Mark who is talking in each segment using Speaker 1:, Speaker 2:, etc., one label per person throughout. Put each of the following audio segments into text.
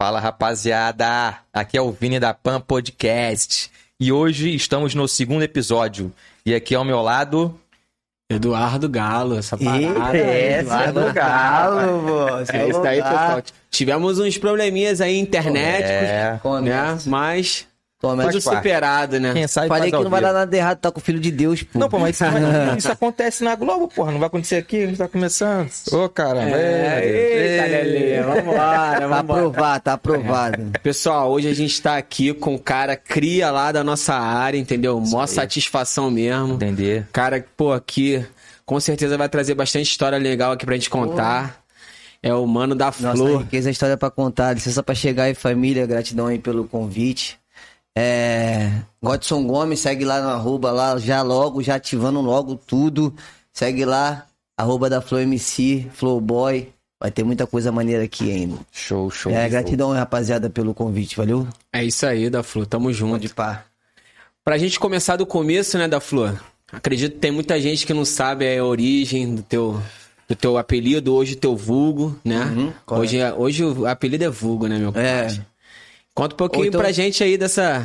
Speaker 1: Fala rapaziada, aqui é o Vini da Pan Podcast e hoje estamos no segundo episódio e aqui ao meu lado
Speaker 2: Eduardo Galo, essa parada.
Speaker 3: é,
Speaker 2: Eduardo
Speaker 3: Eduardo Galo, pô. Esse
Speaker 2: É isso daí,
Speaker 3: lugar.
Speaker 2: pessoal. Tivemos uns probleminhas aí internet,
Speaker 3: Ah,
Speaker 1: é,
Speaker 2: né?
Speaker 3: Começa,
Speaker 2: Mas
Speaker 3: começa.
Speaker 2: tudo
Speaker 1: Faz parte.
Speaker 2: superado, né?
Speaker 1: quem sabe
Speaker 3: Falei
Speaker 1: faz ao
Speaker 3: que não vai dar
Speaker 1: vivo.
Speaker 3: nada errado, tá com o filho de Deus, pô.
Speaker 1: Não, pô, mas isso, mas isso acontece na Globo, porra, não vai acontecer aqui, a gente tá começando. Ô, caramba.
Speaker 2: É,
Speaker 1: é.
Speaker 2: eita, Lelê, vambora,
Speaker 3: Tá
Speaker 2: vambora.
Speaker 3: aprovado, tá aprovado.
Speaker 2: Pessoal, hoje a gente tá aqui com o cara cria lá da nossa área, entendeu? Mó satisfação mesmo.
Speaker 1: Entender.
Speaker 2: Cara, pô, aqui com certeza vai trazer bastante história legal aqui pra gente contar. É o Mano da
Speaker 3: Nossa,
Speaker 2: Flor.
Speaker 3: riqueza, é história pra contar. Licença pra chegar aí, família. Gratidão aí pelo convite. É... Godson Gomes, segue lá no arroba lá, já logo, já ativando logo tudo. Segue lá, arroba da Flow MC, Flowboy. Vai ter muita coisa maneira aqui ainda.
Speaker 1: Show, show.
Speaker 3: É,
Speaker 1: show.
Speaker 3: gratidão aí, rapaziada, pelo convite, valeu?
Speaker 2: É isso aí, da Flor, tamo junto.
Speaker 3: Pode pá.
Speaker 2: Pra gente começar do começo, né, da Flor? Acredito que tem muita gente que não sabe a origem do teu, do teu apelido, hoje o teu vulgo, né?
Speaker 3: Uhum, correto.
Speaker 2: hoje, é- hoje o apelido é vulgo, né, meu
Speaker 3: É.
Speaker 2: compadre? Conta um pouquinho
Speaker 3: Ou então-
Speaker 2: pra gente aí dessa,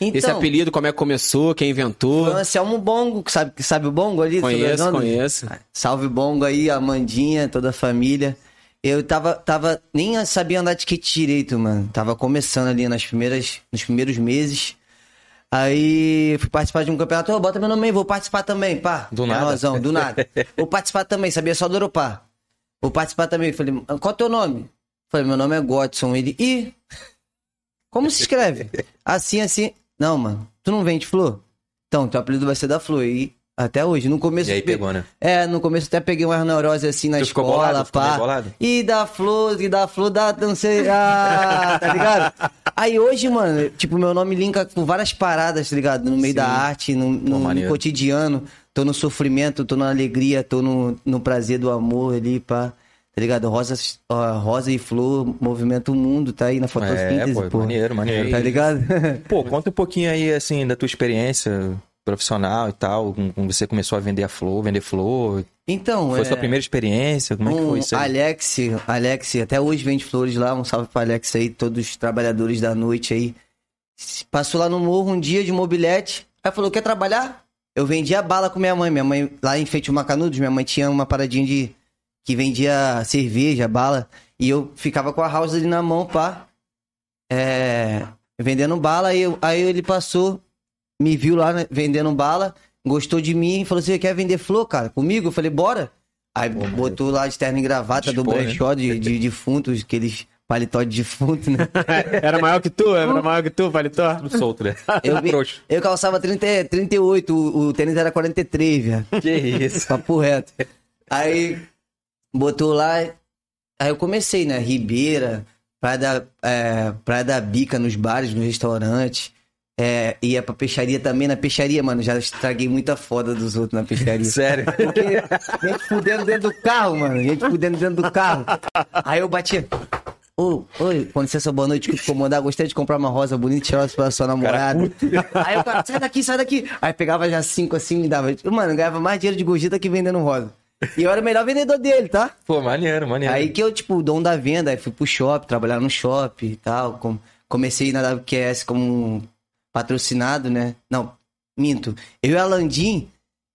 Speaker 2: desse
Speaker 3: Então,
Speaker 2: apelido, como é que começou, quem inventou.
Speaker 3: Foi o Anselmo Bongo, que sabe, que sabe o Bongo ali?
Speaker 2: Conheço,
Speaker 3: sobrenome?
Speaker 2: conheço.
Speaker 3: Ah, Salve Bongo aí, Amandinha, toda a família. Eu tava, tava, nem sabia andar de skate direito, mano. Tava começando ali nas primeiras, nos primeiros meses. Aí fui participar de um campeonato, Ô, bota meu nome aí, vou participar também, pá.
Speaker 1: Do nada.
Speaker 3: Carnozão, do nada. vou participar também, sabia só do Oropá. Vou participar também. Falei, qual é teu nome? Falei, meu nome é Godson. Ele, ih, como se escreve? Assim, assim. Não, mano, tu não vende flor? Então, teu apelido vai ser da flor. E até hoje, no começo...
Speaker 1: E aí
Speaker 3: pe-
Speaker 1: pegou, né?
Speaker 3: é, no começo até peguei umas neuroses assim na
Speaker 1: Tu ficou
Speaker 3: escola,
Speaker 1: bolado? Ficou meio
Speaker 3: pá.
Speaker 1: bolado?
Speaker 3: E da flor, e da flor, da não sei, ah, tá ligado? Aí hoje, mano, tipo, meu nome linka com várias paradas, tá ligado? No meio da arte, no, no- no
Speaker 1: maneiro.
Speaker 3: cotidiano. Tô no sofrimento, tô na alegria, tô no, no prazer do amor ali, pá. Tá ligado? Rosa, ó, rosa e flor, movimento o mundo, tá aí na
Speaker 1: É,
Speaker 3: fotossíntese,
Speaker 1: pô,
Speaker 3: pô.
Speaker 1: maneiro, maneiro.
Speaker 3: Tá ligado?
Speaker 1: Pô, conta um pouquinho aí, assim, da tua experiência profissional e tal, como você começou a vender a flor, vender flor,
Speaker 3: então,
Speaker 1: foi
Speaker 3: é...
Speaker 1: a sua primeira experiência, como é que
Speaker 3: Um
Speaker 1: foi isso aí?
Speaker 3: Alex, Alex, até hoje vende flores lá, um salve pra Alex aí, todos os trabalhadores da noite aí. Passou lá no morro um dia de mobilete, aí falou, quer trabalhar? Eu vendia bala com minha mãe, minha mãe lá em frente ao Macanudos, minha mãe tinha uma paradinha de... que vendia cerveja, bala, e eu ficava com a house ali na mão, pá, é, vendendo bala, aí, eu- aí ele passou, me viu lá né, vendendo bala, gostou de mim e falou assim: quer vender flor, cara? Comigo? Eu falei, bora. Aí botou lá de terno e gravata do
Speaker 1: Dispõe, né?
Speaker 3: brechó de, de defuntos, aqueles paletó de defunto, né?
Speaker 2: Era maior que tu? Era maior que tu, Paletó?
Speaker 1: Tudo solto, né?
Speaker 3: Eu, vi-
Speaker 1: Frouxo.
Speaker 3: eu calçava 30, e- 38, o, o tênis era 43, velho.
Speaker 1: Que isso.
Speaker 3: Papo reto. Aí botou lá. Aí eu comecei, né? Ribeira, Praia da, é, Praia da Bica, nos bares, nos restaurantes. É, ia pra peixaria também. Na peixaria, mano, já estraguei muita foda dos outros na peixaria.
Speaker 1: Sério.
Speaker 3: Porque gente fudendo dentro do carro, mano. Gente fudendo dentro do carro. Aí eu batia. Ô, oi, com licença, boa noite, desculpa incomodar. Gostaria de comprar uma rosa bonita e tirar ela pra sua namorada. Aí o cara, sai daqui, sai daqui. Aí pegava já cinco assim e me dava. Mano, eu ganhava mais dinheiro de gorjeta que vendendo rosa. E eu era o melhor vendedor dele, tá?
Speaker 1: Pô, maneiro, maneiro.
Speaker 3: Aí que eu, tipo, dom da venda, aí fui pro shopping, trabalhar no shopping e tal. com- comecei na WQS como um patrocinado, né? Não, minto. Eu e a Landim,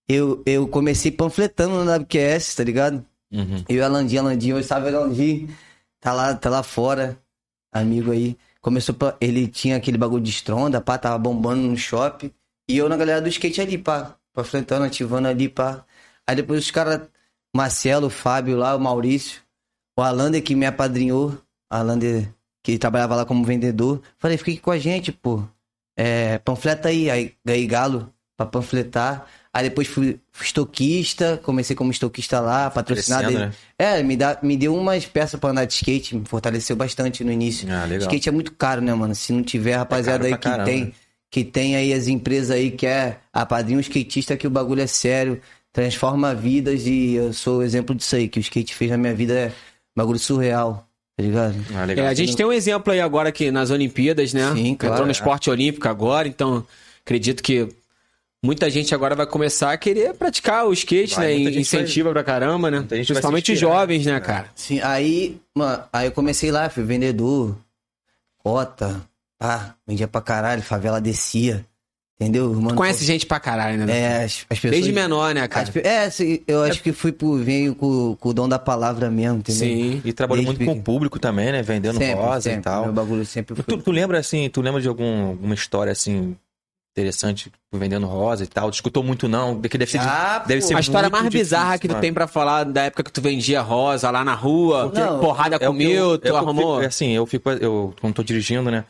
Speaker 3: eu, eu comecei panfletando na WQS, tá ligado?
Speaker 1: Uhum.
Speaker 3: Eu e a Landim, a Landim, hoje sabe a Landim. Tá lá, tá lá fora, amigo aí. Começou pra, Ele tinha aquele bagulho de estronda, pá, tava bombando no shopping. E eu na galera do skate ali, pá. Panfletando, ativando ali, pá. Aí depois os caras, Marcelo, o Fábio lá, o Maurício, o Alander que me apadrinhou, Alander que trabalhava lá como vendedor. Falei, fica aqui com a gente, pô. É, panfleta aí, aí ganhei galo pra panfletar. Aí depois fui fui estoquista, comecei como estoquista lá, patrocinado.
Speaker 1: Crescendo,
Speaker 3: ele-
Speaker 1: né?
Speaker 3: É, me, dá, me deu umas peças pra andar de skate, me fortaleceu bastante no início.
Speaker 1: Ah, legal. É
Speaker 3: Skate é muito caro, né, mano? Se não tiver rapaziada
Speaker 1: caro
Speaker 3: aí
Speaker 1: pra
Speaker 3: que
Speaker 1: caramba,
Speaker 3: tem,
Speaker 1: né?
Speaker 3: que tem aí as empresas aí que é a padrinho skatista que o bagulho é sério, transforma vidas e eu sou o exemplo disso aí, que o skate fez na minha vida é bagulho surreal, tá ligado?
Speaker 1: Ah,
Speaker 2: É,
Speaker 1: legal.
Speaker 2: a gente tem um exemplo aí agora que nas Olimpíadas, né?
Speaker 3: Sim, claro,
Speaker 2: Entrou no
Speaker 3: é.
Speaker 2: esporte olímpico agora, então acredito que muita gente agora vai começar a querer praticar o skate,
Speaker 1: Vai,
Speaker 2: né?
Speaker 1: muita
Speaker 2: E
Speaker 1: gente
Speaker 2: incentiva pra caramba, né?
Speaker 1: muita gente vai É. se
Speaker 2: Principalmente os
Speaker 1: inspirar,
Speaker 2: jovens, né, cara?
Speaker 3: Sim, aí, mano, aí eu comecei lá, fui vendedor, bota, pá, vendia pra caralho, favela descia. Entendeu? Mano,
Speaker 4: Conhece gente pra caralho, né? da Flor?
Speaker 3: É, as, as pessoas.
Speaker 4: Desde menor, né, cara?
Speaker 3: as pe- é, se- eu acho que fui por veio com, com o dom da palavra mesmo, entendeu?
Speaker 4: Sim.
Speaker 1: E trabalhou
Speaker 3: Desde
Speaker 1: muito com o
Speaker 3: pequeno.
Speaker 1: público também, né? Vendendo
Speaker 3: Sempre,
Speaker 1: rosa
Speaker 3: sempre.
Speaker 1: e tal.
Speaker 3: Meu bagulho sempre foi.
Speaker 1: Tu, tu lembra assim, tu lembra de algum, alguma história assim interessante tipo, vendendo rosa e tal? Tu escutou muito não, porque deve ser de-
Speaker 3: Ah,
Speaker 1: deve
Speaker 3: pô.
Speaker 1: ser
Speaker 4: A história
Speaker 1: é muito
Speaker 4: mais
Speaker 1: difícil,
Speaker 4: bizarra que tu
Speaker 1: mano.
Speaker 4: tem pra falar da época que tu vendia rosa lá na rua,
Speaker 3: Não,
Speaker 4: porrada
Speaker 1: É
Speaker 4: com
Speaker 1: o que eu-
Speaker 4: meu,
Speaker 1: é o
Speaker 4: tu
Speaker 1: que eu
Speaker 4: arrumou.
Speaker 1: fico- é assim, eu fico eu quando tô dirigindo, né?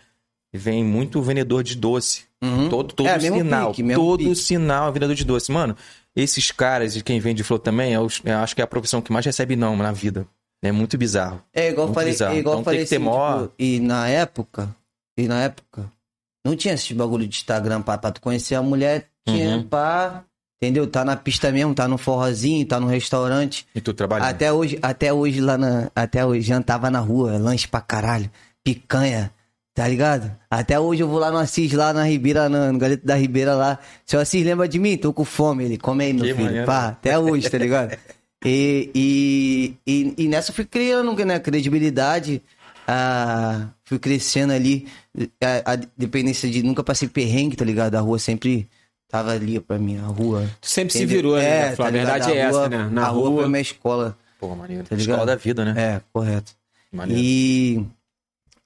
Speaker 1: Vem muito vendedor de doce.
Speaker 3: Uhum.
Speaker 1: Todo, todo
Speaker 3: É, mesmo
Speaker 1: sinal.
Speaker 3: pique, mesmo
Speaker 1: todo
Speaker 3: pique.
Speaker 1: sinal é vendedor de doce. Mano, esses caras e quem vende flor também, eu, eu acho que é a profissão que mais recebe não na vida. É muito bizarro.
Speaker 3: É igual eu
Speaker 1: Muito
Speaker 3: falei,
Speaker 1: bizarro.
Speaker 3: é igual
Speaker 1: Então
Speaker 3: eu falei
Speaker 1: tem que ter
Speaker 3: assim,
Speaker 1: mó-
Speaker 3: tipo, e na época, e na época, não tinha esse bagulho de Instagram pra, pra tu conhecer a mulher, tinha
Speaker 1: Uhum.
Speaker 3: pá, entendeu? Tá na pista mesmo, tá no forrozinho, tá no restaurante.
Speaker 1: E tu trabalhando.
Speaker 3: Até hoje, até hoje lá na, até hoje jantava na rua, lanche pra caralho, picanha, tá ligado? Até hoje eu vou lá no Assis, lá na Ribeira, na- no Galeto da Ribeira lá. Se o Assis lembra de mim, tô com fome, ele come aí, meu
Speaker 1: Que
Speaker 3: filho,
Speaker 1: maneiro.
Speaker 3: pá, até hoje, tá ligado? E, e, e, e nessa eu fui criando, né, credibilidade, ah, fui crescendo ali, a, a dependência de, nunca passei perrengue, tá ligado? A rua sempre tava ali pra mim, a rua.
Speaker 4: Tu sempre se
Speaker 3: Entendeu?
Speaker 4: virou, né? Flávio?
Speaker 3: tá
Speaker 4: a
Speaker 3: ligado?
Speaker 4: verdade é
Speaker 3: rua-
Speaker 4: essa, né? Na
Speaker 3: a rua, foi
Speaker 4: rua.
Speaker 3: minha escola.
Speaker 1: Pô, maneiro.
Speaker 3: Tá ligado?
Speaker 1: Escola da vida, né?
Speaker 3: É, correto.
Speaker 1: Maneiro.
Speaker 3: E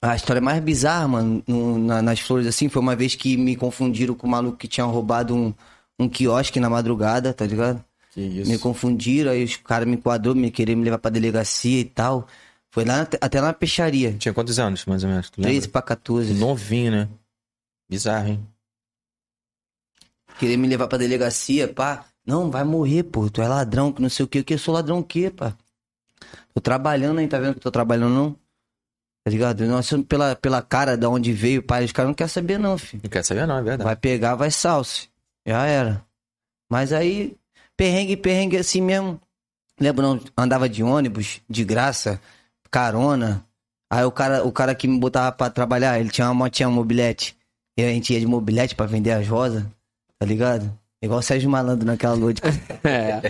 Speaker 3: a história mais bizarra, mano, no- na- nas flores, assim, foi uma vez que me confundiram com o maluco que tinha roubado um, um quiosque na madrugada, tá ligado?
Speaker 1: Que isso.
Speaker 3: Me confundiram, aí os caras me enquadrou, me queriam me levar pra delegacia e tal. Foi lá, na- até lá na peixaria.
Speaker 1: Tinha quantos anos, mais ou menos? Tu lembra?
Speaker 3: 13 pra 14.
Speaker 1: Novinho, né? Bizarro, hein?
Speaker 3: Querer me levar pra delegacia, pá. Não, vai morrer, pô. Tu é ladrão, que não sei o quê. Que eu sou ladrão o quê, pá? Tô trabalhando aí, tá vendo que eu tô trabalhando, não? Tá ligado? Nossa, pela, pela cara da onde veio, pai, os caras não querem saber, não, filho.
Speaker 1: Não quer saber, não, é verdade.
Speaker 3: Vai pegar, vai salse. Já era. Mas aí, perrengue, perrengue assim mesmo. Lembro, não, andava de ônibus, de graça, carona. Aí o cara, o cara que me botava pra trabalhar, ele tinha uma motinha um mobilete. E a gente ia de mobilete pra vender as rosas, tá ligado? Igual o Sérgio Malandro naquela noite.
Speaker 4: É.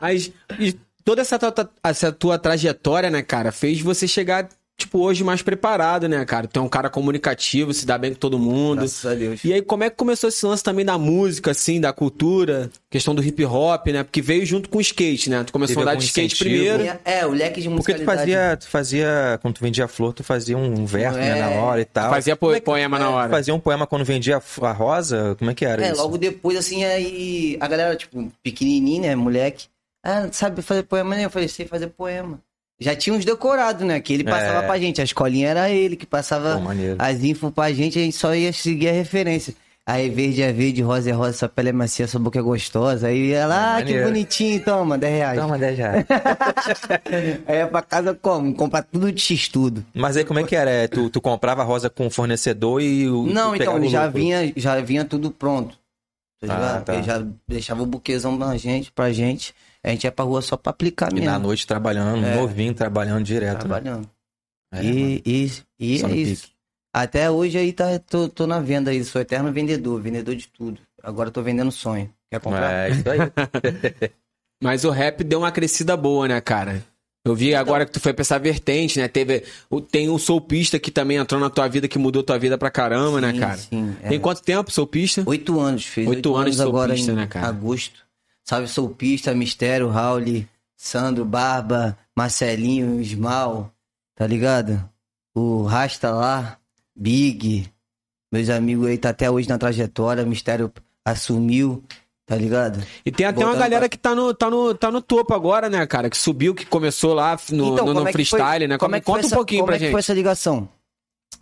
Speaker 4: Mas e toda essa tua, essa tua trajetória, né, cara, fez você chegar, tipo, hoje mais preparado, né, cara? Tu é um cara comunicativo, se dá bem com todo mundo.
Speaker 3: Graças a Deus.
Speaker 4: E aí, como é que começou esse lance também da música, assim, da cultura, questão do hip hop, né? Porque veio junto com o skate, né? Tu começou
Speaker 1: Teve
Speaker 4: a andar
Speaker 3: um
Speaker 4: de
Speaker 1: algum
Speaker 4: skate
Speaker 1: incentivo?
Speaker 4: primeiro.
Speaker 3: É, o leque de
Speaker 1: Porque tu
Speaker 3: musicalidade.
Speaker 1: fazia, tu fazia, quando tu vendia a flor, tu fazia um verso né,
Speaker 3: É.
Speaker 1: na hora e tal.
Speaker 4: Fazia po- poema na hora.
Speaker 1: Fazia um poema quando vendia a f- a rosa? Como é que era
Speaker 3: É,
Speaker 1: isso?
Speaker 3: logo depois, assim, aí a galera, tipo, pequenininha, né, moleque, ah, sabe fazer poema, né? Eu falei, sei fazer poema. Já tinha uns decorados, né, que ele passava
Speaker 1: É.
Speaker 3: pra gente, a escolinha era ele que
Speaker 1: Pô,
Speaker 3: passava
Speaker 1: maneiro.
Speaker 3: as infos pra gente, a gente só ia seguir a referência. Aí verde é verde, rosa é rosa, sua pele é macia, sua boca é gostosa. Aí ia lá,
Speaker 1: É,
Speaker 3: ah, que
Speaker 1: maneiro.
Speaker 3: bonitinho, toma, 10 reais.
Speaker 1: Toma 10 já.
Speaker 3: Aí ia pra casa como? Comprar tudo de x-tudo.
Speaker 1: Mas aí como é que era? É, Tu, tu comprava a rosa com o fornecedor e o.
Speaker 3: Não,
Speaker 1: tu pegava
Speaker 3: então, ele
Speaker 1: o
Speaker 3: já
Speaker 1: lucro.
Speaker 3: vinha, já vinha tudo pronto. Tá
Speaker 1: Ah,
Speaker 3: ligado?
Speaker 1: tá.
Speaker 3: Ele já deixava o buquezão pra gente, pra gente. A gente ia pra rua só pra aplicar
Speaker 1: E
Speaker 3: mesmo. É.
Speaker 1: na noite trabalhando, novinho, trabalhando direto.
Speaker 3: trabalhando.
Speaker 1: Né? É, mano.
Speaker 3: e e, e
Speaker 1: Só
Speaker 3: é
Speaker 1: no
Speaker 3: isso. Até hoje aí tá, tô, tô na venda aí, sou eterno vendedor, vendedor de tudo. Agora eu tô vendendo sonho. Quer comprar?
Speaker 1: É, isso aí.
Speaker 4: Mas o rap deu uma crescida boa, né, cara? Eu
Speaker 3: Então
Speaker 4: vi agora que tu foi pra essa vertente, né? Teve, o- tem um soulpista que também entrou na tua vida, que mudou tua vida pra caramba, né,
Speaker 3: Sim,
Speaker 4: cara?
Speaker 3: sim, é.
Speaker 4: Tem quanto tempo soulpista?
Speaker 3: Oito anos, fez.
Speaker 4: Oito anos de
Speaker 3: agora
Speaker 4: soulpista,
Speaker 3: em
Speaker 4: né, cara?
Speaker 3: agosto. Salve Soupista, Mistério, Raul, Sandro, Barba, Marcelinho, Ismal, tá ligado? O Rasta lá, Big, meus amigos aí tá até hoje na trajetória, Mistério assumiu, tá ligado?
Speaker 4: E tem até uma
Speaker 3: Voltando
Speaker 4: galera
Speaker 3: pra-
Speaker 4: que tá no, tá, no, tá no topo agora, né, cara? Que subiu, que começou lá no, no- no
Speaker 3: como é que
Speaker 4: freestyle,
Speaker 3: foi-
Speaker 4: né?
Speaker 3: Como é que foi
Speaker 4: Conta um
Speaker 3: essa-
Speaker 4: pouquinho
Speaker 3: como
Speaker 4: pra
Speaker 3: é que
Speaker 4: gente.
Speaker 3: foi essa ligação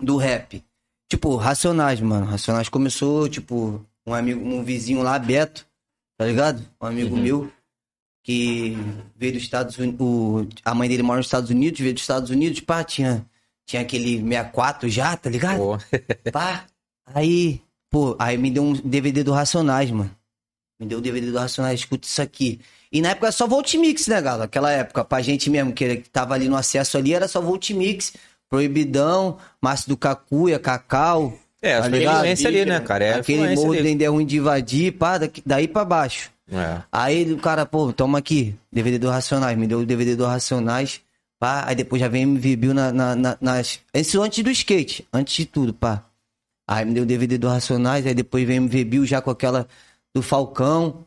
Speaker 3: do rap? Tipo, Racionais, mano. Racionais começou, tipo, um amigo, um vizinho lá, Beto, tá ligado? Um amigo
Speaker 4: Uhum.
Speaker 3: meu que veio dos Estados Unidos, a mãe dele mora nos Estados Unidos, veio dos Estados Unidos, pá, tinha, tinha aquele 64 já, tá ligado?
Speaker 1: Pô,
Speaker 3: Pá. Aí, pô, aí me deu um DVD do Racionais, mano. Me deu um o DVD do Racionais, escuta isso aqui. E na época era só Voltmix, né, galera? Aquela época, pra gente mesmo, que era- que tava ali no acesso ali, era só Voltmix, Proibidão, Márcio do Cacuia, Cacau.
Speaker 1: É,
Speaker 3: tá
Speaker 1: foi
Speaker 3: ligado?
Speaker 1: influência ali, né, cara? É
Speaker 3: Aquele
Speaker 1: influência
Speaker 3: morro
Speaker 1: ali.
Speaker 3: de ruim de invadir, pá, daqui- daí pra baixo.
Speaker 1: é.
Speaker 3: Aí o cara, pô, toma aqui, DVD do Racionais. Me deu o DVD do Racionais. Pá, aí depois já vem MV Bill na, na- na- nas. Isso antes do skate, antes de tudo, pá. Aí me deu o DVD do Racionais, aí depois vem MV Bill já com aquela do Falcão,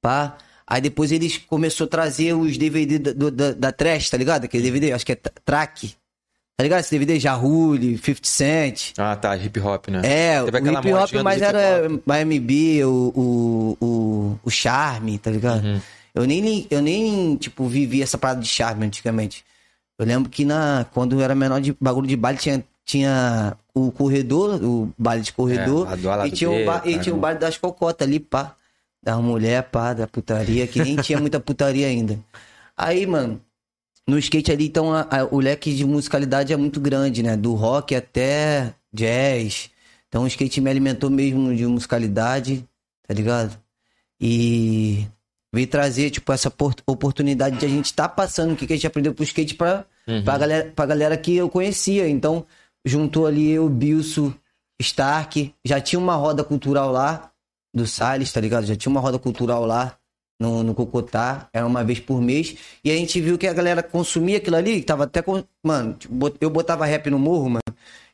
Speaker 3: pá. Aí depois eles começaram a trazer os DVD da, do- da, da Trash, tá ligado? Aquele DVD, acho que é tra- Track. Tá ligado? Esse DVD, Jarulli, 50 Cent.
Speaker 1: Ah, tá, hip hop, né?
Speaker 3: É,
Speaker 1: Teve
Speaker 3: o
Speaker 1: aquela
Speaker 3: hip hop,
Speaker 1: modinha do
Speaker 3: mas
Speaker 1: hip
Speaker 3: era
Speaker 1: hop.
Speaker 3: Miami B, o, o, o, o charme, tá ligado?
Speaker 1: Uhum.
Speaker 3: Eu, nem, eu nem, tipo, vivi essa parada de charme antigamente. Eu lembro que na, quando eu era menor de bagulho de baile, tinha, tinha o corredor, o baile de corredor,
Speaker 1: É, lá do lado
Speaker 3: e, tinha o
Speaker 1: dele,
Speaker 3: ba, e
Speaker 1: tá
Speaker 3: tinha o
Speaker 1: no-
Speaker 3: baile das cocotas ali, pá. Das mulher, pá, da putaria, que nem tinha muita putaria ainda. Aí, mano, no skate ali, então, a- a- o leque de musicalidade é muito grande, né? Do rock até jazz. Então, o skate me alimentou mesmo de musicalidade, tá ligado? E veio trazer, tipo, essa por- oportunidade de a gente estar passando o que, que a gente aprendeu pro skate pra, pra, galera, pra galera que eu conhecia. Então, juntou ali eu, Bilso, Stark. Já tinha uma roda cultural lá, do Salles, tá ligado? Já tinha uma roda cultural lá no, no Cocotá, era uma vez por mês. E a gente viu que a galera consumia aquilo ali, que tava até. Com... Mano, tipo, bot- eu botava rap no morro, mano.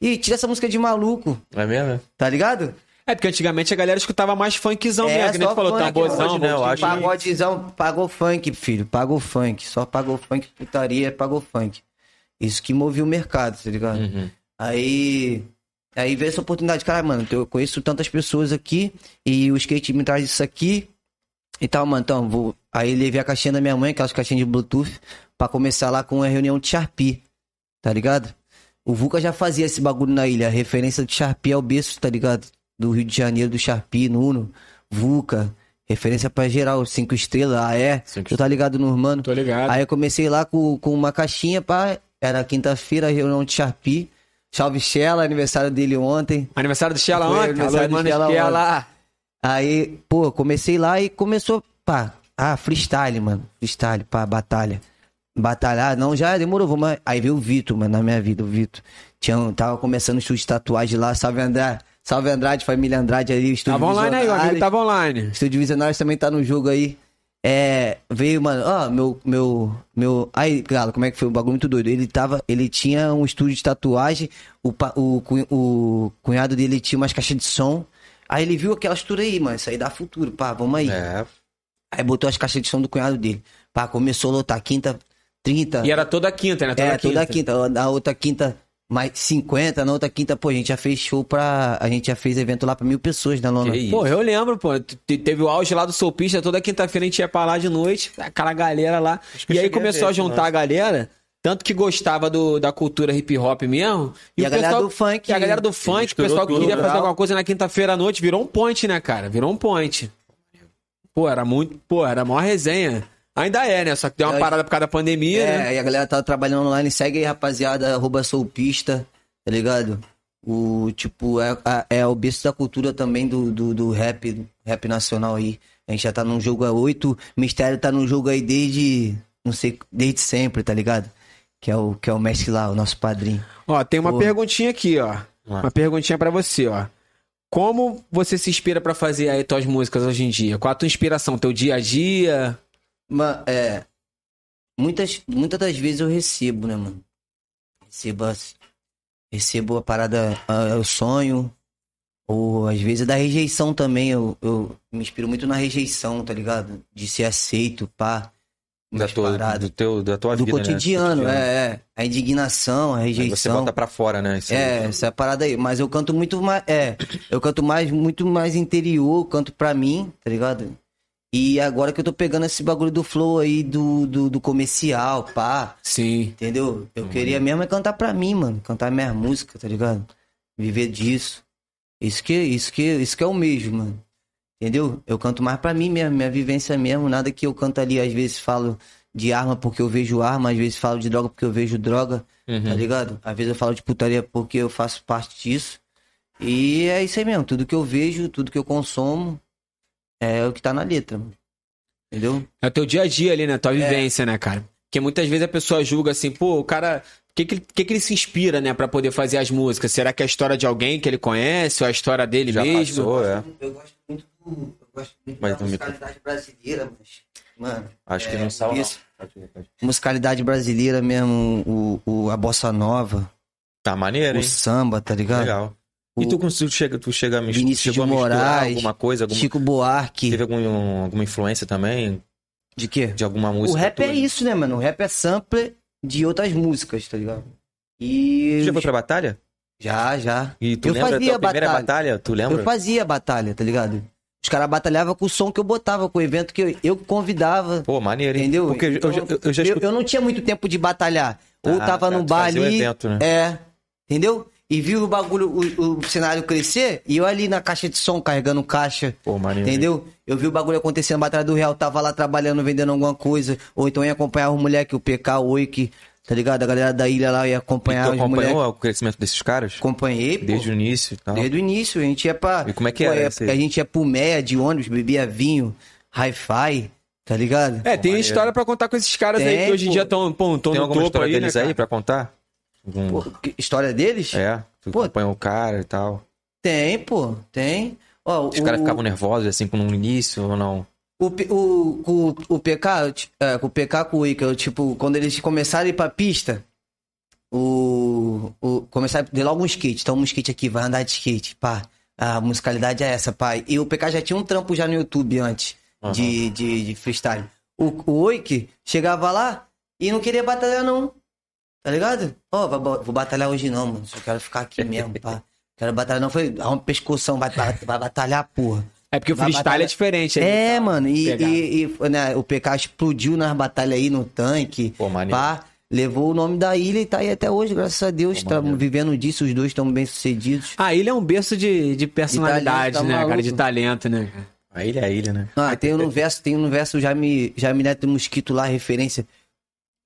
Speaker 3: E tira essa música de maluco,
Speaker 1: É mesmo?
Speaker 3: tá ligado?
Speaker 4: É porque antigamente a galera escutava mais funkzão
Speaker 3: É,
Speaker 4: mesmo, que nem
Speaker 3: só
Speaker 4: tu falou,
Speaker 3: funk,
Speaker 4: tamborzão,
Speaker 1: hoje, né, eu
Speaker 4: bom,
Speaker 1: acho.
Speaker 3: Pagodizão, pagou funk, filho. Pagou funk. Só pagou funk, putaria, pagou funk. Isso que movia o mercado, tá ligado?
Speaker 1: Uhum.
Speaker 3: Aí. Aí veio essa oportunidade, cara, mano, eu conheço tantas pessoas aqui e o skate me traz isso aqui e tal, mano. Então, vou. Aí levei a caixinha da minha mãe, aquelas caixinhas de Bluetooth, pra começar lá com a reunião de Sharpie, tá ligado? O Vulca já fazia esse bagulho na ilha, a referência de Sharpie é o berço, tá ligado? Do Rio de Janeiro, do Sharpie, Nuno, Vulca, referência pra geral, cinco estrelas, AE,
Speaker 1: Cinco
Speaker 3: tu tá ligado no Urbano?
Speaker 4: Tô ligado.
Speaker 3: Aí eu comecei lá com, com uma caixinha, pá. Era quinta-feira, reunião de Sharpie. Salve Shella, aniversário dele ontem.
Speaker 4: Aniversário do Xela
Speaker 3: Foi
Speaker 4: ontem, alô,
Speaker 3: aniversário do
Speaker 4: mano,
Speaker 3: Xela ontem.
Speaker 4: Xela.
Speaker 3: Aí, pô, comecei lá e começou, pá. Ah, freestyle, mano. Freestyle, pá, batalha. Batalhar, não, já demorou, vamos. lá. Aí veio o Vitor, mano, na minha vida, o Vitor. Tinha, um- tava começando o estúdio de tatuagem lá, salve Andrade. Salve Andrade, família Andrade ali, o estúdio
Speaker 4: Tava Tá online aí, o amigo
Speaker 3: Visionários.
Speaker 4: tava online.
Speaker 3: Estúdio Visionários também tá no jogo aí. É, veio, mano, ó, meu, meu, meu. Aí, Galo, como é que foi? O bagulho muito doido. Ele tava, ele tinha um estúdio de tatuagem, o, pa- o, cu- o cunhado dele tinha umas caixas de som. Aí ele viu aquela estrutura aí, mano, isso aí dá futuro, pá, vamos aí.
Speaker 1: É.
Speaker 3: Aí botou as caixas de som do cunhado dele. Pá, começou a lotar quinta, 30.
Speaker 4: E era toda quinta, né? Toda
Speaker 3: É, toda quinta. Na outra quinta, mais 50. Na outra quinta, pô, a gente já fez show pra. A gente já fez evento lá pra mil pessoas na Lona.
Speaker 1: Que isso.
Speaker 4: Pô, eu lembro, pô. Te- Teve o auge lá do Solpista, toda quinta-feira a gente ia pra lá de noite, aquela galera lá.
Speaker 1: que eu
Speaker 4: E aí
Speaker 1: cheguei a
Speaker 4: começou
Speaker 1: ver
Speaker 4: a
Speaker 1: esse
Speaker 4: juntar a galera, tanto que gostava do, da cultura hip hop mesmo.
Speaker 3: E
Speaker 4: o
Speaker 3: a galera do funk.
Speaker 4: E a galera do funk, o
Speaker 1: misturou
Speaker 4: pessoal que
Speaker 1: tudo,
Speaker 4: queria
Speaker 1: né?
Speaker 4: fazer alguma coisa na quinta-feira à noite, virou um ponte, né, cara? Virou um ponte. Pô, era muito. Pô, era a maior resenha. Ainda é, né? Só que deu uma
Speaker 3: Eu-
Speaker 4: parada por causa da pandemia,
Speaker 3: É,
Speaker 4: né?
Speaker 3: e a galera tá trabalhando online, segue aí, rapaziada, arroba soulpista, tá ligado? O, tipo, é, a- é o berço da cultura também do, do, do rap, rap nacional aí. A gente já tá num jogo há oito, Mistério tá num jogo aí desde, não sei, desde sempre, tá ligado? Que é o, que é o mestre lá, o nosso padrinho.
Speaker 4: Ó, tem uma
Speaker 3: Pô.
Speaker 4: perguntinha aqui, ó.
Speaker 1: Lá.
Speaker 4: Uma perguntinha pra você, ó. Como você se inspira pra fazer aí tuas músicas hoje em dia? Qual a tua inspiração? Teu dia a dia?
Speaker 3: Mano, é. Muitas, muitas das vezes eu recebo, né, mano? Recebo, as- recebo a parada, ah, eu sonho. Ou às vezes é da rejeição também. Eu, eu me inspiro muito na rejeição, tá ligado? De ser aceito, pá.
Speaker 1: Da
Speaker 3: umas
Speaker 1: tua,
Speaker 3: paradas.
Speaker 1: do teu, da tua
Speaker 3: Do
Speaker 1: vida, né?
Speaker 3: cotidiano,
Speaker 1: Cotidiano.
Speaker 3: é, é. A indignação, a
Speaker 1: Aí você
Speaker 3: rejeição.
Speaker 1: bota pra fora, né? Isso
Speaker 3: É,
Speaker 1: aí.
Speaker 3: essa parada aí. Mas eu canto muito mais. É, eu canto mais, muito mais interior, canto pra mim, tá ligado? E agora que eu tô pegando esse bagulho do flow aí, do, do, do comercial, pá,
Speaker 4: Sim.
Speaker 3: entendeu? Eu queria mesmo é cantar pra mim, mano. Cantar minhas músicas, tá ligado? Viver disso. Isso que, isso que, isso que é o mesmo, mano. Entendeu? Eu canto mais pra mim mesmo, minha vivência mesmo. Nada que eu canto ali, às vezes falo de arma porque eu vejo arma, às vezes falo de droga porque eu vejo droga tá ligado? Às vezes eu falo de putaria porque eu faço parte disso. E é isso aí mesmo. Tudo que eu vejo, tudo que eu consumo é o que tá na letra, mano. Entendeu?
Speaker 4: É o teu dia a dia ali, né?
Speaker 1: É.
Speaker 4: Tua vivência, né, cara? Porque muitas vezes a pessoa julga assim, pô, o cara. O que que, ele- que que ele se inspira, né, pra poder fazer as músicas? Será que é a história de alguém que ele conhece ou a história dele
Speaker 1: Já
Speaker 4: mesmo?
Speaker 1: passou, é.
Speaker 3: Eu gosto muito do. Eu gosto muito
Speaker 1: Mas
Speaker 3: da
Speaker 1: não me-
Speaker 3: musicalidade brasileira, mas. Mano, é
Speaker 1: Acho que não salva.
Speaker 3: isso. musicalidade brasileira mesmo, o, o- a bossa nova,
Speaker 1: Tá maneiro,
Speaker 3: o
Speaker 1: hein?
Speaker 3: samba, tá ligado?
Speaker 1: Legal. E tu, cons- tu chega, tu chega a, mis-
Speaker 3: Vinícius
Speaker 1: chegou a
Speaker 3: de
Speaker 1: misturar
Speaker 3: Moraes,
Speaker 1: alguma coisa? Alguma...
Speaker 3: Chico Buarque.
Speaker 1: Teve algum, alguma influência também
Speaker 3: De quê?
Speaker 1: de alguma
Speaker 3: O
Speaker 1: música?
Speaker 3: rap
Speaker 1: tua?
Speaker 3: é isso, né, mano? O rap é sampler de outras músicas, tá ligado?
Speaker 1: Tu
Speaker 3: E.
Speaker 1: já foi pra batalha?
Speaker 3: Já, já.
Speaker 1: E tu
Speaker 3: Eu
Speaker 1: lembra
Speaker 3: fazia
Speaker 1: da tua primeira
Speaker 3: batalha.
Speaker 1: batalha? Tu lembra?
Speaker 3: Eu fazia batalha, tá ligado? Os caras batalhavam com o som que eu botava, com o evento que eu, eu convidava.
Speaker 1: Pô, maneiro, hein?
Speaker 3: Entendeu?
Speaker 1: Porque eu-
Speaker 3: Então,
Speaker 1: eu, já- eu, eu já
Speaker 3: eu,
Speaker 1: escutei.
Speaker 3: eu não tinha muito tempo de batalhar. Ou
Speaker 1: Ah,
Speaker 3: tava
Speaker 1: tá,
Speaker 3: num
Speaker 1: tu
Speaker 3: bar
Speaker 1: fazia o
Speaker 3: ali.
Speaker 1: evento, né?
Speaker 3: É. Entendeu? E viu o bagulho, o, o cenário crescer, e eu ali na caixa de som, carregando caixa.
Speaker 1: Pô, maneiro. hein?
Speaker 3: Entendeu? Eu vi o bagulho acontecendo na Batalha do Real, tava lá trabalhando, vendendo alguma coisa, ou então ia acompanhar os moleques, o PK, o Oik, tá ligado? A galera da ilha lá ia
Speaker 1: E tu
Speaker 3: acompanhar os
Speaker 1: acompanhou
Speaker 3: moleques.
Speaker 1: o crescimento desses caras?
Speaker 3: Acompanhei, pô.
Speaker 1: Desde o início e tal.
Speaker 3: Desde o início, a gente ia pra.
Speaker 1: E como é que
Speaker 3: Pô,
Speaker 1: era
Speaker 3: é,
Speaker 1: isso aí?
Speaker 3: A gente ia pro Meia de ônibus, bebia vinho, hi-fi, tá ligado?
Speaker 4: É, tem
Speaker 1: maneiro.
Speaker 4: história pra contar com esses caras aí que
Speaker 3: Tem,
Speaker 4: hoje em
Speaker 3: pô.
Speaker 4: dia estão no
Speaker 1: Tem alguma
Speaker 4: topo
Speaker 1: história
Speaker 4: aí,
Speaker 1: deles
Speaker 4: né,
Speaker 1: aí
Speaker 4: cara?
Speaker 1: pra contar? Algum-
Speaker 3: Pô, que- história deles?
Speaker 1: É, tu
Speaker 3: Pô.
Speaker 1: acompanhou o cara e tal.
Speaker 3: Tem, pô, tem. Ó,
Speaker 1: Os
Speaker 3: o-
Speaker 1: caras ficavam nervosos assim no início ou não?
Speaker 3: O, P- o, o, o PK, eu ti- é, com o PK com o Ica, eu, tipo, quando eles começaram a ir pra pista, o. o começaram a ter logo um skate, toma um skate aqui, vai andar de skate, pá. A musicalidade é essa, pai. E o PK já tinha um trampo já no YouTube antes
Speaker 1: Aham.
Speaker 3: de, de, de freestyle. O, o Oik chegava lá e não queria batalhar, não. Tá ligado? Ó, vou, ba- vou batalhar hoje não, mano. Só quero ficar aqui mesmo, pá. Quero batalhar, não. Foi arruma um pescoção, vai, ba- vai batalhar, porra.
Speaker 4: É porque o
Speaker 3: Vai
Speaker 4: freestyle
Speaker 3: batalhar.
Speaker 4: é diferente.
Speaker 3: É, mano, e,
Speaker 4: Pegado.
Speaker 3: e- e, né, o PK explodiu nas batalhas aí no tanque.
Speaker 1: Pô, maneiro.
Speaker 3: pá, levou o nome da ilha e tá aí até hoje, graças a Deus.
Speaker 1: Pô,
Speaker 3: Estamos
Speaker 1: maneiro.
Speaker 3: vivendo disso, os dois estão bem sucedidos.
Speaker 4: Ah, ele é um berço de, de personalidade,
Speaker 3: De talento, tá
Speaker 4: né, cara?
Speaker 3: maluco.
Speaker 4: De talento, né, cara?
Speaker 1: A ilha é a ilha, né?
Speaker 3: Ah, tem um no verso, tem um no verso já me, já me neto mosquito lá, referência.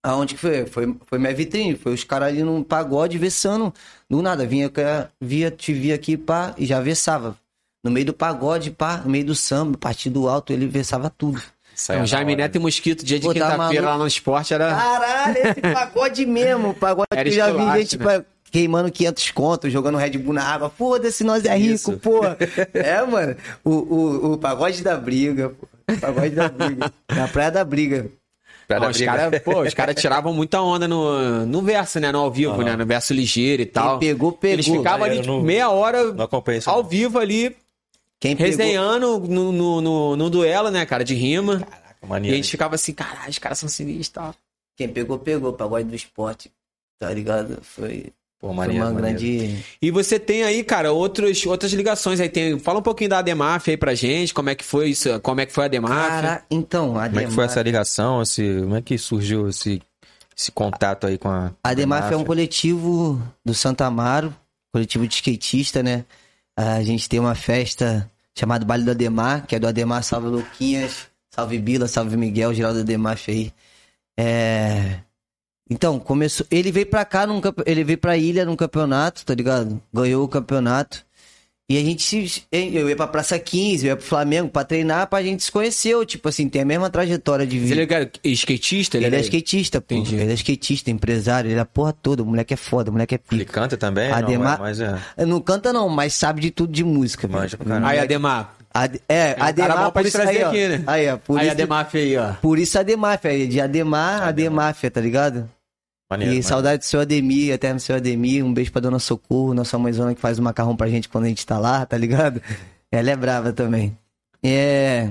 Speaker 3: Aonde que foi? Foi, foi minha vitrine, foi os caras ali num pagode versando. Do nada, vinha, ca- via, te via aqui, pá, e já versava. No meio do pagode, pá, no meio do samba, partido alto, ele versava tudo.
Speaker 1: Isso aí é
Speaker 4: Então,
Speaker 1: da
Speaker 4: Jaime
Speaker 1: hora.
Speaker 4: Neto e Mosquito, dia de
Speaker 3: Pô, tá
Speaker 4: quinta-feira lá
Speaker 3: maluco. Ah.
Speaker 4: no esporte era.
Speaker 3: Caralho, esse pagode mesmo. Pagode
Speaker 4: Era
Speaker 3: que eu já vi
Speaker 4: esculacho,
Speaker 3: gente
Speaker 4: né?
Speaker 3: pra- queimando 500 contos, jogando Red Bull na água. Foda-se, nós é rico,
Speaker 1: Isso.
Speaker 3: pô. É, mano. O, o, o pagode da briga, pô. O pagode da briga. Na praia da briga.
Speaker 1: Pra
Speaker 4: Não,
Speaker 1: dar
Speaker 4: os
Speaker 1: briga.
Speaker 4: caras, pô, os caras tiravam muita onda no, no verso, né? No ao vivo, né? No verso ligeiro e tal.
Speaker 3: pegou, pegou.
Speaker 4: Eles ficavam ali
Speaker 1: Maneiro,
Speaker 4: tipo,
Speaker 1: não-
Speaker 4: meia hora
Speaker 1: Não acompanha isso.
Speaker 4: ao
Speaker 1: não.
Speaker 4: vivo ali,
Speaker 3: Quem pegou...
Speaker 4: resenhando no, no, no, no duelo, né, cara? De rima.
Speaker 1: Caraca,
Speaker 4: E a
Speaker 1: maneiro.
Speaker 4: gente ficava assim, caralho, os caras são sinistros e tal.
Speaker 3: Quem pegou, pegou. Pagode do esporte. Tá ligado? Foi,
Speaker 1: Pô,
Speaker 3: foi
Speaker 1: maneiro.
Speaker 3: uma
Speaker 1: maneiro.
Speaker 3: grande...
Speaker 4: E você tem aí, cara, outros, outras ligações aí. Tem, fala um pouquinho da Ademaf aí pra gente, como é que foi isso, como é que foi a Ademaf.
Speaker 3: Cara, então,
Speaker 1: Como
Speaker 3: a
Speaker 1: é que Ah, foi
Speaker 3: Demaf...
Speaker 1: essa ligação? Esse... Como é que surgiu esse, esse contato aí com a.
Speaker 3: A Demaf é um
Speaker 1: máfia?
Speaker 3: coletivo do Santa Amaro, coletivo de skatista, né? A gente tem uma festa chamada Baile do Ademar, que é do Ademar Salve Luquinhas, Salve Bila, Salve Miguel, Geraldo Ademaf aí. É... Então, começou. Ele veio pra cá, num campe- ele veio pra ilha num campeonato, tá ligado? Ganhou o campeonato. E a gente se. Eu ia pra Praça 15, eu ia pro Flamengo pra treinar, pra gente se conheceu. Tipo assim, tem a mesma trajetória de vida.
Speaker 4: Ele é cara, skatista?
Speaker 3: Ele, é
Speaker 4: era-
Speaker 3: skatista, pô.
Speaker 4: Entendi.
Speaker 3: Ele é skatista, empresário, ele é a porra toda. O moleque é foda, o moleque é
Speaker 1: Ele
Speaker 3: pica.
Speaker 1: canta também?
Speaker 3: Ademar-
Speaker 1: Não, é, mas é.
Speaker 3: Não canta não, mas sabe de tudo de música. velho.
Speaker 1: Manja pra caralho.
Speaker 4: Aí, Ademar.
Speaker 3: Ad- É,
Speaker 4: um cara bom
Speaker 3: Ademar,
Speaker 4: pra
Speaker 3: por
Speaker 4: te
Speaker 3: isso
Speaker 4: trazer
Speaker 3: aí, ó.
Speaker 4: aqui, né?
Speaker 3: Aí, ó, por
Speaker 4: Aí,
Speaker 3: isso,
Speaker 4: Ademaf aí, ó.
Speaker 3: por isso Ademar, filho. De Ademar, Ademar, filho, tá ligado?
Speaker 1: Maneiro.
Speaker 3: e
Speaker 1: maneiro.
Speaker 3: saudade do seu Ademir, eterno seu Ademir. Um beijo pra Dona Socorro, nossa mãezona que faz o macarrão pra gente quando a gente tá lá, tá ligado? Ela é brava também. É.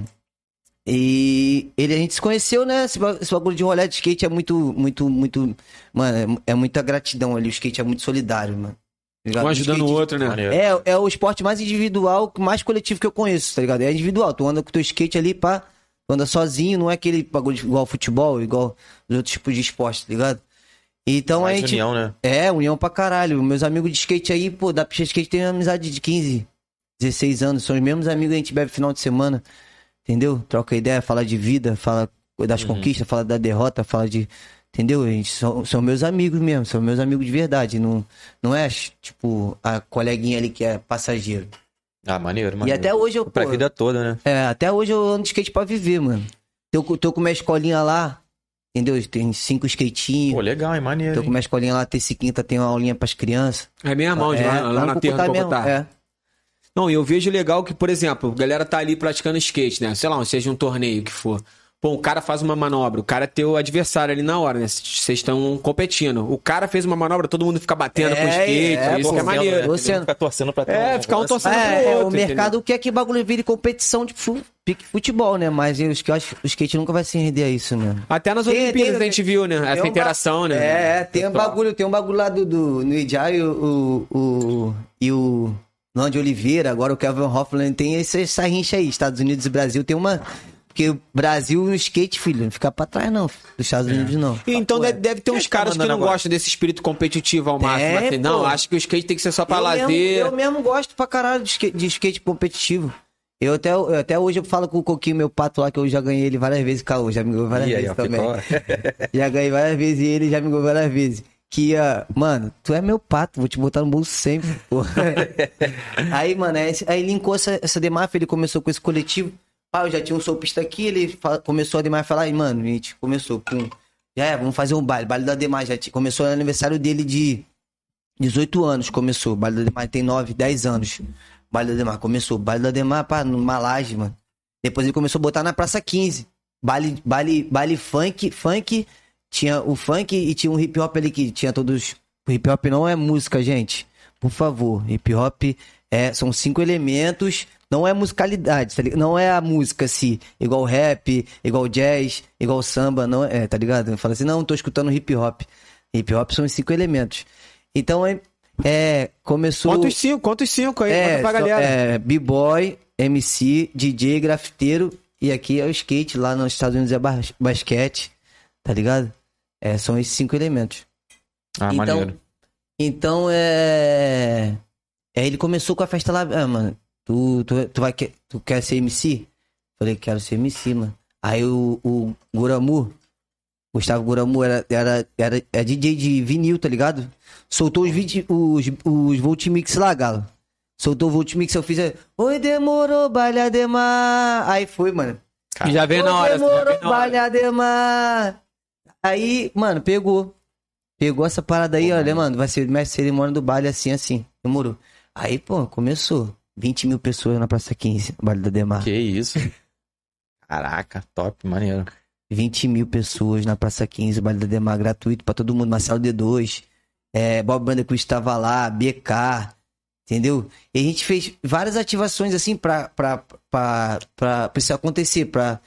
Speaker 3: E ele a gente se conheceu, né? Esse ba- esse bagulho de rolê de skate é muito, muito, muito. Mano, é mu- é, muita gratidão ali. O skate é muito solidário, mano. Tá ligado?
Speaker 4: Um ajudando o
Speaker 3: skate-
Speaker 4: outro, né?
Speaker 1: Maneiro.
Speaker 3: É, é o esporte mais individual, mais coletivo que eu conheço, tá ligado? É individual. Tu anda com teu skate ali, pá. Tu anda sozinho, não é aquele bagulho de- igual futebol, igual os outros tipos de esporte, tá ligado? Então
Speaker 1: Mais
Speaker 3: a gente.
Speaker 1: união, né?
Speaker 3: É, união pra caralho. Meus amigos de skate aí, pô, da pista de skate tem uma amizade de 15, 16 anos. São os mesmos amigos que a gente bebe final de semana. Entendeu? Troca ideia, fala de vida, fala das
Speaker 1: Uhum.
Speaker 3: conquistas, fala da derrota, fala de. Entendeu? A gente são, são meus amigos mesmo, são meus amigos de verdade. Não, não é, tipo, a coleguinha ali que é passageiro.
Speaker 1: Ah, maneiro,
Speaker 3: E
Speaker 1: maneiro.
Speaker 3: até hoje eu.
Speaker 1: Pra
Speaker 3: pô,
Speaker 1: vida toda, né?
Speaker 3: é, até hoje eu ando de skate pra viver, mano. Tô, com- tô com minha escolinha lá, entendeu? Tem cinco skatinhos.
Speaker 1: Pô, legal, hein? Maneiro.
Speaker 3: Tô com
Speaker 1: hein?
Speaker 3: minha escolinha lá, terça e quinta tem uma aulinha pras crianças.
Speaker 4: É minha mão,
Speaker 3: É,
Speaker 4: lá, lá na
Speaker 3: no
Speaker 4: terra do
Speaker 3: Cocotá
Speaker 4: Bogotá.
Speaker 3: mesmo, é.
Speaker 4: Não, e eu vejo legal que, por exemplo, a galera tá ali praticando skate, né? Sei lá, seja um torneio que for. Pô, o cara faz uma manobra, o cara é teu adversário ali na hora, né? Vocês estão competindo. O cara fez uma manobra, todo mundo fica batendo com o
Speaker 3: É,
Speaker 4: skate,
Speaker 3: é,
Speaker 4: isso
Speaker 3: pô,
Speaker 4: que é
Speaker 3: vendo,
Speaker 4: maneiro.
Speaker 3: né? Você-
Speaker 1: Fica torcendo pra ter
Speaker 4: É,
Speaker 1: um
Speaker 4: fica um
Speaker 1: lance.
Speaker 4: torcendo pro
Speaker 3: É, é,
Speaker 4: outro,
Speaker 3: o
Speaker 4: entendeu?
Speaker 3: mercado quer que o bagulho vire competição de fu- pique futebol, né? Mas eu acho que eu acho que o skate nunca vai se render a isso, né?
Speaker 4: Até nas
Speaker 3: Tem-
Speaker 4: Olimpíadas
Speaker 3: tem-
Speaker 4: a gente viu, né?
Speaker 3: Tem um
Speaker 4: Essa
Speaker 3: ba-
Speaker 4: interação, né?
Speaker 3: É, é, tem um bagulho, tem um bagulho lá do, do no Ijai, o, o, o- e o Nando Oliveira, agora o Kevin Hoffman tem esse- essa rincha aí, Estados Unidos e Brasil tem uma. Porque o Brasil no skate, filho, não fica pra trás, não. filho, Dos Estados Unidos, não.
Speaker 4: Então
Speaker 3: Papo
Speaker 4: deve, deve ter uns caras que não
Speaker 1: mandando agora?
Speaker 4: gostam desse espírito competitivo ao
Speaker 3: Tem,
Speaker 4: máximo. assim, não,
Speaker 3: pô.
Speaker 4: acho que o skate tem que ser só pra
Speaker 3: eu
Speaker 4: lazer.
Speaker 3: Mesmo, eu mesmo gosto pra caralho de skate, de skate competitivo. Eu até, eu até hoje eu falo com o Coquinho, meu pato lá, que eu já ganhei ele várias vezes, caô, já me ganhou várias
Speaker 1: E aí,
Speaker 3: vezes
Speaker 1: ó,
Speaker 3: também.
Speaker 1: ficou...
Speaker 3: Já ganhei várias vezes e ele já me ganhou várias vezes. Que, ó, mano, tu é meu pato, vou te botar no bolso sempre, pô. aí, mano, aí, aí linkou essa, essa Demaf, ele começou com esse coletivo. Ah, eu já tinha um solpista aqui, ele fa- começou a Demaf falar, aí, mano, a gente começou, pum. Já é, vamos fazer um baile, baile da Demaf, já tinha- começou no aniversário dele de 18 anos, começou. Baile da Demar tem 9, 10 anos. Baile da Demar começou. Baile da Demar, pá, numa laje, mano. Depois ele começou a botar na Praça 15. Baile, baile, baile funk, funk. Tinha o funk e tinha um hip hop ali que tinha todos. O hip hop não é música, gente. Por favor, hip hop é, são cinco elementos. Não é musicalidade, tá ligado? Não é a música assim, igual rap, igual jazz, igual samba, não é, tá ligado? Fala assim, não, tô escutando hip hop. Hip hop são os cinco elementos. Então, é, é, começou...
Speaker 4: Quantos cinco? Quantos cinco aí?
Speaker 3: é,
Speaker 4: Manda pra
Speaker 3: só-
Speaker 4: galera.
Speaker 3: é, B-boy, MC, DJ, grafiteiro. E aqui é o skate, lá nos Estados Unidos é bas- basquete, tá ligado? É, são esses cinco elementos.
Speaker 1: Ah, maneiro.
Speaker 3: Então, é... é... Ele começou com a festa lá, ah, mano, tu, tu, tu, vai, que- tu quer ser MC? Falei, quero ser MC, mano. Aí o, o Guramu, Gustavo Guramu era, era, era, é DJ de vinil, tá ligado? Soltou os, 20, os, os Voltimix lá, galo. Soltou o Voltimix, eu fiz... é, Oi, demorou, balha demais. Aí foi, mano.
Speaker 1: Cara,
Speaker 4: Já veio
Speaker 3: Ô,
Speaker 4: na hora. assim, já
Speaker 2: tá
Speaker 3: Demorou,
Speaker 4: veio na hora.
Speaker 3: Balhademar. Aí, mano, pegou. Pegou essa parada aí, olha, mano, vai ser mestre de cerimônia do baile assim, assim. Demorou. Aí, pô, começou. 20 mil pessoas na Praça 15, no baile da Demar.
Speaker 1: Que isso. Caraca, top, maneiro.
Speaker 3: 20 mil pessoas na Praça 15, o baile da Demar, gratuito pra todo mundo. Marcelo D2, é, Bob Bandecoot estava lá, BK, entendeu? E a gente fez várias ativações assim pra, pra, pra, pra, pra isso acontecer, pra...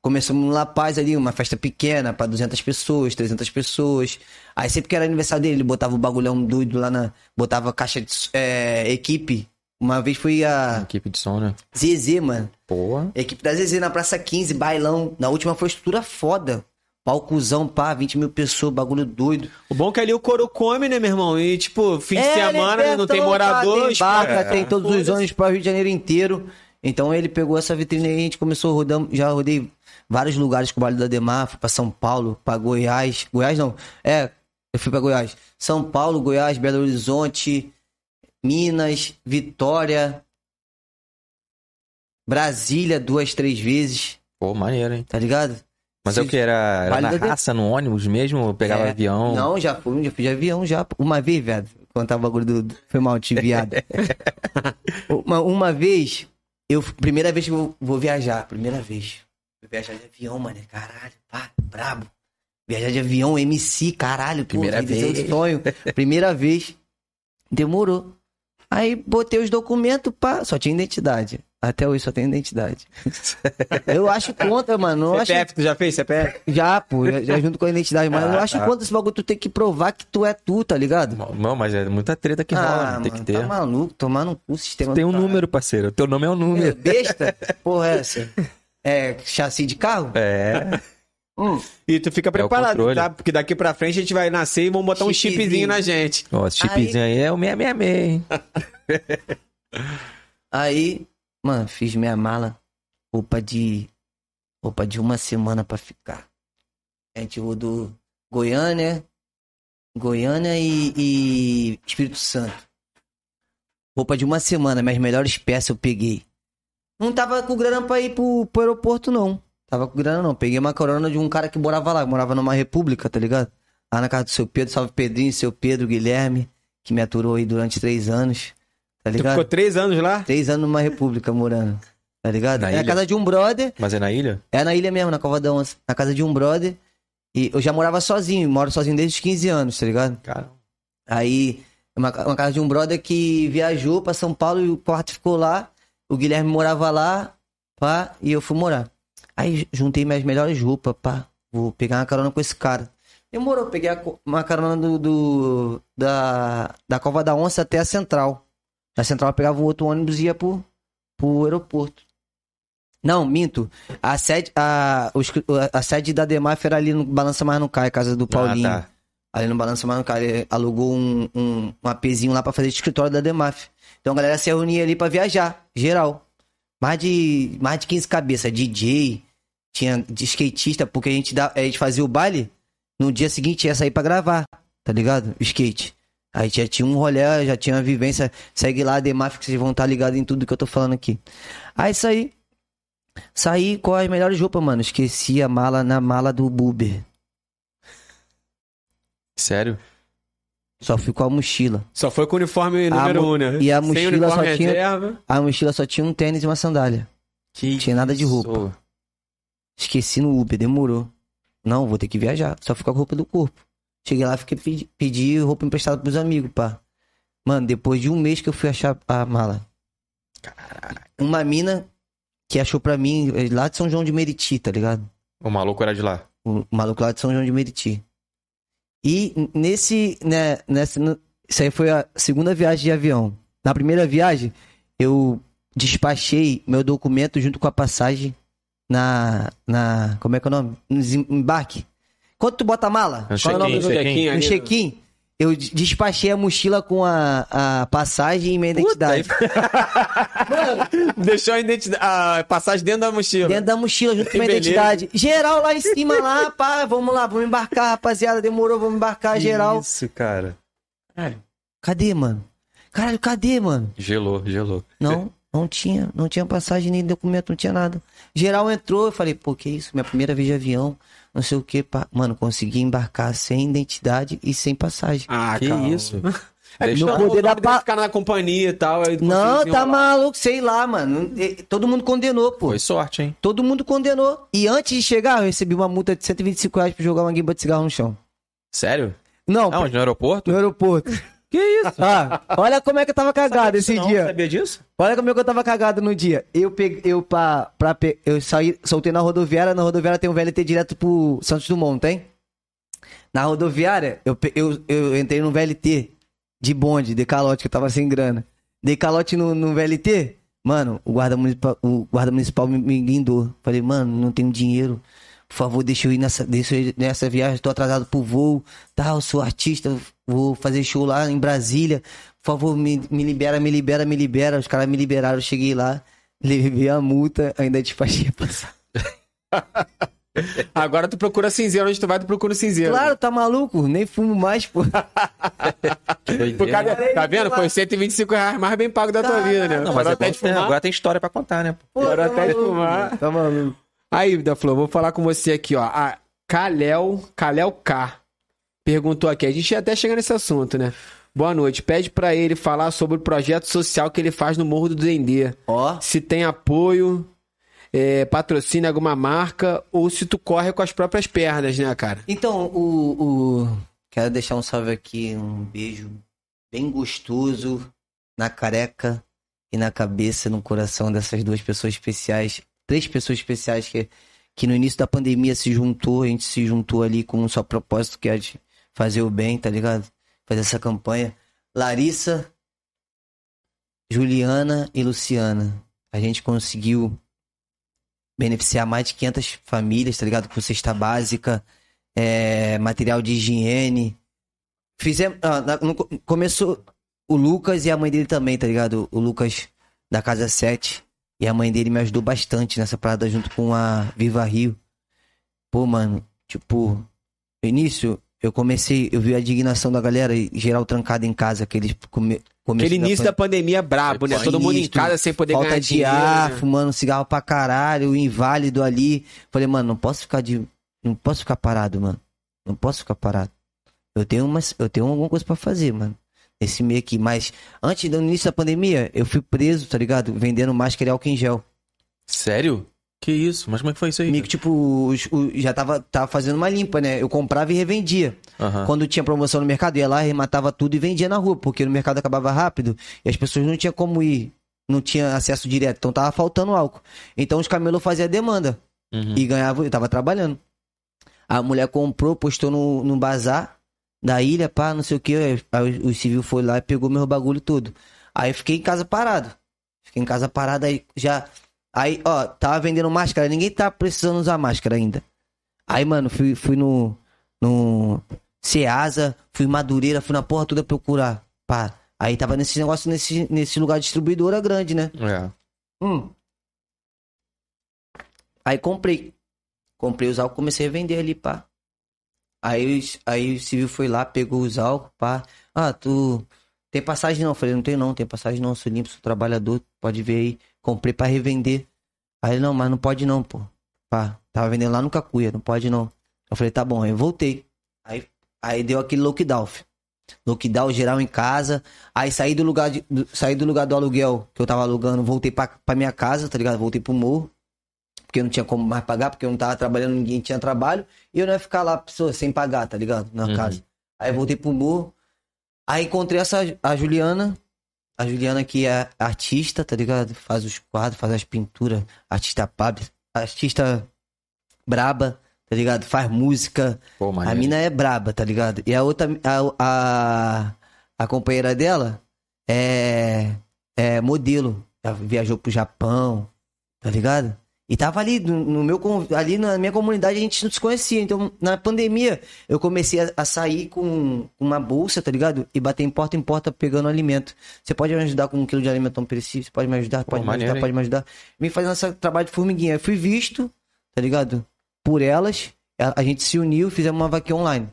Speaker 3: Começamos no La Paz ali, uma festa pequena pra 200 pessoas, 300 pessoas. Aí sempre que era aniversário dele, ele botava o bagulhão doido lá na... Botava caixa de... s- é, equipe. Uma vez foi a
Speaker 1: Equipe de som, né?
Speaker 3: ZZ, mano.
Speaker 1: Porra.
Speaker 3: Equipe da ZZ na Praça 15, bailão. Na última foi estrutura foda. Palcozão, pá, 20 mil pessoas, bagulho doido.
Speaker 4: O bom é que ali o couro come, né, meu irmão? E, tipo, fim de
Speaker 3: É,
Speaker 4: semana
Speaker 3: Libertão,
Speaker 4: não
Speaker 2: tá,
Speaker 4: tem
Speaker 3: pá,
Speaker 4: morador.
Speaker 3: Tem barca,
Speaker 4: espera.
Speaker 2: É.
Speaker 1: É.
Speaker 3: tem todos os
Speaker 4: Foda-se.
Speaker 3: ônibus para o Rio de Janeiro inteiro. Então ele pegou essa vitrine aí, a gente começou rodando, já rodei vários lugares com o Baile da Demar, fui pra São Paulo, pra Goiás. Goiás não, é, eu fui pra Goiás. São Paulo, Goiás, Belo Horizonte, Minas, Vitória, Brasília duas, três vezes,
Speaker 1: Pô, maneiro, hein?
Speaker 3: tá ligado?
Speaker 1: Mas é
Speaker 3: eu
Speaker 1: o que? Era, era na
Speaker 3: Válido de-
Speaker 1: raça, no ônibus mesmo? Ou Pegava
Speaker 3: É.
Speaker 1: avião?
Speaker 3: Não, já fui, já fui de avião, já. Uma vez, viado. Contar o bagulho do. do- Foi mal, te viado. uma, uma vez, eu. Primeira vez que eu vou, vou viajar. Primeira vez. Vou viajar de avião, mano. Caralho, pá, brabo. Viajar de avião, MC, caralho, pô,
Speaker 1: Primeira
Speaker 3: realizei
Speaker 1: vez.
Speaker 3: um sonho. Primeira vez. Demorou. Aí botei os documentos, pá. Só tinha identidade. Até hoje só tem identidade. Eu acho contra, mano. Eu acho
Speaker 4: CPF, tu já fez CPF?
Speaker 3: já, pô, já, já junto com a identidade. Mas
Speaker 1: Ah,
Speaker 3: eu
Speaker 1: tá.
Speaker 3: acho que quanto esse bagulho tu tem que provar que tu é tu, tá ligado?
Speaker 1: Não, mas é muita treta que rola, né? tem que ter.
Speaker 3: tá maluco, tomar no cu sistema.
Speaker 1: Tem um
Speaker 3: do caralho.
Speaker 1: número, parceiro. Teu nome é um
Speaker 3: É,
Speaker 1: número.
Speaker 3: Besta? Porra, é essa? É chassi de carro?
Speaker 1: É.
Speaker 3: Hum.
Speaker 4: E tu fica preparado,
Speaker 1: controle.
Speaker 4: tá? Porque daqui pra frente a gente vai nascer e vão botar um
Speaker 3: Chipzinho.
Speaker 4: chipzinho na gente.
Speaker 1: Ó, esse chipzinho aí é o 666, hein?
Speaker 3: Aí, mano, fiz minha mala. Roupa de. Roupa de uma semana pra ficar. A gente rodou Goiânia. Goiânia e, e Espírito Santo. Roupa de uma semana, minhas melhores peças eu peguei. Não tava com grana pra ir pro, pro aeroporto, não. Tava com grana, não. Peguei uma corona de um cara que morava lá, morava numa república, tá ligado? Lá na casa do seu Pedro, salve Pedrinho, seu Pedro, Guilherme, que me aturou aí durante três anos, tá
Speaker 4: Tu
Speaker 3: ligado?
Speaker 4: ficou três anos lá?
Speaker 3: Três anos numa república morando. tá ligado?
Speaker 1: Na
Speaker 3: é a
Speaker 1: ilha?
Speaker 3: casa de um brother,
Speaker 1: Mas é na ilha?
Speaker 3: é na ilha mesmo, na Cova da Onça, na casa de um brother. E eu já morava sozinho, moro sozinho desde os 15 anos, tá ligado?
Speaker 1: Cara.
Speaker 3: Aí, uma, ca- uma casa de um brother que viajou pra São Paulo e o quarto ficou lá. O Guilherme morava lá, pá, e eu fui morar. Aí ju- juntei minhas melhores roupas, pá. Vou pegar uma carona com esse cara. Demorou, peguei a co- uma carona do, do- da, da Cova da Onça até a Central. Na Central eu pegava um outro ônibus e ia pro, pro aeroporto. Não, minto. A sede, a, os- a sede da Demaf era ali no Balança Mais Não Cai, casa do Paulinho.
Speaker 1: Ah, tá.
Speaker 3: Ali no Balanço Mano, cara, ele alugou um, um, um APzinho lá pra fazer de escritório da Demaf. Então a galera se reunia ali pra viajar, geral. Mais de, mais de 15 cabeças, DJ, tinha de skatista, porque a gente, dá, a gente fazia o baile, no dia seguinte ia sair pra gravar, tá ligado? O skate. Aí já tinha um rolê, já tinha uma vivência. Segue lá, Demaf, que vocês vão estar ligados em tudo que eu tô falando aqui. Aí saí. Saí com as melhores roupas, mano. Esqueci a mala na mala do Buber.
Speaker 1: Sério?
Speaker 3: Só fui com a mochila.
Speaker 4: Só foi com o uniforme número
Speaker 3: A mo-
Speaker 4: um, né?
Speaker 3: e a
Speaker 4: Sem
Speaker 3: mochila
Speaker 4: uniforme
Speaker 3: só tinha-
Speaker 4: reserva.
Speaker 3: A mochila só tinha um tênis e uma sandália.
Speaker 1: Que
Speaker 3: Tinha nada de roupa.
Speaker 1: isso?
Speaker 3: Esqueci no Uber, demorou. Não, vou ter que viajar. Só ficar com roupa do corpo. Cheguei lá, fiquei pedi, pedi roupa emprestada pros amigos, pá. Mano, depois de um mês que eu fui achar a mala. Uma mina que achou pra mim eh, lá de São João de Meriti, tá ligado?
Speaker 1: O maluco era de lá.
Speaker 3: O maluco lá de São João de Meriti. E n- nesse, né, nessa, n- isso aí foi a segunda viagem de avião. Na primeira viagem, eu despachei meu documento junto com a passagem na, na, como é que é o nome? No desembarque. Quanto tu bota a mala?
Speaker 1: No
Speaker 3: Qual é o
Speaker 1: check-in,
Speaker 3: nome do-
Speaker 1: check-in.
Speaker 4: check-in
Speaker 3: No
Speaker 4: um ali, né?
Speaker 3: check-in, eu d- despachei a mochila com a, a passagem e minha identidade.
Speaker 4: Deixou a, identidade, a passagem dentro da mochila.
Speaker 3: Dentro da mochila, junto com a minha
Speaker 4: Que beleza.
Speaker 3: identidade. Geral lá em cima, lá, pá, vamos lá, vamos embarcar, rapaziada, demorou, vamos embarcar, Tá geral.
Speaker 1: Isso, cara.
Speaker 3: Cadê, mano? Caralho, cadê, mano?
Speaker 1: Gelou, gelou.
Speaker 3: Não, não tinha. Não tinha passagem, nem documento, não tinha nada. Geral entrou, eu falei, pô, que isso? Minha primeira vez de avião, não sei o que. Pá. Mano, consegui embarcar sem identidade e sem passagem.
Speaker 4: Ah,
Speaker 1: Que
Speaker 4: calma.
Speaker 1: isso?
Speaker 4: É que
Speaker 1: Deixa-
Speaker 4: não
Speaker 3: No poder da pa-
Speaker 4: ficar na companhia e tal. aí
Speaker 3: não,
Speaker 4: conseguiu
Speaker 3: tá
Speaker 4: enrolar.
Speaker 3: maluco, sei lá, mano. E- Todo mundo condenou, pô.
Speaker 1: Foi sorte, hein?
Speaker 3: Todo mundo condenou. E antes de chegar, eu recebi uma multa de 125 reais pra jogar uma guimba de cigarro no chão.
Speaker 1: Sério?
Speaker 3: Não,
Speaker 1: Aonde? No aeroporto?
Speaker 3: no aeroporto. Que isso? Ah, olha como é que eu tava cagado esse dia.
Speaker 1: Sabia disso?
Speaker 3: Olha como é que eu tava cagado no dia. Eu peguei, eu pra, pra pe- eu saí, soltei na rodoviária, na rodoviária tem um VLT direto pro Santos Dumont, tem? Na rodoviária, eu, pe- eu, eu entrei num VLT de bonde, de calote, que eu tava sem grana. Dei calote no, no VLT, mano, o guarda municipal, o guarda municipal me, me guindou. Falei, mano, não tenho dinheiro. Por favor, deixa eu ir nessa, deixa eu ir nessa viagem, tô atrasado pro voo, tal, sou artista, vou fazer show lá em Brasília. Por favor, me, me libera, me libera, me libera. Os caras me liberaram, eu cheguei lá, levei a multa, ainda despachei a passagem.
Speaker 4: Agora tu procura cinzeiro onde tu vai, tu procura cinzeiro.
Speaker 3: Claro, tá maluco? Nem fumo mais, pô.
Speaker 4: Por causa- tá vendo? Foi 125 reais mais bem pago da tua vida, né?
Speaker 1: Não, mas
Speaker 4: Agora
Speaker 1: é
Speaker 4: até
Speaker 1: bom
Speaker 4: de
Speaker 1: que tem-
Speaker 4: fumar.
Speaker 1: agora tem história pra contar, né?
Speaker 3: Pô,
Speaker 4: Agora
Speaker 3: tá
Speaker 4: até de
Speaker 3: maluco,
Speaker 4: fumar.
Speaker 3: Tá maluco.
Speaker 4: Aí, da Flor, vou falar com você aqui, ó. A Kalel, Kalel K perguntou aqui. A gente ia até chegar nesse assunto, né? Boa noite. Pede pra ele falar sobre o projeto social que ele faz no Morro do Dendê.
Speaker 3: Ó,
Speaker 4: Se tem apoio, é, patrocina alguma marca ou se tu corre com as próprias pernas, né, cara?
Speaker 3: Então, o, o- Quero deixar um salve aqui, um beijo bem gostoso na careca e na cabeça, no coração dessas duas pessoas especiais, três pessoas especiais que, que no início da pandemia se juntou, a gente se juntou ali com um só propósito que é de fazer o bem, tá ligado? Fazer essa campanha. Larissa, Juliana e Luciana. A gente conseguiu beneficiar mais de 500 famílias, tá ligado? Com cesta básica, é, material de higiene. Fizemos. ah, na- no co- começou o Lucas e a mãe dele também, tá ligado? O Lucas da Casa 7. E a mãe dele me ajudou bastante nessa parada junto com a Viva Rio. Pô, mano, tipo, no início eu comecei, eu vi a indignação da galera e geral trancada em casa, aquele come, começo
Speaker 4: Aquele
Speaker 3: da
Speaker 4: início da pandemia brabo, né? Todo mundo em
Speaker 3: Sinistro,
Speaker 4: casa sem poder
Speaker 3: falta
Speaker 4: ganhar
Speaker 3: de
Speaker 4: dinheiro,
Speaker 3: ar,
Speaker 4: né?
Speaker 3: fumando cigarro pra caralho, inválido ali. Falei, mano, não posso ficar de. Não posso ficar parado, mano. Não posso ficar parado. Eu tenho umas. Eu tenho alguma coisa pra fazer, mano. Esse meio aqui. Mas antes do início da pandemia, eu fui preso, tá ligado? Vendendo máscara e álcool em gel.
Speaker 1: Sério? Que isso? Mas como é que foi isso aí?
Speaker 3: Comigo, tipo, os- o- já tava, tava fazendo uma limpa, né? Eu comprava e revendia.
Speaker 1: Aham.
Speaker 3: Quando tinha promoção no mercado, ia lá, rematava tudo e vendia na rua, porque no mercado acabava rápido e as pessoas não tinham como ir, não tinha acesso direto, então tava faltando álcool. Então os camelô faziam a demanda
Speaker 1: Uhum.
Speaker 3: e ganhava, eu tava trabalhando. A mulher comprou, postou no, no bazar da ilha, pá, não sei o que, aí o civil foi lá e pegou meu bagulho todo. Aí eu fiquei em casa parado. Fiquei em casa parado, aí já. Aí, ó, tava vendendo máscara, ninguém tá precisando usar máscara ainda. Aí, mano, fui, fui no. No. Ceasa, fui em Madureira, fui na porra toda procurar. Pá. Aí tava nesse negócio, nesse, nesse lugar de distribuidora grande, né?
Speaker 1: É.
Speaker 3: Hum. Aí comprei. Comprei os álcool, comecei a vender ali, pá. Aí, os- aí o civil foi lá, pegou os álcool, pá. Ah, tu tem passagem não? Eu falei, não tem não, tem passagem não, sou limpo, sou trabalhador, pode ver aí. Comprei pra revender. Aí ele, não, mas não pode não, pô. Pá, tava vendendo lá no Cacuia, não pode não. Eu falei, tá bom, aí eu voltei. Aí, aí deu aquele lockdown, fi. Lockdown geral em casa. Aí saí do lugar, de, do, saí do lugar do aluguel que eu tava alugando, voltei pra, pra minha casa, tá ligado? Voltei pro morro. Porque eu não tinha como mais pagar, porque eu não tava trabalhando, ninguém tinha trabalho. E eu não ia ficar lá, pessoa, sem pagar, tá ligado? Na
Speaker 1: Uhum.
Speaker 3: casa. Aí voltei pro morro. Aí encontrei essa, a Juliana. A Juliana que é artista, tá ligado? Faz os quadros, faz as pinturas. Artista pab, artista braba, tá ligado? Faz música.
Speaker 1: Pô,
Speaker 3: A
Speaker 1: maneiro.
Speaker 3: mina é braba, tá ligado? E a outra, a, a, a companheira dela é, é modelo. Já viajou pro Japão, tá ligado? E tava ali, no, no meu, con- ali na minha comunidade a gente não se conhecia. Então, na pandemia, eu comecei a, a sair com uma bolsa, tá ligado? E bater em porta em porta pegando alimento. Você pode me ajudar com um quilo de alimento não perecível? Você pode me ajudar? Pode me
Speaker 1: maneiro,
Speaker 3: ajudar?
Speaker 1: hein?
Speaker 3: Pode me ajudar? Vim fazendo esse trabalho de formiguinha. Eu fui visto, tá ligado? Por elas. A, a gente se uniu, fizemos uma vaquinha online.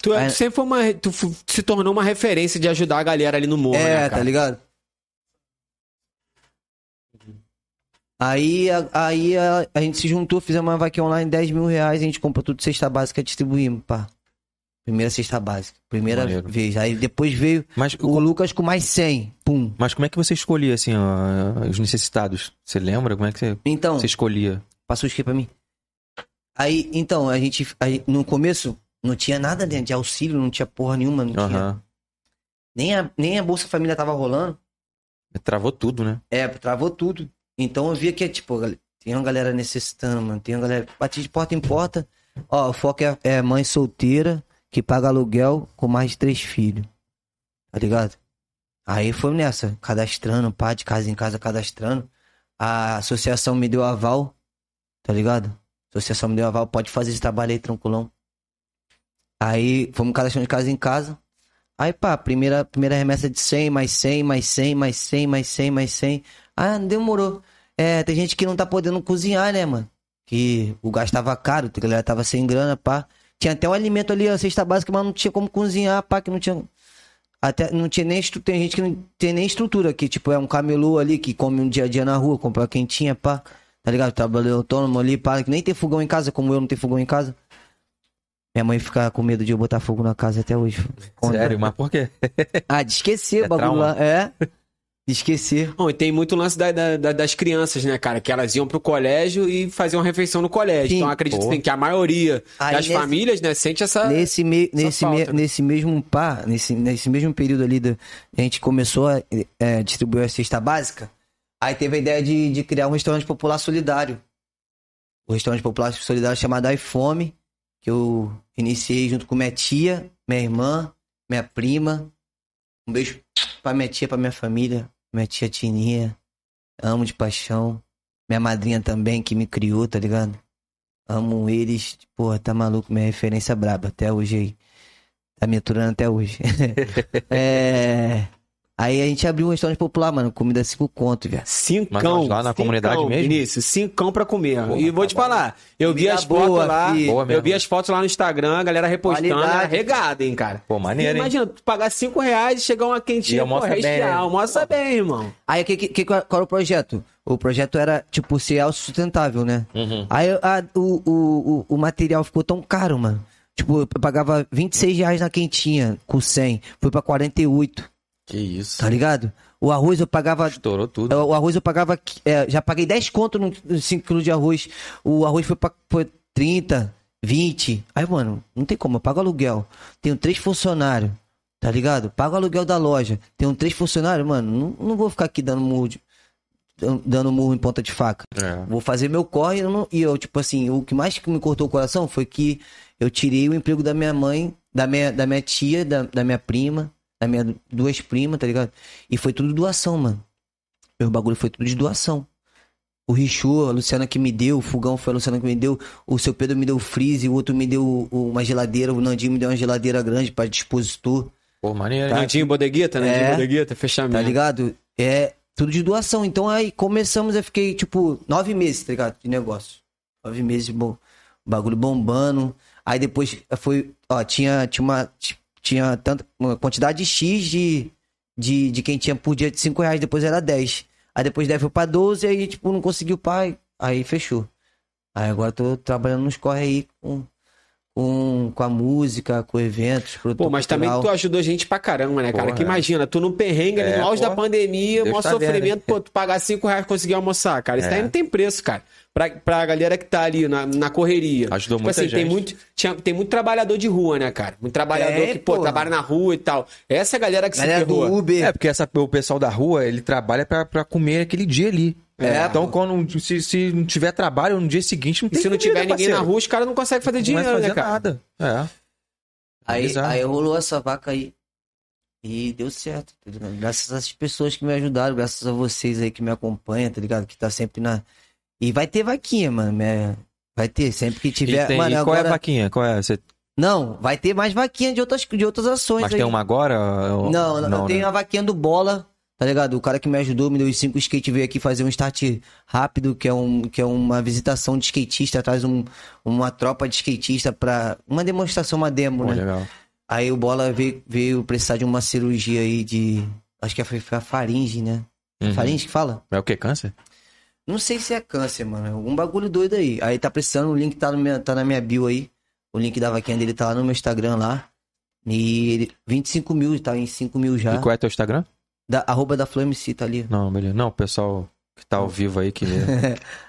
Speaker 4: Tu, é-
Speaker 3: É.
Speaker 4: tu sempre foi uma. re- Tu fu- se tornou uma referência de ajudar a galera ali no morro,
Speaker 3: é,
Speaker 4: né,
Speaker 3: tá
Speaker 4: cara?
Speaker 3: ligado? Aí, a, aí a, a gente se juntou, fizemos uma vaquinha online, 10 mil reais, a gente comprou tudo cesta básica e distribuímos, pá. Primeira cesta básica, primeira
Speaker 1: Maneiro.
Speaker 3: vez. Aí depois veio
Speaker 1: Mas,
Speaker 3: o Lucas com mais 100, pum.
Speaker 1: mas como é que você escolhia, assim, ó, os necessitados? Você lembra como é que você,
Speaker 3: Então,
Speaker 1: você escolhia?
Speaker 3: Passou o que pra mim. Aí, então, a gente. aí, no começo, não tinha nada de, de auxílio, não tinha porra nenhuma, não tinha.
Speaker 1: Aham.
Speaker 3: Nem a, nem a Bolsa Família tava rolando.
Speaker 1: Travou tudo, né?
Speaker 3: É, travou tudo. Então eu via que, tipo, gal- tem uma galera necessitando, mano. Tem uma galera. Bati de porta em porta. Ó, o foco é, é mãe solteira que paga aluguel com mais de três filhos. Tá ligado? Aí foi nessa, cadastrando, pá, de casa em casa cadastrando. A associação me deu aval, tá ligado? A associação me deu aval, pode fazer esse trabalho aí, tranquilão. Aí fomos cadastrando de casa em casa. Aí pá, primeira, primeira remessa de 100, mais 100, mais 100, mais 100, mais 100, mais 100. Ah, demorou. É, tem gente que não tá podendo cozinhar, né, mano? Que o gás tava caro, a galera tava sem grana, pá. Tinha até um alimento ali, a cesta básica, mas não tinha como cozinhar, pá, que não tinha. Até não tinha nem estru... Tem gente que não tem nem estrutura, que tipo, é um camelô ali que come um dia a dia na rua, compra uma quentinha, pá. Tá ligado? Trabalho autônomo ali, pá, que nem tem fogão em casa, como eu não tenho fogão em casa. Minha mãe fica com medo de eu botar fogo na casa até hoje. Conta.
Speaker 1: Sério, mas por quê?
Speaker 3: Ah, de esquecer
Speaker 1: É
Speaker 3: o bagulho
Speaker 1: trauma.
Speaker 3: lá. É. De esquecer.
Speaker 4: Bom, e tem muito lance da- da- da- das crianças, né, cara? Que elas iam pro colégio e faziam refeição no colégio.
Speaker 3: Sim.
Speaker 4: Então, eu acredito
Speaker 1: Pô.
Speaker 4: assim, que a maioria
Speaker 3: Aí
Speaker 4: das
Speaker 3: nesse-
Speaker 4: famílias, né, sente essa.
Speaker 3: Nesse, me,
Speaker 4: Só
Speaker 3: nesse,
Speaker 4: falta,
Speaker 3: me-
Speaker 4: né?
Speaker 3: nesse mesmo par, nesse, nesse mesmo período ali, da- a gente começou a eh, eh, distribuir a cesta básica. Aí teve a ideia de, de criar um restaurante popular solidário. O restaurante popular solidário chamado Ai Fome, que eu iniciei junto com minha tia, minha irmã, minha prima. Um beijo pra minha tia, pra minha família, minha tia Tininha. Amo de paixão. Minha madrinha também, que me criou, tá ligado? Amo eles. Porra, tá maluco, minha referência braba até hoje aí. Tá me aturando até hoje. é... Aí a gente abriu um restaurante popular, mano. Comida cinco conto, velho.
Speaker 1: Mas
Speaker 4: Cincão.
Speaker 1: nós lá na comunidade mesmo?
Speaker 4: Vinícius, cincão pra comer.
Speaker 1: Pô,
Speaker 4: e vou
Speaker 1: tá
Speaker 4: te
Speaker 1: bom.
Speaker 4: falar, eu vi
Speaker 3: Comida
Speaker 4: as fotos
Speaker 3: boa,
Speaker 4: lá,
Speaker 3: fi.
Speaker 1: Boa
Speaker 4: eu
Speaker 1: mesmo.
Speaker 4: vi as fotos lá no Instagram, a galera repostando,
Speaker 3: Qualidade.
Speaker 4: era regada, hein, cara.
Speaker 1: Pô, maneiro, hein?
Speaker 4: Imagina, tu pagar cinco reais e chegar uma
Speaker 1: E
Speaker 4: quentinha, pô,
Speaker 1: almoça bem,
Speaker 4: rechear,
Speaker 1: né?
Speaker 4: almoça bem, irmão.
Speaker 3: Aí que, que, que- qual era o projeto? O projeto era, tipo, ser autossustentável, né?
Speaker 1: Uhum.
Speaker 3: Aí a- o, o, o, o material ficou tão caro, mano. Tipo, eu pagava 26 reais na quentinha com 100. Foi pra 48.
Speaker 1: Que isso.
Speaker 3: tá ligado? O arroz eu pagava
Speaker 1: Estourou tudo.
Speaker 3: o arroz eu pagava. é, já paguei 10 conto no 5 quilos de arroz. O arroz foi pra foi 30, 20. Aí, mano, não tem como. Eu pago aluguel. Tenho três funcionários. Tá ligado? Pago aluguel da loja. Tenho três funcionários, mano. Não, não vou ficar aqui dando murro, de- dando murro em ponta de faca.
Speaker 1: É.
Speaker 3: Vou fazer meu corre. eu não- e eu, tipo assim, o que mais que me cortou o coração foi que eu tirei o emprego da minha mãe, da minha, da minha tia, da, da minha prima, da minha duas primas, tá ligado? E foi tudo doação, mano. Meu bagulho foi tudo de doação. O Richô, a Luciana que me deu, o Fogão foi a Luciana que me deu, o seu Pedro me deu o freeze, o outro me deu o- uma geladeira, o Nandinho me deu uma geladeira grande pra dispositor,
Speaker 1: Pô, maneiro.
Speaker 3: Tá.
Speaker 1: hein?
Speaker 2: Nandinho Bodeguita, Nandinho
Speaker 3: É.
Speaker 2: Bodeguita, fechamento.
Speaker 3: tá ligado? É tudo de doação. Então aí começamos, eu fiquei tipo nove meses, tá ligado? De negócio. Nove meses, bom, bagulho bombando. Aí depois foi, ó, tinha, tinha uma, tinha tanta, uma quantidade X de, de, de quem tinha por dia de 5 reais, depois era 10. Aí depois 10 foi pra 12, aí tipo não conseguiu pai, aí fechou. Aí agora tô trabalhando nos corre aí com, com, com a música, com eventos, produto
Speaker 2: Pô, mas também tu
Speaker 3: cultural.
Speaker 2: é ajudou a gente pra caramba, né, cara?
Speaker 1: Porra.
Speaker 2: que imagina, tu num perrengue, ali
Speaker 1: É,
Speaker 2: no auge
Speaker 1: pô.
Speaker 2: da pandemia,
Speaker 1: Deus
Speaker 2: maior
Speaker 1: tá vendo,
Speaker 2: sofrimento,
Speaker 1: né?
Speaker 2: pô, tu pagar 5 reais pra conseguir almoçar, cara. Isso
Speaker 1: É.
Speaker 2: daí não tem preço, cara. Pra, pra galera que tá ali na, na correria.
Speaker 1: Ajudou
Speaker 2: tipo
Speaker 1: muita
Speaker 2: assim, Tem
Speaker 1: gente.
Speaker 2: muito, tinha- tem muito trabalhador de rua, né, cara? Muito trabalhador
Speaker 1: É,
Speaker 3: Tem,
Speaker 2: que, pô,
Speaker 3: porra.
Speaker 2: trabalha na rua e tal. Essa é a galera que
Speaker 3: Galera
Speaker 2: se ferrou.
Speaker 3: do Uber.
Speaker 1: É, porque essa, o pessoal da rua, ele trabalha pra, pra comer aquele dia ali.
Speaker 3: É,
Speaker 1: então,
Speaker 3: pô.
Speaker 1: quando, se, se não tiver trabalho, no dia seguinte não
Speaker 2: E
Speaker 1: tem
Speaker 2: se não
Speaker 1: comida,
Speaker 2: tiver ninguém na
Speaker 1: parceiro.
Speaker 2: rua, os caras não conseguem fazer
Speaker 1: não vai
Speaker 2: dinheiro,
Speaker 1: fazer
Speaker 2: né, cara?
Speaker 1: nada. É.
Speaker 3: Aí,
Speaker 1: Bizarro.
Speaker 3: aí rolou essa vaca aí. E deu certo, tá ligado? Graças às pessoas que me ajudaram, graças a vocês aí que me acompanham, tá ligado? Que tá sempre na. E vai ter vaquinha, mano. né? Vai ter, sempre que
Speaker 1: E
Speaker 3: tiver.
Speaker 1: tem-
Speaker 3: mano,
Speaker 1: e qual é a
Speaker 3: agora.
Speaker 1: vaquinha? Qual é? Você-
Speaker 3: Não, vai ter mais vaquinha de outras, de outras ações.
Speaker 1: Mas
Speaker 3: aí.
Speaker 1: tem uma agora? Ou-
Speaker 3: Não, não, eu
Speaker 1: né?
Speaker 3: tenho a vaquinha do Bola, tá ligado? O cara que me ajudou, me deu os cinco skate, veio aqui fazer um start rápido, que é, um, que é uma visitação de skatista, traz um, uma tropa de skatista pra. Uma demonstração, uma demo,
Speaker 1: Pô,
Speaker 3: né?
Speaker 1: legal.
Speaker 3: Aí o Bola veio, veio precisar de uma cirurgia aí de. Acho que é, foi foi a faringe, né?
Speaker 1: Uhum.
Speaker 3: Faringe que fala?
Speaker 1: É o que? Câncer?
Speaker 3: Não sei se é câncer, mano. é Algum bagulho doido aí. Aí tá precisando, o link tá, no minha- tá na minha bio aí. O link da vaquinha dele tá lá no meu Instagram lá. E ele, 25 mil, tá em 5 mil já.
Speaker 1: E qual é teu Instagram?
Speaker 3: Da, arroba da Flow MC tá ali.
Speaker 1: Não, beleza. Não, o pessoal que tá ao vivo aí que.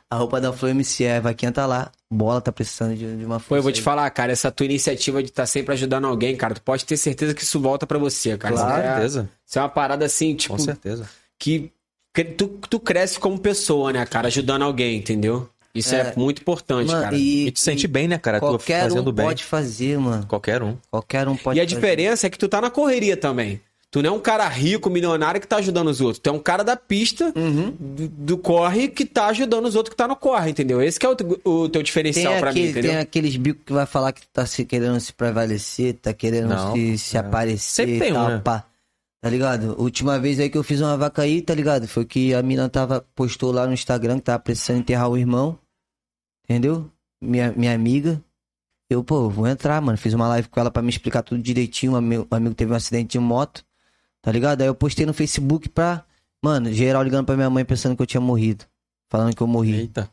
Speaker 3: Arroba da Flow MC, é, a vaquinha tá lá. Bola tá precisando de, de uma força.
Speaker 2: Pô, eu vou te
Speaker 3: aí.
Speaker 2: falar, cara, essa tua iniciativa de estar sempre ajudando alguém, cara, tu pode ter certeza que isso volta pra você, cara.
Speaker 1: Com
Speaker 3: Claro.
Speaker 2: Isso, é,
Speaker 1: certeza.
Speaker 2: isso é uma parada assim, tipo,
Speaker 1: Com certeza.
Speaker 2: que cre- tu, tu cresce como pessoa, né, cara? Ajudando alguém, entendeu? Isso é,
Speaker 3: É.
Speaker 2: muito importante,
Speaker 3: Mano,
Speaker 2: cara. E,
Speaker 1: E,
Speaker 3: e,
Speaker 1: te sente bem, né, cara? Tu
Speaker 3: qualquer
Speaker 1: fazendo
Speaker 3: um
Speaker 1: bem.
Speaker 3: pode fazer, mano.
Speaker 1: Qualquer um.
Speaker 3: Qualquer um pode
Speaker 2: a
Speaker 3: fazer.
Speaker 2: diferença é que tu tá na correria também. Tu não é um cara rico, milionário que tá ajudando os outros. Tu é um cara da pista,
Speaker 3: Uhum.
Speaker 2: do, do corre, que tá ajudando os outros que tá no corre, entendeu? Esse que é o, teu- o teu
Speaker 3: Tem,
Speaker 2: diferencial pra
Speaker 3: aquele,
Speaker 2: mim, entendeu?
Speaker 3: tem aqueles bicos que vai falar que tá se querendo se prevalecer, tá querendo
Speaker 1: Não,
Speaker 3: se, se
Speaker 1: é.
Speaker 3: aparecer
Speaker 1: Sempre tem
Speaker 3: e
Speaker 1: um,
Speaker 3: tal,
Speaker 1: né?
Speaker 3: pá. Tá ligado? Última vez aí que eu fiz uma vaca aí, tá ligado? Foi que a mina tava, postou lá no Instagram que tava precisando enterrar o irmão. Entendeu? Minha, minha amiga. Eu, pô, vou entrar, mano. Fiz uma live com ela pra me explicar tudo direitinho. Um amigo, um amigo teve um acidente de moto. Tá ligado? Aí eu postei no Facebook pra. Mano, geral ligando pra minha mãe pensando que eu tinha morrido. Falando que eu morri.
Speaker 1: Eita.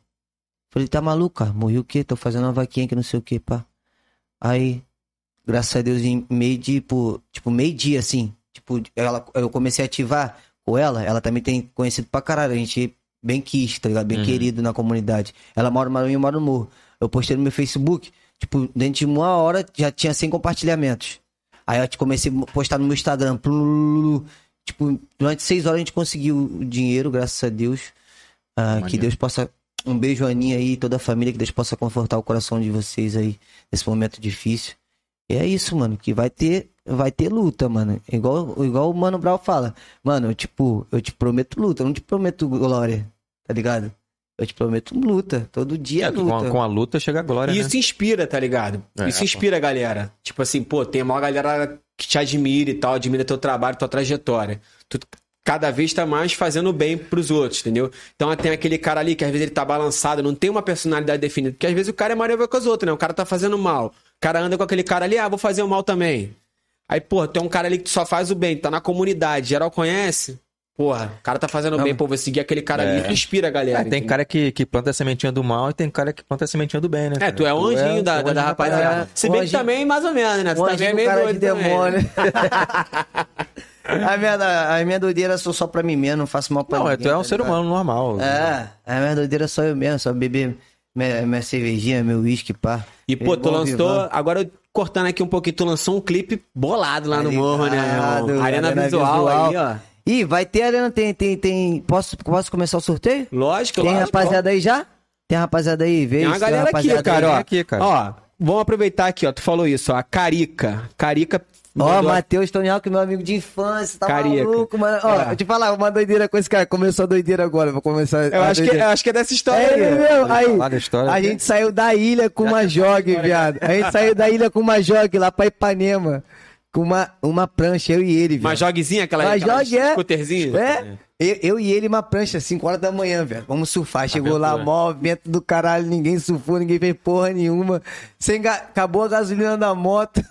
Speaker 3: Falei, tá maluco, cara? Morri o quê? Tô fazendo uma vaquinha que não sei o quê, pá. Aí, graças a Deus, em meio dia, tipo, tipo meio dia, assim. Tipo, ela, eu comecei a ativar com ela. Ela também tem conhecido pra caralho. A gente bem quis, tá ligado? Bem querido na comunidade. Ela mora no Maranhão e eu moro no Morro. Eu postei no meu Facebook. Tipo, dentro de uma hora já tinha 100 compartilhamentos. Aí eu te- comecei a postar no meu Instagram. plulululu. Tipo, durante seis horas a gente conseguiu o dinheiro, graças a Deus. Ah, que
Speaker 1: Maneiro.
Speaker 3: Deus possa. Um beijo, Aninha aí, toda a família, que Deus possa confortar o coração de vocês aí nesse momento difícil. E é isso, mano, que vai ter, vai ter luta, mano. Igual, igual o Mano Brown fala. Mano, eu, tipo, eu te prometo luta, eu não te prometo glória, tá ligado? Eu te prometo luta, todo dia é,
Speaker 1: É, com,
Speaker 3: luta.
Speaker 1: a, com a luta chega a glória,
Speaker 2: E
Speaker 1: né?
Speaker 2: isso inspira, tá ligado?
Speaker 1: É,
Speaker 2: isso
Speaker 1: pô.
Speaker 2: inspira a galera. Tipo assim, pô, tem uma galera que te admira e tal, admira teu trabalho, tua trajetória. Tu cada vez tá mais fazendo bem pros outros, entendeu? Então tem aquele cara ali que às vezes ele tá balançado, não tem uma personalidade definida, porque às vezes o cara é maior que os outros, né? O cara tá fazendo mal. O cara anda com aquele cara ali, ah, vou fazer o mal também. Aí, porra, tem um cara ali que só faz o bem, tá na comunidade, geral conhece. Porra, o cara tá fazendo
Speaker 3: Não,
Speaker 2: bem, pô, vou seguir aquele cara
Speaker 1: É.
Speaker 2: ali, tu inspira a galera.
Speaker 1: É, tem
Speaker 2: entendeu?
Speaker 1: cara que, que planta a sementinha do mal e tem cara que planta a sementinha do bem, né?
Speaker 2: É,
Speaker 1: cara?
Speaker 2: tu é o anjinho da,
Speaker 1: tu é
Speaker 2: da, da rapaziada.
Speaker 3: rapaziada.
Speaker 2: Se bem
Speaker 3: O
Speaker 2: que
Speaker 3: anjinho-
Speaker 2: também, mais ou menos, né? Tu
Speaker 3: Um
Speaker 2: também é
Speaker 3: anjinho,
Speaker 2: meio
Speaker 3: cara de
Speaker 2: doido também.
Speaker 3: demônio. A minha, a minha doideira sou só pra mim mesmo, não faço mal pra
Speaker 1: Não, é,
Speaker 3: ninguém.
Speaker 1: tu é um
Speaker 3: tá
Speaker 1: ser
Speaker 3: ligado?
Speaker 1: humano normal.
Speaker 3: É, a minha doideira sou eu mesmo, só beber minha, minha cervejinha, meu uísque, pá.
Speaker 2: E, pô, tu
Speaker 3: Bom
Speaker 2: lançou.
Speaker 3: vivan.
Speaker 2: Agora, eu cortando aqui um pouquinho, tu lançou um clipe bolado lá no
Speaker 3: Ligado,
Speaker 2: morro, né? irmão? Arena,
Speaker 3: Arena
Speaker 2: visual,
Speaker 3: Visual.
Speaker 2: aí, ó.
Speaker 3: Ih, vai ter arena, tem, tem, tem... Posso, posso começar o sorteio?
Speaker 2: Lógico,
Speaker 3: Tem
Speaker 2: lógico.
Speaker 3: rapaziada aí já? Tem rapaziada aí, vê
Speaker 2: Tem uma
Speaker 3: isso,
Speaker 2: galera aqui,
Speaker 3: rapaziada
Speaker 2: cara,
Speaker 3: aí.
Speaker 2: ó.
Speaker 1: aqui, cara.
Speaker 2: Ó, vamos aproveitar aqui, ó. Tu falou isso, ó. A Carica. Carica.
Speaker 3: Ó,
Speaker 2: mandou-
Speaker 3: Matheus Tonial, que é meu amigo de infância, tá
Speaker 2: Carica.
Speaker 3: maluco, mano. Ó,
Speaker 2: É.
Speaker 3: deixa eu te falar, uma doideira com esse cara. Começou a doideira agora, vou começar.
Speaker 2: eu,
Speaker 3: a
Speaker 2: acho que,
Speaker 3: doideira.
Speaker 2: eu acho que é dessa história
Speaker 3: É ele
Speaker 2: aí.
Speaker 3: mesmo.
Speaker 1: falar da
Speaker 3: Aí,
Speaker 1: história
Speaker 3: a
Speaker 1: aqui.
Speaker 3: gente saiu da ilha com uma jogue, viado. A gente saiu da ilha com uma jogue lá pra Ipanema. Com uma, uma prancha, eu e ele, viado.
Speaker 2: Uma então, joguezinha, aquela.
Speaker 3: Uma
Speaker 2: aquela
Speaker 3: jogue, é.
Speaker 2: Scooterzinha.
Speaker 3: É? Eu, eu e ele, uma prancha, 5 horas da manhã, velho. Vamos surfar. Chegou lá,
Speaker 1: Aventura.
Speaker 3: mó vento do caralho, ninguém surfou, ninguém fez porra nenhuma. Sem ga- Acabou a gasolina da moto.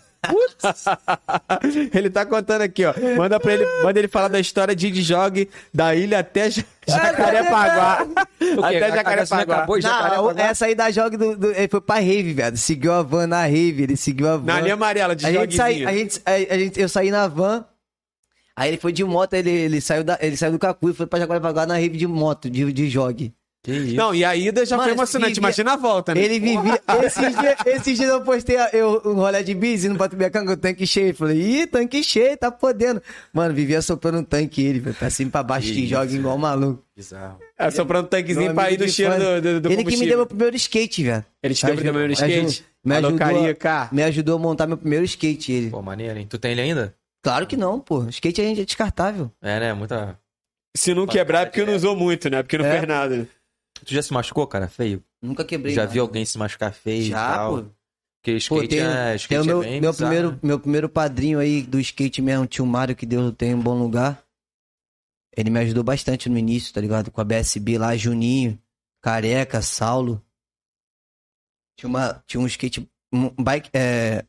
Speaker 2: Ele tá contando aqui, ó. Manda pra ele, manda ele falar da história de de jogue da ilha até Ja- Jacarepaguá.
Speaker 1: quê?
Speaker 2: até
Speaker 1: A- a gasolina
Speaker 2: Jacarepaguá.
Speaker 1: acabou? Pô, jacaré
Speaker 3: Não,
Speaker 1: pra lá.
Speaker 3: essa aí da jogue do, do- Ele foi pra Rave, viado. Seguiu a van na Rave, ele seguiu a van.
Speaker 2: Na linha amarela, de
Speaker 3: a gente,
Speaker 2: joguinho.
Speaker 3: sai, a gente, a- a gente- Eu saí na van. Aí ele foi de moto, ele, ele, saiu, da, ele saiu do Cacu e foi pra Jaguarapaguá na Rave de moto, de, de jogue.
Speaker 2: Não, e a ida já
Speaker 3: Mano,
Speaker 2: foi emocionante.
Speaker 3: vivia-
Speaker 2: Imagina a volta, né?
Speaker 3: Ele vivia. Esses dias esses dias eu postei a- eu, um rolê de bis no Batubiacanga, o tanque cheio. Eu Falei, ih, tanque cheio, tá podendo. Mano, vivia soprando um tanque ele, velho, pra cima e pra baixo, que joga igual maluco.
Speaker 1: Bizarro.
Speaker 2: É, soprando um tanquezinho
Speaker 3: Meu
Speaker 2: pra ir
Speaker 3: amigo
Speaker 2: do
Speaker 3: de
Speaker 2: cheiro
Speaker 3: infância.
Speaker 2: do, do, do
Speaker 3: Ele que me
Speaker 2: combustível.
Speaker 3: deu meu primeiro skate, velho.
Speaker 2: Ele te deu
Speaker 3: Me
Speaker 2: o primeiro
Speaker 3: ajudou-
Speaker 2: skate?
Speaker 3: Me
Speaker 2: Alô,
Speaker 3: ajudou,
Speaker 2: Carica.
Speaker 3: me ajudou a montar meu primeiro skate, ele.
Speaker 1: Pô, maneiro, hein? Tu tem ele ainda?
Speaker 3: Claro que não, pô. Skate a gente é descartável.
Speaker 1: É, né? Muita.
Speaker 2: Se não quebrar, é porque não usou muito, né? Porque não
Speaker 3: É.
Speaker 2: fez nada.
Speaker 1: Tu já se machucou, cara? Feio?
Speaker 3: Nunca quebrei.
Speaker 1: já
Speaker 3: nada.
Speaker 1: vi alguém se machucar feio e
Speaker 3: Já,
Speaker 1: tal?
Speaker 3: pô.
Speaker 1: Porque
Speaker 3: Pô,
Speaker 1: skate
Speaker 3: tem,
Speaker 1: é, skate
Speaker 3: tem o
Speaker 1: é
Speaker 3: meu,
Speaker 1: bem
Speaker 3: meu,
Speaker 1: bizarro,
Speaker 3: primeiro,
Speaker 1: né?
Speaker 3: meu primeiro padrinho aí do skate mesmo, tio Mário, que Deus tem um bom lugar. Ele me ajudou bastante no início, tá ligado? Com a BSB lá, Juninho, Careca, Saulo. Tinha, uma, tinha um skate. Um bike. É,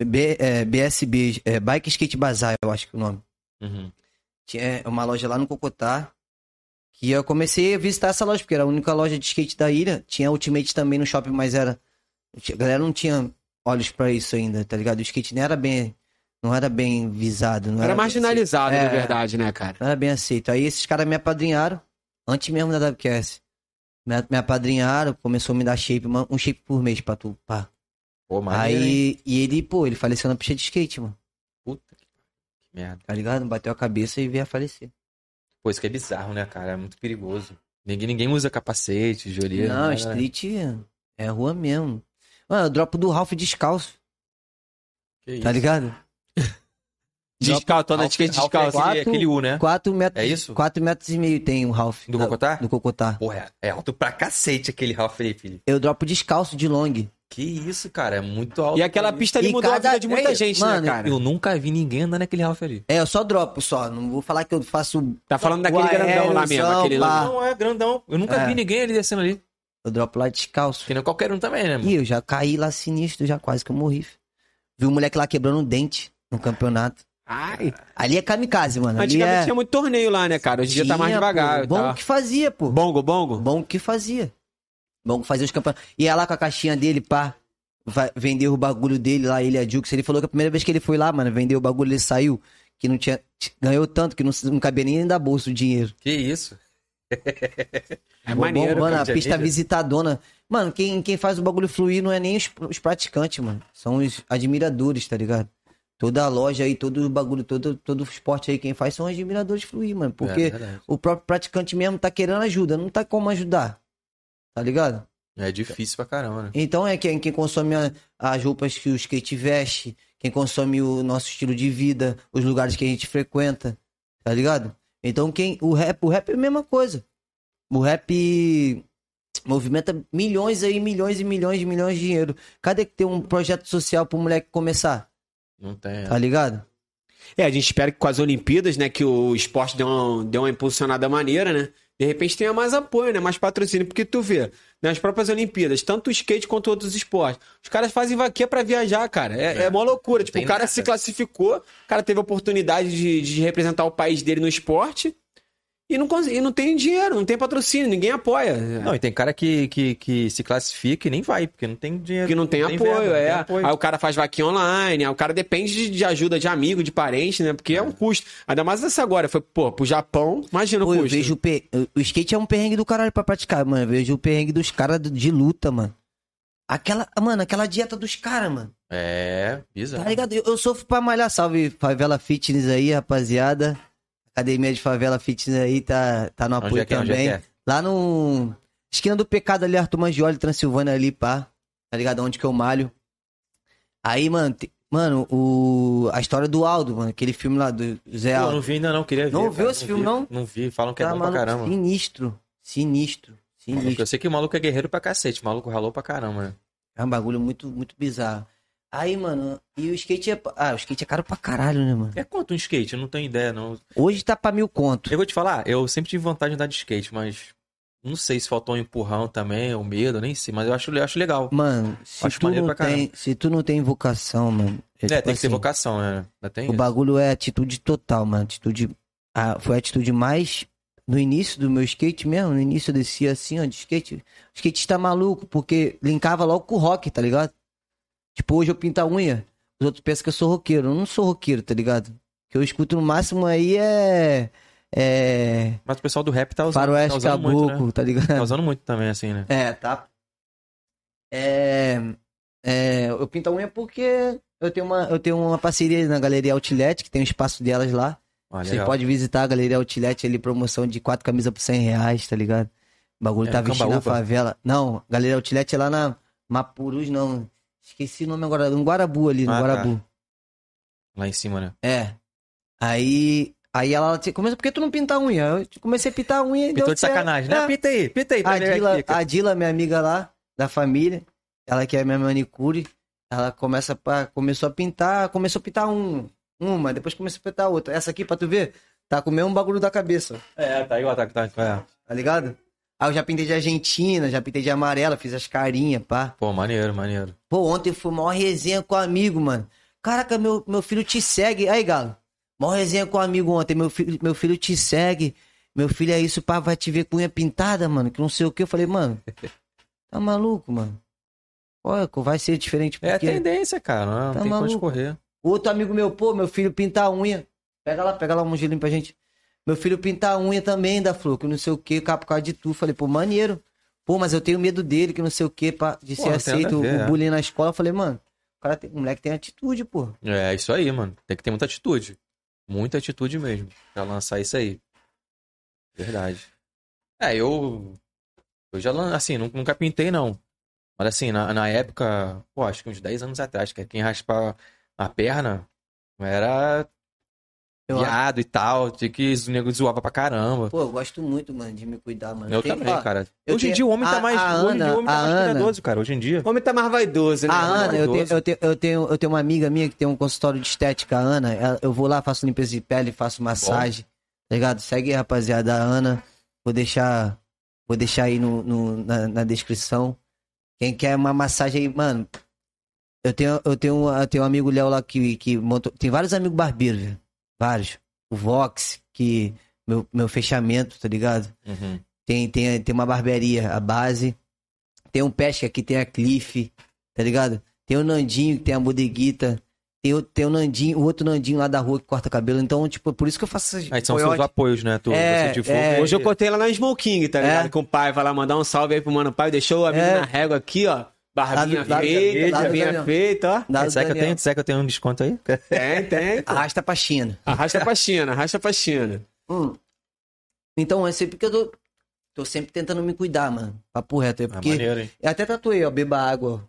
Speaker 3: B- é, BSB, é, Bike Skate Bazar, eu acho que é o nome
Speaker 1: Uhum.
Speaker 3: tinha é, uma loja lá no Cocotá. Que eu comecei a visitar essa loja, porque era a única loja de skate da ilha. Tinha Ultimate também no shopping, mas era. A galera não tinha olhos pra isso ainda, tá ligado? O skate não era bem. Não era bem visado. Não
Speaker 2: Era
Speaker 3: bem
Speaker 2: marginalizado,
Speaker 3: É.
Speaker 2: na verdade, né, cara?
Speaker 3: não era bem aceito. Aí esses caras me apadrinharam, antes mesmo da WQS. Me, me apadrinharam, começou a me dar shape, uma- um shape por mês pra tu. Pá.
Speaker 1: Pô, maneiro. hein?
Speaker 3: Aí, e ele, pô, ele faleceu na pista de skate, mano.
Speaker 1: Puta que merda.
Speaker 3: Tá ligado? Bateu a cabeça e veio a falecer.
Speaker 1: Pô, isso que é bizarro, né, cara? É muito perigoso. Ninguém, ninguém usa capacete, joelheira.
Speaker 3: Não,
Speaker 1: nada, né?
Speaker 3: street é rua mesmo. Mano, eu dropo do Ralph descalço,
Speaker 1: Que isso?
Speaker 3: tá ligado?
Speaker 2: Descalço,
Speaker 3: né?
Speaker 2: tô na
Speaker 1: Ralph-
Speaker 2: skate
Speaker 1: Ralph
Speaker 2: descalço.
Speaker 1: É aquele,
Speaker 3: Quatro-
Speaker 1: aquele U, né?
Speaker 3: 4 metros.
Speaker 1: É isso?
Speaker 3: 4 metros e meio tem o Ralph.
Speaker 1: Do
Speaker 3: da-
Speaker 1: Cocotá?
Speaker 3: Do Cocotá.
Speaker 1: Porra, é alto pra cacete aquele Ralph aí, filho.
Speaker 3: Eu dropo descalço de long.
Speaker 1: Que isso, cara? É muito alto.
Speaker 2: E aquela pista ali
Speaker 3: E
Speaker 2: mudou
Speaker 3: cada-
Speaker 2: a vida de muita
Speaker 3: Ei,
Speaker 2: gente,
Speaker 3: mano,
Speaker 2: né, cara?
Speaker 1: Eu nunca vi ninguém andar naquele Ralph ali.
Speaker 3: É, eu só dropo só. Não vou falar que eu faço.
Speaker 2: Tá falando daquele
Speaker 3: O
Speaker 2: grandão lá
Speaker 3: aéreo,
Speaker 2: mesmo,
Speaker 3: só,
Speaker 2: aquele
Speaker 3: pá.
Speaker 2: lá.
Speaker 1: Não, é grandão. Eu nunca
Speaker 3: Ah. É.
Speaker 1: vi ninguém ali descendo ali.
Speaker 3: Eu dropo lá descalço.
Speaker 1: Que nem qualquer um também, né, mano?
Speaker 3: Ih, eu já caí lá sinistro, já quase que eu morri. fi. Vi um moleque lá quebrando um dente no campeonato.
Speaker 2: Ai.
Speaker 3: Ali é kamikaze, mano. Ali
Speaker 2: Né? Antigamente
Speaker 3: é...
Speaker 2: tinha muito torneio lá, né, cara? Hoje em dia tá mais
Speaker 3: Tinha, pô.
Speaker 2: devagar.
Speaker 3: Bom
Speaker 2: tá?
Speaker 3: que fazia, pô.
Speaker 2: Bongo, bongo?
Speaker 3: Bom que fazia. Bom que fazia os campeonatos. Ia lá com a caixinha dele, pá. Vai, vendeu o bagulho dele lá, ele a Jux. Ele falou que a primeira vez que ele foi lá, mano, vendeu o bagulho, ele saiu. Que não tinha. Ganhou tanto que não, não cabia nem da bolsa o dinheiro.
Speaker 1: Que isso?
Speaker 2: É
Speaker 3: Bom,
Speaker 2: maneiro.
Speaker 3: mano,
Speaker 1: cara,
Speaker 3: a
Speaker 1: de
Speaker 3: pista
Speaker 1: anilha.
Speaker 3: visitadona. Mano, quem, quem faz o bagulho fluir não é nem os, os praticantes, mano. São os admiradores, tá ligado? Toda a loja aí, todo o bagulho, todo, todo o esporte aí, quem faz são os admiradores fluir, mano. Porque
Speaker 1: É, verdade.
Speaker 3: o próprio praticante mesmo tá querendo ajuda, não tá como ajudar. Tá ligado?
Speaker 1: é difícil pra caramba, né?
Speaker 3: Então é quem, quem consome a- as roupas que o skate veste, quem consome o nosso estilo de vida, os lugares que a gente frequenta, tá ligado? Então quem o rap, o rap é a mesma coisa. O rap movimenta milhões aí, milhões e milhões e milhões de dinheiro. Cadê que tem um projeto social pro moleque começar?
Speaker 1: Não tem.
Speaker 3: Tá ligado?
Speaker 2: É, a gente espera que com as Olimpíadas, né, que o esporte dê uma, dê uma impulsionada maneira, né? De repente tenha mais apoio, né? Mais patrocínio. Porque tu vê, nas próprias Olimpíadas, tanto o skate quanto outros esportes, os caras fazem vaquia pra viajar, cara.
Speaker 1: É.
Speaker 2: É, é mó loucura.
Speaker 1: Não
Speaker 2: Tipo,
Speaker 1: tem
Speaker 2: o cara
Speaker 1: nada.
Speaker 2: se classificou, o cara teve a oportunidade de, de representar o país dele no esporte.
Speaker 4: E não, cons- e não tem dinheiro, não tem patrocínio, ninguém apoia.
Speaker 1: Não, e tem cara que, que, que se classifica e nem vai, porque não tem dinheiro.
Speaker 4: Porque não tem apoio,
Speaker 1: verba, não tem
Speaker 4: é.
Speaker 1: apoio.
Speaker 4: Aí o cara faz vaquinha online, aí o cara depende de, de ajuda de amigo, de parente, né? Porque é, um custo. Ainda mais essa agora, foi, pô, pro Japão, imagina
Speaker 3: Pô,
Speaker 4: o
Speaker 3: eu
Speaker 4: custo.
Speaker 3: vejo o, per- o skate é um perrengue do caralho pra praticar, mano. Eu vejo o perrengue dos caras do- de luta, mano. Aquela, mano, aquela dieta dos caras, mano.
Speaker 1: É,
Speaker 3: Tá
Speaker 1: bizarro.
Speaker 3: ligado? Eu, eu sofro pra malhar. Salve Favela Fitness aí, rapaziada. Academia de Favela Fitness aí tá, tá no
Speaker 1: Onde
Speaker 3: apoio
Speaker 1: é que é? Onde é
Speaker 3: também.
Speaker 1: que é?
Speaker 3: Lá no. Esquina do Pecado ali, Arthur Mangioli, Transilvânia ali, pá. Tá ligado? Onde que eu malho. Aí, mano, te- mano, o... a história do Aldo, mano. Aquele filme lá do Zé
Speaker 1: Pô,
Speaker 3: Aldo.
Speaker 1: não vi ainda não, queria ver.
Speaker 3: Não
Speaker 1: cara,
Speaker 3: viu esse filme,
Speaker 1: vi.
Speaker 3: não?
Speaker 1: Não vi, falam que é
Speaker 3: Tá,
Speaker 1: bom pra
Speaker 3: maluco,
Speaker 1: caramba.
Speaker 3: Sinistro. Sinistro.
Speaker 1: Maluco,
Speaker 3: Sinistro.
Speaker 1: Eu sei que o maluco é guerreiro pra cacete, o maluco ralou pra caramba, né?
Speaker 3: É um bagulho muito, muito bizarro. Aí, mano, e o skate é. Ah, o skate é caro pra caralho, né, mano?
Speaker 1: É quanto um skate? Eu não tenho ideia, não.
Speaker 3: Hoje tá pra mil conto.
Speaker 1: Eu vou te falar, eu sempre tive vontade de andar de skate, mas não sei se faltou um empurrão também, ou medo, nem sei, mas eu acho, eu acho legal.
Speaker 3: Mano, se
Speaker 1: Acho
Speaker 3: tu,
Speaker 1: maneiro
Speaker 3: não
Speaker 1: pra caramba.
Speaker 3: tem, se tu não tem vocação, mano.
Speaker 1: É,
Speaker 3: tipo
Speaker 1: tem que ter
Speaker 3: assim,
Speaker 1: vocação, né? Ainda tem
Speaker 3: O
Speaker 1: isso.
Speaker 3: bagulho é atitude total, mano. Atitude. a- foi a atitude mais. No início do meu skate mesmo, no início eu descia assim, ó, de skate. O skate tá maluco, porque linkava logo com o rock, tá ligado? Tipo, hoje eu pinto a unha. Os outros pensam que eu sou roqueiro. Eu não sou roqueiro, tá ligado? O que eu escuto no máximo aí é. É.
Speaker 1: Mas o pessoal do rap tá usando, tá
Speaker 3: Faroeste
Speaker 1: usando muito,
Speaker 3: Caboclo,
Speaker 1: né?
Speaker 3: tá ligado?
Speaker 1: Tá usando muito também, assim, né?
Speaker 3: É, tá. É, é, eu pinto a unha porque eu tenho uma, eu tenho uma parceria na Galeria Outlet, que tem o espaço delas lá.
Speaker 1: Ah,
Speaker 3: Você
Speaker 1: legal.
Speaker 3: pode visitar a Galeria Outlet ali, promoção de quatro camisas por 100 reais, tá ligado? O bagulho
Speaker 1: É
Speaker 3: tá
Speaker 1: no
Speaker 3: vestido na
Speaker 1: Cambaúba?
Speaker 3: favela. Não, Galeria Outlet é lá na Mapurus, não. Esqueci o nome agora, no Guarabu ali, no
Speaker 1: Ah, tá.
Speaker 3: Guarabu.
Speaker 1: Lá em cima, né?
Speaker 3: É. Aí, aí ela te- começa, por que tu não pinta a unha? Eu comecei a pintar a unha e
Speaker 1: Pintou
Speaker 3: deu
Speaker 1: de
Speaker 3: certo.
Speaker 1: sacanagem, né?
Speaker 3: É.
Speaker 1: Pinta aí, pinta aí. pra
Speaker 3: A
Speaker 1: ver aqui,
Speaker 3: Dila,
Speaker 1: cara.
Speaker 3: a Dila, minha amiga lá, da família, ela que é minha manicure, ela começa pra, começou a pintar, começou a pintar um, uma, depois começou a pintar outra. Essa aqui, pra tu ver, tá com o mesmo bagulho da cabeça, ó,
Speaker 1: É, tá igual, tá, tá, tá.
Speaker 3: tá ligado? Aí eu já pintei de Argentina, já pintei de amarela, fiz as carinhas, pá.
Speaker 1: Pô, maneiro, maneiro.
Speaker 3: Pô, ontem foi maior resenha com um amigo, mano. Caraca, meu, meu filho te segue. Aí, galo. Maior resenha com um amigo ontem. Meu filho, meu filho te segue. Meu filho é isso, pá, vai te ver com unha pintada, mano. Que não sei o que. Eu falei, mano, tá maluco, mano? Olha, vai ser diferente
Speaker 1: É a
Speaker 3: porque...
Speaker 1: tendência, cara. Não,
Speaker 3: Tá
Speaker 1: tem como
Speaker 3: maluco.
Speaker 1: escorrer.
Speaker 3: Outro amigo meu, pô, meu filho pinta a unha. Pega lá, pega lá um gelinho pra gente. Meu filho pinta a unha também da Flor, que não sei o que, por causa de tu. Falei, pô, maneiro. Pô, mas eu tenho medo dele, que não sei o que, de
Speaker 1: Pô,
Speaker 3: ser
Speaker 1: não tem nada
Speaker 3: aceito
Speaker 1: a ver,
Speaker 3: o
Speaker 1: é.
Speaker 3: bullying na escola. Eu Falei, mano, o, cara tem, o moleque tem atitude, pô.
Speaker 1: É, isso aí, mano. Tem que ter muita atitude. Muita atitude mesmo. Pra lançar isso aí. Verdade. É, eu. Eu já lan- assim, nu- nunca pintei, não. Mas assim, na, na época, pô, acho que uns 10 anos atrás, que quem raspa a perna era
Speaker 3: Eu acho.
Speaker 1: viado e tal. Tinha que os nego zoava pra caramba.
Speaker 3: Pô, eu gosto muito, mano, de me cuidar, mano.
Speaker 1: eu
Speaker 3: tenho-
Speaker 1: também,
Speaker 3: ó,
Speaker 1: cara.
Speaker 3: eu
Speaker 1: Hoje em
Speaker 3: tenho-
Speaker 1: dia o homem tá
Speaker 3: a-
Speaker 1: mais.
Speaker 3: a
Speaker 1: hoje em dia o homem tá
Speaker 3: Ana-
Speaker 1: mais
Speaker 3: a Ana-
Speaker 1: cuidadoso, cara. Hoje em dia.
Speaker 4: O homem tá mais
Speaker 2: é
Speaker 4: vaidoso, né?
Speaker 3: A Ana, eu tenho,
Speaker 1: Idoso.
Speaker 3: eu, tenho, eu, tenho, eu tenho uma amiga minha que tem um consultório de estética, a Ana. ela- Eu vou lá, faço limpeza de pele, faço massagem. Tá ligado? Segue aí, rapaziada. A Ana, vou deixar, vou deixar aí no, no- na, na descrição. Quem quer uma massagem aí, mano. Eu tenho, eu tenho, eu tenho um amigo Léo lá que, que montou. Tem vários amigos barbeiros, velho. Vários. O Vox, que. Meu, meu fechamento, tá ligado?
Speaker 1: Uhum.
Speaker 3: Tem, tem, tem uma barbearia, a base. Tem um Pesca que tem a Cliff, tá ligado? Tem o Nandinho que tem a bodeguita. Tem o, tem o Nandinho, o outro Nandinho lá da rua que corta cabelo. Então, tipo, por isso que eu faço essas
Speaker 1: Aí são
Speaker 3: coiote.
Speaker 1: seus apoios, né? Tu,
Speaker 3: É,
Speaker 1: você te
Speaker 3: é.
Speaker 1: for-
Speaker 4: Hoje eu cortei lá na Smoking, tá
Speaker 3: É.
Speaker 4: ligado? Com o pai, vai lá mandar um salve aí pro mano pai, deixou a menina
Speaker 3: É.
Speaker 4: na régua aqui, ó. Barbinha
Speaker 3: Lá do- lá do-
Speaker 4: feita,
Speaker 3: lá do
Speaker 4: barbinha
Speaker 3: Daniel.
Speaker 4: feita, ó.
Speaker 3: Dá o
Speaker 1: Será que eu
Speaker 3: Daniel.
Speaker 1: tenho? Será que eu tenho um desconto aí?
Speaker 4: Tem, tem.
Speaker 3: Arrasta pra China.
Speaker 4: Arrasta pra China, arrasta pra China.
Speaker 3: Hum. Então, é sempre que eu tô, tô sempre tentando me cuidar, mano. Papo reto. É
Speaker 1: Ah,
Speaker 3: porque.
Speaker 1: maneiro, hein?
Speaker 3: eu até tatuei, ó, beba água. ó.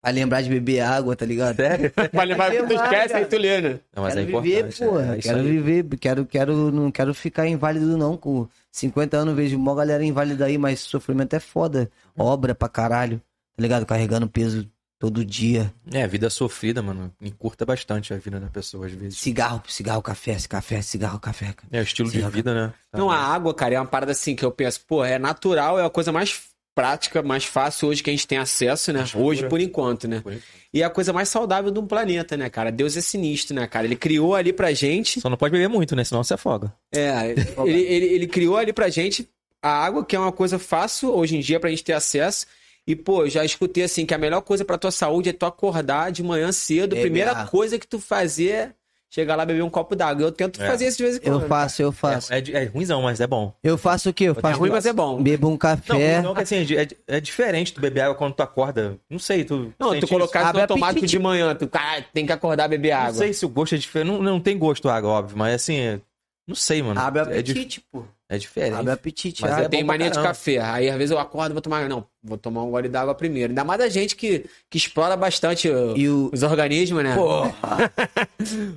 Speaker 3: Pra lembrar de beber água, tá ligado?
Speaker 1: Sério?
Speaker 4: Vai levar que tu esquece, aí tu lê, né?
Speaker 1: Não, mas
Speaker 3: quero
Speaker 1: é
Speaker 3: viver,
Speaker 1: importante.
Speaker 3: porra.
Speaker 1: é isso
Speaker 3: quero
Speaker 1: aí.
Speaker 3: viver, quero, quero, não quero ficar inválido, não. Com 50 anos vejo mó galera inválida aí, mas sofrimento é foda. Obra pra caralho, tá ligado? Carregando peso todo dia.
Speaker 1: É, vida sofrida, mano. Encurta bastante a vida da pessoa, às vezes.
Speaker 3: Cigarro, cigarro, café, café, cigarro, café. cara.
Speaker 1: É o estilo de
Speaker 3: Sim,
Speaker 1: vida, né? Tá
Speaker 4: Não, a
Speaker 1: bom.
Speaker 4: água, cara, é uma parada assim que eu penso, pô, é natural, é a coisa mais
Speaker 2: prática, mais fácil hoje que a gente tem acesso, né?
Speaker 1: Mais pura.
Speaker 2: Hoje, por enquanto, né?
Speaker 1: Por enquanto.
Speaker 2: E é a coisa mais saudável do planeta, né, cara? Deus é sinistro, né, cara? Ele criou ali pra gente.
Speaker 1: Só não pode beber muito, né? Senão você afoga.
Speaker 2: É, ele, ele, ele criou ali pra gente a água, que é uma coisa fácil hoje em dia pra gente ter acesso. E, pô, eu já escutei assim que a melhor coisa pra tua saúde é tu acordar de manhã cedo. A
Speaker 3: Beber
Speaker 2: primeira
Speaker 3: água.
Speaker 2: coisa que tu fazer é chegar lá beber um copo d'água. Eu tento
Speaker 1: É.
Speaker 2: fazer isso de vez em quando. né?
Speaker 3: Eu faço, eu faço.
Speaker 1: É, é, é ruimzão, mas é bom.
Speaker 3: Eu faço o quê? Eu
Speaker 1: É
Speaker 2: É
Speaker 3: faço
Speaker 2: ruim, mas é bom.
Speaker 3: Bebo um
Speaker 1: Não,
Speaker 3: café.
Speaker 1: ruimzão que assim, é, é diferente tu beber água quando tu acorda. Não sei, tu.
Speaker 2: Não,
Speaker 1: sente
Speaker 2: tu
Speaker 1: isso?
Speaker 2: colocar isso
Speaker 3: Abre
Speaker 2: no automático
Speaker 3: apetite.
Speaker 2: de manhã, tu cara, tem que acordar beber
Speaker 1: Não
Speaker 2: água.
Speaker 1: sei se o gosto é diferente. Não, não tem gosto a água, óbvio, mas assim, é- não sei, mano.
Speaker 3: Abre
Speaker 1: é, di-
Speaker 3: apetite, pô.
Speaker 1: é diferente.
Speaker 3: Abre apetite.
Speaker 1: Mas
Speaker 3: ah,
Speaker 1: é
Speaker 2: eu
Speaker 1: bom
Speaker 2: tenho
Speaker 1: pra
Speaker 2: mania de
Speaker 1: caramba.
Speaker 2: café. Aí às vezes eu acordo e vou tomar. Não, vou tomar um gole d'água primeiro. Ainda mais a gente que, que explora bastante o-
Speaker 3: E o
Speaker 2: os organismos, né?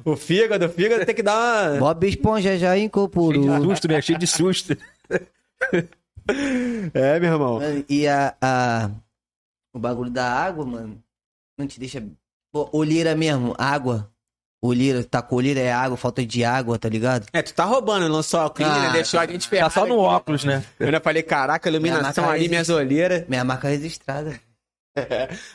Speaker 2: o fígado, o fígado tem que dar uma.
Speaker 3: Bob Esponja já incorporou.
Speaker 1: Cheio de susto, né? Cheio de susto.
Speaker 2: É, meu irmão.
Speaker 3: Mano, e a, a- O bagulho da água, mano. Não te deixa. Pô, olheira mesmo, água. Olheira, tá com olheira é água, falta de água, tá ligado?
Speaker 2: É, tu tá roubando, não só o clima, né?
Speaker 3: Ah,
Speaker 2: Deixou a gente
Speaker 1: Tá
Speaker 2: ferrado.
Speaker 1: só no
Speaker 2: aqui.
Speaker 1: óculos, né?
Speaker 2: Eu ainda falei, caraca, iluminação
Speaker 3: marca
Speaker 2: ali,
Speaker 3: existe.
Speaker 2: minhas olheiras.
Speaker 3: Minha marca registrada.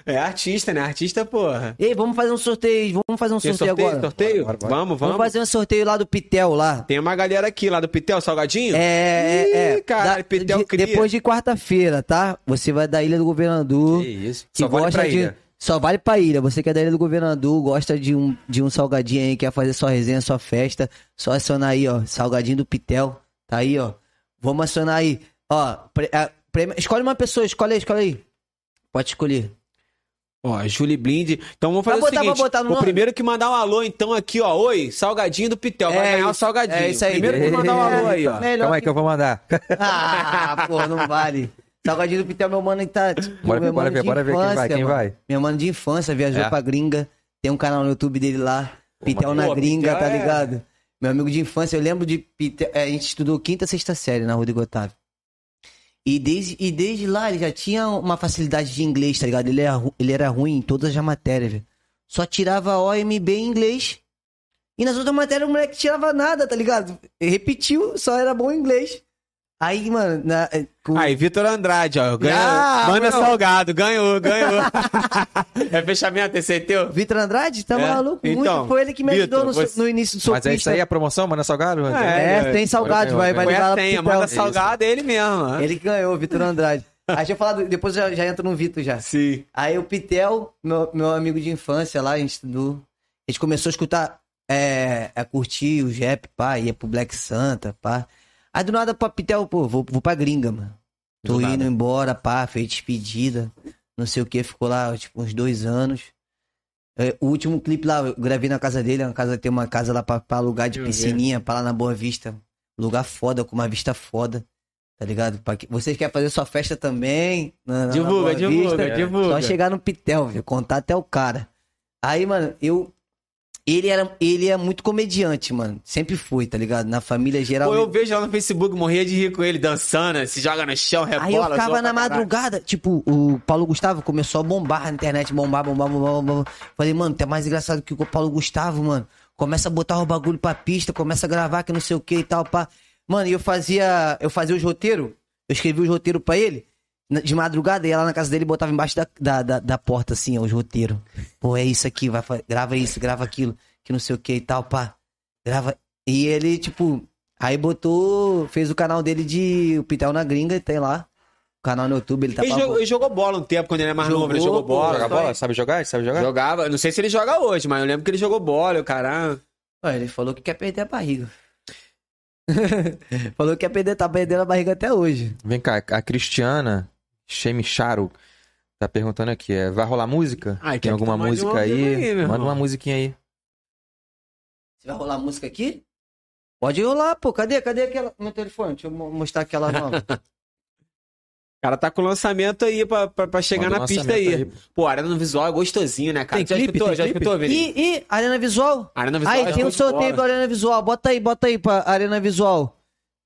Speaker 2: É artista, né? Artista, porra.
Speaker 3: Ei, vamos fazer um sorteio, vamos fazer um
Speaker 2: Tem
Speaker 3: sorteio,
Speaker 2: sorteio?
Speaker 3: agora.
Speaker 2: sorteio?
Speaker 1: Bora, bora, bora.
Speaker 2: Vamos,
Speaker 3: Vamos
Speaker 2: vamos.
Speaker 3: fazer um sorteio lá do Pitel lá.
Speaker 2: Tem uma galera aqui lá do Pitel Salgadinho?
Speaker 3: É, é, é.
Speaker 2: Ih, caralho,
Speaker 3: Da-
Speaker 2: Pitel
Speaker 3: de-
Speaker 2: cria.
Speaker 3: Depois de quarta-feira, tá? Você vai da Ilha do Governador.
Speaker 1: Que isso.
Speaker 3: que
Speaker 1: Só vale
Speaker 3: gosta
Speaker 1: pra
Speaker 3: de.
Speaker 1: ilha.
Speaker 3: Só vale pra ilha. Você que é da ilha do governador, gosta de um, de um salgadinho aí, quer fazer sua resenha, sua festa, só acionar aí, ó. Salgadinho do Pitel. Tá aí, ó. Vamos acionar aí. Ó, pre- a- prêmio- escolhe uma pessoa, escolhe aí, escolhe aí. Pode escolher.
Speaker 2: Ó, Julie Blind. Então vamos fazer
Speaker 3: Vai botar,
Speaker 2: o seguinte.
Speaker 3: vai botar no
Speaker 2: o
Speaker 3: nome.
Speaker 2: primeiro que mandar um alô, então, aqui, ó. Oi, Salgadinho do Pitel. Vai
Speaker 3: É
Speaker 2: ganhar o
Speaker 3: isso,
Speaker 2: Salgadinho.
Speaker 3: é isso aí.
Speaker 2: Primeiro que mandar um alô aí, ó.
Speaker 3: Melhor
Speaker 1: Calma aí que eu vou mandar.
Speaker 3: Ah, pô, não vale. Salgadinho do Pitel, meu mano, que tá. tipo,
Speaker 1: Bora ver,
Speaker 3: meu
Speaker 1: bora
Speaker 3: mano
Speaker 1: ver,
Speaker 3: de
Speaker 1: bora ver quem vai,
Speaker 3: infância,
Speaker 1: quem
Speaker 3: mano.
Speaker 1: vai.
Speaker 3: Meu mano de infância viajou
Speaker 1: É.
Speaker 3: pra gringa. Tem um canal no YouTube dele lá, Pitel
Speaker 1: mas-
Speaker 3: na
Speaker 2: Pô,
Speaker 3: Gringa,
Speaker 2: Pitel
Speaker 3: tá
Speaker 2: é-
Speaker 3: ligado? Meu amigo de infância, eu lembro de Pitel. é, a gente estudou quinta, sexta série na Rodrigo Otávio. E desde, e desde lá ele já tinha uma facilidade de inglês, tá ligado? Ele era, ru- ele era ruim em todas as matérias, velho. Só tirava OMB em inglês. E nas outras matérias o moleque tirava nada, tá ligado? Ele repetiu, só era bom em inglês. Aí, mano, na, eh, com-
Speaker 2: Aí, Vitor Andrade, ó. Ganhou.
Speaker 3: Ah,
Speaker 2: Manda
Speaker 3: não.
Speaker 2: salgado, ganhou, ganhou. é fechamento esse aí teu?
Speaker 3: Vitor Andrade? Tá
Speaker 2: É.
Speaker 3: maluco?
Speaker 2: Então,
Speaker 3: Muito. Foi ele que me ajudou
Speaker 2: Vitor,
Speaker 3: no, so-
Speaker 2: você-
Speaker 3: no início do
Speaker 1: Mas é isso
Speaker 3: sopista.
Speaker 1: aí a promoção, manda salgado?
Speaker 2: É,
Speaker 3: É, tem saudade,
Speaker 1: eu-
Speaker 3: vai,
Speaker 1: eu-
Speaker 3: vai
Speaker 2: Foi
Speaker 3: levar
Speaker 2: a
Speaker 3: lá pro
Speaker 2: senha.
Speaker 3: Pitel.
Speaker 2: Manda salgado, é ele mesmo. ó.
Speaker 3: Ele que ganhou, o Vitor Andrade. Aí deixa eu falar, do- depois eu já, já entro no Vitor já.
Speaker 2: Sim.
Speaker 3: Aí o Pitel, meu, meu amigo de infância lá, a gente estudou. A gente começou a escutar, é, a curtir o Jep, pá, ia pro Black Santa, pá. Aí do nada, pô, Pitel, pô, vou, vou pra gringa, mano. Tô
Speaker 1: Do
Speaker 3: indo
Speaker 1: nada.
Speaker 3: embora, pá, fez despedida, não sei o que, ficou lá, tipo, uns dois anos. É, o último clipe lá, eu gravei na casa dele, uma casa, tem uma casa lá pra, pra alugar de
Speaker 2: Eu vi.
Speaker 3: piscininha, pra lá na Boa Vista. Lugar foda, com uma vista foda, tá ligado? Pra que, vocês querem fazer sua festa também? na- na
Speaker 2: Divulga,
Speaker 3: Boa
Speaker 2: divulga,
Speaker 1: Vista.
Speaker 2: divulga.
Speaker 3: só chegar no Pitel, viu? Contar até o cara. Aí, mano, eu. Ele era, ele é muito comediante, mano. Sempre foi, tá ligado? Na família geral.
Speaker 2: Pô, eu vejo lá no Facebook, morria de rir com ele, dançando, se joga no chão, rebola.
Speaker 3: Aí eu
Speaker 2: zoa
Speaker 3: ficava na
Speaker 2: pra caralho.
Speaker 3: madrugada, tipo, o Paulo Gustavo começou a bombar na internet, bombar, bombar, bombar, bombar. Falei, mano, tá mais engraçado que o Paulo Gustavo, mano. Começa a botar o bagulho pra pista, começa a gravar que não sei o que e tal, pá. Mano, e eu fazia, eu fazia os roteiros, eu escrevia os roteiros pra ele. Na- De madrugada, ia lá na casa dele e botava embaixo da, da, da, da porta, assim, ó, os roteiros. Pô, é isso aqui, vai, fa- grava isso, grava aquilo, que não sei o que e tal, pá. Grava. E ele, tipo, aí botou, fez o canal dele de O Pitel na Gringa, tem lá. O canal no YouTube, ele tá
Speaker 2: Ele
Speaker 3: pra-
Speaker 2: jogou, ele jogou bola um tempo, quando ele era mais novo, ele jogou
Speaker 3: Jogou, pô,
Speaker 2: bola.
Speaker 1: Joga
Speaker 3: só
Speaker 1: bola?
Speaker 3: aí.
Speaker 1: Sabe jogar? Sabe jogar?
Speaker 2: Jogava, eu não sei se ele joga hoje, mas eu lembro que ele jogou bola, o caralho.
Speaker 3: Ó, ele falou que quer perder a barriga. falou que quer perder, tá perdendo a barriga até hoje.
Speaker 1: Vem cá, a Cristiana Chemicharo tá perguntando aqui, é, vai rolar música?
Speaker 2: Ah, quer
Speaker 1: Tem
Speaker 2: que
Speaker 1: alguma
Speaker 2: tu mande
Speaker 1: música
Speaker 2: uma
Speaker 1: aí?
Speaker 2: música aí, meu
Speaker 1: Manda
Speaker 2: irmão.
Speaker 1: uma musiquinha aí.
Speaker 3: Você vai rolar música aqui? Pode rolar, pô. Cadê? Cadê aquela? Meu telefone, deixa eu mo- mostrar aquela nova.
Speaker 2: O cara tá com lançamento aí pra, pra, pra chegar
Speaker 1: Manda
Speaker 2: na
Speaker 1: um
Speaker 2: pista aí.
Speaker 1: lançamento
Speaker 2: Pô, Arena no Visual é gostosinho, né, cara?
Speaker 1: Tem
Speaker 2: já
Speaker 1: clipe?
Speaker 2: escutou,
Speaker 1: Tem
Speaker 2: já
Speaker 1: clipe?
Speaker 2: escutou, Vini?
Speaker 3: Ih, ih, Arena Visual?
Speaker 2: Arena Visual
Speaker 3: Aí,
Speaker 2: é
Speaker 3: tem
Speaker 2: show
Speaker 3: um
Speaker 2: de
Speaker 3: sorteio
Speaker 2: bola.
Speaker 3: pra Arena Visual. Bota aí, bota aí pra Arena Visual.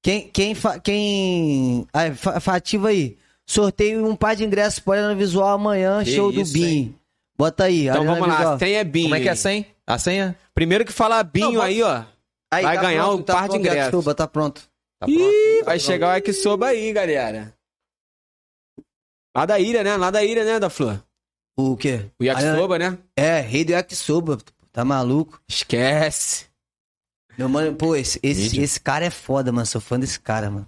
Speaker 3: Quem. Quem. Fa, quem... Aí, fa- fa- ativa aí. Sorteio um par de ingressos pra Arena Visual amanhã,
Speaker 1: Que
Speaker 3: show
Speaker 1: isso,
Speaker 3: do BIM. Bota aí,
Speaker 2: Então
Speaker 3: Arena
Speaker 2: vamos lá,
Speaker 3: Visual.
Speaker 2: a senha é Binho.
Speaker 1: Como é que é a
Speaker 2: aí.
Speaker 1: senha? A senha?
Speaker 2: Primeiro que falar Binho
Speaker 3: bota-
Speaker 2: aí, ó.
Speaker 3: Aí, tá
Speaker 2: Vai ganhar
Speaker 3: pronto,
Speaker 2: um par de
Speaker 3: pronto,
Speaker 2: ingressos.
Speaker 3: Gatuba, tá pronto.
Speaker 1: Tá
Speaker 2: Ih,
Speaker 1: pronto?
Speaker 2: vai chegar o que soba aí, galera. Lá da ilha, né? Lá da ilha, né, da Flor?
Speaker 3: O quê?
Speaker 2: O Yakisoba, né?
Speaker 3: É, rei do Yakisoba. Tá maluco?
Speaker 2: Esquece.
Speaker 3: Meu mano, pô, esse, esse,
Speaker 1: Mídia.
Speaker 3: esse cara é foda, mano. Sou fã desse cara, mano.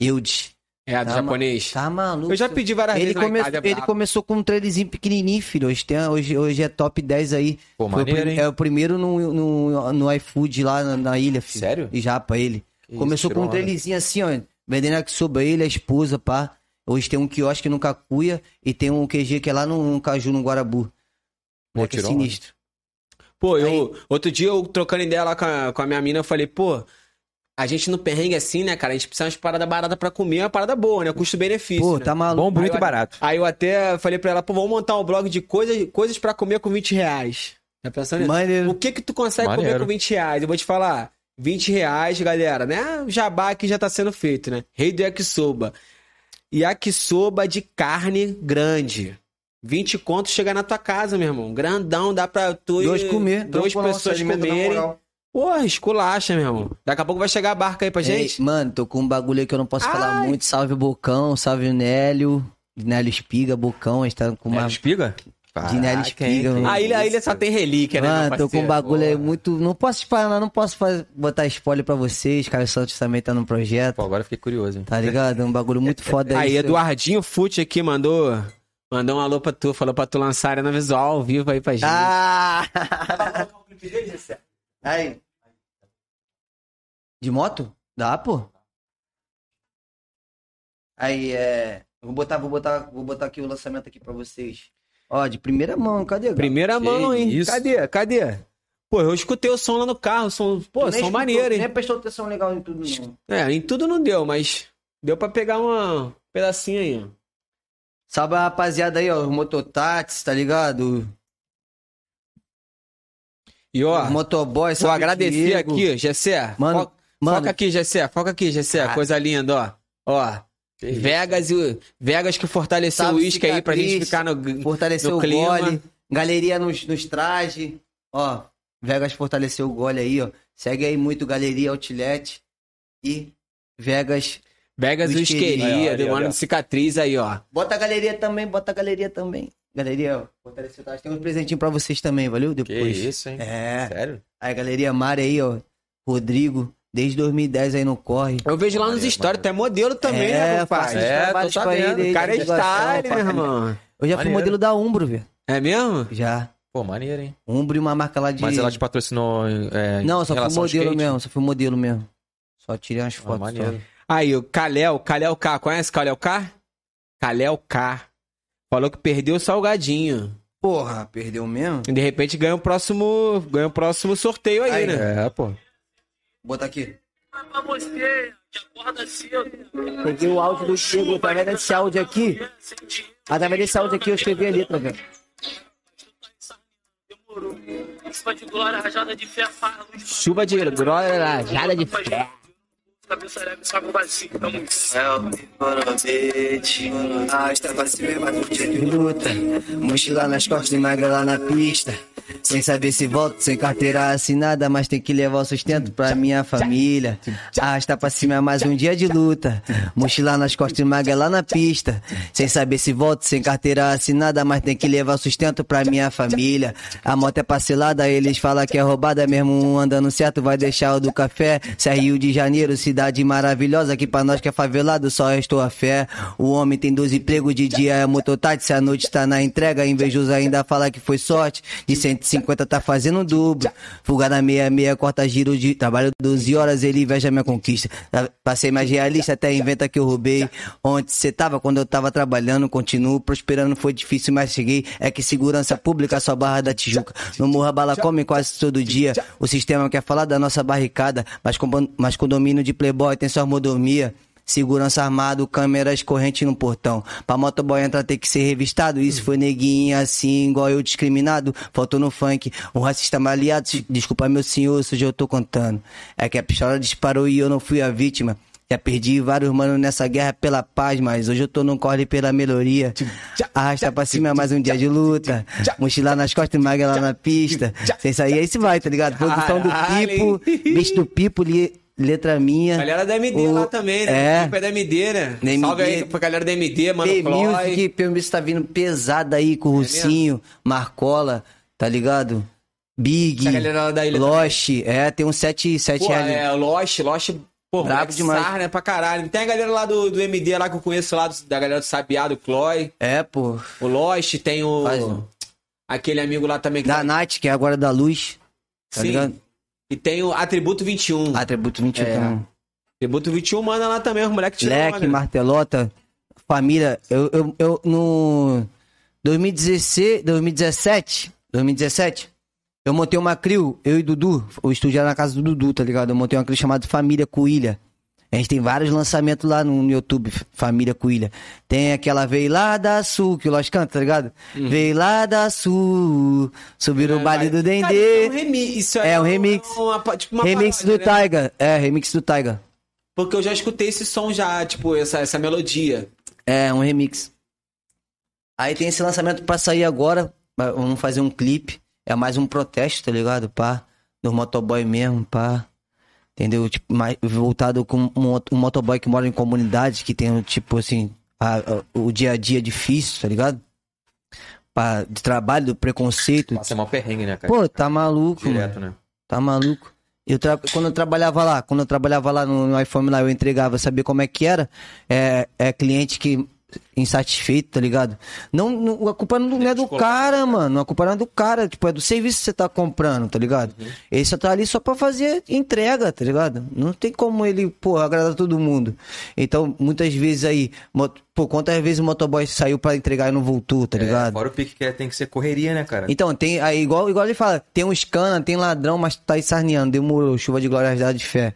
Speaker 3: Eudes.
Speaker 2: É, do
Speaker 3: Tá,
Speaker 2: japonês.
Speaker 3: Tá maluco.
Speaker 2: Eu já pedi várias
Speaker 3: Ele,
Speaker 2: vezes na
Speaker 3: come...
Speaker 2: Itália, ah,
Speaker 3: ele
Speaker 2: brabo.
Speaker 3: começou com um trailerzinho pequenininho, filho. Hoje, tem... hoje, hoje é top 10 aí.
Speaker 1: Pô,
Speaker 3: Foi o
Speaker 1: maneiro,
Speaker 3: prim-
Speaker 1: hein?
Speaker 3: É o primeiro no, no, no iFood lá na, na ilha, filho.
Speaker 1: Sério?
Speaker 3: E japa ele.
Speaker 1: Que isso,
Speaker 3: Começou com
Speaker 1: tirou
Speaker 3: um
Speaker 1: onda.
Speaker 3: trailerzinho assim, ó. Vendendo aqui sobre ele, a esposa, pá. Hoje tem um quiosque no Cacuia e tem um QG que é lá no, no Caju, no Guarabu.
Speaker 1: Pô,
Speaker 3: Moleque
Speaker 1: tirou onda.
Speaker 3: sinistro.
Speaker 2: Pô, eu, outro dia eu trocando ideia lá com a, com a minha mina, eu falei, pô, a gente no perrengue assim, né, cara? A gente precisa de umas paradas baratas pra comer, uma parada boa, né? Custo-benefício.
Speaker 3: Pô,
Speaker 2: né?
Speaker 3: tá maluco.
Speaker 1: Bom, bonito e barato.
Speaker 2: Aí eu até falei pra ela, pô, vamos montar um blog de coisas, coisas pra comer com 20 reais. Tá pensando
Speaker 1: né?
Speaker 2: nisso?
Speaker 3: Maneiro.
Speaker 2: O que que tu consegue comer
Speaker 1: Maneiro.
Speaker 2: com 20 reais? Eu vou te falar. 20 reais, galera, né? O jabá aqui já tá sendo feito, né? Rei do yakisoba. Yakisoba de carne grande. 20 conto chega na tua casa, meu irmão. Grandão, dá pra tu e
Speaker 3: Dois comer.
Speaker 2: duas
Speaker 3: tranquilão, se
Speaker 2: pessoas
Speaker 3: alimenta na
Speaker 2: comerem.
Speaker 3: moral.
Speaker 2: Porra, esculacha, meu irmão. Daqui a pouco vai chegar a barca aí pra gente.
Speaker 3: Ei, mano, tô com um bagulho aí que eu não posso falar
Speaker 2: Ai.
Speaker 3: muito. Salve o Bocão, salve o Nélio. Nélio Espiga, Bocão, a gente tá com uma.
Speaker 1: Nélio Espiga?
Speaker 3: De Nélio Espiga, mano.
Speaker 2: a, ilha, a ilha
Speaker 1: isso.
Speaker 2: só tem relíquia, né?
Speaker 3: Mano,
Speaker 2: meu
Speaker 3: tô com
Speaker 2: parceiro?
Speaker 3: um bagulho
Speaker 1: é
Speaker 3: aí
Speaker 1: Boa.
Speaker 3: muito. Não posso falar, não posso fazer- botar spoiler pra vocês. Caio Santos também tá num projeto.
Speaker 1: Pô, agora eu fiquei curioso, hein?
Speaker 3: Tá ligado? É um bagulho muito foda
Speaker 2: Aí,
Speaker 3: isso.
Speaker 2: Eduardinho Fute aqui mandou, mandou um alô pra tu, falou pra tu lançar Arena Visual ao vivo aí pra gente.
Speaker 3: Ah! Aí. De moto? Dá, pô. Aí, é. eu Vou botar, vou botar, vou botar aqui o lançamento aqui pra vocês. Ó, de primeira mão, cadê? Gabi?
Speaker 2: Primeira
Speaker 1: Que
Speaker 2: mão, hein?
Speaker 1: isso.
Speaker 2: Cadê? Cadê? Pô, eu escutei o som lá no carro, som,
Speaker 3: Tu
Speaker 2: pô,
Speaker 3: nem
Speaker 2: som
Speaker 3: escutou,
Speaker 2: maneiro, hein?
Speaker 3: Nem prestou atenção legal em tudo, não.
Speaker 2: É, em tudo não deu, mas deu pra pegar uma um pedacinho aí. ó.
Speaker 3: Salve a rapaziada aí, ó. Os mototáxis, tá ligado?
Speaker 2: E ó,
Speaker 3: Os motoboys,
Speaker 2: vou
Speaker 3: salve o
Speaker 2: agradecer
Speaker 3: Diego.
Speaker 2: aqui, Gessé.
Speaker 3: Mano,
Speaker 2: Fo-
Speaker 3: mano.
Speaker 2: Foca aqui, Gessé, foca aqui, Gessé,
Speaker 3: Ah.
Speaker 2: coisa linda, ó. Ó,
Speaker 1: Que isso.
Speaker 2: Vegas, e Vegas que fortaleceu
Speaker 3: Salve,
Speaker 2: o uísque aí pra gente
Speaker 3: cicatriz.
Speaker 2: ficar no,
Speaker 3: Fortaleceu
Speaker 2: No
Speaker 3: o
Speaker 2: clima.
Speaker 3: gole. Galeria nos, nos traje. Ó, Vegas fortaleceu o gole aí, ó. Segue aí muito Galeria Outlet e Vegas.
Speaker 2: Vegas
Speaker 3: Do
Speaker 2: do
Speaker 3: isqueirinho.
Speaker 1: Aí, ó,
Speaker 2: Isqueria,
Speaker 1: ali,
Speaker 2: do
Speaker 1: ali,
Speaker 2: Mano
Speaker 1: ó.
Speaker 2: de Cicatriz aí, ó.
Speaker 3: Bota a galeria também, bota a galeria também. Galeria, ó, fortaleceu o traje. Tem um presentinho pra vocês também, valeu?
Speaker 1: Que
Speaker 3: Depois.
Speaker 1: isso, hein?
Speaker 3: É.
Speaker 1: Sério?
Speaker 3: Aí, Galeria Mari aí, ó. Rodrigo, desde 2010 aí no corre.
Speaker 2: Eu vejo lá nos
Speaker 1: Maneiro,
Speaker 2: stories,
Speaker 1: maneiro.
Speaker 2: tu é modelo também, né,
Speaker 3: faço
Speaker 2: compadre?
Speaker 1: é, tô
Speaker 3: os trabalhos pra
Speaker 1: sabendo.
Speaker 3: ele,
Speaker 2: O cara é
Speaker 3: divulgação,
Speaker 2: style, meu
Speaker 3: pra-
Speaker 2: irmão.
Speaker 3: Eu já fui
Speaker 1: Maneiro.
Speaker 3: modelo da Umbro, velho.
Speaker 2: É mesmo?
Speaker 3: Já.
Speaker 1: Pô, maneiro, hein?
Speaker 3: Umbro e uma marca lá de.
Speaker 1: Mas ela te patrocinou é,
Speaker 3: Não, eu
Speaker 1: em
Speaker 3: só fui
Speaker 1: relação ao
Speaker 3: modelo
Speaker 1: skate?
Speaker 3: mesmo, só fui modelo mesmo. Só tirei umas
Speaker 1: Ah,
Speaker 3: fotos. só.
Speaker 1: maneiro.
Speaker 2: Aí, o Kalel, Kalel K, conhece Kalel K? Kalel K. Falou que perdeu o salgadinho.
Speaker 3: Porra, perdeu mesmo?
Speaker 2: E de repente ganha o próximo, ganha o próximo sorteio aí,
Speaker 3: Aí,
Speaker 2: né?
Speaker 1: É, pô.
Speaker 3: Vou botar aqui.
Speaker 5: pra você, que acorda cedo.
Speaker 3: Peguei o áudio do Chico, através desse áudio aqui. Ah, Através desse áudio aqui eu escrevi a letra, velho.
Speaker 5: Demorou. Chuva de glória, rajada de fé, faz luz. pra
Speaker 2: Chuva de glória, rajada de
Speaker 5: nós.
Speaker 2: fé.
Speaker 5: Cabeça leve, saco vazio, tamo junto.
Speaker 6: céu, boa noite. Arrasta pra
Speaker 3: é
Speaker 6: cima,
Speaker 3: um
Speaker 6: mas no dia de luta.
Speaker 3: Mochila nas costas e magra lá na pista. Sem saber se volto, sem carteira assinada, mas tem que levar o sustento pra minha família. Arrasta pra cima é mais um dia de luta. Mochila nas costas e magra lá na pista. Sem saber se volto, sem carteira assinada, mas tem que levar o sustento pra minha família. A moto é parcelada, eles falam que é roubada, mesmo um andando certo, vai deixar o do café. Se é Rio de Janeiro, cidade maravilhosa, que pra nós que é favelado, só restou a fé. O homem tem 12 empregos, de dia é mototáxi, à noite tá na entrega. Invejoso ainda fala que foi sorte, de 150 tá fazendo o dobro. Fuga na meia-meia, corta giro de trabalho 12 horas, ele inveja minha conquista. Tá- Passei mais realista, até inventa que eu roubei. Onde cê tava quando eu tava trabalhando, continuo prosperando, foi difícil, mas cheguei. É que segurança pública, só barra da Tijuca. No morro a bala come quase todo dia. O sistema quer falar da nossa barricada, mas, compa- mas condomínio de playboy tem só mordomia. Segurança armado, câmeras, corrente no portão. Pra motoboy entrar tem que ser revistado. Isso foi neguinha, assim, igual eu discriminado. Faltou no funk. Um racista maleado. se- Desculpa, meu senhor, se hoje eu tô contando. É que a pistola disparou e eu não fui a vítima. Já perdi vários manos nessa guerra pela paz, mas hoje eu tô num corre pela melhoria. Arrasta pra cima é mais um dia de luta. Mochila nas costas e magra lá na pista. Sem sair, aí se vai, tá ligado? Produção do
Speaker 2: Caralho,
Speaker 3: Pipo,
Speaker 2: hein?
Speaker 3: bicho do Pipo, li- letra minha.
Speaker 2: Galera da MD
Speaker 3: O-
Speaker 2: lá também, né?
Speaker 3: É.
Speaker 2: O clipe é da MD, né?
Speaker 3: Da
Speaker 2: Salve
Speaker 3: MD.
Speaker 2: aí pra galera da MD, mano. Cloy.
Speaker 3: P-Music, P-Music tá vindo pesada aí
Speaker 2: É
Speaker 3: com o Russinho, Marcola, tá ligado? Big,
Speaker 2: Essa galera lá da ilha.
Speaker 3: Lost, é, tem um 7, 7
Speaker 2: Pô,
Speaker 3: ali.
Speaker 2: é, Lost, Lost, pô,
Speaker 3: Brabo
Speaker 2: Black
Speaker 3: demais.
Speaker 2: Star, né, pra caralho. Tem a galera lá do, do MD lá que eu conheço lá, do- da galera do Sabiá, do Cloy,
Speaker 3: É, pô.
Speaker 2: o Lost, tem o...
Speaker 3: Faz, né?
Speaker 2: Aquele amigo lá também que
Speaker 3: Da Nath, que é agora da Luz, tá
Speaker 2: Sim.
Speaker 3: ligado?
Speaker 2: E tem o Atributo 21.
Speaker 3: Atributo 21
Speaker 2: É.
Speaker 3: também.
Speaker 2: Atributo 21 manda lá também, os moleques tiram
Speaker 3: Leque,
Speaker 2: onda.
Speaker 3: Martelota, família. Eu, eu, eu no 2016, 2017, 2017, eu montei uma crew, eu e Dudu, o estúdio era na casa do Dudu, tá ligado? Eu montei uma crew chamada Família Coelha. A gente tem vários lançamentos lá no YouTube, Família Coelha. Tem aquela Veio lá da Sul, que o Lost canta, tá ligado?
Speaker 2: Uhum.
Speaker 3: Veio lá da Sul, subiram o baile do Dendê.
Speaker 2: Cara, isso é um É, remix. Isso
Speaker 3: É, um remix.
Speaker 2: uma pa- tipo uma
Speaker 3: remix do
Speaker 2: paródia, né?
Speaker 3: Taiga. É, remix do Taiga.
Speaker 2: Porque eu já escutei esse som já, tipo, essa, essa melodia.
Speaker 3: É, um remix. Aí tem esse lançamento pra sair agora. mas Vamos fazer um clipe. É mais um protesto, tá ligado? Pá. Do motoboy mesmo, pá. Entendeu? Tipo, mais voltado com um, mot- um motoboy que mora em comunidade, que tem, tipo assim, a- a- o dia a dia difícil, tá ligado? Pá, de trabalho, do preconceito.
Speaker 1: Passa mal perrengue, né, cara?
Speaker 3: Pô, tá maluco, mano.
Speaker 1: Direto, né?
Speaker 3: Tá maluco? Eu tra- Quando eu trabalhava lá, quando eu trabalhava lá no, no iPhone lá, eu entregava, sabia como é que era. É, é cliente que insatisfeito, tá ligado? Não, não- a culpa não, não é do cara, mano. A culpa não é do cara, tipo, é do serviço que você tá comprando, tá ligado?
Speaker 1: Uhum.
Speaker 3: Ele só tá ali só pra fazer entrega, tá ligado? Não tem como ele, pô, agradar todo mundo. Então, muitas vezes aí, mot- pô, quantas vezes o motoboy saiu pra entregar e não voltou, tá
Speaker 1: É,
Speaker 3: ligado?
Speaker 1: fora o pique que é- tem que ser correria, né, cara?
Speaker 3: Então, tem. Aí, igual, igual ele fala, tem uns cana, tem ladrão, mas tá aí sarneando. Demorou, chuva de glória, dá de fé.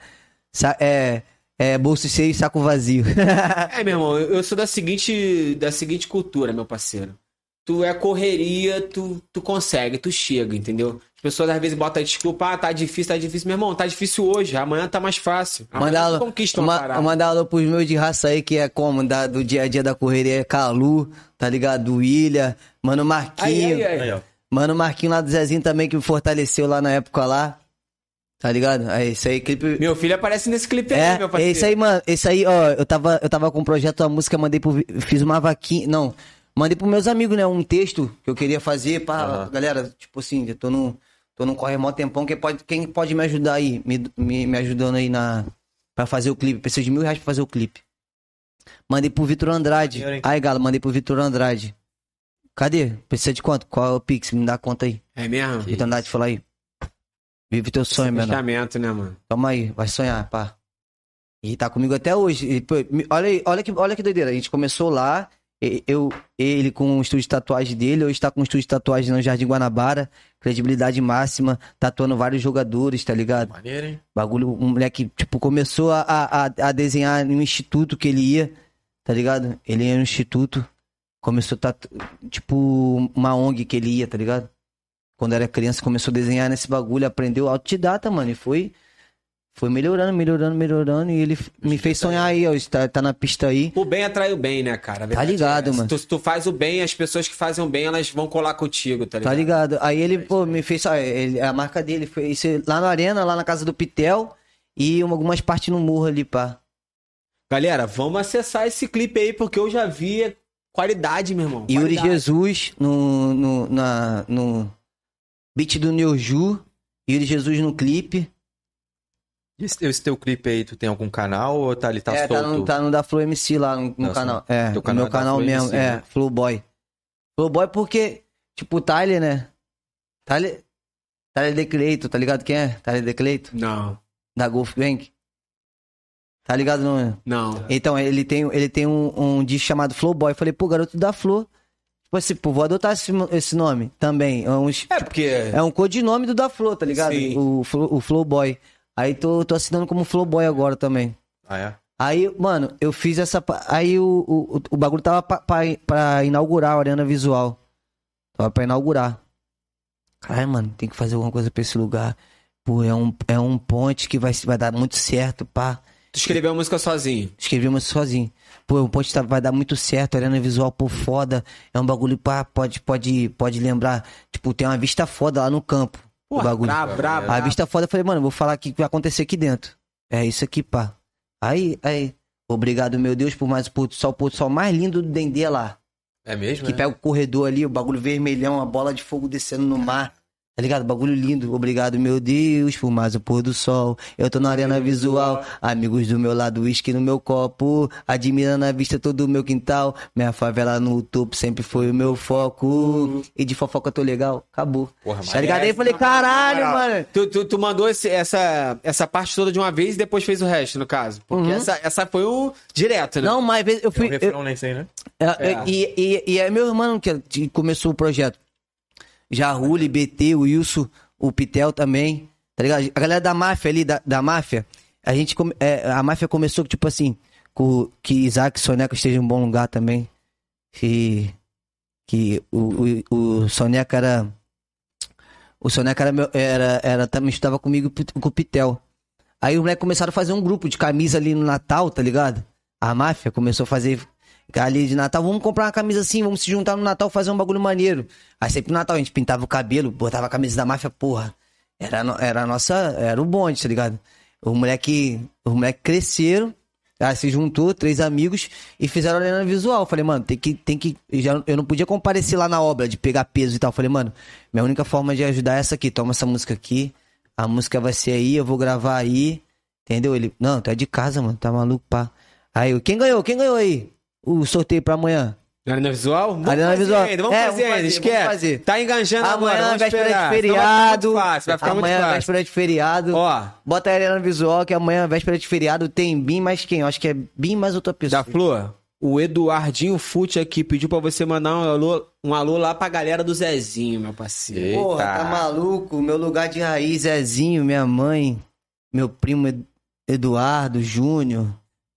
Speaker 3: Sa- é, é, bolso cheio e saco vazio.
Speaker 2: É, meu irmão, eu eu sou da seguinte, da seguinte cultura, meu parceiro. Tu é correria, tu, tu consegue, tu chega, entendeu? As pessoas às vezes botam desculpa, ah, tá difícil, tá difícil. Meu irmão, tá difícil hoje, amanhã tá mais fácil. Amanhã
Speaker 3: Mandar
Speaker 2: tu
Speaker 3: alô,
Speaker 2: conquista uma,
Speaker 3: ma-
Speaker 2: parada.
Speaker 3: mandar alô pros meus de raça aí, que é como? Da- do dia a dia da correria, é Calu, tá ligado? Ilha, Mano
Speaker 2: Aí,
Speaker 3: Marquinho.
Speaker 2: aí, é. aí.
Speaker 1: Aí, ó.
Speaker 3: Mano Marquinho lá do Zezinho também, que me fortaleceu lá na época lá. Tá ligado? É isso aí, clipe.
Speaker 2: Meu filho aparece nesse clipe aí, meu
Speaker 3: É,
Speaker 2: parceiro.
Speaker 3: é isso aí, mano. Isso aí, ó. Eu tava, eu tava com um projeto, a música, mandei pro. Vi- Fiz uma vaquinha. Não. Mandei pros meus amigos, né? Um texto que eu queria fazer pra
Speaker 1: Aham.
Speaker 3: galera. Tipo assim, eu tô num. Tô num corre mó tempão. Quem pode, quem pode me ajudar aí? Me, me, me ajudando aí na. Pra fazer o clipe. Preciso de mil reais pra fazer o clipe. Mandei pro Vitor Andrade.
Speaker 1: Dinheiro, hein?
Speaker 3: Aí, Galo, mandei pro Vitor Andrade. Cadê? Precisa de quanto? Qual é o Pix? Me dá a conta aí.
Speaker 2: É mesmo?
Speaker 3: Vitor Andrade falou aí. Vive teu sonho, meu irmão.
Speaker 2: Fechamento, né, mano?
Speaker 3: Calma aí, vai sonhar, pá. E tá comigo até hoje. E, pô, me- olha, aí, olha, que, olha que doideira. A gente começou lá, e- eu, ele com o estúdio de tatuagem dele, hoje tá com o estúdio de tatuagem no Jardim Guanabara, credibilidade máxima, tatuando vários jogadores, tá ligado?
Speaker 1: Maneiro, hein?
Speaker 3: Bagulho, um moleque, tipo, começou a, a, a- a desenhar em um instituto que ele ia, tá ligado? Ele ia no instituto, começou a tatu... tipo, uma ONG que ele ia, tá ligado? Quando era criança, começou a desenhar nesse bagulho, aprendeu autodidata, mano, e foi, foi melhorando, melhorando, melhorando, e ele f- me fez sonhar aí, ó, está tá na pista aí.
Speaker 2: O bem atrai o bem, né, cara? A verdade é
Speaker 3: Tá ligado,
Speaker 2: essa.
Speaker 3: mano.
Speaker 2: Tu, se tu faz o bem, as pessoas que fazem o bem, elas vão colar contigo, tá ligado?
Speaker 3: Tá ligado? Aí ele, pô, me fez, ah, ele- a marca dele foi isso lá na arena, lá na casa do Pitel e uma- algumas partes no morro ali, pá.
Speaker 2: Galera, vamos acessar esse clipe aí, porque eu já vi qualidade, meu irmão.
Speaker 3: Yuri
Speaker 2: Qualidade.
Speaker 3: Jesus no, no, na, no beat do Neo Ju. Yuri Jesus no clipe.
Speaker 1: E esse, esse teu clipe aí, tu tem algum canal ou tá ali, tá
Speaker 3: é, tá no,
Speaker 1: solto?
Speaker 3: tá no da Flow MC lá no, no
Speaker 1: Tá
Speaker 3: canal.
Speaker 1: solto.
Speaker 3: É,
Speaker 1: Teu
Speaker 3: no
Speaker 1: canal
Speaker 3: meu
Speaker 1: é da
Speaker 3: canal
Speaker 1: Flow
Speaker 3: mesmo,
Speaker 1: MC,
Speaker 3: é,
Speaker 1: né?
Speaker 3: Flow Boy. Flow Boy porque, tipo, o Tyler, né? Tyler, Tyler De Cleito, tá ligado quem é? Tyler De Cleito,
Speaker 2: Não,
Speaker 3: da Golf Bank. Tá ligado não?
Speaker 2: não.
Speaker 3: Então, ele tem, ele tem um, um disco chamado Flow Boy. Eu falei, pô, garoto da Flor. Tipo assim, pô, vou adotar esse, esse nome também. É um,
Speaker 2: É porque.
Speaker 3: É um codinome do da Flow, tá ligado?
Speaker 2: Sim.
Speaker 3: O, Flo- o Flow Boy. Aí tô, tô assinando como Flow Boy agora também.
Speaker 1: Ah, é?
Speaker 3: Aí, mano, eu fiz essa. pa- Aí o, o, o bagulho tava pra, pra, pra inaugurar a Arena Visual. Tava pra inaugurar. Caralho, mano, tem que fazer alguma coisa pra esse lugar. Pô, é um, é um ponte que vai, se- vai dar muito certo, pá.
Speaker 2: Tu escreveu a música sozinho.
Speaker 3: Escrevi uma sozinho. Pô, o ponte tá- vai dar muito certo, arena visual, pô, foda. É um bagulho, pá, pode, pode, pode lembrar. Tipo, tem uma vista foda lá no campo. o bagulho.
Speaker 2: Brabo, brabo.
Speaker 3: A vista foda, eu falei, mano, vou falar aqui o que vai acontecer aqui dentro. É isso aqui, pá. Aí, aí. Obrigado, meu Deus, por mais o pôr do sol. O pôr do sol mais lindo do Dendê é lá.
Speaker 1: É mesmo?
Speaker 3: Que
Speaker 1: né?
Speaker 3: pega o corredor ali, o bagulho vermelhão, a bola de fogo descendo no mar. Tá ligado? Bagulho lindo. Obrigado, meu Deus, por mais o pôr do sol. Eu tô na arena visual. Amigos do meu lado, uísque no meu copo. Admirando a vista todo o meu quintal. Minha favela no topo sempre foi o meu foco. E de fofoca eu tô legal. Acabou.
Speaker 1: Porra,
Speaker 3: Tá ligado? Aí eu falei, caralho, mano.
Speaker 2: Tu, tu, tu mandou esse- essa, essa parte toda de uma vez e depois fez o resto, no caso. Porque
Speaker 3: Uhum.
Speaker 2: essa, essa foi o direto, né?
Speaker 3: Não, mas eu
Speaker 1: É um
Speaker 3: fui. eu-
Speaker 1: refrão nem sei, né?
Speaker 3: É,
Speaker 2: É.
Speaker 3: E, e, e é meu irmão que que começou o projeto. Jarrule, BT, o Wilson, o Pitel também. Tá ligado? A galera da máfia ali, da, da máfia, a gente. come- é, a máfia começou, tipo assim, com, que Isaac e Soneca estejam em um bom lugar também. E que o, o, o Soneca era. O Soneca era, meu, era, era também estudava comigo e com o Pitel. Aí os moleques começaram a fazer um grupo de camisa ali no Natal, tá ligado? A máfia começou a fazer ali de Natal, vamos comprar uma camisa assim, vamos se juntar no Natal, fazer um bagulho maneiro. Aí sempre no Natal a gente pintava o cabelo, botava a camisa da máfia, porra. Era, no- era a nossa, era o bonde, tá ligado? Os moleque, os moleque cresceram, aí se juntou, três amigos, e fizeram a arena visual. Eu Falei, mano, tem que, tem que, eu já, eu não podia comparecer lá na obra, de pegar peso e tal. Eu Falei, mano, minha única forma de ajudar é essa aqui, toma essa música aqui, a música vai ser aí, eu vou gravar aí, entendeu? Ele, não, tu é de casa, mano, tá maluco, pá. Aí eu, quem ganhou, quem ganhou aí? O sorteio pra amanhã.
Speaker 2: Arena Visual? Vamos
Speaker 3: Arena
Speaker 2: fazer
Speaker 3: Visual.
Speaker 2: ainda, vamos
Speaker 3: É,
Speaker 2: fazer
Speaker 3: vamos
Speaker 2: ainda,
Speaker 3: fazer,
Speaker 2: esquece.
Speaker 3: vamos fazer.
Speaker 2: Tá enganjando agora,
Speaker 3: Amanhã, é
Speaker 2: vamos
Speaker 3: véspera de
Speaker 2: esperar.
Speaker 3: feriado.
Speaker 2: Senão Vai ficar muito fácil, vai ficar
Speaker 3: amanhã, é
Speaker 2: muito fácil.
Speaker 3: véspera de feriado.
Speaker 2: Ó,
Speaker 3: Bota a Helena Visual, que amanhã, véspera de feriado, tem BIM mais quem? Eu acho que é BIM mais outra pessoa.
Speaker 2: da Flor, o Eduardinho Fute aqui pediu pra você mandar um alô, um alô lá pra galera do Zezinho, meu parceiro.
Speaker 1: Eita.
Speaker 3: Porra, tá maluco? Meu lugar de raiz, Zezinho, minha mãe, meu primo Ed- Eduardo, Júnior,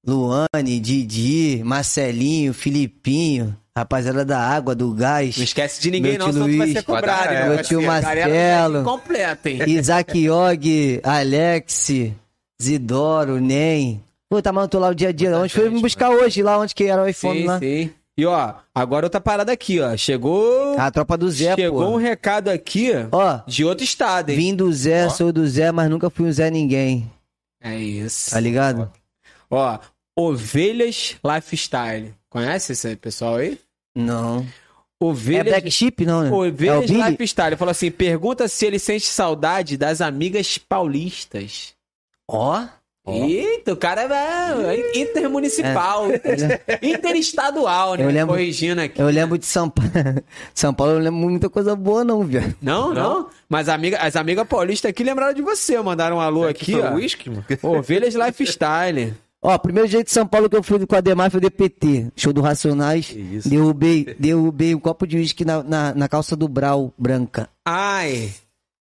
Speaker 3: Luane, Didi, Marcelinho, Filipinho, rapaziada da água, do gás.
Speaker 2: Não esquece de ninguém
Speaker 3: Meu
Speaker 2: não,
Speaker 3: tio
Speaker 2: senão tu vai
Speaker 3: Luiz,
Speaker 2: ser cobrado. né?
Speaker 1: meu
Speaker 2: hein,
Speaker 3: tio
Speaker 2: parceiro? Galera do
Speaker 3: Marcelo.
Speaker 2: Zezinho Completa, hein?
Speaker 3: Isaac Yog, Alex, Zidoro, Nem. Pô, tá, mano, tô lá o dia a dia. Onde foi me buscar hoje? Lá onde que era o iPhone
Speaker 2: Sim,
Speaker 3: lá?
Speaker 2: sim. E ó, agora outra parada aqui, ó. Chegou.
Speaker 3: A tropa do Tá, Zé,
Speaker 2: chegou um
Speaker 3: pô.
Speaker 2: recado aqui
Speaker 3: Ó,
Speaker 2: de outro estado, hein?
Speaker 3: vim do Zé,
Speaker 1: Ó.
Speaker 3: sou do Zé, mas nunca fui um Zé ninguém.
Speaker 2: É isso.
Speaker 3: Tá ligado?
Speaker 2: Ó, Ovelhas Lifestyle. Conhece esse pessoal aí?
Speaker 3: Não. É
Speaker 2: Ovelhas,
Speaker 3: Black Chip, não, né? É o
Speaker 2: Ovelhas
Speaker 3: Billy?
Speaker 2: Lifestyle. Falou assim: pergunta se ele sente saudade das amigas paulistas.
Speaker 3: Ó.
Speaker 1: Ó.
Speaker 2: Eita, o cara é é intermunicipal, interestadual, né?
Speaker 3: Eu lembro-
Speaker 2: Corrigindo aqui.
Speaker 3: Eu lembro de São Paulo. São Paulo eu não lembro muita coisa boa, não, velho.
Speaker 2: Não, não, Mas amiga, as amigas paulistas aqui lembraram de você, mandaram um alô aqui,
Speaker 1: Foi
Speaker 2: ó.
Speaker 1: whisky, mano.
Speaker 2: Ovelhas Lifestyle.
Speaker 3: Ó, primeiro jeito de São Paulo que eu fui com a Demar foi o DPT. Show do Racionais.
Speaker 1: isso.
Speaker 3: Derrubei, derrubei um copo de uísque na, na, na calça do Brau branca.
Speaker 2: Ai.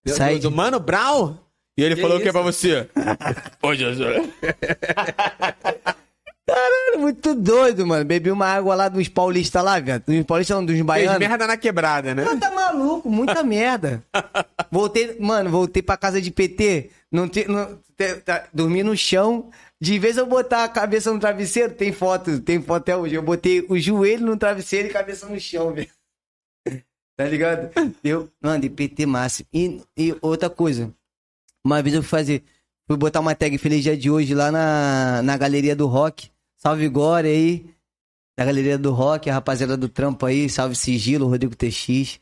Speaker 2: Do-
Speaker 3: Sai
Speaker 2: do,
Speaker 3: de-
Speaker 2: Mano Brown? E ele falou o que pra você?
Speaker 3: Caralho, muito doido, mano. Bebi uma água lá dos paulistas lá, velho. Dos paulistas não, dos
Speaker 2: Fez
Speaker 3: baianos.
Speaker 2: merda na quebrada, né?
Speaker 3: Ah, tá maluco, muita merda. Voltei, mano, voltei pra casa de PT, não te, não, te- tá- dormi no chão. De vez eu botar a cabeça no travesseiro, tem foto, tem foto até hoje. Eu botei o joelho no travesseiro e cabeça no chão, velho. Tá ligado? Eu, mano, de PT máximo. E, e outra coisa, uma vez eu fui fazer, fui botar uma tag Feliz Dia de Hoje lá na, na Galeria do Rock. Salve Gore aí. Na Galeria do Rock, a rapaziada do Trampo aí, salve Sigilo, Rodrigo TX.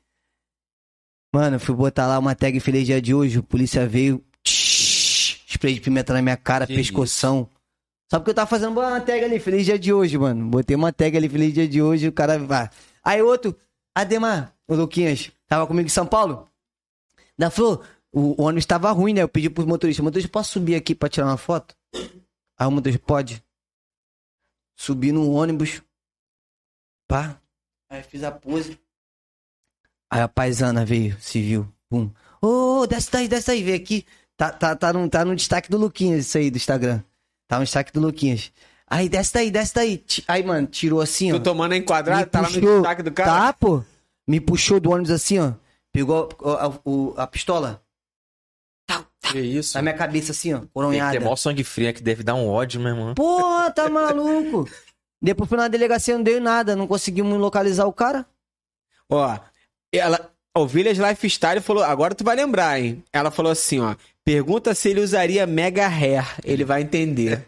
Speaker 3: Mano, eu fui botar lá uma tag Feliz Dia de Hoje, a polícia veio, tsh, spray de pimenta na minha cara,
Speaker 1: Que
Speaker 3: pescoção. Só porque eu tava fazendo uma tag ali, Feliz Dia de Hoje, mano. Botei uma tag ali, Feliz Dia de Hoje, o cara vai. Aí outro, Ademar, o Luquinhas, tava comigo em São Paulo. Da Flor, o ônibus tava ruim, né? Eu pedi pro motorista, motorista, posso subir aqui pra tirar uma foto? Aí o motorista, pode. Subi no ônibus. Pá. Aí fiz a pose. Aí a paisana veio, se viu. Pum. Ô, ô, desce daí, desce daí, vem aqui. Tá, tá, tá, no, tá no destaque do Luquinhas isso aí, do Instagram. Tá no destaque do Luquinhas. Aí, desce daí, desce daí. Ti- Aí, mano, tirou assim, ó.
Speaker 2: Tu tomando a
Speaker 3: Me
Speaker 2: enquadrada, tá lá no
Speaker 3: puxou.
Speaker 2: destaque
Speaker 1: um
Speaker 2: do cara.
Speaker 3: Tá, pô. Me puxou do ônibus assim, ó. Pegou a, a- o- a pistola
Speaker 1: Que isso?
Speaker 3: Tá na minha cabeça assim, ó.
Speaker 1: Tem que ter
Speaker 3: Coronhada.
Speaker 1: mó sangue frio, é que deve dar um ódio, meu irmão.
Speaker 3: Porra, tá maluco. Depois fui na delegacia, não deu em nada. Não conseguimos localizar o cara.
Speaker 2: Ó, ela, Ovelhas Lifestyle falou, agora tu vai lembrar, hein? Ela falou assim, ó, Pergunta se ele usaria mega hair. Ele vai entender.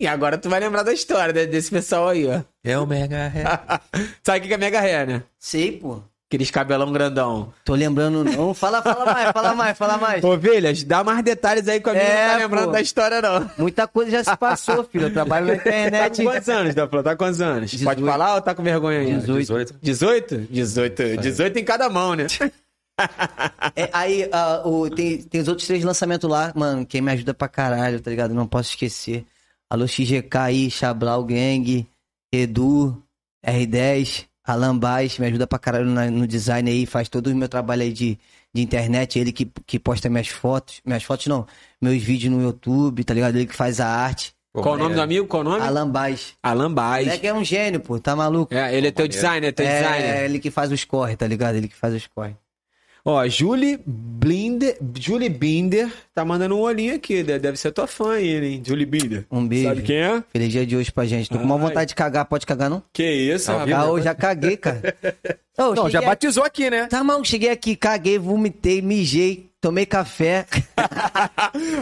Speaker 2: e agora tu vai lembrar da história de- desse pessoal aí, ó.
Speaker 1: É o mega ré.
Speaker 2: Sabe o que que é mega hair, né?
Speaker 3: Sei, pô.
Speaker 2: Aqueles cabelão grandão.
Speaker 3: Tô lembrando não. Fala, fala mais, fala mais, fala mais.
Speaker 2: Ovelhas, dá mais detalhes aí que a minha
Speaker 3: É,
Speaker 2: não tá lembrando
Speaker 3: pô.
Speaker 2: da história, não.
Speaker 3: Muita coisa já se passou, filho. Eu trabalho na
Speaker 2: Tá
Speaker 3: internet.
Speaker 2: com quantos anos, Dafla? Tá com quantos anos? Pode
Speaker 3: 18.
Speaker 2: falar ou tá com vergonha ainda?
Speaker 1: 18.
Speaker 2: 18? 18. 18 em cada mão, né?
Speaker 3: É, aí ah, o- tem, tem os outros três lançamentos lá, mano. Quem me ajuda pra caralho, tá ligado? Não posso esquecer. Alô XGK aí, Xablau Gang, Edu, R10, Alan Baez, me ajuda pra caralho na- no design aí, faz todo o meu trabalho aí de, de internet, ele que, que posta minhas fotos, minhas fotos não, meus vídeos no YouTube, tá ligado? Ele que faz a arte.
Speaker 1: Pô,
Speaker 2: Qual o nome
Speaker 1: maneiro.
Speaker 2: do amigo? Qual o nome?
Speaker 3: é. Alan Baez.
Speaker 2: Alan
Speaker 3: Ele é
Speaker 2: Baez.
Speaker 3: que é um gênio, pô, tá maluco?
Speaker 2: É, ele é teu
Speaker 1: Maneiro.
Speaker 2: designer, teu
Speaker 3: É,
Speaker 2: designer.
Speaker 3: ele que faz os corre, tá ligado? Ele que faz os corre.
Speaker 2: Ó, Julie Blinder, Julie Binder tá mandando um olhinho aqui. de- Deve ser tua fã aí, hein? Julie Binder.
Speaker 3: Um beijo.
Speaker 2: Sabe quem é?
Speaker 3: Feliz dia de hoje pra gente. Tô com uma
Speaker 4: Ah,
Speaker 2: Ai.
Speaker 3: vontade de cagar, pode cagar não?
Speaker 2: Que isso,
Speaker 1: Tá
Speaker 2: rapaz.
Speaker 3: Ah, eu já caguei, cara. Ô,
Speaker 4: Não, já
Speaker 3: cheguei
Speaker 4: batizou aqui, né?
Speaker 3: aqui- Tá mal, cheguei aqui, caguei, vomitei, mijei, tomei café.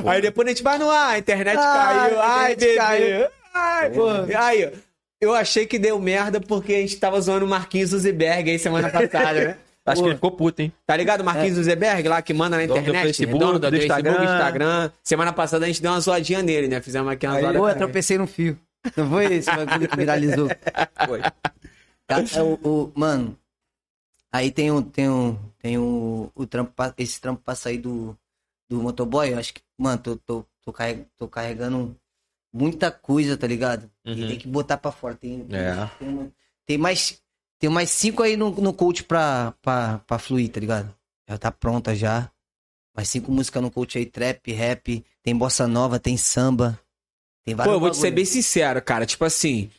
Speaker 2: Aí depois a gente vai no ar, a internet
Speaker 3: Ah,
Speaker 2: caiu.
Speaker 3: a
Speaker 2: Ai, bebê.
Speaker 3: internet caiu. Tá
Speaker 2: Ai, pô. Aí, eu achei que deu merda porque a gente tava zoando o Marquinhos Zuckerberg aí semana passada, né?
Speaker 1: Acho
Speaker 2: Pô.
Speaker 1: que ele ficou puto, hein?
Speaker 2: Tá ligado?
Speaker 3: é.
Speaker 2: Marquinhos Zuckerberg lá que manda na
Speaker 1: Dono do
Speaker 2: internet.
Speaker 1: Facebook,
Speaker 2: dono
Speaker 1: do Instagram.
Speaker 2: Instagram. Semana passada a gente deu uma zoadinha nele, né? Fizemos aqui uma zoada.
Speaker 3: Pô, tá eu tropecei no fio. Não foi esse bagulho que viralizou.
Speaker 1: Foi.
Speaker 3: Tá, é o, o- mano, aí tem um, tem um, tem um, o trampo, pra- esse trampo pra sair do, do motoboy, eu acho que, mano, tô, tô, tô, carre- tô carregando muita coisa, tá ligado? E
Speaker 1: Uhum.
Speaker 3: tem que botar pra fora. Tem,
Speaker 1: É.
Speaker 3: tem, tem mais, tem mais cinco aí no, no coach pra, pra, pra fluir, tá ligado? Já tá pronta já. Mais cinco músicas no coach aí, trap, rap, tem bossa nova, tem samba, tem
Speaker 2: Pô,
Speaker 3: vários
Speaker 2: eu vou te ser
Speaker 3: bagulho.
Speaker 2: bem sincero, cara. Tipo assim,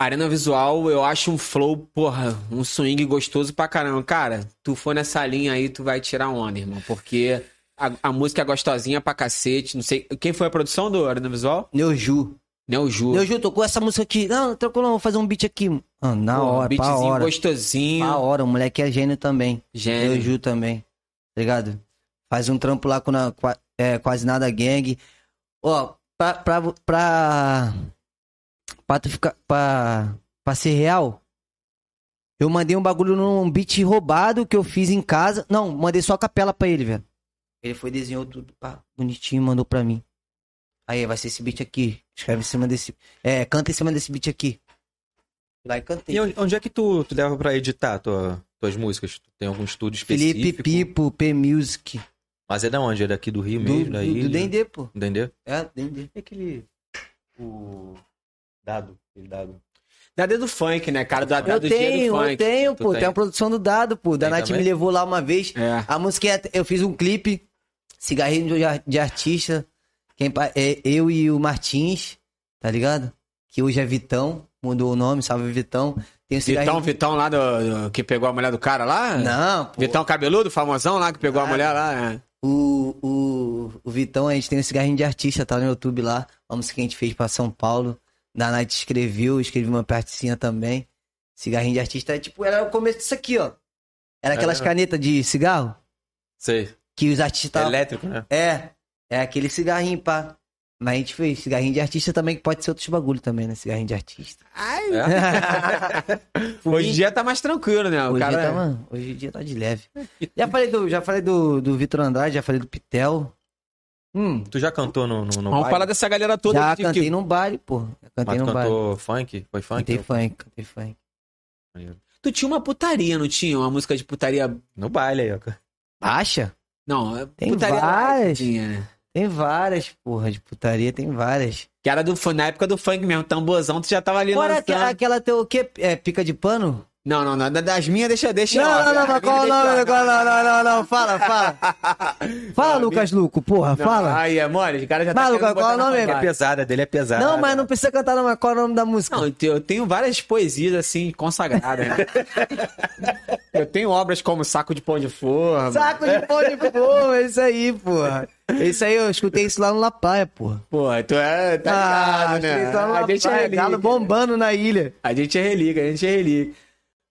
Speaker 2: Arena Visual, eu acho um flow, porra, um swing gostoso pra caramba. Cara, tu for nessa linha aí, tu vai tirar onda, irmão. Porque a, a música é gostosinha pra cacete. Não sei. Quem foi a produção do Arena Visual?
Speaker 3: Neuju.
Speaker 2: Neo Ju.
Speaker 3: Eu juro, tô com essa música aqui. Não, tranquilo, vou fazer um beat aqui. Ah, na
Speaker 2: Porra,
Speaker 3: hora, pra
Speaker 2: um beatzinho
Speaker 3: hora. Pra
Speaker 2: gostosinho.
Speaker 3: hora, o moleque é gênio também. É, Eu
Speaker 2: Gênio.
Speaker 3: juro também. Tá ligado? Faz um trampo lá com na- qua- é, quase nada gang. Ó, pra. pra, pra, pra tu ficar. Pra, pra ser real. Eu mandei um bagulho num beat roubado que eu fiz em casa. Não, mandei só a capela pra ele, velho. Ele foi, desenhou tudo, pá, bonitinho, mandou pra mim. Aí, vai ser esse beat aqui. Escreve em cima desse. É, canta em cima desse beat aqui. Fui Lá e cantei.
Speaker 1: E onde onde é que tu, tu leva pra editar tua- tuas músicas? Tu tem algum estúdio específico?
Speaker 3: Felipe Pipo, P Music.
Speaker 1: Mas é da onde? É daqui do Rio
Speaker 3: Do,
Speaker 1: mesmo? Da
Speaker 3: do, do
Speaker 1: ilha?
Speaker 3: Dendê, pô.
Speaker 1: Entendeu?
Speaker 3: É, Dendê.
Speaker 1: É aquele. O. Dado. Aquele dado.
Speaker 2: Da dedo funk, né, cara? Da, da
Speaker 3: Eu
Speaker 2: do dinheiro
Speaker 3: tenho, eu
Speaker 2: funk.
Speaker 3: tenho,
Speaker 1: Tu
Speaker 3: pô.
Speaker 1: tem?
Speaker 3: Tem uma produção do dado, pô. Da
Speaker 1: Tem
Speaker 3: Nath me
Speaker 1: também?
Speaker 3: levou lá uma vez.
Speaker 2: É.
Speaker 3: A música, é- eu fiz um clipe, Cigarrinho de, ar- de Artista. Quem, pa- é eu e o Martins, tá ligado? Que hoje é Vitão, mudou o nome, salve Vitão. Tem
Speaker 2: Vitão,
Speaker 3: o cigarrinho.
Speaker 2: Vitão lá do, do- que pegou a mulher do cara lá?
Speaker 3: Não, pô.
Speaker 2: Vitão cabeludo, famosão lá que pegou a
Speaker 3: Ah.
Speaker 2: mulher lá. É.
Speaker 3: O, o, o Vitão, a gente tem o cigarrinho de artista, tá no YouTube lá. Uma música que a gente fez pra São Paulo. Da Night escreveu, eu escrevi uma partezinha também. Cigarrinho de artista é tipo, era o começo disso aqui, ó. Era aquelas
Speaker 1: É.
Speaker 3: canetas de cigarro
Speaker 1: Sei.
Speaker 3: que os
Speaker 1: É
Speaker 3: artistas. tavam-
Speaker 1: Elétrico, né?
Speaker 3: É, é aquele cigarrinho, pá. Mas a gente fez cigarrinho de artista também, que pode ser outros bagulho também, né? Cigarrinho de artista.
Speaker 1: É?
Speaker 2: Hoje em dia tá mais tranquilo, né? O
Speaker 3: hoje,
Speaker 2: cara
Speaker 3: em dia tá, mano, hoje em dia tá de leve. Já falei do, já falei do, do Vitor Andrade, já falei do Pitel. Hum,
Speaker 1: Tu já cantou no. no, no
Speaker 2: Vamos
Speaker 1: baile?
Speaker 2: falar dessa galera toda
Speaker 3: já
Speaker 2: de-
Speaker 3: cantei
Speaker 2: que...
Speaker 3: num baile, pô. Já
Speaker 1: Mas
Speaker 3: cantei
Speaker 1: tu
Speaker 3: num um baile.
Speaker 1: cantou funk? Foi funk?
Speaker 3: Cantei funk, cantei funk.
Speaker 2: Tu tinha uma putaria, não tinha? Uma música de putaria.
Speaker 1: No baile aí, ó.
Speaker 3: Acha?
Speaker 2: Não, é
Speaker 3: Tem
Speaker 2: putaria
Speaker 3: várias.
Speaker 2: tinha, né?
Speaker 3: Tem várias, porra, de putaria, tem várias.
Speaker 2: Que era do fun- na época do funk mesmo, tamborzão, tu já tava ali
Speaker 3: Fora
Speaker 2: lançando.
Speaker 3: aquela, aquela teu o quê? É, pica de pano?
Speaker 2: Não, não, não. da- Das minhas deixa, deixa.
Speaker 3: Não,
Speaker 2: ó.
Speaker 3: não, não,
Speaker 2: Das
Speaker 3: não,
Speaker 2: minhas
Speaker 3: qual o
Speaker 2: deixa, ó.
Speaker 3: nome? Qual- Não, não, não, não, fala, fala. Fala, Lucas Luco, porra,
Speaker 2: Não,
Speaker 3: fala.
Speaker 2: Aí, é mole, o cara já tá
Speaker 3: Maluco,
Speaker 2: querendo
Speaker 3: qual
Speaker 2: botar
Speaker 3: o
Speaker 2: na
Speaker 3: nome?
Speaker 1: É
Speaker 2: pancada.
Speaker 1: pesada, dele é pesada.
Speaker 3: Não, mas não precisa cantar, não, mas qual é o nome da música?
Speaker 2: Não, eu te- eu tenho várias poesias assim, consagradas. né? eu tenho obras como Saco de Pão de Forma.
Speaker 3: Saco de pão de porra, é isso aí, porra. É Isso aí, eu escutei isso lá no La Praia, porra.
Speaker 2: Pô, tu é. Tá ligado,
Speaker 3: escutei
Speaker 2: né?
Speaker 3: isso Ah, lá tá no La
Speaker 2: A gente é
Speaker 3: Praia, galo
Speaker 2: relíquia.
Speaker 3: bombando na ilha.
Speaker 2: A gente é relíquia, a gente é relíquia.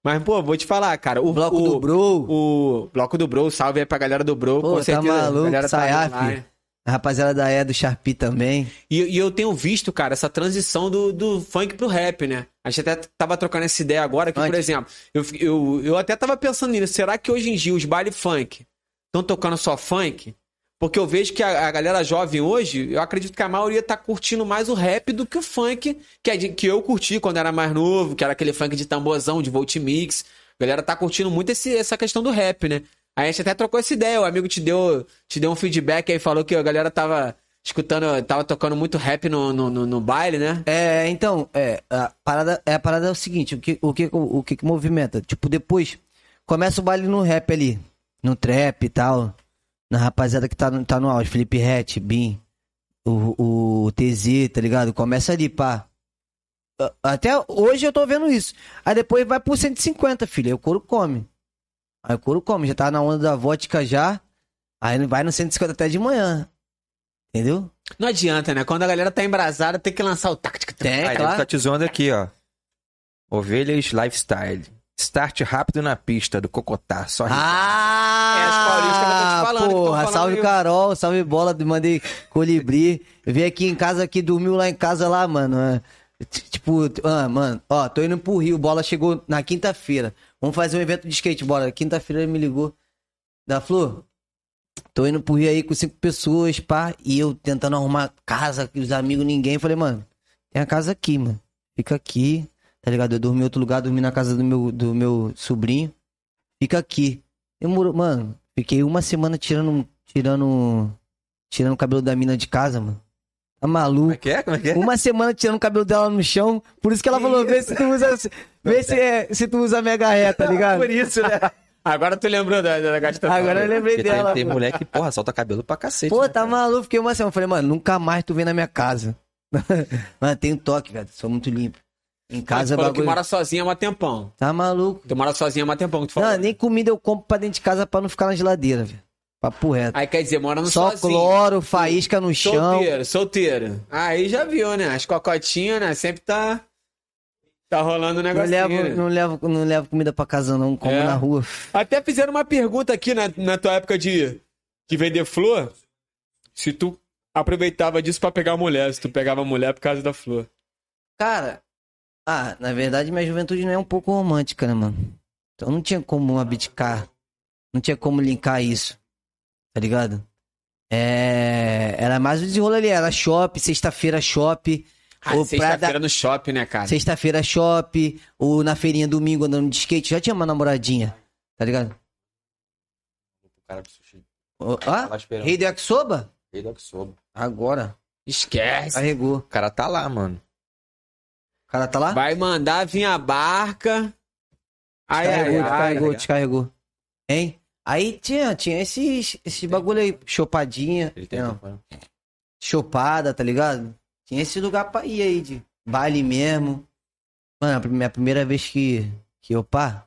Speaker 2: Mas, pô, vou te falar, cara. O
Speaker 3: Bloco
Speaker 2: o-
Speaker 3: do Bro.
Speaker 2: O Bloco do Bro, salve aí pra galera do Bro.
Speaker 3: Pô,
Speaker 2: com
Speaker 3: tá
Speaker 2: certeza. a
Speaker 3: maluco,
Speaker 2: galera tá
Speaker 3: Sayaf.
Speaker 2: online.
Speaker 3: A rapaziada da E do Sharpie também.
Speaker 2: E, e eu tenho visto, cara, essa transição do, do funk pro rap, né? A gente até tava trocando essa ideia agora, que, por
Speaker 3: Antes.
Speaker 2: exemplo, eu, fi- eu, eu até tava pensando nisso. Será que hoje em dia os baile funk estão tocando só funk? Porque eu vejo que a, a galera jovem hoje, eu acredito que a maioria tá curtindo mais o rap do que o funk, que, é de- que eu curti quando era mais novo, que era aquele funk de tamborzão, de voltmix. A galera tá curtindo muito esse- essa questão do rap, né? Aí a gente até trocou essa ideia, o amigo te deu, te deu um feedback aí, falou que a galera tava escutando, tava tocando muito rap no, no, no- no baile, né?
Speaker 3: É, então, é, a parada é, a parada é o seguinte, o que, o, que, o que que movimenta? Tipo, depois começa o baile no rap ali, no trap e tal, na rapaziada que tá no, tá no auge, Felipe Rett, Bin, o, o TZ, tá ligado? Começa ali, pá. A- Até hoje eu tô vendo isso. Aí depois vai pro 150, filho, aí o couro come. Aí o couro come, já tá na onda da vodka já, aí vai no 150 até de manhã, entendeu?
Speaker 2: Não adianta, né? Quando a galera tá embrasada, tem que lançar o táctico.
Speaker 3: Tem,
Speaker 1: Aí,
Speaker 3: é, claro.
Speaker 1: ele tá te zoando aqui, ó. Ovelhas Lifestyle. Start rápido na pista do Cocotá. Só
Speaker 3: Ah!
Speaker 2: É, as paulistas que eu tô te falando, que tão
Speaker 3: Porra,
Speaker 2: falando
Speaker 3: salve
Speaker 2: aí.
Speaker 3: Carol, salve bola, mandei colibri. Veio aqui em casa, aqui, dormiu lá em casa lá, mano. é. T- Tipo, t- ah, mano, ó, tô indo pro Rio, bola chegou na quinta-feira. Vamos fazer um evento de skate, bola. Quinta-feira ele me ligou. Da Flor, tô indo pro Rio aí com cinco pessoas, pá. E eu tentando arrumar casa, que os amigos, ninguém. Falei, mano, tem a casa aqui, mano. Fica aqui, tá ligado? Eu dormi em outro lugar, dormi na casa do meu, do meu sobrinho. Fica aqui. Demorou, mano. Fiquei uma semana tirando. Tirando. Tirando o cabelo da mina de casa, mano. Tá maluco?
Speaker 1: Como é que é? Como é que é?
Speaker 3: Uma semana tirando o cabelo dela no chão. Por isso que ela falou: vê se tu usa. Vê se, é, se tu usa mega ré, tá ligado?
Speaker 2: isso, né? é Agora tu lembrou da, da gasta.
Speaker 3: Agora eu lembrei
Speaker 1: Porque
Speaker 3: dela.
Speaker 1: tem, tem mulher que, porra, solta cabelo pra cacete.
Speaker 3: Pô,
Speaker 1: né,
Speaker 3: tá
Speaker 1: cara?
Speaker 3: maluco, fiquei uma semana. Falei, mano, nunca mais tu vem na minha casa. mano, tem um toque, velho. Sou muito limpo. Em
Speaker 2: Mas tu
Speaker 3: casa é
Speaker 2: falou que
Speaker 3: bagulho.
Speaker 2: mora sozinha há um tempão.
Speaker 3: Tá maluco.
Speaker 2: Tu mora sozinha há um tempão que tu falou.
Speaker 3: Não, nem comida eu compro pra dentro de casa pra não ficar na geladeira, velho. Papo reto.
Speaker 2: Aí quer dizer, morando
Speaker 3: Só
Speaker 2: Ah, sozinho.
Speaker 3: cloro, faísca no chão.
Speaker 2: Solteiro, solteiro. Aí já viu, né? As cocotinhas, né? Sempre tá. Tá rolando um
Speaker 3: Não
Speaker 2: negocinho.
Speaker 3: levo,
Speaker 2: né?
Speaker 3: não, levo, não levo comida pra casa, não. Como
Speaker 2: É.
Speaker 3: na rua.
Speaker 2: Até fizeram uma pergunta aqui na, na tua época de, de vender flor. Se tu aproveitava disso pra pegar mulher, se tu pegava mulher por causa da flor.
Speaker 3: Cara, ah, na verdade minha juventude não é um pouco romântica, né, mano? Então não tinha como abdicar. Não tinha como linkar isso. Tá ligado? É. Era mais o desenrolo ali. Era shopping, sexta-feira shopping.
Speaker 2: Ah,
Speaker 3: ou
Speaker 2: sexta-feira
Speaker 3: Prada-
Speaker 2: no shopping, né, cara?
Speaker 3: Sexta-feira shopping. Ou na feirinha domingo andando de skate. Já tinha uma namoradinha. Tá ligado?
Speaker 1: O cara do sushi.
Speaker 3: Ó,
Speaker 1: Tá lá
Speaker 3: ah,
Speaker 1: esperando.
Speaker 3: rei do Yakisoba?
Speaker 1: Ele é o que soube.
Speaker 3: Agora.
Speaker 2: Esquece.
Speaker 3: Carregou.
Speaker 1: O cara tá lá, mano.
Speaker 3: O cara tá lá?
Speaker 2: Vai mandar vir a barca. Ai, ai,
Speaker 3: Descarregou,
Speaker 2: ai.
Speaker 3: descarregou, descarregou. Hein? Aí tinha, tinha esses, esses bagulho aí, chopadinha,
Speaker 1: Ele tem
Speaker 3: não,
Speaker 1: acompanhado.
Speaker 3: chopada, tá ligado? Tinha esse lugar pra ir aí, de baile mesmo. Mano, a prime- minha primeira vez que, que eu pá,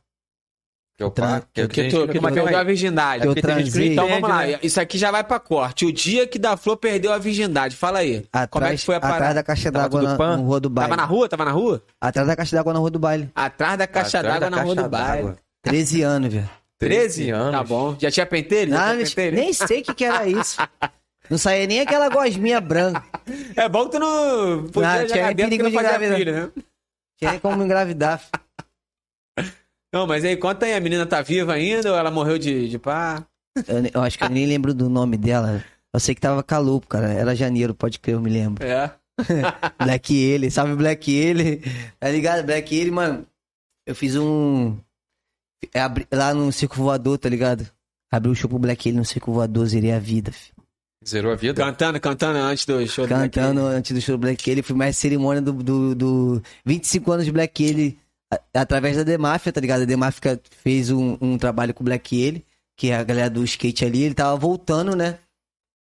Speaker 1: Que é o
Speaker 3: Tra-
Speaker 1: pá, que é o que,
Speaker 2: Que tu, que tu perdeu a virgindade.
Speaker 3: eu
Speaker 1: porque tem gente que
Speaker 3: transei
Speaker 2: Então vamos lá,
Speaker 1: Entende,
Speaker 2: isso aqui já vai pra corte. O dia que da Flor perdeu a virgindade, fala aí. Como é
Speaker 3: atrás,
Speaker 2: que foi a
Speaker 3: atrás
Speaker 2: parada?
Speaker 3: da caixa
Speaker 1: Tava
Speaker 3: d'água
Speaker 1: tudo
Speaker 3: na,
Speaker 1: pan?
Speaker 3: no rua do baile.
Speaker 2: Tava na rua? Tava na rua?
Speaker 3: Atrás da caixa d'água na rua do baile.
Speaker 2: Atrás da caixa
Speaker 1: é
Speaker 2: d'água na rua do bairro.
Speaker 3: 13 anos, velho.
Speaker 1: 13 anos.
Speaker 2: Tá bom. Já tinha pentelho? Já
Speaker 3: Não,
Speaker 2: tinha pentelho?
Speaker 3: nem sei o que, que era isso. Não saía nem aquela gosminha branca.
Speaker 2: É bom que tu não podia
Speaker 3: Não,
Speaker 2: não,
Speaker 3: Ah, tinha
Speaker 2: jogar dentro que
Speaker 3: perigo
Speaker 2: não
Speaker 3: de
Speaker 2: fazia
Speaker 3: engravidar.
Speaker 2: filho, né?
Speaker 3: Tinha nem como engravidar. fi.
Speaker 2: Não, mas aí conta aí, a menina tá viva ainda ou ela morreu de, de pá?
Speaker 3: Eu, ne- eu acho que eu nem lembro do nome dela. Eu sei que tava calor, cara. Era janeiro, pode crer, eu me lembro.
Speaker 2: É.
Speaker 3: Black ele, salve Black ele. Tá ligado? Black ele, mano. Eu fiz um. é, abri- Lá no circo voador, tá ligado? Abri o show pro Black ele no circo voador, zerei a vida. fi.
Speaker 1: Zerou a vida.
Speaker 2: Cantando, cantando antes do show do Black
Speaker 3: Cantando antes do show do Black ele. Fui mais cerimônia do, do, do 25 anos de Black ele. a- Através da Demáfia, tá ligado? A Demáfia fez um, um trabalho com o Black ele, que é a galera do skate ali. Ele tava voltando, né?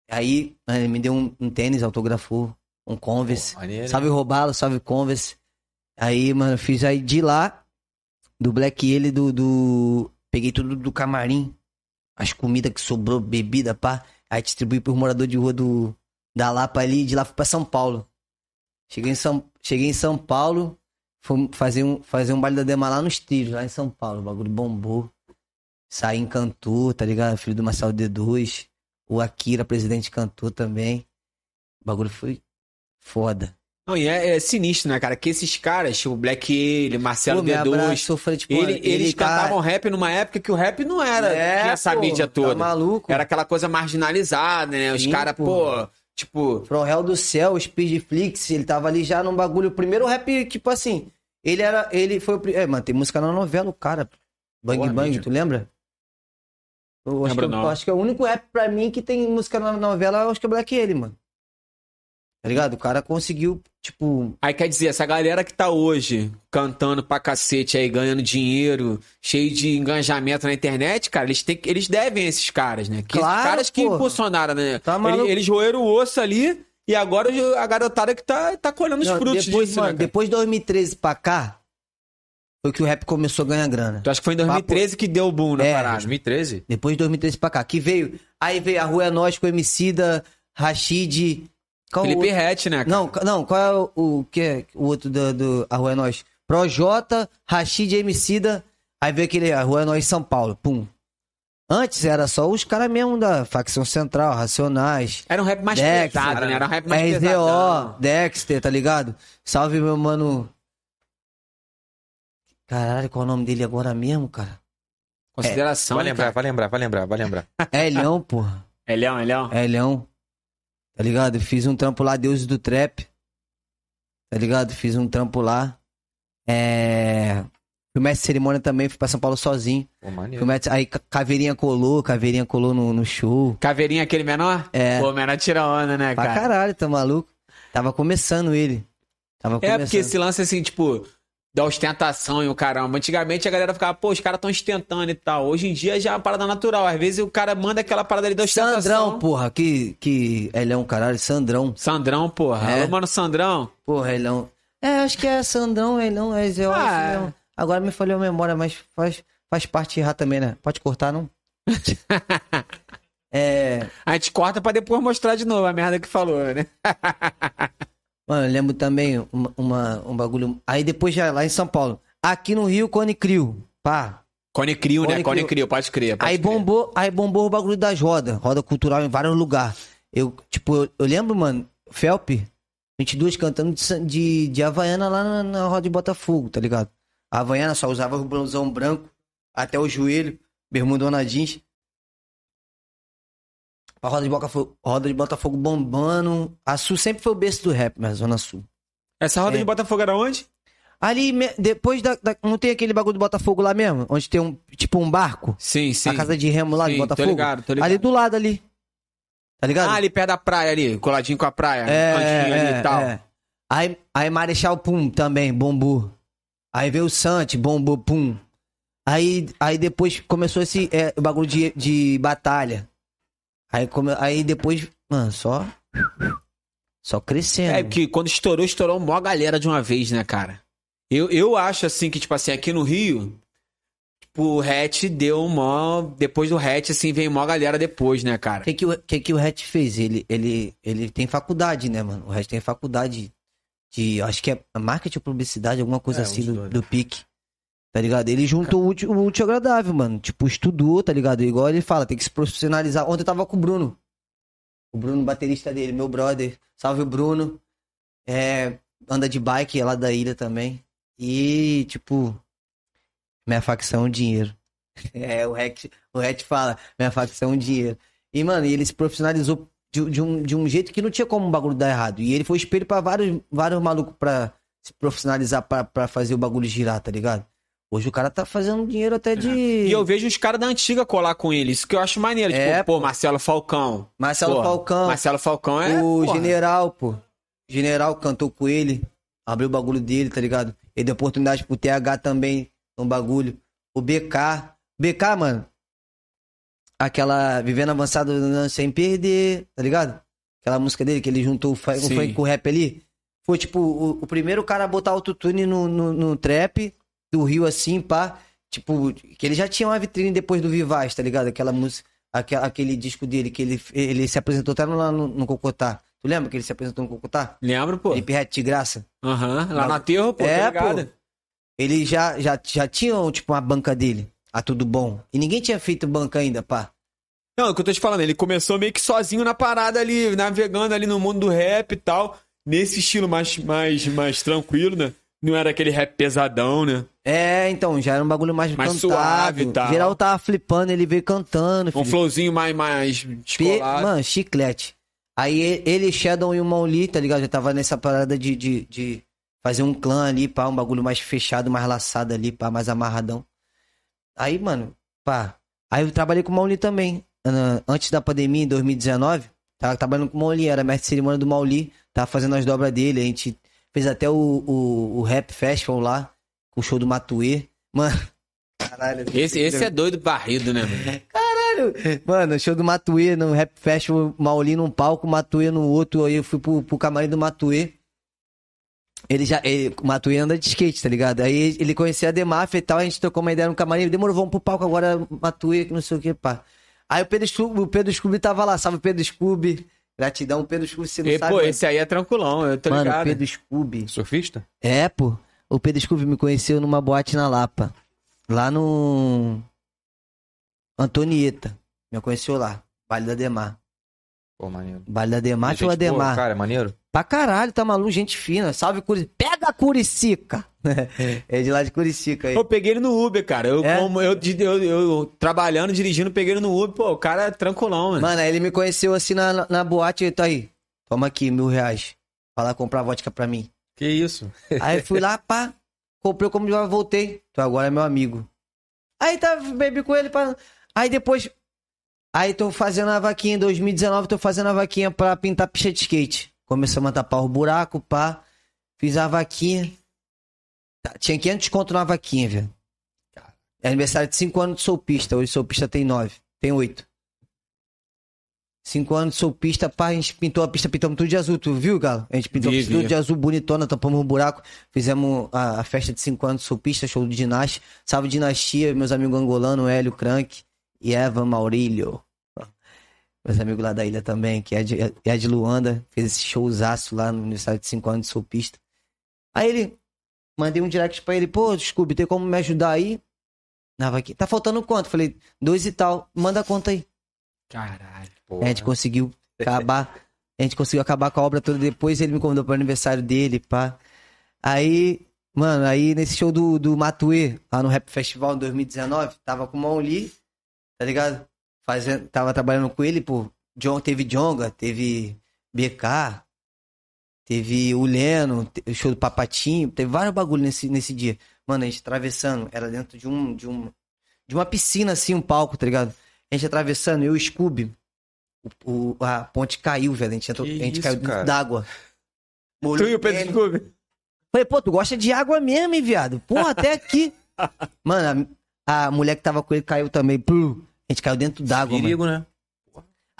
Speaker 3: Aí mano, ele me deu um, um tênis, autografou. Um Converse.
Speaker 1: Pô, maneiro,
Speaker 3: Salve Robalo, salve Converse. Aí, mano, fiz aí de lá, do Black ele, do, do- Peguei tudo do camarim. As comidas que sobrou, bebida, pá. Aí distribuí pros moradores de rua do, da Lapa ali, de lá fui pra São Paulo. Cheguei em São, cheguei em São Paulo, fui fazer um, fazer um baile da Dema lá nos trilhos, lá em São Paulo. O bagulho bombou. Saí em Cantor, tá ligado? Filho do Marcelo D2. O Akira, presidente, cantou também. O bagulho foi foda.
Speaker 2: Não, e é, é sinistro, né, cara? Que esses caras, tipo Black Ele, Marcelo
Speaker 3: Pô, me
Speaker 2: D2,
Speaker 3: abraçou, falei, tipo,
Speaker 2: ele, eles
Speaker 3: cara-
Speaker 2: cantavam rap numa época que o rap não era
Speaker 3: É,
Speaker 2: tinha essa
Speaker 3: pô,
Speaker 2: mídia toda.
Speaker 3: Tá maluco.
Speaker 2: Era aquela coisa marginalizada, né? Os
Speaker 3: Sim,
Speaker 2: caras,
Speaker 3: pô.
Speaker 2: pô, tipo,
Speaker 3: From Hell do Céu, Speedflix, ele tava ali já num bagulho. O primeiro rap, tipo assim, ele era. Ele foi o. pri- É, mano, tem música na novela, o cara. Bang
Speaker 1: Porra,
Speaker 3: Bang,
Speaker 1: mídia.
Speaker 3: tu lembra? Eu acho,
Speaker 2: Lembro
Speaker 3: que, eu
Speaker 2: não.
Speaker 3: acho que é o único rap pra mim que tem música na novela, eu acho que é Black ele, mano. Tá ligado? O cara conseguiu, tipo.
Speaker 2: Aí quer dizer, essa galera que tá hoje cantando pra cacete aí, ganhando dinheiro, cheio de enganjamento na internet, cara, eles, têm, que- eles devem a esses caras, né? Que,
Speaker 3: Claro,
Speaker 2: caras que
Speaker 3: porra.
Speaker 2: impulsionaram, né?
Speaker 3: Tá
Speaker 2: eles,
Speaker 3: maluco.
Speaker 2: eles roeram o osso ali e agora a garotada que tá, tá colhendo os
Speaker 3: Não,
Speaker 2: frutos
Speaker 3: depois,
Speaker 2: disso,
Speaker 3: mano,
Speaker 2: né, cara?
Speaker 3: depois de 2013 pra cá, foi que o rap começou a ganhar grana.
Speaker 2: Tu acha que foi em 2013 que deu o boom na
Speaker 3: É.
Speaker 2: parada?
Speaker 1: 2013?
Speaker 3: Depois de 2013 pra cá, que veio. Aí veio a Rua é Nós com Emicida, Rashid. Qual o
Speaker 2: Felipe
Speaker 3: outro?
Speaker 2: Rett, né, cara?
Speaker 3: Então, Não, ca- não, qual é o, o que é o outro do, do A Rua é Nós? Projota, Rashid Emicida, aí veio aquele A Rua é Nós São Paulo, pum. Antes era só os caras mesmo da facção central, Racionais,
Speaker 2: Era um rap mais
Speaker 3: Dex,
Speaker 2: pesado, né? Era um rap mais
Speaker 3: RZO,
Speaker 2: pesado.
Speaker 3: Dexter, tá ligado? Salve meu mano. Caralho, qual é o nome dele agora mesmo, cara?
Speaker 2: Consideração,
Speaker 1: Vai
Speaker 2: né,
Speaker 1: lembrar,
Speaker 2: cara?
Speaker 1: vai lembrar, vai lembrar, vai lembrar.
Speaker 3: É Leão, porra.
Speaker 2: É Leão, é Leão.
Speaker 3: É Leão. Tá ligado? Fiz um trampo lá, Deuses do Trap. Tá ligado? Fiz um trampo lá. É. Fui mestre de cerimônia também, fui pra São Paulo sozinho.
Speaker 1: Pô, maneiro.
Speaker 3: Fui mestre- Aí Ca- Caveirinha colou, Caveirinha colou no, no show.
Speaker 2: Caveirinha, aquele menor?
Speaker 3: É.
Speaker 2: Pô, o menor tira onda, né,
Speaker 3: Pra
Speaker 2: cara?
Speaker 3: caralho, tá maluco? Tava começando ele. Tava
Speaker 2: É,
Speaker 3: começando.
Speaker 2: porque esse lance, assim, tipo, da ostentação e o caramba. Antigamente a galera ficava, pô, os caras tão ostentando e tal. Hoje em dia já é uma parada natural. Às vezes o cara manda aquela parada ali da ostentação.
Speaker 3: Sandrão, porra, que, que é Leão, caralho, Sandrão.
Speaker 2: Sandrão, porra.
Speaker 3: É.
Speaker 2: Alô, mano, Sandrão.
Speaker 3: Porra, é Leão. É, acho que é Sandrão, é Leão, é Zé.
Speaker 2: Ah,
Speaker 3: é Leão. Agora me falhou a memória, mas faz, faz parte errar também, né? Pode cortar, não? é.
Speaker 2: A gente corta pra depois mostrar de novo a merda que falou, né?
Speaker 3: Mano, eu lembro também uma, uma- um bagulho. Aí depois já lá em São Paulo. Aqui no Rio, Cone Crio. Pá.
Speaker 2: Cone Crio, né?
Speaker 3: Cone
Speaker 2: Cone
Speaker 3: Crio.
Speaker 2: Crio, pode crer. pode
Speaker 3: Aí
Speaker 2: crer.
Speaker 3: bombou, aí bombou o bagulho das rodas. Roda cultural em vários lugares. Eu, tipo, eu, eu lembro, mano, Felpe, 22 cantando de, san- de, de Havaiana lá na, na roda de Botafogo, tá ligado? A Havaiana só usava o blusão branco até o joelho, bermudona jeans. A roda de Botafogo, roda de Botafogo bombando. A Sul sempre foi o berço do rap, mas Zona Sul.
Speaker 2: Essa roda
Speaker 3: É.
Speaker 2: de Botafogo era onde?
Speaker 3: Ali, me- depois da, da- Não tem aquele bagulho do Botafogo lá mesmo? Onde tem um. Tipo um barco?
Speaker 2: Sim, sim.
Speaker 3: A casa de remo lá
Speaker 2: Sim,
Speaker 3: de Botafogo?
Speaker 2: Tô ligado, tô ligado.
Speaker 3: Ali do lado ali. Tá ligado?
Speaker 2: Ah, ali perto da praia ali, coladinho com a praia, um
Speaker 3: é,
Speaker 2: cantinho ali
Speaker 3: é,
Speaker 2: e tal.
Speaker 3: é. Aí, aí Marechal Pum também, bombou. Aí veio o Sante, bombou, pum. Aí, aí depois começou esse é, o bagulho de, de batalha. Aí, come, aí depois, mano, só. Só crescendo.
Speaker 2: É, porque quando estourou, estourou mó galera de uma vez, né, cara? Eu, eu acho, assim, que, tipo assim, aqui no Rio, tipo, o hatch deu mó... Depois do hatch, assim, vem mó galera depois, né,
Speaker 3: O
Speaker 2: cara?
Speaker 3: que, que, o, que, que o Hatch fez? Ele, ele, ele tem faculdade, né, mano? O Hatch tem faculdade de. Acho que é marketing ou publicidade, alguma coisa
Speaker 1: É,
Speaker 3: assim
Speaker 1: uns
Speaker 3: do,
Speaker 1: dois,
Speaker 3: do PIC. Tá ligado? Ele juntou o útil, o útil ao agradável, mano. Tipo, estudou, tá ligado? Igual ele fala, tem que se profissionalizar. Ontem eu tava com o Bruno. O Bruno, baterista dele, meu brother. Salve o Bruno. É, anda de bike, é lá da ilha também. E, tipo, minha facção é o dinheiro. É, o Hatch, o Hatch fala, minha facção é o dinheiro. E, mano, ele se profissionalizou de, de um, de um jeito que não tinha como o bagulho dar errado. E ele foi espelho pra vários, vários malucos pra se profissionalizar, pra, pra fazer o bagulho girar, tá ligado? Hoje o cara tá fazendo dinheiro até de.
Speaker 2: E eu vejo os caras da antiga colar com ele, isso que eu acho maneiro. Tipo,
Speaker 3: É,
Speaker 2: pô, Marcelo Falcão.
Speaker 3: Marcelo
Speaker 2: Pô,
Speaker 3: Falcão,
Speaker 2: Marcelo Falcão é...
Speaker 3: o
Speaker 2: porra.
Speaker 3: general, pô. General cantou com ele, abriu o bagulho dele, tá ligado? Ele deu oportunidade pro TH também, no bagulho. O BK. BK, mano. Aquela Vivendo Avançado né, Sem Perder, tá ligado? Aquela música dele que ele juntou o fa- o
Speaker 2: Sim.
Speaker 3: funk com o rap ali. Foi tipo o, o primeiro cara a botar autotune no, no, no trap do Rio assim, pá. Tipo, que ele já tinha uma vitrine depois do Vivaz, tá ligado? Aquela música, aque- aquele disco dele que ele, ele se apresentou até lá no, no Cocotá. Tu lembra que ele se apresentou no Cocotá?
Speaker 2: Lembro, pô.
Speaker 3: Felipe Ret de graça.
Speaker 2: Aham, lá no aterro, pô,
Speaker 3: É,
Speaker 2: tá ligado?
Speaker 3: pô. Ele já, Ah, já, já tinha, tipo, uma banca dele, a Tudo Bom. E ninguém tinha feito banca ainda, pá.
Speaker 2: Não, é o que eu tô te falando, ele começou meio que sozinho na parada ali, navegando ali no mundo do rap e tal, nesse estilo mais, mais, mais tranquilo, né? Não era aquele rap pesadão, né?
Speaker 3: É, então, já era um bagulho mais,
Speaker 2: Mais
Speaker 3: cantado.
Speaker 2: suave e tal.
Speaker 3: Geral tava flipando, ele veio cantando.
Speaker 2: Um
Speaker 3: filho.
Speaker 2: flowzinho mais, mais
Speaker 3: Pe-
Speaker 2: descolado.
Speaker 3: Mano, chiclete. Aí e- ele, Shadow e o Mauli, tá ligado? Já tava nessa parada de, de, de fazer um clã ali, pá, um bagulho mais fechado, mais laçado ali, pá, mais amarradão. Aí, mano, pá. Aí eu trabalhei com o Mauli também. Ana- Antes da pandemia, em 2019, tava trabalhando com o Mauli, era mestre de cerimônia do Mauli, tava fazendo as dobras dele, a gente fez até o, o, o Rap Festival lá, com o show do Matuê. Mano, caralho.
Speaker 2: Esse, esse é doido barrido, né, mano?
Speaker 3: Mano, show do Matuê no Rap Festival, Mauli num palco, Matuê no outro. Aí eu fui pro, pro camarim do Matuê. Ele já. Ele, o Matuê anda de skate, tá ligado? Aí ele conhecia a Demafia e tal, a gente trocou uma ideia no camarim. Demorou, vamos pro palco agora, Matuê, que não sei o que, pá. Aí o Pedro Scooby, o Pedro Scooby tava lá, salve Pedro Scooby. Gratidão, Pedro Scooby, você não
Speaker 2: E,
Speaker 3: sabe.
Speaker 2: pô,
Speaker 3: mano.
Speaker 2: esse aí é tranquilão, eu tô
Speaker 3: mano,
Speaker 2: ligado.
Speaker 3: Pedro Scooby.
Speaker 1: Surfista?
Speaker 3: É, pô. O Pedro Scooby me conheceu numa boate na Lapa. Lá no. Antonieta. Me conheceu lá. Vale da Demar.
Speaker 1: Pô, maneiro.
Speaker 3: Vale da Demar
Speaker 1: Gente
Speaker 3: ou
Speaker 1: boa,
Speaker 3: Ademar?
Speaker 1: Cara, maneiro.
Speaker 3: Pra caralho, tá maluco, gente fina. Salve Curicica. Pega a Curicica! é de lá de Curicica aí.
Speaker 2: Eu peguei ele no Uber, cara. Eu,
Speaker 3: É?
Speaker 2: como, eu, di- eu, eu trabalhando, dirigindo, peguei ele no Uber. Pô, o cara é tranquilão, mano.
Speaker 3: Mano, aí ele me conheceu assim na, na, na boate. Ele tá aí. Toma aqui, mil reais. Vai lá comprar vodka pra mim.
Speaker 1: Que isso?
Speaker 3: Aí eu fui lá, pá, comprei como já voltei. Tu agora é meu amigo. Aí tá, bebi com ele, pá. Aí depois. Aí tô fazendo a vaquinha em 2019, tô fazendo a vaquinha pra pintar pista de skate. Começamos a tapar o buraco, pá. Fiz a vaquinha. Tá, Tinha 500 conto na vaquinha, velho. É aniversário de 5 anos de Soupista. Hoje Soupista tem 9, tem 8. 5 anos de Soupista, pá, a gente pintou a pista, pintamos tudo de azul. Tu viu, Galo? A gente pintou
Speaker 2: Vi,
Speaker 3: tudo
Speaker 2: vi.
Speaker 3: de azul, bonitona, tampamos um buraco. Fizemos a, a festa de 5 anos de Soupista, show do Dinasti. Salve Dinastia, meus amigos angolanos, Hélio Crank e Eva Maurílio. Meus amigos lá da ilha também, que é de, é de Luanda. Fez esse showzaço lá no aniversário de 5 anos de Soupista. Aí ele, mandei um direct pra ele, pô, Scooby, tem como me ajudar aí? Na vaquinha. Tá faltando quanto? Falei, dois e tal. Manda a conta aí.
Speaker 2: Caralho.
Speaker 1: Pô,
Speaker 3: A gente conseguiu acabar. A gente conseguiu acabar com a obra toda depois. Ele me convidou pro aniversário dele, pá. Aí, mano, aí nesse show do, do Matuê, lá no Rap Festival em 2019, tava com o Mauli, tá ligado? Fazendo, tava trabalhando com ele, pô. John, teve Jonga, teve BK, teve o Leno, te- o show do Papatinho, teve vários bagulho nesse, nesse dia. Mano, a gente atravessando, era dentro de um, de um, de uma piscina assim, um palco, tá ligado? A gente atravessando, eu e o Scooby, o, o- a ponte caiu, velho, a gente, entrou, a
Speaker 1: Que
Speaker 3: gente
Speaker 1: isso,
Speaker 3: caiu dentro
Speaker 1: cara.
Speaker 3: d'água.
Speaker 2: Tu e o Pedro Scooby?
Speaker 3: Falei, pô, tu gosta de água mesmo, hein, viado? Porra, até aqui. Mano, a, a mulher que tava com ele caiu também. Plu. A gente caiu dentro d'água, mano.
Speaker 1: perigo, né?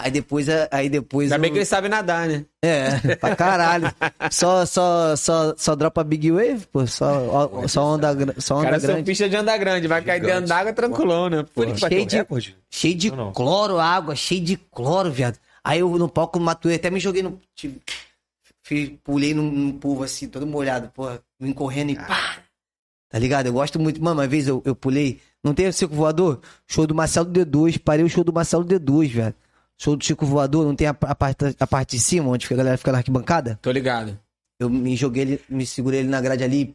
Speaker 3: Aí depois, a- aí depois...
Speaker 2: Ainda bem
Speaker 3: eu-
Speaker 2: que ele sabe nadar, né?
Speaker 3: É, pra caralho. só, só, só, só dropa Big Wave, pô. Só, ó, só onda, gra- só
Speaker 2: O
Speaker 3: onda
Speaker 2: cara é
Speaker 3: grande.
Speaker 2: surfista de andar grande, vai cair
Speaker 1: Gigante.
Speaker 2: dentro d'água tranquilão, né? Pô?
Speaker 1: Foi ele que bateu o
Speaker 3: Cheio de-
Speaker 1: recorde?
Speaker 3: Cheio de
Speaker 1: Eu não.
Speaker 3: cloro, a água, cheio de cloro, viado. Aí eu no palco no Matuê, até me joguei no. tive- fi- pulei num, num povo assim, todo molhado, porra, me correndo e pá! Tá ligado? Eu gosto muito. Mano, uma vez eu, eu pulei. Não tem o Chico Voador? Show do Marcelo D2. Parei o show do Marcelo D2, velho. Show do Chico Voador, não tem a, a parte, a parte de cima, onde fica- a galera fica na arquibancada?
Speaker 2: Tô ligado.
Speaker 3: Eu me joguei ele, me segurei ele na grade ali.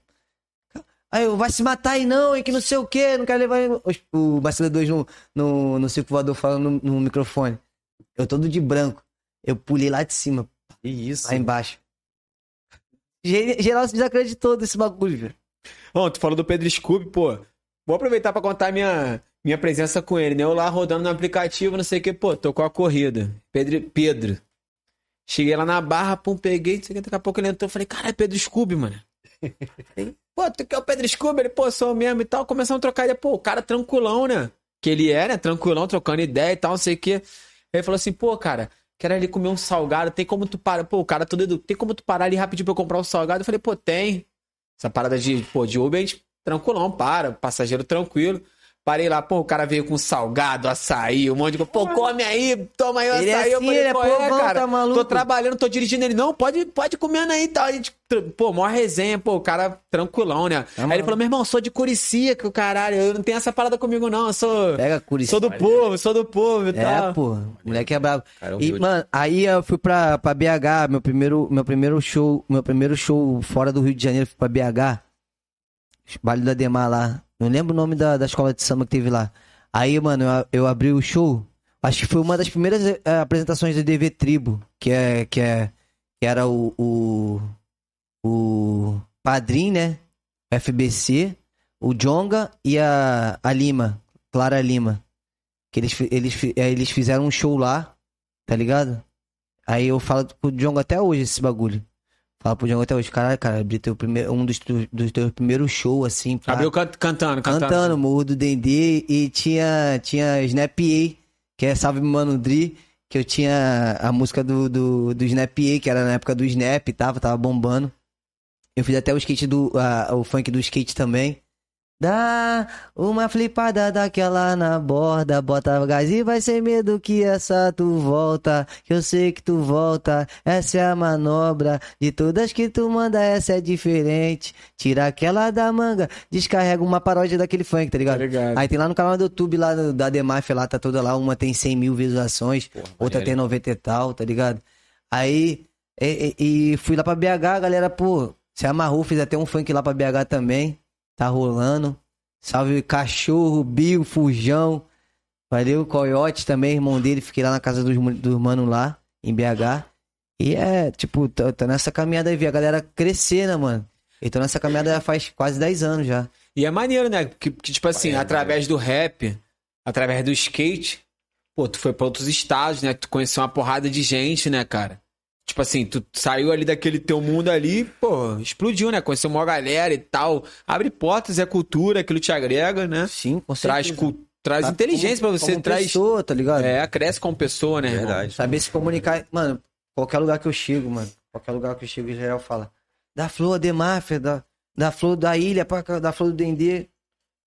Speaker 3: Aí eu, vai se matar aí não, e que não sei o que, não quero levar. ele." O Marcelo 2 no, no, no circo voador falando no, no microfone. Eu todo de branco. Eu pulei lá de cima,
Speaker 1: Que isso?
Speaker 3: lá embaixo. Ge- Geral se desacreditou desse bagulho, velho.
Speaker 2: Bom, tu falou do Pedro Scooby, pô. Vou aproveitar pra contar minha, minha presença com ele, né? Eu lá rodando no aplicativo, não sei o que, pô, tocou a corrida. Pedro. Pedro. Cheguei lá na barra, pum, peguei, não sei o que, daqui a pouco ele entrou, falei, cara, é Pedro Scooby, mano. Falei, pô, tu que é o Pedro Scooby? Ele, pô, sou eu mesmo e tal. Começamos a trocar ideia, pô, o cara tranquilão, né? Que ele é, né? Tranquilão, trocando ideia e tal, não sei o que. Ele falou assim, pô, cara, quero ali comer um salgado, tem como tu parar, pô, o cara todo edu... tem como tu parar ali rapidinho pra eu comprar um salgado? Eu falei, pô, tem. Essa parada de, pô, de Uber, a gente tranquilão, para, passageiro tranquilo. Parei lá, pô, o cara veio com salgado, açaí, um monte de coisa. Pô, come aí, toma aí o
Speaker 3: Ele é
Speaker 2: açaí. eu
Speaker 3: assim,
Speaker 2: falei,
Speaker 3: ele é
Speaker 2: "Qual é,
Speaker 3: povão,
Speaker 2: cara.
Speaker 3: tá maluco?"
Speaker 2: Tô trabalhando, tô dirigindo ele. Não, pode, pode ir comendo aí e tal. A gente, tr- pô, mó resenha, pô, o cara tranquilão, né? aí ele
Speaker 3: maluco.
Speaker 2: falou, meu irmão, sou de Curicica, caralho. Eu não tenho essa parada comigo, não. Eu sou.
Speaker 3: Pega a
Speaker 2: Sou do povo, sou do povo e
Speaker 3: É,
Speaker 2: tal.
Speaker 3: pô, o moleque é brabo.
Speaker 1: Cara,
Speaker 3: e,
Speaker 1: humilde.
Speaker 3: mano, aí eu fui pra, pra BH, meu primeiro, meu primeiro show, meu primeiro show fora do Rio de Janeiro, fui pra BH. Baile da Demar lá. Não lembro o nome da, da escola de samba que teve lá. Aí, mano, eu, eu abri o show. Acho que foi uma das primeiras eh, apresentações do DV Tribo, que é. Que, é, que era o, o. O. Padrim, né? FBC, o Jonga e a, a Lima, Clara Lima. Que eles, fi- eles, fi- eh, eles fizeram um show lá, tá ligado? Aí eu falo pro Djongo até hoje esse bagulho. Falo pro Djongo até hoje, caralho, cara, abri teu primeiro, um dos, tu- dos teus primeiros shows, assim, pá.
Speaker 2: Abriu can- cantando, cantando.
Speaker 3: cantando, Morro do Dendê, e tinha, tinha Snap EA, que é Salve Mano Dri, que eu tinha a música do, do, do Snap EA, que era na época do Snap, tava, tava bombando. Eu fiz até o skate do, a- o funk do skate também. Dá uma flipada daquela na borda, bota gás e vai sem medo que essa tu volta, que eu sei que tu volta, essa é a manobra, de todas que tu manda essa é diferente, tira aquela da manga, descarrega uma paródia daquele funk, tá ligado?
Speaker 2: Tá ligado.
Speaker 3: Aí tem lá no canal do YouTube, lá no- da Demaf, lá tá toda lá, uma tem 100 mil visualizações, outra
Speaker 1: maneiro.
Speaker 3: tem 90 e tal, tá ligado? Aí, e, e- e fui lá pra BH, a galera, pô, se amarrou, fiz até um funk lá pra BH também, tá rolando. Salve Cachorro, Bio, Fujão. Valeu, Coyote também, irmão dele. Fiquei lá na casa dos, mu- dos manos lá, em BH. E é, tipo, tô, tô nessa caminhada aí, vi a galera crescer, né, mano? E tô nessa caminhada já faz quase 10 anos já.
Speaker 2: E é maneiro, né? Que, que, tipo assim, através do rap, através do skate, pô, tu foi pra outros estados, né? Tu conheceu uma porrada de gente, né, cara? Tipo assim, tu saiu ali daquele teu mundo ali, pô, explodiu, né? Conheceu uma galera e tal. Abre portas, é cultura, aquilo te agrega, né?
Speaker 3: Sim, com Tá
Speaker 2: Traz, cu- traz inteligência pra você, traz.
Speaker 3: Pessoa, tá ligado?
Speaker 2: É, cresce como pessoa, né? irmão?
Speaker 1: Verdade.
Speaker 3: Saber se comunicar. Mano, qualquer lugar que eu chego, mano. Qualquer lugar que eu chego, em geral fala. Da flor de máfia, da, da flor da ilha, pra cá, da flor do Dendê.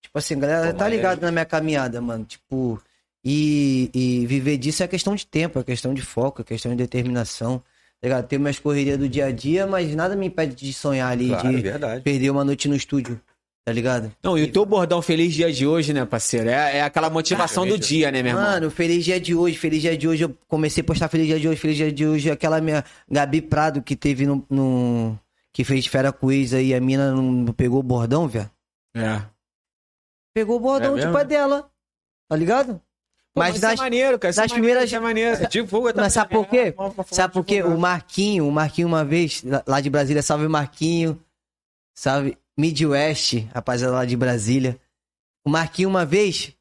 Speaker 3: Tipo assim, galera,
Speaker 1: Pô,
Speaker 3: tá
Speaker 1: maneiro.
Speaker 3: ligado na minha caminhada, mano. Tipo, e, e viver disso é questão de tempo, é questão de foco, é questão de determinação. Tá ligado? Tenho minhas correrias do dia a dia, mas nada me impede de sonhar ali,
Speaker 1: Claro,
Speaker 3: de
Speaker 1: verdade.
Speaker 3: perder uma noite no estúdio. Tá ligado?
Speaker 2: Não, e o teu bordão feliz dia de hoje, né, parceiro? É, é aquela motivação do
Speaker 1: Realmente.
Speaker 2: dia, né, meu irmão?
Speaker 3: Ah, Mano, feliz dia de hoje, feliz dia de hoje. Eu comecei a postar feliz dia de hoje, feliz dia de hoje. Aquela minha Gabi Prado que teve no. no- que fez fera quiz aí, a mina não, não pegou o bordão, velho.
Speaker 2: É.
Speaker 3: Pegou o bordão
Speaker 1: É
Speaker 3: tipo
Speaker 1: mesmo?
Speaker 3: a dela. Tá ligado?
Speaker 2: Pô,
Speaker 3: mas
Speaker 2: mas isso
Speaker 3: nas-
Speaker 2: é maneiro, cara. Isso
Speaker 3: nas
Speaker 2: é
Speaker 3: primeiras- tá
Speaker 2: maneiro, isso é maneiro.
Speaker 1: Divulga também.
Speaker 3: Mas sabe por quê? Sabe por quê? O Marquinho, o Marquinho uma vez, lá- lá de Brasília, salve Marquinho, salve Midwest, rapaziada lá de Brasília. O Marquinho uma vez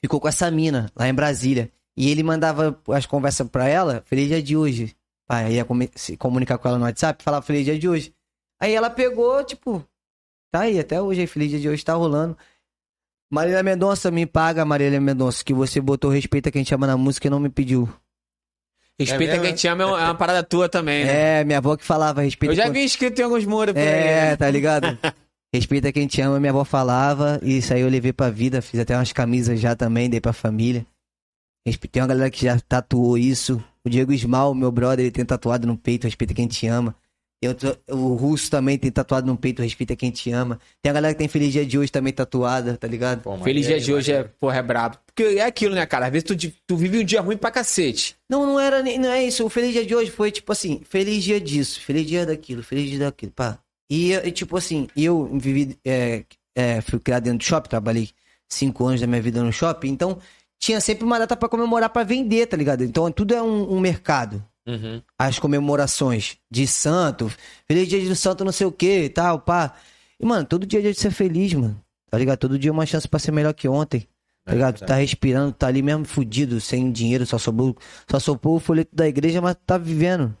Speaker 3: ficou com essa mina lá em Brasília. E ele mandava as conversas pra ela, feliz dia de hoje. Aí ia come- se comunicar com ela no WhatsApp, falar feliz dia de hoje. Aí ela pegou, tipo, tá aí, até hoje, aí, feliz dia de hoje, tá rolando. Marília Mendonça, me paga, Marília Mendonça, que você botou respeito a quem te ama na música e não me pediu.
Speaker 1: É
Speaker 2: Respeita
Speaker 1: mesmo,
Speaker 2: quem
Speaker 1: né?
Speaker 2: te ama é uma é uma parada tua também, né?
Speaker 3: É, minha avó que falava, respeita.
Speaker 2: Eu já
Speaker 3: quem-
Speaker 2: vi escrito em alguns muros por aí.
Speaker 3: É,
Speaker 2: né?
Speaker 3: tá ligado? respeita quem te ama, minha avó falava. E isso aí eu levei pra vida. Fiz até umas camisas já também, dei pra família. Respe- Tem uma galera que já tatuou isso. O Diego Ismal, meu brother, ele tem tatuado no peito, respeita quem te ama. Tem outro- o Russo também tem tatuado no peito, respeita quem te ama. Tem a galera que tem Feliz Dia de Hoje também tatuada, tá ligado?
Speaker 1: Pô, maneiro,
Speaker 2: Feliz dia de
Speaker 1: hein,
Speaker 2: hoje é,
Speaker 1: maneiro.
Speaker 2: porra, é brabo. Porque é aquilo, né, cara? Às vezes tu, di- tu vive um dia ruim pra cacete.
Speaker 3: Não, não era nem. Não é isso. O feliz dia de hoje foi tipo assim: feliz dia disso, feliz dia daquilo, feliz dia daquilo, pá. E, e, tipo assim, eu vivi. é, é, fui criado dentro do shopping, trabalhei cinco anos da minha vida no shopping, então tinha sempre uma data pra comemorar, pra vender, tá ligado? Então tudo é um- um mercado
Speaker 1: Uhum.
Speaker 3: as comemorações de santo, feliz dia do santo não sei o que e tal, pá. E, mano, todo dia é dia de ser feliz, mano. Tá ligado? Todo dia é uma chance pra ser melhor que ontem. Tá
Speaker 1: É
Speaker 3: ligado? Tu tá
Speaker 1: verdade.
Speaker 3: respirando, tá ali mesmo fudido, sem dinheiro, só sobrou, só soprou o folheto da igreja, mas tá vivendo.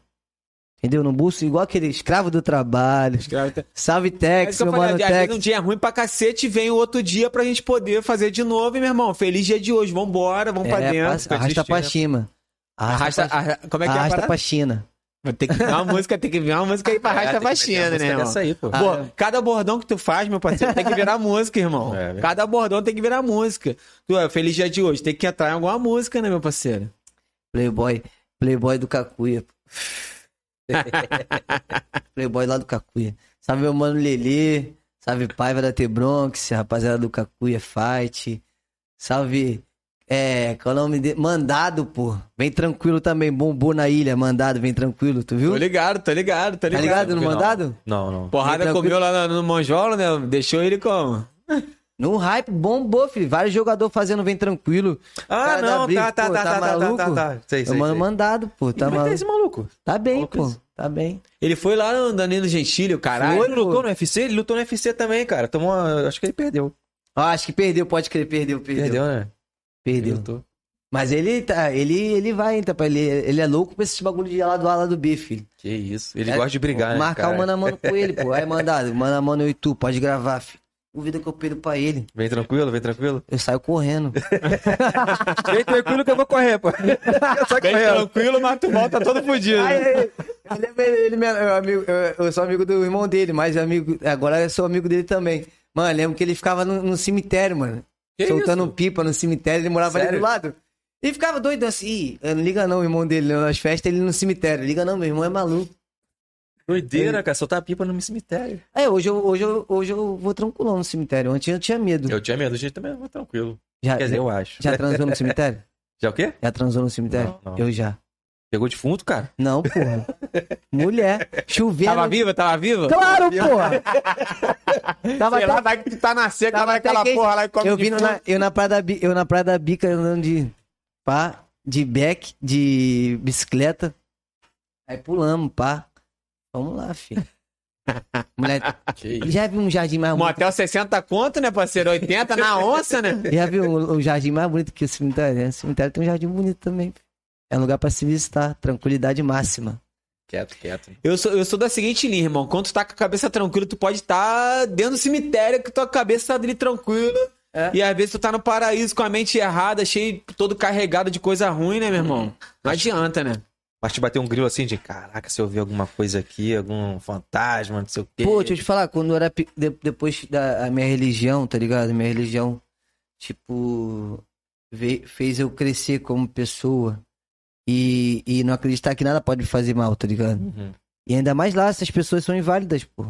Speaker 3: Entendeu? No bolso, igual aquele escravo do trabalho. Salve
Speaker 2: É isso
Speaker 3: Tex,
Speaker 2: que eu
Speaker 3: meu
Speaker 2: falei,
Speaker 3: mano
Speaker 2: às vezes um
Speaker 3: Tex.
Speaker 2: dia ruim pra cacete vem o outro dia pra gente poder fazer de novo, e, meu irmão. Feliz dia de hoje, vambora, vamos pra
Speaker 3: É,
Speaker 2: dentro.
Speaker 3: passa- arrasta pra cima.
Speaker 2: Arrasta,
Speaker 3: Arrasta, pra-
Speaker 2: arra- como é que é a
Speaker 3: arrasta
Speaker 2: parada?
Speaker 3: pra China.
Speaker 2: Vai ter que vir uma música, tem que vir uma música aí pra
Speaker 1: tem
Speaker 2: Rasta
Speaker 1: que meter uma
Speaker 2: Faxina,
Speaker 1: música
Speaker 2: né, irmão?
Speaker 1: dessa aí, pô.
Speaker 2: Pô, cada bordão que tu faz, meu parceiro, tem que virar música, irmão.
Speaker 1: É, verdade.
Speaker 2: cada bordão tem que virar música. Tu é feliz dia de hoje, tem que entrar em alguma música, né, meu parceiro?
Speaker 3: Playboy. Playboy do Cacuia. Playboy lá do Cacuia. Salve meu mano Lelê. Salve Paiva da T-Bronx. Rapaziada do Cacuia Fight. Salve. É, qual é o nome dele? Mandado, pô. Vem tranquilo também. Bombou na ilha. Mandado, vem tranquilo, tu viu?
Speaker 2: Tô ligado, tô ligado, tô
Speaker 3: Tá
Speaker 2: ligado.
Speaker 3: ligado no
Speaker 1: Não.
Speaker 3: mandado?
Speaker 1: Não, não.
Speaker 2: Porrada
Speaker 3: Vem tranquilo.
Speaker 2: comeu lá no, no Monjolo, né? Deixou ele como?
Speaker 3: No hype, bombou, filho. Vários jogadores fazendo vem tranquilo.
Speaker 1: Ah,
Speaker 3: Cara da
Speaker 1: não,
Speaker 3: briga,
Speaker 1: tá, tá,
Speaker 3: pô,
Speaker 1: tá, tá, tá, tá,
Speaker 3: maluco?
Speaker 1: tá, tá. Sei,
Speaker 3: Eu
Speaker 1: sei,
Speaker 3: mando
Speaker 1: sei.
Speaker 3: mandado, pô. Tá,
Speaker 1: Mas é
Speaker 3: maluco.
Speaker 1: esse maluco?
Speaker 3: tá bem,
Speaker 1: Maluco
Speaker 3: pô.
Speaker 1: esse.
Speaker 3: Tá bem.
Speaker 2: Ele foi lá no Danilo Gentilho, caralho.
Speaker 3: Foi,
Speaker 1: Ele lutou
Speaker 3: pô.
Speaker 1: no UFC? Ele lutou no UFC também, cara. Tomou uma... Acho que ele perdeu.
Speaker 3: Ó, acho que perdeu, pode crer, perdeu, perdeu. Perdeu.
Speaker 1: Perdeu, né? Ele lutou.
Speaker 3: Mas ele tá, ele, ele vai, hein, tapa. Ele, ele é louco pra esses bagulho de lá do ala do B, filho.
Speaker 1: Que isso. Ele
Speaker 3: É,
Speaker 1: gosta de brigar, né?
Speaker 3: Marcar
Speaker 1: cara?
Speaker 3: o mano a mano com ele, pô. Aí mandado, mano a mano eu e tu, pode gravar, filho. Duvida que eu perdo pra ele.
Speaker 1: Vem tranquilo, vem tranquilo.
Speaker 3: Eu saio correndo.
Speaker 1: Vem tranquilo que eu vou correr, pô. Eu saio
Speaker 2: Bem
Speaker 1: correndo.
Speaker 2: tranquilo, mas tu volta todo fudido.
Speaker 3: Aí, aí, eu lembro ele, ele me- eu, amigo- eu- eu sou amigo do irmão dele, mas é amigo, agora eu sou amigo dele também. Mano, eu lembro que ele ficava no, no cemitério, mano. soltando pipa no cemitério, ele morava ali
Speaker 1: Sério?
Speaker 3: do lado. E ficava doido assim, "Ih, eu não liga não, o irmão dele, não, nas festas ele no cemitério. Liga não, meu irmão é maluco.
Speaker 1: Doideira, cara. Soltar pipa no cemitério.
Speaker 3: É, hoje eu, hoje eu, hoje eu vou tranquilão no cemitério. Ontem eu tinha medo.
Speaker 1: Eu tinha medo, gente também, mas tranquilo.
Speaker 3: Já,
Speaker 1: Quer dizer, eu acho.
Speaker 3: já transou no cemitério?
Speaker 1: Já é o quê?
Speaker 3: Já transou no cemitério?
Speaker 1: Não, não.
Speaker 3: Eu já.
Speaker 1: Pegou defunto, cara?
Speaker 3: Não, porra. Mulher, chovendo.
Speaker 2: Tava viva, tava viva?
Speaker 3: Claro, porra! tava
Speaker 2: Sei
Speaker 3: até
Speaker 2: lá, vai que tu tá na seca,
Speaker 3: Tava
Speaker 2: vai
Speaker 3: até
Speaker 2: aquela
Speaker 3: quente.
Speaker 2: porra lá e come
Speaker 3: eu vi
Speaker 2: de
Speaker 3: na,
Speaker 2: fruta.
Speaker 3: eu na Praia da Bi- eu na Praia da Bica andando de pá, de back, de bicicleta. Aí pulamos, pá. Vamos lá, filho. Mulher,
Speaker 1: Que isso.
Speaker 3: já viu um jardim mais bonito?
Speaker 2: Motel 60 conto, né, parceiro? 80 na onça, né?
Speaker 3: Já viu um, um jardim mais bonito que o cemitério? né? O cemitério tem um jardim bonito também. É um lugar pra se visitar, tranquilidade máxima.
Speaker 1: Quieto, quieto.
Speaker 2: Eu sou, eu sou da seguinte linha, irmão. Quando tu tá com a cabeça tranquila, tu pode estar dentro do cemitério que tua cabeça tá ali tranquila.
Speaker 3: É.
Speaker 2: E às vezes tu tá no paraíso com a mente errada, cheio, todo carregado de coisa ruim, né, meu
Speaker 3: Hum.
Speaker 2: irmão? Não adianta, né?
Speaker 1: Mas te bateu um grilo assim de caraca, se eu ver alguma coisa aqui, algum fantasma, não sei o quê.
Speaker 3: Pô, deixa eu te falar, quando eu era pe- de- depois da a minha religião, tá ligado? Minha religião, tipo, ve- fez eu crescer como pessoa e, e não acreditar que nada pode me fazer mal, tá ligado?
Speaker 1: Uhum.
Speaker 3: E ainda mais lá, essas pessoas são inválidas, pô.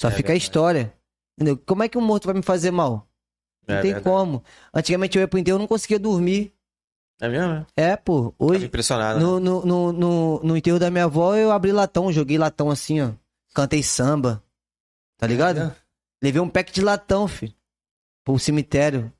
Speaker 3: Só
Speaker 1: É
Speaker 3: fica a
Speaker 1: verdade.
Speaker 3: história. Entendeu? Como é que um morto vai me fazer mal? Não
Speaker 1: É
Speaker 3: tem
Speaker 1: verdade.
Speaker 3: como. Antigamente eu ia pro enterro, eu não conseguia dormir.
Speaker 1: É mesmo? né?
Speaker 3: É, pô.
Speaker 1: Tava
Speaker 3: Hoje,
Speaker 1: impressionado. né?
Speaker 3: no, no, no, no, no enterro da minha avó, eu abri latão, joguei latão assim, ó. Cantei samba. Tá ligado?
Speaker 1: É.
Speaker 3: Levei um pack de latão, filho. Pro cemitério.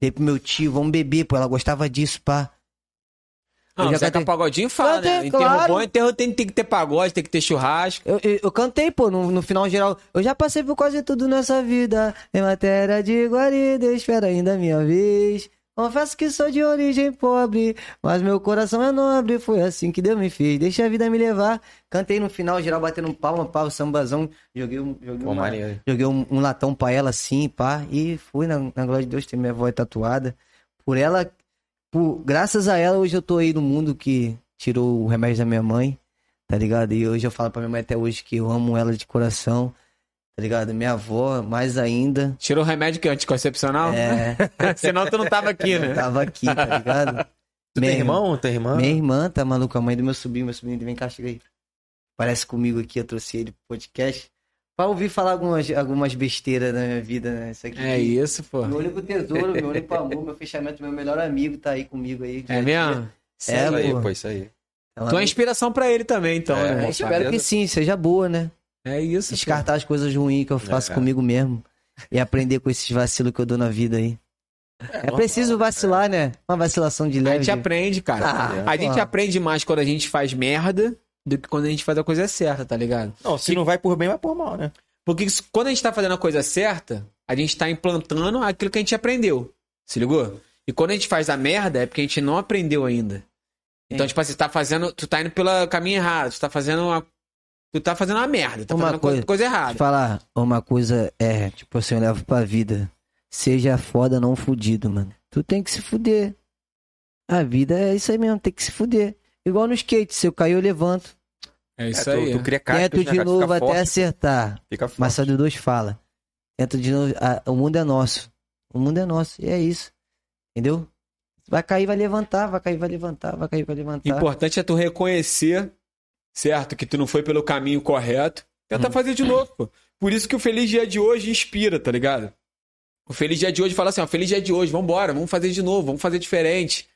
Speaker 3: Dei pro meu tio, vamos beber, pô. Ela gostava disso, pá. Eu
Speaker 2: Não,
Speaker 3: já
Speaker 2: já
Speaker 3: cantei-
Speaker 2: cantei... pagodinho fala,
Speaker 3: Cantei,
Speaker 2: né? Enterro
Speaker 3: claro.
Speaker 2: bom, enterro tem, tem que ter pagode, tem que ter churrasco.
Speaker 3: Eu, eu, eu cantei, pô, no, no final geral. Eu já passei por quase tudo nessa vida. Em matéria de guarida, espera ainda a minha vez. Confesso que sou de origem pobre, mas meu coração é nobre. Foi assim que Deus me fez. Deixa a vida me levar. Cantei no final geral, batendo palma, pau, sambazão. Joguei um. Joguei
Speaker 1: Pô,
Speaker 3: uma-
Speaker 1: maneiro.
Speaker 3: Joguei um, um latão pra ela assim, pá, e fui na, na glória de Deus ter minha voz tatuada. Por ela, por, graças a ela, hoje eu tô aí no mundo que tirou o remédio da minha mãe, tá ligado? E hoje eu falo pra minha mãe até hoje que eu amo ela de coração, tá ligado? Minha avó, mais ainda.
Speaker 2: Tirou o remédio que é anticoncepcional?
Speaker 1: Ah.
Speaker 3: É,
Speaker 2: Senão tu não tava aqui, né?
Speaker 3: tava aqui, tá ligado?
Speaker 1: Tu
Speaker 3: Minha
Speaker 1: tem irmão? Ah. Tem irmã?
Speaker 3: Minha irmã tá maluca, a mãe do meu sobrinho, meu sobrinho, vem cá, chega aí. Parece comigo aqui, eu trouxe ele pro podcast. Pra ouvir falar algumas, algumas besteiras da minha vida, né? Isso aqui
Speaker 2: É isso, pô.
Speaker 3: Meu único tesouro, meu único amor, meu fechamento, meu melhor amigo tá aí comigo aí.
Speaker 2: É mesmo?
Speaker 3: É,
Speaker 1: isso aí,
Speaker 3: pô.
Speaker 1: pô, isso aí.
Speaker 3: Ela
Speaker 2: Tu é
Speaker 3: me-
Speaker 2: inspiração pra ele também, então,
Speaker 1: É,
Speaker 2: né?
Speaker 1: com
Speaker 3: Espero que sim, seja boa, né?
Speaker 2: É isso. pô.
Speaker 3: Descartar as coisas ruins que eu faço
Speaker 1: É.
Speaker 3: comigo mesmo. E aprender com esses vacilos que eu dou na vida aí. É, preciso vacilar, né? Uma vacilação de
Speaker 2: A
Speaker 3: leve.
Speaker 2: gente aprende, cara.
Speaker 3: Ah,
Speaker 2: A gente
Speaker 3: pô.
Speaker 2: aprende mais quando a gente faz merda do que quando a gente faz a coisa certa, tá ligado?
Speaker 1: Não, se não vai por bem, vai por mal, né?
Speaker 2: Porque se- quando a gente tá fazendo a coisa certa, a gente tá implantando aquilo que a gente aprendeu. Se ligou? E quando a gente faz a merda, é porque a gente não aprendeu ainda. Então, tipo assim, tu tá fazendo. Tu tá indo pelo caminho errado, tu tá fazendo uma. Tu tá fazendo uma merda, tá
Speaker 3: Uma
Speaker 2: fazendo
Speaker 3: coisa-
Speaker 2: coisa, coisa errada.
Speaker 3: Falar uma coisa é, tipo assim, eu levo pra vida. Seja foda, não fudido, mano. Tu tem que se fuder. A vida é isso aí mesmo, tem que se fuder. Igual no skate, se eu cair, eu levanto.
Speaker 7: É isso
Speaker 1: É, tu-
Speaker 7: aí.
Speaker 1: Tu, cria
Speaker 3: Tento
Speaker 1: cactos, né,
Speaker 3: de
Speaker 1: cara? Tu
Speaker 3: novo
Speaker 1: fica
Speaker 3: até
Speaker 1: forte,
Speaker 3: acertar.
Speaker 1: Fica forte.
Speaker 3: Mas só de dois fala. Tento de novo. ah, o mundo é nosso. O mundo é nosso. E é isso. Entendeu? Vai cair, vai levantar, vai cair, vai levantar, vai cair, vai levantar.
Speaker 2: importante é tu reconhecer, certo? Que tu não foi pelo caminho correto.
Speaker 3: Uhum.
Speaker 2: Tenta fazer de novo, pô. Por isso que o Feliz Dia de hoje inspira, tá ligado? O Feliz Dia de hoje fala assim, ó, Feliz Dia de hoje, vambora, vamos fazer de novo, vamos fazer diferente.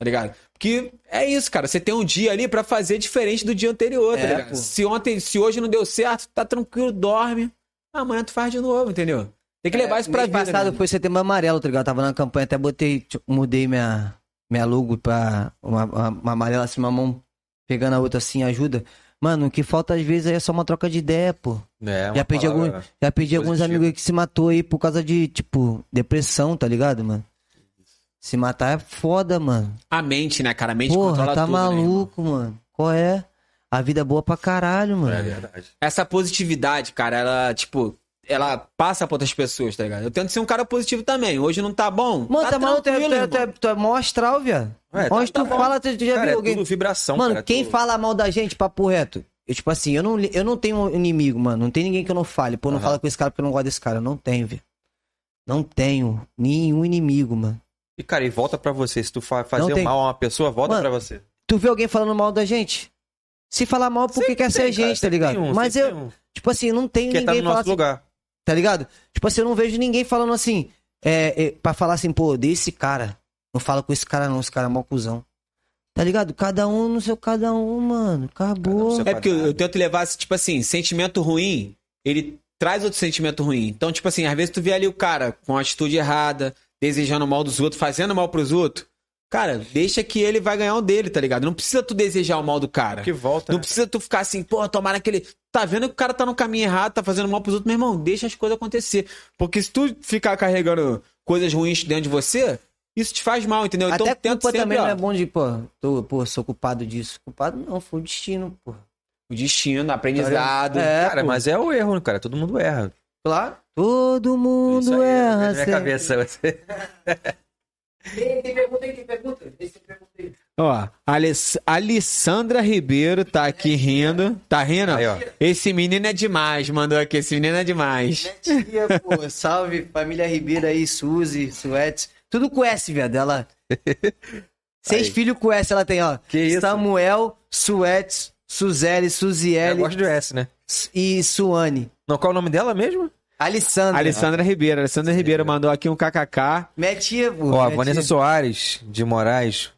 Speaker 2: Tá ligado? Porque é isso, cara. Você tem um dia ali pra fazer diferente do dia anterior, tá
Speaker 3: É,
Speaker 2: ligado?
Speaker 3: pô.
Speaker 2: Se ontem, se hoje não deu certo, tá tranquilo, dorme. Amanhã tu faz de novo, entendeu? Tem que levar isso pra
Speaker 3: É, mês
Speaker 2: vida.
Speaker 3: passado
Speaker 2: né?
Speaker 3: foi setembro amarelo, tá ligado? Eu tava na campanha, até botei, tipo, mudei minha, minha logo pra uma, uma, uma amarela assim, uma mão pegando a outra assim, ajuda. Mano, o que falta às vezes aí é só uma troca de ideia, pô.
Speaker 1: É, uma
Speaker 3: Já perdi algum-
Speaker 1: palavra-
Speaker 3: Já perdi alguns
Speaker 1: Positivo.
Speaker 3: amigos aí que se matou aí por causa de, tipo, depressão, tá ligado, mano? Se matar é foda, mano.
Speaker 2: A mente, né, cara? A mente
Speaker 3: Porra,
Speaker 2: controla
Speaker 3: tá
Speaker 2: tudo, né, irmão?
Speaker 3: maluco, mano. Qual é? A vida é boa pra caralho, mano.
Speaker 1: É verdade.
Speaker 2: essa positividade, cara, ela, tipo, ela passa pra outras pessoas, tá ligado? Eu tento ser um cara positivo também. Hoje não tá bom.
Speaker 3: Mano, tá, maluco, tu é, tu, é,
Speaker 2: irmão.
Speaker 3: tu, é, tu é mó astral, viado.
Speaker 1: É, tá-
Speaker 3: Onde
Speaker 1: tá
Speaker 3: tu
Speaker 1: bom.
Speaker 3: fala, tu, tu já
Speaker 1: Cara,
Speaker 3: viu
Speaker 1: é
Speaker 3: alguém.
Speaker 1: tudo vibração,
Speaker 3: mano,
Speaker 1: cara,
Speaker 3: quem
Speaker 1: tu-
Speaker 3: fala mal da gente, papo reto. Eu, tipo assim, eu não, li- eu não tenho um inimigo, mano. Não tem ninguém que eu não fale. Pô, eu não
Speaker 1: Aham.
Speaker 3: falo com esse cara porque eu não gosto desse cara. Eu não tenho, velho. Não tenho nenhum inimigo, mano.
Speaker 1: E, cara, e volta pra você. Se tu fa- fazer
Speaker 3: tem-
Speaker 1: mal a uma pessoa, volta
Speaker 3: Mano,
Speaker 1: pra você.
Speaker 3: Tu vê alguém falando mal da gente? Se falar mal, porque
Speaker 1: Sempre
Speaker 3: quer ser a
Speaker 1: tem, cara,
Speaker 3: gente, tá
Speaker 1: sempre
Speaker 3: ligado?
Speaker 1: tem um,
Speaker 3: Mas
Speaker 1: sempre
Speaker 3: eu,
Speaker 1: tem um.
Speaker 3: tipo assim, não tenho
Speaker 1: Quer tá
Speaker 3: ninguém
Speaker 1: no
Speaker 3: falar
Speaker 1: nosso
Speaker 3: assim,
Speaker 1: lugar.
Speaker 3: tá ligado? Tipo assim, eu não vejo ninguém falando assim, é, é, pra falar assim, pô, desse cara. Não fala com esse cara não, esse cara é mó cuzão. Tá ligado? Cada um no seu cada um, mano.
Speaker 1: Cada um no
Speaker 3: Acabou.
Speaker 1: seu-
Speaker 2: É porque eu, eu tento levar, esse, tipo assim, sentimento ruim, ele traz outro sentimento ruim. Então, tipo assim, às vezes tu vê ali o cara com a atitude errada, desejando mal dos outros, fazendo mal pros outros. Cara, deixa que ele vai ganhar o dele, tá ligado? Não precisa tu desejar o mal do cara.
Speaker 1: Que volta.
Speaker 3: Tá.
Speaker 2: Não
Speaker 1: né?
Speaker 2: precisa tu ficar assim, pô, tomara que ele. Tá vendo que o cara tá no caminho errado, tá fazendo mal pros outros, meu irmão, deixa as coisas acontecer. Porque se tu ficar carregando coisas ruins dentro de você, isso te faz mal, entendeu?
Speaker 3: Até
Speaker 2: tenta
Speaker 3: culpa
Speaker 2: sempre,
Speaker 3: também
Speaker 2: ó,
Speaker 3: não é bom de, pô, tô, pô, sou culpado disso. Culpado não, foi o destino, pô.
Speaker 2: O destino, aprendizado.
Speaker 3: É,
Speaker 1: Cara,
Speaker 3: pô.
Speaker 1: mas é o erro, cara. Todo mundo erra.
Speaker 3: Claro. Todo
Speaker 1: Isso
Speaker 3: mundo
Speaker 1: aí,
Speaker 3: erra,
Speaker 1: na minha cabeça.
Speaker 3: certo?
Speaker 2: Ó, Aless... Alessandra Ribeiro tá
Speaker 3: É,
Speaker 2: aqui rindo. Tá rindo?
Speaker 1: Aí, ó.
Speaker 2: Esse menino é demais, mandou aqui. Esse menino é demais.
Speaker 3: Minha tia, pô. Salve, família Ribeiro aí, Suzy, Suete. Tudo com S, viado. Ela. Seis
Speaker 1: Aí.
Speaker 3: filhos com S ela tem, ó.
Speaker 1: Que isso?
Speaker 3: Samuel, Suete,
Speaker 2: É,
Speaker 3: Suzele,
Speaker 1: Eu
Speaker 3: Suziele
Speaker 1: gosto do S, né?
Speaker 3: e Suane.
Speaker 1: Não, qual é o nome dela mesmo?
Speaker 3: Alessandra.
Speaker 2: Alessandra Ribeiro, Alessandra Ribeiro mandou aqui um kkk.
Speaker 3: Minha tia, pô.
Speaker 1: Ó, a
Speaker 3: minha
Speaker 1: Vanessa
Speaker 3: tia.
Speaker 1: Soares de Moraes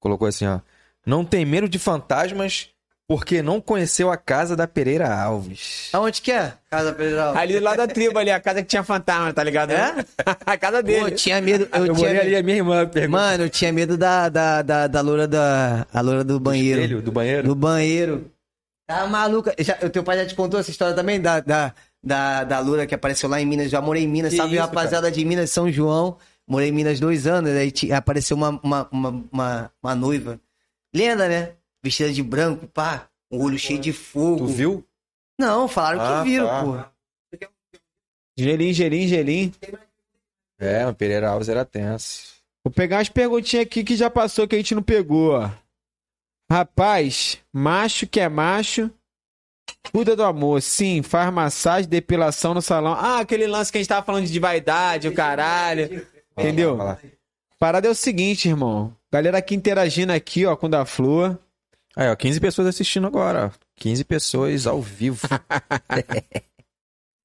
Speaker 1: colocou assim, ó. Não tem medo de fantasmas porque não conheceu a casa da Pereira Alves.
Speaker 3: Aonde que é? Casa Pedral.
Speaker 2: Ali do lado da tribo, ali, a casa que tinha fantasma, tá ligado?
Speaker 3: É?
Speaker 2: a casa
Speaker 3: Pô,
Speaker 2: dele.
Speaker 3: eu tinha medo. Eu,
Speaker 1: Eu
Speaker 3: tinha
Speaker 1: morei ali,
Speaker 3: medo.
Speaker 1: a É minha irmã perguntou.
Speaker 3: Mano, eu tinha medo da, da, da, da loura da. A loura do banheiro.
Speaker 1: espelho do banheiro?
Speaker 3: Do banheiro. Tá maluca. Já, o teu pai já te contou essa história também da, da, da, da loura que apareceu lá em Minas. Já morei em Minas,
Speaker 1: Que
Speaker 3: sabe?
Speaker 1: isso,
Speaker 3: rapaziada de Minas, São João. Morei em Minas dois anos. Aí ti- apareceu uma, uma, uma, uma, uma noiva. Lenda, né? Vestida de branco, pá. Um olho cheio de
Speaker 1: Tu
Speaker 3: fogo.
Speaker 1: viu?
Speaker 3: Não, falaram
Speaker 1: Ah,
Speaker 3: que viram,
Speaker 1: tá.
Speaker 3: pô.
Speaker 2: Gelim, gelim, gelim.
Speaker 1: É, o Pereira Alves era tenso.
Speaker 2: Vou pegar umas perguntinhas aqui que já passou que a gente não pegou, ó. Rapaz, macho que é macho, cuida do amor. Sim, faz massagem, depilação no salão. Ah, aquele lance que a gente tava falando de vaidade, o caralho.
Speaker 1: Vai lá,
Speaker 2: Entendeu?
Speaker 1: vai lá.
Speaker 2: Parada é o seguinte, irmão. Galera aqui interagindo aqui, ó, com o da Flor.
Speaker 1: Aí, ó, 15 pessoas assistindo agora. ó. 15 pessoas ao vivo.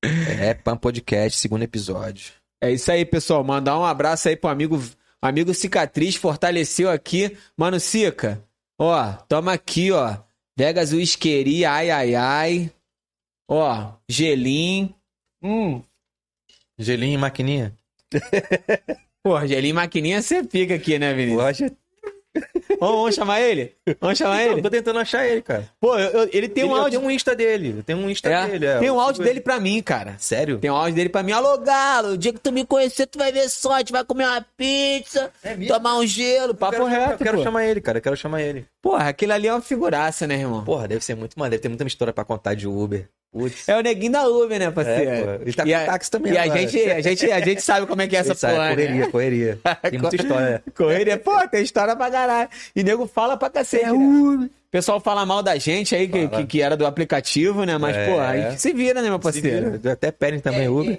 Speaker 1: é, Pan Podcast, segundo episódio.
Speaker 2: É isso aí, pessoal. Mandar um abraço aí pro amigo, amigo Cicatriz, fortaleceu aqui. Mano, Cica, ó, toma aqui, ó. Vegas Whiskeria, ai, ai, ai. Ó, gelim.
Speaker 1: Gelinho e maquininha?
Speaker 2: Pô, gelim maquininha você fica aqui, né, Vinícius?
Speaker 1: Lógico.
Speaker 2: Vamos, vamos chamar ele? Vamos chamar
Speaker 1: Eu
Speaker 2: ele?
Speaker 1: tô tentando achar ele, cara.
Speaker 2: Pô, eu- eu- ele tem um
Speaker 1: Ele- eu
Speaker 2: áudio.
Speaker 1: tenho um Insta dele. Eu tenho um Insta
Speaker 2: É,
Speaker 1: dele. é.
Speaker 2: tem um
Speaker 1: Eu
Speaker 2: áudio
Speaker 1: sigo
Speaker 2: dele pra mim, cara.
Speaker 1: ele. Sério?
Speaker 2: Tem um áudio dele pra mim. Alô, Galo, o dia que tu me conhecer, tu vai ver só. A gente vai comer uma pizza, tomar um gelo, papo
Speaker 1: quero,
Speaker 2: reto.
Speaker 1: É Eu quero
Speaker 2: pô.
Speaker 1: chamar ele, cara. Eu quero chamar ele.
Speaker 2: Porra, aquele ali é uma figuraça, né, irmão?
Speaker 1: Porra, deve ser muito maneiro. Deve ter muita história pra contar de Uber. Putz.
Speaker 2: É o neguinho da Uber, né, parceiro?
Speaker 1: É, pô. Ele tá
Speaker 2: e
Speaker 1: com
Speaker 2: a,
Speaker 1: táxi também
Speaker 2: e a
Speaker 1: agora.
Speaker 2: gente, a, gente, a gente sabe como é que é essa
Speaker 1: Ele sabe,
Speaker 2: porra, né?
Speaker 1: correria, correria. Tem muita história.
Speaker 2: Correria, pô, tem história pra caralho. E nego fala pra
Speaker 1: É
Speaker 2: cacete. né? O pessoal fala mal da gente aí, que,
Speaker 1: Fala.
Speaker 2: que, que era do aplicativo, né? Mas,
Speaker 1: É.
Speaker 2: pô, a gente se vira, né, meu parceiro?
Speaker 1: Se vira. Até pedem também Uber.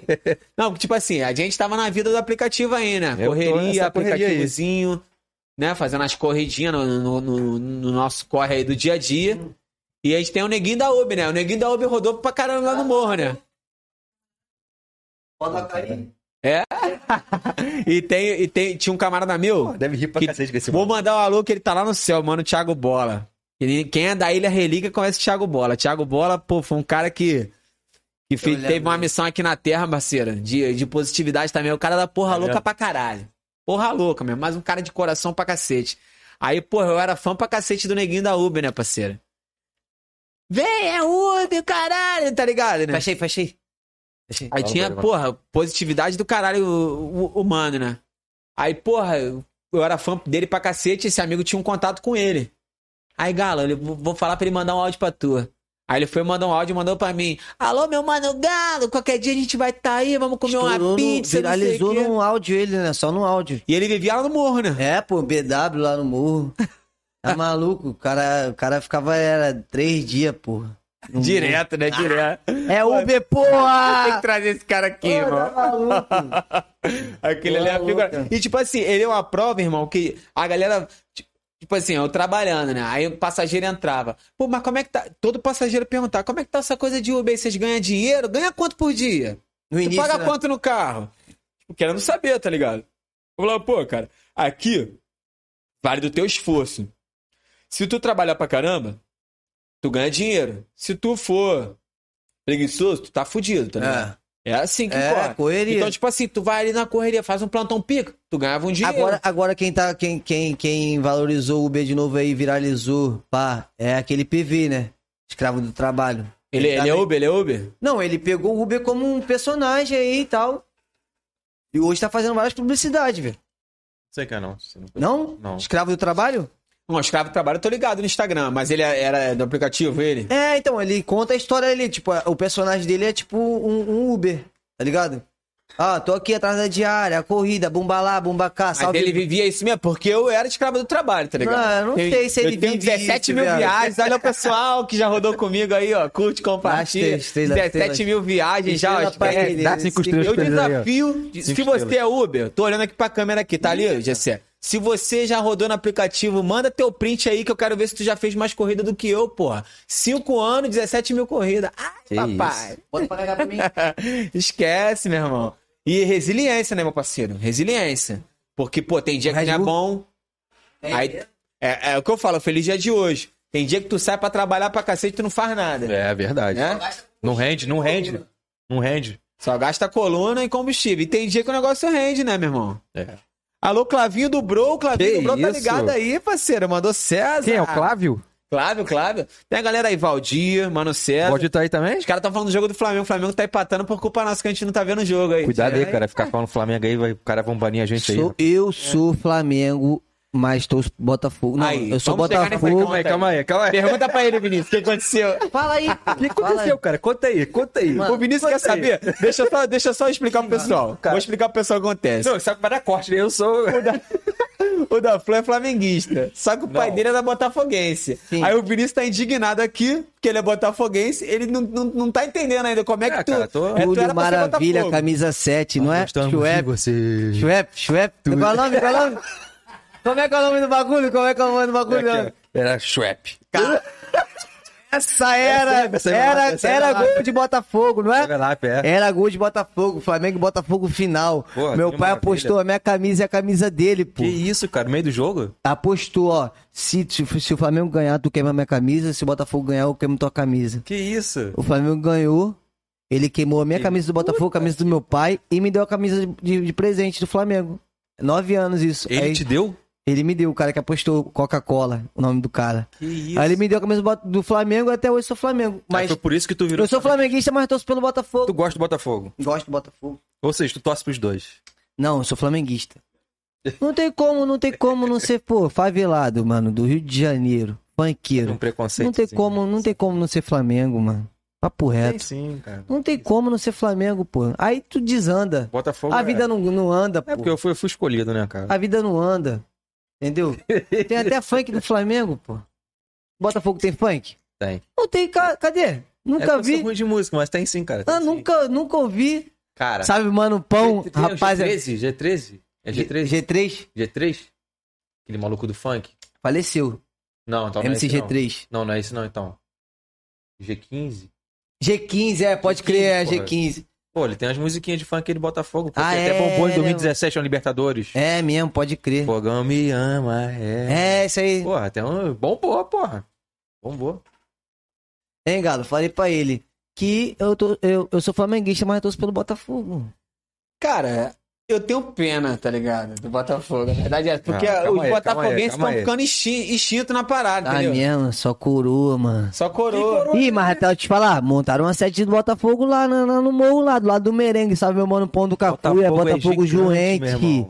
Speaker 2: Não, tipo assim, a gente tava na vida do aplicativo aí, né?
Speaker 1: Eu tô
Speaker 2: Correria,
Speaker 1: nessa correria aí.
Speaker 2: aplicativozinho, né? Fazendo as corridinhas no, no- no- no nosso corre aí do dia a dia. E a gente tem o neguinho da Uber, né? O neguinho da Uber rodou pra caramba lá no morro, né?
Speaker 3: Bota a carinha.
Speaker 2: E, tem, e tem, tinha um camarada meu.
Speaker 1: Deve rir pra
Speaker 2: Que-
Speaker 1: cacete com esse
Speaker 2: Vou mandar um alô que ele tá lá no céu, mano, o Thiago Bola. Ele- Quem é da Ilha Relíquia conhece o Thiago Bola. Thiago Bola, pô, foi um cara que, que fez-
Speaker 3: lembro
Speaker 2: teve uma
Speaker 3: dele.
Speaker 2: missão aqui na Terra, parceira, de, de positividade também. O cara da porra
Speaker 1: É
Speaker 2: louca
Speaker 1: mesmo?
Speaker 2: pra caralho. Porra louca mesmo, mas um cara de coração pra cacete. Aí, porra, eu era fã pra cacete do neguinho da Uber, né, parceira? Vem, é Uber, caralho, tá ligado, né?
Speaker 3: Fechei, fechei. Fechei.
Speaker 2: Aí
Speaker 1: Fala,
Speaker 2: tinha,
Speaker 1: Pedro,
Speaker 2: porra, positividade do caralho hu- hu- humano, né? Aí, porra, eu eu era fã dele pra cacete, esse amigo tinha um contato com ele. Aí, Galo, ele, vou vou falar pra ele mandar um áudio pra tu. Aí ele foi mandar um áudio e mandou pra mim. Alô, meu mano Galo, qualquer dia a gente vai tá aí, vamos comer
Speaker 3: Estourou
Speaker 2: uma
Speaker 3: no-
Speaker 2: pizza, não sei o
Speaker 3: viralizou
Speaker 2: quê.
Speaker 3: num áudio ele, né? Só no áudio.
Speaker 2: E ele vivia lá no morro, né?
Speaker 3: É, pô, BW lá no morro. Tá maluco? O cara, o cara ficava, era três dias, porra. no
Speaker 2: Direto,
Speaker 3: Ah,
Speaker 2: né? Direto.
Speaker 3: morro. É Uber, porra!
Speaker 2: Tem que trazer esse cara aqui,
Speaker 3: Pô,
Speaker 2: irmão.
Speaker 3: tá maluco? Tá
Speaker 2: Aquele ali é a
Speaker 3: Maluca.
Speaker 2: figura. E tipo assim, ele é uma prova, irmão, que a galera. ti- Tipo assim, eu trabalhando, né? Aí o passageiro entrava. Pô, mas como é que tá. Todo passageiro perguntava: como é que tá essa coisa de Uber? aí? Vocês ganham dinheiro? Ganha quanto por dia?
Speaker 3: No
Speaker 2: Tu
Speaker 3: início,
Speaker 2: paga
Speaker 3: né?
Speaker 2: quanto no carro? Tipo, querendo saber, tá ligado? Eu falava, pô, cara, aqui vale do teu esforço. Se tu trabalhar pra caramba, tu ganha dinheiro. Se tu for preguiçoso, tu tá fudido, tá ligado?
Speaker 3: É,
Speaker 2: É, assim que
Speaker 3: é,
Speaker 2: corre.
Speaker 3: correria.
Speaker 2: Então, tipo assim, tu vai ali na correria, faz um plantão pica, tu ganhava um dinheiro.
Speaker 3: agora, agora quem, tá, quem, quem, quem valorizou o Uber de novo aí, viralizou, pá, é aquele PV, né? Escravo do trabalho.
Speaker 2: ele,
Speaker 3: tá
Speaker 2: ele é
Speaker 3: meio-
Speaker 2: Uber, ele é Uber?
Speaker 3: Não, ele pegou o Uber como um personagem aí e tal. E hoje tá fazendo várias publicidades, velho.
Speaker 1: Não sei quem é, não. Você
Speaker 3: Não?
Speaker 1: Não.
Speaker 3: Escravo do trabalho?
Speaker 2: Bom, escravo do trabalho, eu tô ligado no Instagram, mas ele é- era do aplicativo, ele?
Speaker 3: É, então, ele conta a história ali. Tipo, a- o personagem dele é tipo um, um Uber, tá ligado? Ah, tô aqui atrás da diária, a corrida, bomba lá, bomba cá,
Speaker 2: Mas
Speaker 3: Ah, salve.
Speaker 2: ele vivia isso mesmo, porque eu era escravo do trabalho, tá ligado?
Speaker 3: Não, eu não sei se ele
Speaker 2: eu tenho
Speaker 3: vive
Speaker 2: 17
Speaker 3: isso,
Speaker 2: mil
Speaker 3: velho.
Speaker 2: viagens, olha o pessoal que já rodou comigo aí, ó, curte, compartilha.
Speaker 3: Hashtag estrela,
Speaker 2: 17
Speaker 3: estrela.
Speaker 2: mil viagens já, ó. é,
Speaker 3: Estrela pra ele,
Speaker 4: dá
Speaker 3: ele
Speaker 4: cinco
Speaker 3: se-
Speaker 4: estrelas
Speaker 2: Eu
Speaker 4: pra ele aí, ó.
Speaker 2: desafio, de- se
Speaker 1: Cinco
Speaker 2: você
Speaker 1: estrelas.
Speaker 2: é Uber, tô olhando aqui pra câmera aqui, tá ali, Gessé? Se você já rodou no aplicativo, manda teu print aí que eu quero ver se tu já fez mais corrida do que eu, porra. Cinco anos, 17 mil corridas. Ai,
Speaker 1: Que
Speaker 2: papai.
Speaker 3: Bota pra carregar pra mim.
Speaker 2: Esquece, meu irmão. E resiliência, né, meu parceiro? Resiliência. Porque, pô, tem dia que não é
Speaker 3: Red Bull.
Speaker 2: bom. Aí, é, é o que eu falo, feliz dia de hoje. Tem dia que tu sai pra trabalhar pra cacete e tu não faz nada.
Speaker 1: É, é verdade.
Speaker 2: Né?
Speaker 1: Não rende, não rende. Não rende.
Speaker 2: Só gasta coluna e combustível. E tem dia que o negócio rende, né, meu irmão?
Speaker 1: É.
Speaker 2: Alô, Clavinho do Bro, o Clavinho
Speaker 4: Que
Speaker 2: do Bro tá
Speaker 4: isso?
Speaker 2: ligado aí, parceiro. Mandou César.
Speaker 4: Quem é? O
Speaker 1: Ah.
Speaker 4: Clávio?
Speaker 2: Clávio, Clávio. Tem a galera aí, Valdir, Mano
Speaker 1: É.
Speaker 2: César.
Speaker 4: Pode estar aí também?
Speaker 2: Os caras estão falando do jogo do Flamengo. O Flamengo tá empatando por culpa nossa que a gente não tá vendo o jogo aí.
Speaker 1: Cuidado aí, cara. Ficar falando Flamengo aí, vai, o cara vão banir a gente aí.
Speaker 3: Sou- eu sou Flamengo, mas tô Botafogo. Não,
Speaker 2: Aí,
Speaker 3: eu sou
Speaker 2: vamos chegar nesse
Speaker 3: Botafogo.
Speaker 2: aí, calma
Speaker 4: aí, calma
Speaker 2: Pergunta pra ele, Vinícius, o que aconteceu?
Speaker 3: Fala aí. O
Speaker 4: O que aconteceu, cara? Conta aí, conta aí.
Speaker 3: Mano,
Speaker 2: O Vinícius quer saber? Deixa eu só, deixa eu só explicar pro pessoal.
Speaker 4: cara.
Speaker 2: Vou explicar pro pessoal o que acontece.
Speaker 4: Não, sabe que vai dar corte, né? Eu sou.
Speaker 2: O da Flan é flamenguista. Só que o pai dele era botafoguense.
Speaker 3: Sim.
Speaker 2: Aí o Vinícius tá indignado aqui, porque ele é botafoguense. Ele não, não, não tá entendendo ainda como é que
Speaker 1: É,
Speaker 2: tu.
Speaker 1: cara, tô-
Speaker 2: é, tu era pra ser
Speaker 3: Maravilha,
Speaker 2: Botafogo.
Speaker 3: camisa 7, não é? Chuep,
Speaker 4: você.
Speaker 3: Chuep, Chuep. Qual é o nome? Qual é o nome? Como é que é o nome do bagulho? Como é que é o nome do bagulho?
Speaker 1: Era Schwepp.
Speaker 3: Essa era,
Speaker 1: essa é
Speaker 3: era,
Speaker 1: lá, essa é
Speaker 3: era
Speaker 1: lá.
Speaker 3: gol de Botafogo, não é?
Speaker 1: Era lá, é.
Speaker 3: Era gol de Botafogo, Flamengo e Botafogo final.
Speaker 1: Pô,
Speaker 3: Meu
Speaker 1: que
Speaker 3: pai
Speaker 1: maravilha.
Speaker 3: apostou a minha camisa e a camisa dele, pô.
Speaker 1: Que isso, cara? No meio do jogo?
Speaker 3: Apostou, ó. Se, se, se o Flamengo ganhar, tu queima minha camisa. Se o Botafogo ganhar, eu queimo tua camisa.
Speaker 1: Que isso?
Speaker 3: O Flamengo ganhou. Ele queimou a minha camisa do Botafogo, a camisa do meu pai e me deu a camisa de, de presente do Flamengo. Nove anos isso.
Speaker 1: Ele
Speaker 3: Aí,
Speaker 1: te deu?
Speaker 3: ele me deu, o cara que apostou Coca-Cola, o nome do cara.
Speaker 1: Que isso?
Speaker 3: Aí ele me deu a camisa do Bota- do Flamengo até hoje sou Flamengo.
Speaker 1: Mas
Speaker 3: Mas
Speaker 1: foi por isso que tu virou.
Speaker 3: eu sou flamenguista, mas torço pelo Botafogo.
Speaker 1: Tu gosta do Botafogo.
Speaker 3: Gosto do Botafogo.
Speaker 1: Ou seja, tu torce pros dois.
Speaker 3: Não, eu sou flamenguista. Não tem como, não tem como não ser, pô, favelado, mano, do Rio de Janeiro,
Speaker 1: Um
Speaker 3: banqueiro.
Speaker 1: preconceito.
Speaker 3: Não tem né?
Speaker 1: assim.
Speaker 3: como, não tem como não ser Flamengo, mano. Papo
Speaker 1: Tem
Speaker 3: reto.
Speaker 1: sim, cara.
Speaker 3: Não tem como não ser Flamengo, pô. Aí tu desanda.
Speaker 1: Botafogo.
Speaker 3: A
Speaker 1: é-
Speaker 3: vida não, não anda,
Speaker 1: É porque
Speaker 3: pô.
Speaker 1: eu fui, eu fui escolhido, né, cara?
Speaker 3: A vida não anda. Entendeu? Tem até funk do Flamengo, pô. Botafogo tem funk?
Speaker 1: Tem.
Speaker 3: Não tem, ca- cadê?
Speaker 1: é
Speaker 3: Nunca
Speaker 1: porque Eu
Speaker 3: vi.
Speaker 1: sou ruim de música, mas tem sim, cara. Tem
Speaker 3: Ah,
Speaker 1: sim.
Speaker 3: nunca, nunca ouvi.
Speaker 1: Cara.
Speaker 3: Sabe, mano, pão,
Speaker 1: G- tem o
Speaker 3: rapaz. é-
Speaker 1: G13, G13? É G13?
Speaker 3: G3
Speaker 1: G3? Aquele maluco do funk?
Speaker 3: faleceu.
Speaker 1: Não, então não é esse, não.
Speaker 3: MCG3.
Speaker 1: Não, não é isso não, então. G15?
Speaker 3: G15, é, pode
Speaker 1: G15,
Speaker 3: crer, é
Speaker 1: porra.
Speaker 3: G15.
Speaker 1: Pô, ele tem as musiquinhas de funk aí do Botafogo. Pô,
Speaker 3: Ah,
Speaker 1: que até
Speaker 3: é,
Speaker 1: bombou em
Speaker 3: né,
Speaker 1: 2017 na um Libertadores.
Speaker 3: É mesmo, pode crer.
Speaker 1: Fogão me ama, é.
Speaker 3: É, isso aí.
Speaker 1: Porra, até um... Bombou, porra. Bombou.
Speaker 3: Hein, Galo? Falei pra ele que eu, tô, eu, eu sou flamenguista, mas eu torço pelo Botafogo.
Speaker 2: Cara, eu tenho pena, tá ligado? Do Botafogo. Na verdade é. Porque
Speaker 1: Ah, calma
Speaker 2: os
Speaker 1: aí, calma aí,
Speaker 2: botafoguenses
Speaker 1: calma
Speaker 2: estão
Speaker 1: aí.
Speaker 2: ficando extin- extinto na parada,
Speaker 3: Ah,
Speaker 2: entendeu?
Speaker 3: mesmo, só coroa, mano.
Speaker 2: Só coroa.
Speaker 3: Ih,
Speaker 1: né?
Speaker 3: mas até eu te falar, montaram uma sete do Botafogo lá na- na- no, morro, lá do lado do merengue, sabe, meu mano? Pão do Cacuia, Botafogo, Botafogo
Speaker 1: é gigante, meu
Speaker 3: Juente.
Speaker 1: irmão.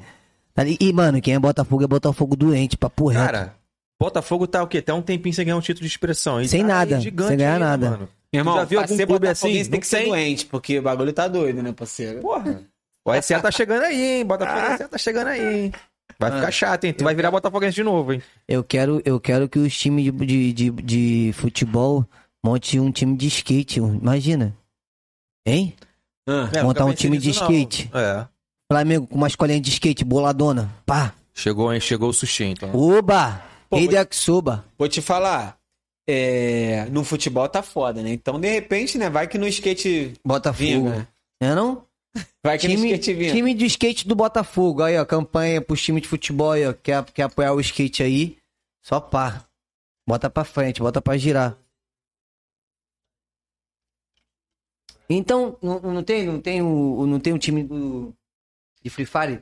Speaker 3: Tá li- Ih, mano, quem é Botafogo é Botafogo doente, papo reto.
Speaker 1: Cara, Botafogo tá o quê? Tá um tempinho sem ganhar um título de expressão. E
Speaker 3: Sem
Speaker 1: tá
Speaker 3: nada,
Speaker 1: aí gigante
Speaker 3: sem ganhar
Speaker 1: ainda,
Speaker 3: nada.
Speaker 1: Mano.
Speaker 2: Meu irmão,
Speaker 1: Já viu
Speaker 2: pra
Speaker 1: algum
Speaker 2: ser
Speaker 1: clube
Speaker 2: botafoguense
Speaker 1: assim?
Speaker 2: tem
Speaker 1: Não
Speaker 2: que ser
Speaker 1: tem.
Speaker 2: doente, porque o bagulho tá doido, né, parceiro?
Speaker 1: Porra. O SE tá chegando aí, hein? Botafogo SE tá chegando aí, hein? Vai ficar chato, hein? Tu vai virar Botafoguense de novo, hein?
Speaker 3: Eu quero, eu quero que os times de, de, de, de futebol montem um time de skate, um- imagina. Hein?
Speaker 2: Ah,
Speaker 1: É,
Speaker 3: Montar
Speaker 1: nunca
Speaker 3: um
Speaker 1: pensei
Speaker 3: time de
Speaker 1: nisso, não.
Speaker 3: skate.
Speaker 1: É.
Speaker 3: Flamengo com uma escolinha de skate, boladona, pá.
Speaker 1: Chegou, hein? Chegou o sushi, então.
Speaker 3: Oba!
Speaker 2: Pô,
Speaker 3: Rei
Speaker 2: mas-
Speaker 3: da Aksoba.
Speaker 2: Vou te falar. é, no futebol tá foda, né? Então, de repente, né? Vai que no skate
Speaker 3: Botafogo.
Speaker 2: vinga.
Speaker 3: Não é não?
Speaker 2: Vai que no
Speaker 3: Time,
Speaker 2: skate vinga.
Speaker 3: time de skate do Botafogo. Aí, ó, campanha pros times de futebol aí, ó. Quer, quer apoiar o skate aí? Só pá. Bota pra frente, bota pra girar. Então, não, não tem, não tem o, o- não tem um time do, de Free Fire?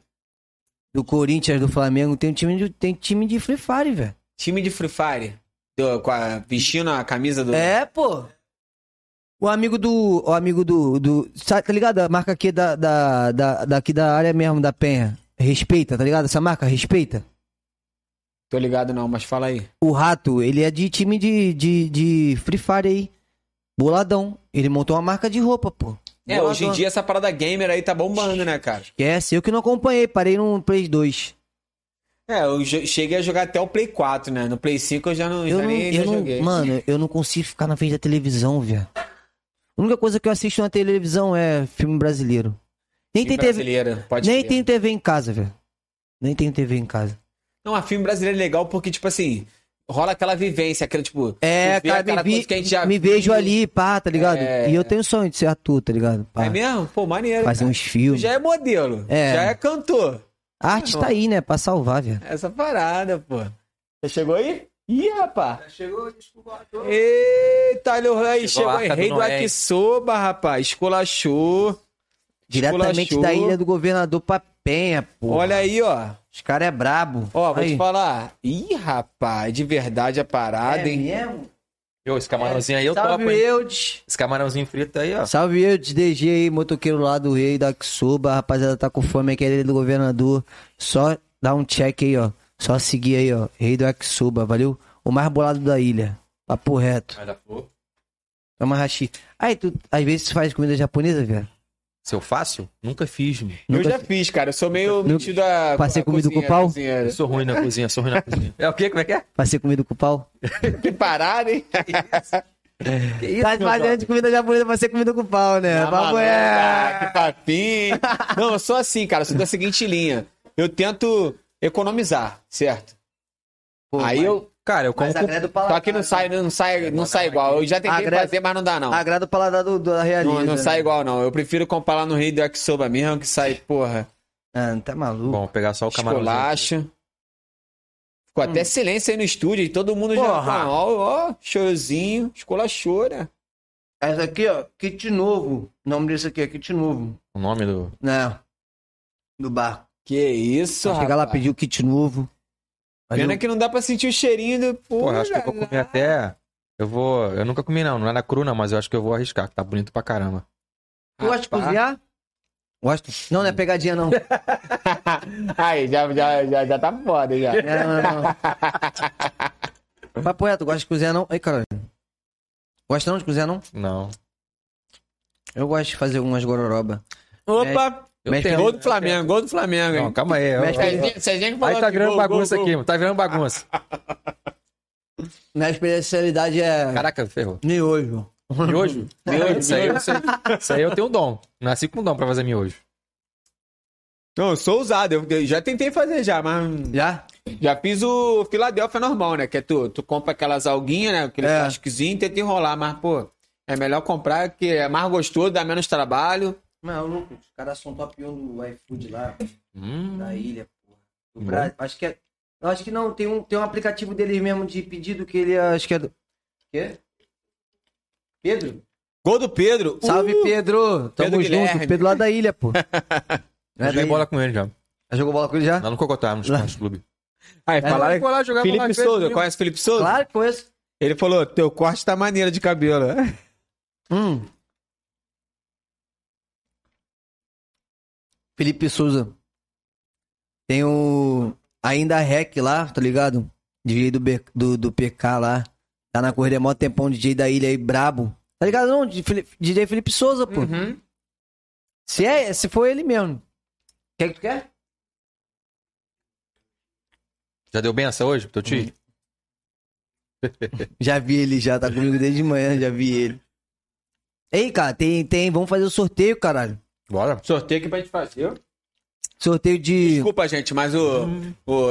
Speaker 3: Do Corinthians, do Flamengo, tem um time de, tem time de Free Fire, velho.
Speaker 2: Time de Free Fire. do- com a- vestindo a camisa do.
Speaker 3: É, pô. O amigo do. O amigo do. do sabe, tá ligado? A marca aqui da, da, da, daqui da área mesmo, da Penha. Respeita, tá ligado? Essa marca, respeita.
Speaker 2: Tô ligado não, mas fala aí.
Speaker 3: O Rato, ele é de time de, de, de Free Fire aí. Boladão. Ele montou uma marca de roupa, pô.
Speaker 2: É,
Speaker 3: Boladão.
Speaker 2: hoje em dia essa parada gamer aí tá bombando, né, cara?
Speaker 3: Esquece, eu que não acompanhei, parei no Play 2.
Speaker 2: É, eu jo- cheguei a jogar até o Play 4, né? No Play 5 eu já não, já
Speaker 3: Eu não,
Speaker 2: nem
Speaker 3: eu
Speaker 2: já
Speaker 3: não,
Speaker 2: joguei.
Speaker 3: mano, eu não consigo ficar na frente da televisão, velho. A única coisa que eu assisto na televisão é filme brasileiro. Nem
Speaker 2: Filme
Speaker 3: tem TV,
Speaker 2: brasileiro, pode
Speaker 3: Nem
Speaker 2: crer.
Speaker 3: tenho TV em casa, velho. Nem tenho TV em casa.
Speaker 2: Não, a filme brasileiro é legal porque, tipo assim, rola aquela vivência, aquela, tipo.
Speaker 3: É,
Speaker 2: tu vê
Speaker 3: cara,
Speaker 2: aquela
Speaker 3: me, vi-
Speaker 2: coisa que a gente já
Speaker 3: me
Speaker 2: viu.
Speaker 3: vejo ali, pá, tá ligado?
Speaker 2: É.
Speaker 3: E eu tenho sonho de ser ator, tá ligado? Pá,
Speaker 2: É mesmo? Pô, maneiro.
Speaker 3: fazer
Speaker 2: cara.
Speaker 3: uns filmes.
Speaker 2: Já é modelo.
Speaker 3: É.
Speaker 2: Já é cantor.
Speaker 3: A arte tá aí, né? Pra salvar, velho.
Speaker 2: Essa parada, pô. Você chegou aí? Ih, rapaz.
Speaker 1: Chegou, desculpa.
Speaker 2: Eita, olha o-
Speaker 1: Chegou
Speaker 2: aí, chegou,
Speaker 1: a
Speaker 2: aí.
Speaker 1: arca do
Speaker 2: Rei do
Speaker 1: Noé, hein?
Speaker 2: Akisoba, rapaz. Escolachou.
Speaker 3: Diretamente
Speaker 2: Esculachou.
Speaker 3: da ilha do governador pra Penha, pô.
Speaker 2: Olha aí, ó.
Speaker 3: Os caras é brabo.
Speaker 2: Ó, vou
Speaker 3: aí.
Speaker 2: te falar. Ih, rapaz, de verdade a parada,
Speaker 3: É
Speaker 2: hein?
Speaker 3: mesmo?
Speaker 1: Eu, esse camarãozinho aí eu
Speaker 3: Salve,
Speaker 1: topo, hein?
Speaker 3: Eudes.
Speaker 1: Esse camarãozinho frito aí, ó.
Speaker 3: Salve, Eudes, DG aí, motoqueiro lá do rei da Xuba. A rapaziada tá com fome aqui, a ilha do governador. Só dá um check aí, ó. Só seguir aí, ó. Rei do Xuba, valeu? O mais bolado da ilha. Papo reto. É
Speaker 1: Olha, pô.
Speaker 3: Toma hashi. Aí, tu, às vezes, tu faz comida japonesa, velho?
Speaker 1: Se eu faço? Nunca fiz, mano.
Speaker 2: Eu
Speaker 3: Nunca-
Speaker 2: já fiz, cara. Eu sou meio
Speaker 3: Nunca-
Speaker 2: metido a.
Speaker 3: Passei
Speaker 2: a
Speaker 3: comigo
Speaker 2: cozinha,
Speaker 3: com pau?
Speaker 2: cozinheiro.
Speaker 1: Eu sou ruim na cozinha, sou ruim na cozinha. É o quê? Como é que é?
Speaker 3: Fazer comida com pau?
Speaker 2: Que parada, hein?
Speaker 1: Que isso,
Speaker 3: tá
Speaker 1: meu
Speaker 3: fazendo de comida japonesa pra ser comida com pau, né?
Speaker 2: Ah,
Speaker 3: Papo
Speaker 2: maluco,
Speaker 3: é.
Speaker 2: ah, Que papinho. Não, eu sou assim, cara. Eu sou da seguinte linha. Eu tento economizar, certo? Aí eu.
Speaker 1: Cara, eu como com...
Speaker 3: agrada o
Speaker 2: Só que não sai, não
Speaker 1: É,
Speaker 2: sai, não sai igual. Eu já tentei
Speaker 3: Agrega- né?
Speaker 2: fazer, mas não dá, não.
Speaker 3: Agrada o paladar do, do, da realidade.
Speaker 2: Não, não sai igual, não. Eu prefiro comprar lá no Rei do Yakisoba mesmo, que sai, porra,
Speaker 3: Ah, não tá maluco.
Speaker 1: Bom, vou pegar só o camarãozinho. Hum.
Speaker 2: esculacho. Ficou até silêncio aí no estúdio e todo mundo
Speaker 3: Porra.
Speaker 2: já. Ó, ó, chorozinho, esculachou, né?
Speaker 3: Essa aqui, ó, kit novo. O nome desse aqui é kit novo.
Speaker 1: O nome do...
Speaker 3: Não. Do barco.
Speaker 2: Que isso, rapaz.
Speaker 3: Chegar lá, pedir o kit novo. Valeu?
Speaker 2: Pena que não dá pra sentir o cheirinho do.
Speaker 1: Porra, acho que eu vou comer até... Eu vou... Eu nunca comi, não. Não é na cru, não, mas eu acho que eu vou arriscar, que tá bonito pra caramba.
Speaker 3: Tu gosta de
Speaker 2: Rapaz.
Speaker 3: cozinhar? Gosto. Não, não é pegadinha, não. não,
Speaker 2: Aí, já, já, já, já tá foda, já.
Speaker 3: não, não. Papo reto, gosta de cozinhar, não? Ei, caralho. Gosta não de cozinhar, não?
Speaker 1: Não.
Speaker 3: Eu gosto de fazer algumas gororoba.
Speaker 2: Opa!
Speaker 1: Eu
Speaker 3: Mexe-
Speaker 1: tento.
Speaker 2: Gol do Flamengo, gol do Flamengo,
Speaker 1: É, Não,
Speaker 2: hein?
Speaker 1: calma aí.
Speaker 3: Mexe-
Speaker 1: ó.
Speaker 2: Cezinha- Cezinha que falou
Speaker 1: Aí tá
Speaker 2: aqui,
Speaker 1: virando
Speaker 2: gol, gol,
Speaker 1: bagunça
Speaker 2: gol.
Speaker 1: aqui, mano. Tá virando bagunça.
Speaker 3: Minha especialidade é
Speaker 1: Caraca, ferrou.
Speaker 3: miojo.
Speaker 1: Miojo?
Speaker 2: Tá
Speaker 1: Miojo, isso aí, isso aí, isso aí eu tenho um dom. Nasci com um dom pra fazer miojo.
Speaker 2: Não, eu sou ousado. Eu eu já tentei fazer já, mas.
Speaker 3: Já?
Speaker 2: Já fiz o Filadélfia normal, né? Que é tu, tu compra aquelas alguinhas, né? Aquele
Speaker 3: É.
Speaker 2: plastiquezinho e tenta enrolar, mas, pô, é melhor comprar que é mais gostoso, dá menos trabalho.
Speaker 3: Não, Lucas, os caras são top 1 do iFood lá,
Speaker 1: Hum.
Speaker 3: da ilha, porra. Do
Speaker 1: Bom.
Speaker 3: Brasil. Acho que é. Eu acho que não, tem um, tem um aplicativo deles mesmo de pedido que ele é- acho que é do. Quê? Pedro?
Speaker 2: Gol do Pedro.
Speaker 3: Salve,
Speaker 2: Uh!
Speaker 3: Pedro! Tamo
Speaker 2: Pedro
Speaker 3: junto,
Speaker 2: Guilherme.
Speaker 3: Pedro lá da ilha, pô. é
Speaker 1: Eu
Speaker 3: Já
Speaker 1: joguei bola com ele já.
Speaker 3: Ah, Jogou bola com ele já?
Speaker 1: Lá no Cocotá, no Esporte Clube.
Speaker 2: Aí, falaram.
Speaker 1: lá jogar
Speaker 2: Felipe Souza, é? conhece Felipe Souza?
Speaker 3: É. Claro que conheço.
Speaker 2: Ele falou: teu corte tá maneiro de cabelo.
Speaker 3: Hum. Felipe Souza. Tem o. Ainda REC lá, tá ligado? DJ do, B- do, do PK lá. Tá na corrida há mó tempão, DJ da ilha aí, brabo. Tá ligado? Não, de Fili- DJ Felipe Souza, pô.
Speaker 2: Uhum.
Speaker 3: Se, é, se for ele mesmo. Quer é que tu quer?
Speaker 1: Já deu benção hoje, pro teu tio?
Speaker 2: Hum.
Speaker 3: Já vi ele já, tá comigo desde de manhã, já vi ele. Ei, cara, tem, tem. Vamos fazer o sorteio, caralho.
Speaker 1: Bora.
Speaker 2: Sorteio que vai te fazer.
Speaker 3: Sorteio de.
Speaker 2: Desculpa, gente, mas o. O.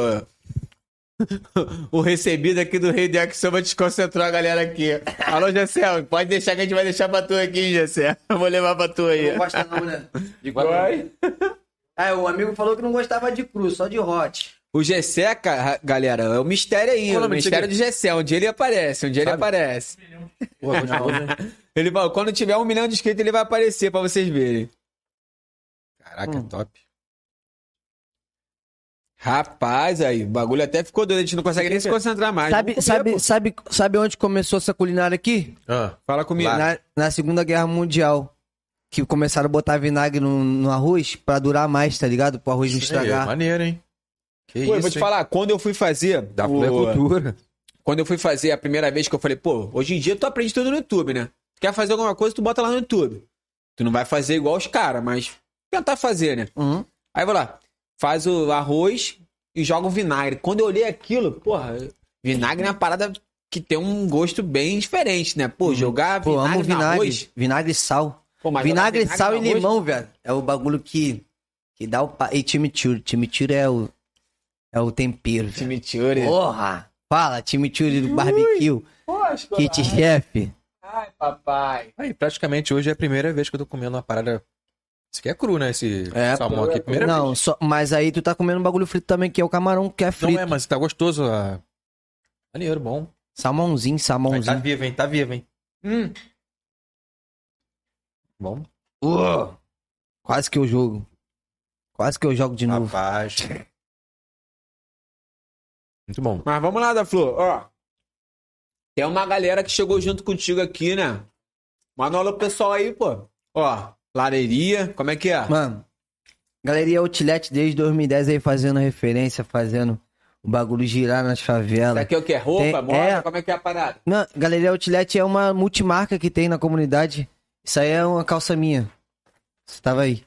Speaker 2: o recebido aqui do Rei Deck Silva desconcentrou a galera aqui. Alô, Gessel, pode deixar que a gente vai deixar pra tu aqui, Gessel. Eu vou levar pra tu aí.
Speaker 3: gosta não, né? De
Speaker 2: Vai.
Speaker 3: Ah, o amigo falou que não gostava de cru, só de hot.
Speaker 2: O Gessé, ca- galera, é o mistério aí.
Speaker 1: Qual
Speaker 2: o
Speaker 1: o nome desse
Speaker 2: mistério do Gessé, onde ele aparece, onde ele aparece.
Speaker 1: Pô, vou de novo, né?
Speaker 2: Ele vai, quando tiver um milhão de inscritos, ele vai aparecer pra vocês verem.
Speaker 1: Caraca, é top.
Speaker 2: Rapaz, aí, o bagulho até ficou doido, a gente não consegue nem se concentrar mais.
Speaker 3: Sabe,
Speaker 2: Vamos
Speaker 3: sabe,
Speaker 2: comer,
Speaker 3: sabe, sabe onde começou essa culinária aqui?
Speaker 1: Ah,
Speaker 2: pô. Fala comigo.
Speaker 3: Na, na Segunda Guerra Mundial. Que começaram a botar vinagre no, no arroz pra durar mais, tá ligado? Pro arroz não
Speaker 1: aí,
Speaker 3: estragar.
Speaker 1: maneiro, hein? Que
Speaker 2: Pô, eu
Speaker 1: isso,
Speaker 2: vou te
Speaker 1: hein?
Speaker 2: falar, quando eu fui fazer.
Speaker 1: Da
Speaker 2: o-
Speaker 1: cultura.
Speaker 2: Quando eu fui fazer a primeira vez que eu falei, pô, hoje em dia tu aprende tudo no YouTube, né? Quer fazer alguma coisa, tu bota lá no YouTube. Tu não vai fazer igual os caras, mas tentar fazer, né?
Speaker 3: Uhum.
Speaker 2: Aí vai lá, faz o arroz e joga o vinagre. Quando eu olhei aquilo, porra, vinagre é uma parada que tem um gosto bem diferente, né? Pô, jogar
Speaker 3: Uhum. Pô,
Speaker 2: vinagre,
Speaker 3: amo
Speaker 2: no
Speaker 3: vinagre.
Speaker 2: arroz.
Speaker 3: Vinagre e sal.
Speaker 2: Pô, mas jogar
Speaker 3: vinagre, sal
Speaker 2: no
Speaker 3: e
Speaker 2: arroz-
Speaker 3: limão, velho. É o bagulho que, que dá o. Pa... E chimichurri. Chimichurri é o. É o tempero. velho.
Speaker 2: Chimichurri.
Speaker 3: Porra! Fala, chimichurri do barbecue. Kit chef.
Speaker 2: Ai, papai.
Speaker 1: Aí, praticamente hoje é a primeira vez que eu tô comendo uma parada. Isso aqui é cru, né? Esse
Speaker 3: É,
Speaker 1: salmão
Speaker 3: pô,
Speaker 1: aqui. Primeira
Speaker 3: não,
Speaker 1: vez.
Speaker 3: só- mas aí tu tá comendo um bagulho frito também, que é o camarão que é frito.
Speaker 1: Não é, mas tá gostoso. ah. Maneiro, bom.
Speaker 3: Salmãozinho,
Speaker 1: Aí, tá
Speaker 3: salmãozinho.
Speaker 1: vivo, hein? Tá vivo, hein?
Speaker 2: Hum.
Speaker 1: Bom.
Speaker 3: Uou! Quase que eu jogo. Quase que eu jogo
Speaker 2: Tá
Speaker 3: de novo.
Speaker 1: Rapaz. Muito bom.
Speaker 2: Mas vamos lá, da Flor. Ó. Tem uma galera que chegou junto contigo aqui, né? Manda um alô pro pessoal aí, pô. Ó, lareria, como é que é?
Speaker 3: Mano, galeria Outlet desde 2010 aí fazendo referência, fazendo o bagulho girar nas
Speaker 2: Isso
Speaker 3: favelas.
Speaker 2: aqui é o que? Roupa,
Speaker 3: Tem-
Speaker 2: moda?
Speaker 3: é.
Speaker 2: Como é que é a parada?
Speaker 3: Não, galeria Outlet é uma multimarca que tem na comunidade. Isso aí é uma calça minha. Você tava aí.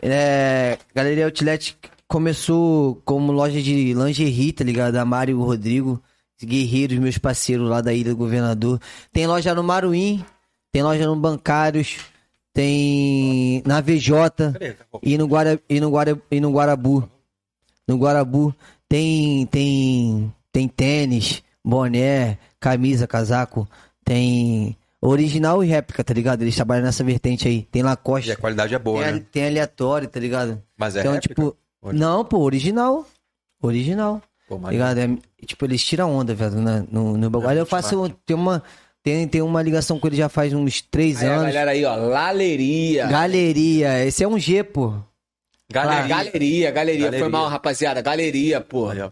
Speaker 3: É, galeria Outlet começou como loja de lingerie, tá ligado? A Mário e o Rodrigo, guerreiros, meus parceiros lá da Ilha do Governador. Tem loja no Maruim, tem loja no Bancários, tem na VJ e no, Guara, e no, Guara, e no Guarabu. No Guarabu tem, tem, tem tênis, boné, camisa, casaco, tem original e réplica, tá ligado? Eles trabalham nessa vertente aí. Tem Lacoste,
Speaker 1: E a qualidade é boa,
Speaker 3: tem,
Speaker 1: né?
Speaker 3: ale- tem aleatório, tá ligado?
Speaker 1: Mas é
Speaker 3: então,
Speaker 1: réplica?
Speaker 3: tipo,
Speaker 1: Olha.
Speaker 3: não, pô, original. Original.
Speaker 1: Pô,
Speaker 3: Tá
Speaker 1: maneiro.
Speaker 3: ligado? É, tipo, eles tiram onda, velho, na- no, no bagulho. Aí eu faço, tem uma, tem, tem uma ligação com ele já faz uns três
Speaker 2: Aí a
Speaker 3: anos.
Speaker 2: galera aí, ó, laleria.
Speaker 3: Galeria, esse é um G, pô.
Speaker 2: Ah,
Speaker 1: Galera,
Speaker 2: galeria, galeria.
Speaker 1: Galeria.
Speaker 2: Foi mal, rapaziada. Galeria, pô.
Speaker 1: Aí, ó.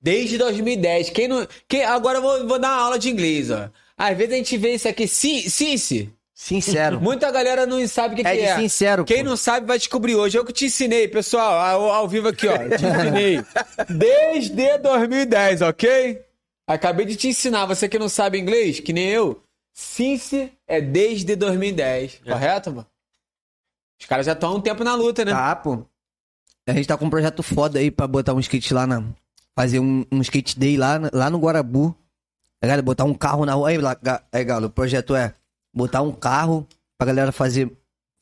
Speaker 2: Desde 2010. Quem não. Quem... Agora eu vou, vou dar uma aula de inglês, ó. Às vezes a gente vê isso aqui. Sim, sim, sim.
Speaker 3: Sincero.
Speaker 2: Muita galera não sabe o que que
Speaker 3: é de sincero,
Speaker 2: Quem
Speaker 3: pô.
Speaker 2: não sabe vai descobrir hoje. Eu que te ensinei, pessoal, ao, ao vivo aqui, ó. Eu Te ensinei. Desde 2010, ok? Acabei de te ensinar. Você que não sabe inglês, que nem eu, since é desde 2010. Correto, mano? Os caras já estão há um tempo na luta, né?
Speaker 3: Tá, pô. A gente tá com um projeto foda aí pra botar um skate lá na. Fazer um, um skate day lá, na- lá no Guarabu. Tá ligado? Botar um carro na rua. Aí, lá, ga- aí, Galo, o projeto é botar um carro pra galera fazer,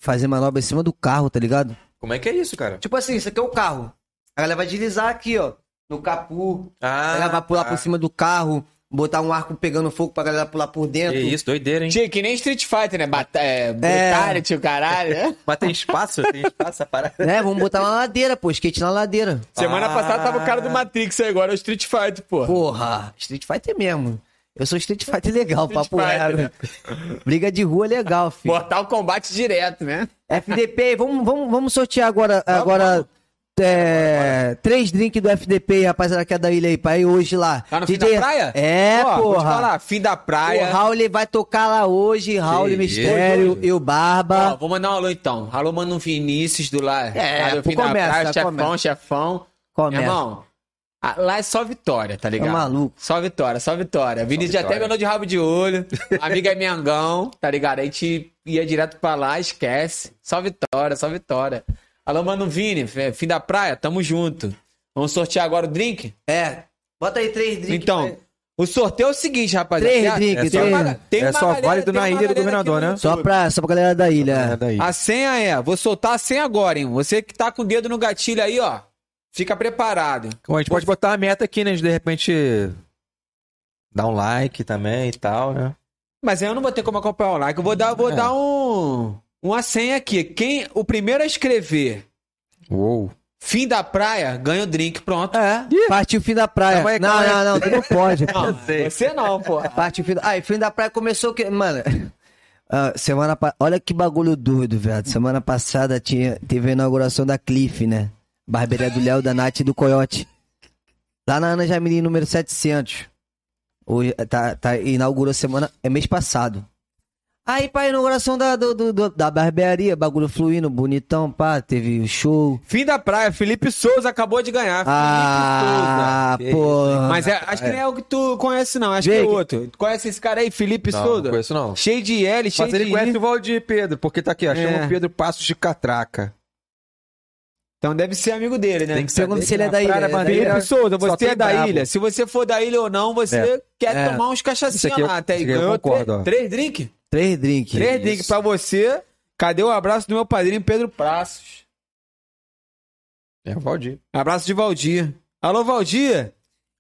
Speaker 3: fazer manobra em cima do carro, tá ligado?
Speaker 1: Como é que é isso, cara?
Speaker 3: Tipo assim, isso aqui é o carro. A galera vai deslizar aqui, ó. No capu. A
Speaker 1: Ah,
Speaker 3: galera vai pular
Speaker 1: tá.
Speaker 3: por cima do carro. Botar um arco pegando fogo pra galera pular por
Speaker 1: Que
Speaker 3: dentro.
Speaker 1: isso, doideira, hein?
Speaker 2: Tio, que nem Street Fighter, né? Bata é, brutality, o caralho. né?
Speaker 1: Mas tem espaço? Tem espaço a parada?
Speaker 3: Né? Vamos botar na ladeira, pô. Skate na ladeira.
Speaker 2: Semana
Speaker 1: Ah.
Speaker 2: passada tava o cara do Matrix, aí agora é o Street Fighter, pô.
Speaker 3: Porra, Street Fighter mesmo. Eu sou Street Fighter legal,
Speaker 2: Street
Speaker 3: papo reto. Briga de rua é legal, filho.
Speaker 2: Mortal Kombat direto, né?
Speaker 3: FDP, aí, vamos, vamos, vamos sortear agora, agora é, três drinks do FDP, aí, rapaziada, que é da ilha aí, pra ir hoje lá.
Speaker 2: Lá no fim da praia?
Speaker 3: É,
Speaker 2: Ó, Vou te
Speaker 3: porra.
Speaker 2: falar, fim da
Speaker 3: O
Speaker 2: praia.
Speaker 3: Raul vai tocar lá hoje, Raul
Speaker 1: Que
Speaker 3: Mistério
Speaker 1: isso.
Speaker 3: e o Barba.
Speaker 2: Ó, vou mandar um alô então. Alô, mano Vinícius do lá.
Speaker 3: É,
Speaker 2: Alô,
Speaker 3: pô,
Speaker 2: fim da
Speaker 3: começa,
Speaker 2: praia, chefão,
Speaker 3: começa.
Speaker 2: chefão.
Speaker 3: Começa.
Speaker 2: Meu irmão, a- lá é só vitória, tá ligado?
Speaker 3: Tá maluco.
Speaker 2: Só vitória, só vitória. Vinícius já
Speaker 1: vitória.
Speaker 2: até me andou de rabo de olho. Amiga é Mengão, tá ligado? A gente ia direto pra lá, esquece. Só vitória, só vitória. Alô, mano Vini, f- fim da praia, tamo junto. Vamos sortear agora o drink?
Speaker 3: É. Bota aí três drinks.
Speaker 2: Então, o sorteio é o seguinte, rapaziada.
Speaker 3: Três drinks,
Speaker 2: tem uma-
Speaker 3: três.
Speaker 2: tem
Speaker 1: É
Speaker 2: uma
Speaker 1: só
Speaker 2: galera-
Speaker 1: válido
Speaker 2: tem
Speaker 1: na
Speaker 2: uma
Speaker 1: ilha do
Speaker 2: galera
Speaker 1: governador,
Speaker 2: aqui no
Speaker 1: né?
Speaker 2: YouTube.
Speaker 3: Só pra, só pra galera da ilha.
Speaker 1: daí.
Speaker 2: A senha é, vou soltar a senha agora, hein? Você que tá com o dedo no gatilho aí, ó, fica preparado.
Speaker 1: Bom, a gente pode botar uma meta aqui, né? De repente dar um like também e tal, né?
Speaker 2: Mas aí eu não vou ter como acompanhar o like, eu vou dar, vou
Speaker 1: É.
Speaker 2: dar um uma senha aqui. Quem o primeiro a escrever
Speaker 1: Uou.
Speaker 2: fim da praia ganha o drink, pronto.
Speaker 3: É. Partiu o fim da praia.
Speaker 1: Calma aí,
Speaker 3: não,
Speaker 1: calma aí.
Speaker 3: não, não, tu não pode. pô.
Speaker 2: Não,
Speaker 1: eu sei.
Speaker 2: você não, porra.
Speaker 3: Parte final. Aí, fim da praia começou que. Mano. ah, semana pa... Olha que bagulho doido, velho. Semana passada tinha... teve a inauguração da Cliff, né? Barbearia do Léo, da Nath e do Coyote. Lá na Ana Jamili, número 700. Hoje, tá, tá, inaugurou semana. É mês passado. Aí, pra inauguração da, do- do- do- da barbearia, bagulho fluindo, bonitão, pá. Teve o show.
Speaker 2: Fim da praia, Felipe Souza acabou de ganhar. Felipe
Speaker 3: Ah,
Speaker 1: Felipe Souza.
Speaker 3: pô.
Speaker 2: Souza. Mas é- acho que nem é o que tu conhece, não. Acho que é
Speaker 3: Jake.
Speaker 2: outro. Tu conhece esse cara aí, Felipe
Speaker 1: Não,
Speaker 2: Souza?
Speaker 1: não conheço não.
Speaker 2: Cheio de L, cheio
Speaker 1: Mas ele
Speaker 2: de
Speaker 1: conhece
Speaker 2: I.
Speaker 1: o Valdir Pedro, porque tá aqui, ó. Chama
Speaker 2: É.
Speaker 1: o Pedro Passos de Catraca.
Speaker 2: Então deve ser amigo dele, né?
Speaker 1: Tem que
Speaker 3: Pergunta
Speaker 1: saber
Speaker 3: se ele é
Speaker 1: que
Speaker 3: da
Speaker 1: na
Speaker 3: ilha.
Speaker 1: Praia
Speaker 3: É da
Speaker 1: Bandeira-
Speaker 3: ilha?
Speaker 2: Felipe
Speaker 1: Só
Speaker 2: Souza, você
Speaker 1: tem
Speaker 2: é da
Speaker 1: brabo.
Speaker 2: ilha. Se você for da ilha ou não, você quer
Speaker 3: É.
Speaker 2: tomar uns
Speaker 1: Isso
Speaker 2: cachaçinha
Speaker 1: aqui eu-
Speaker 2: lá. Até aí
Speaker 1: isso aqui eu
Speaker 2: ganhou
Speaker 1: concordo,
Speaker 2: três,
Speaker 1: ó.
Speaker 2: três drink?
Speaker 3: Três drinks.
Speaker 2: três drink pra você. Cadê o abraço do meu padrinho Pedro Passos?
Speaker 1: É o Valdir.
Speaker 2: Abraço de Valdir. Alô, Valdir?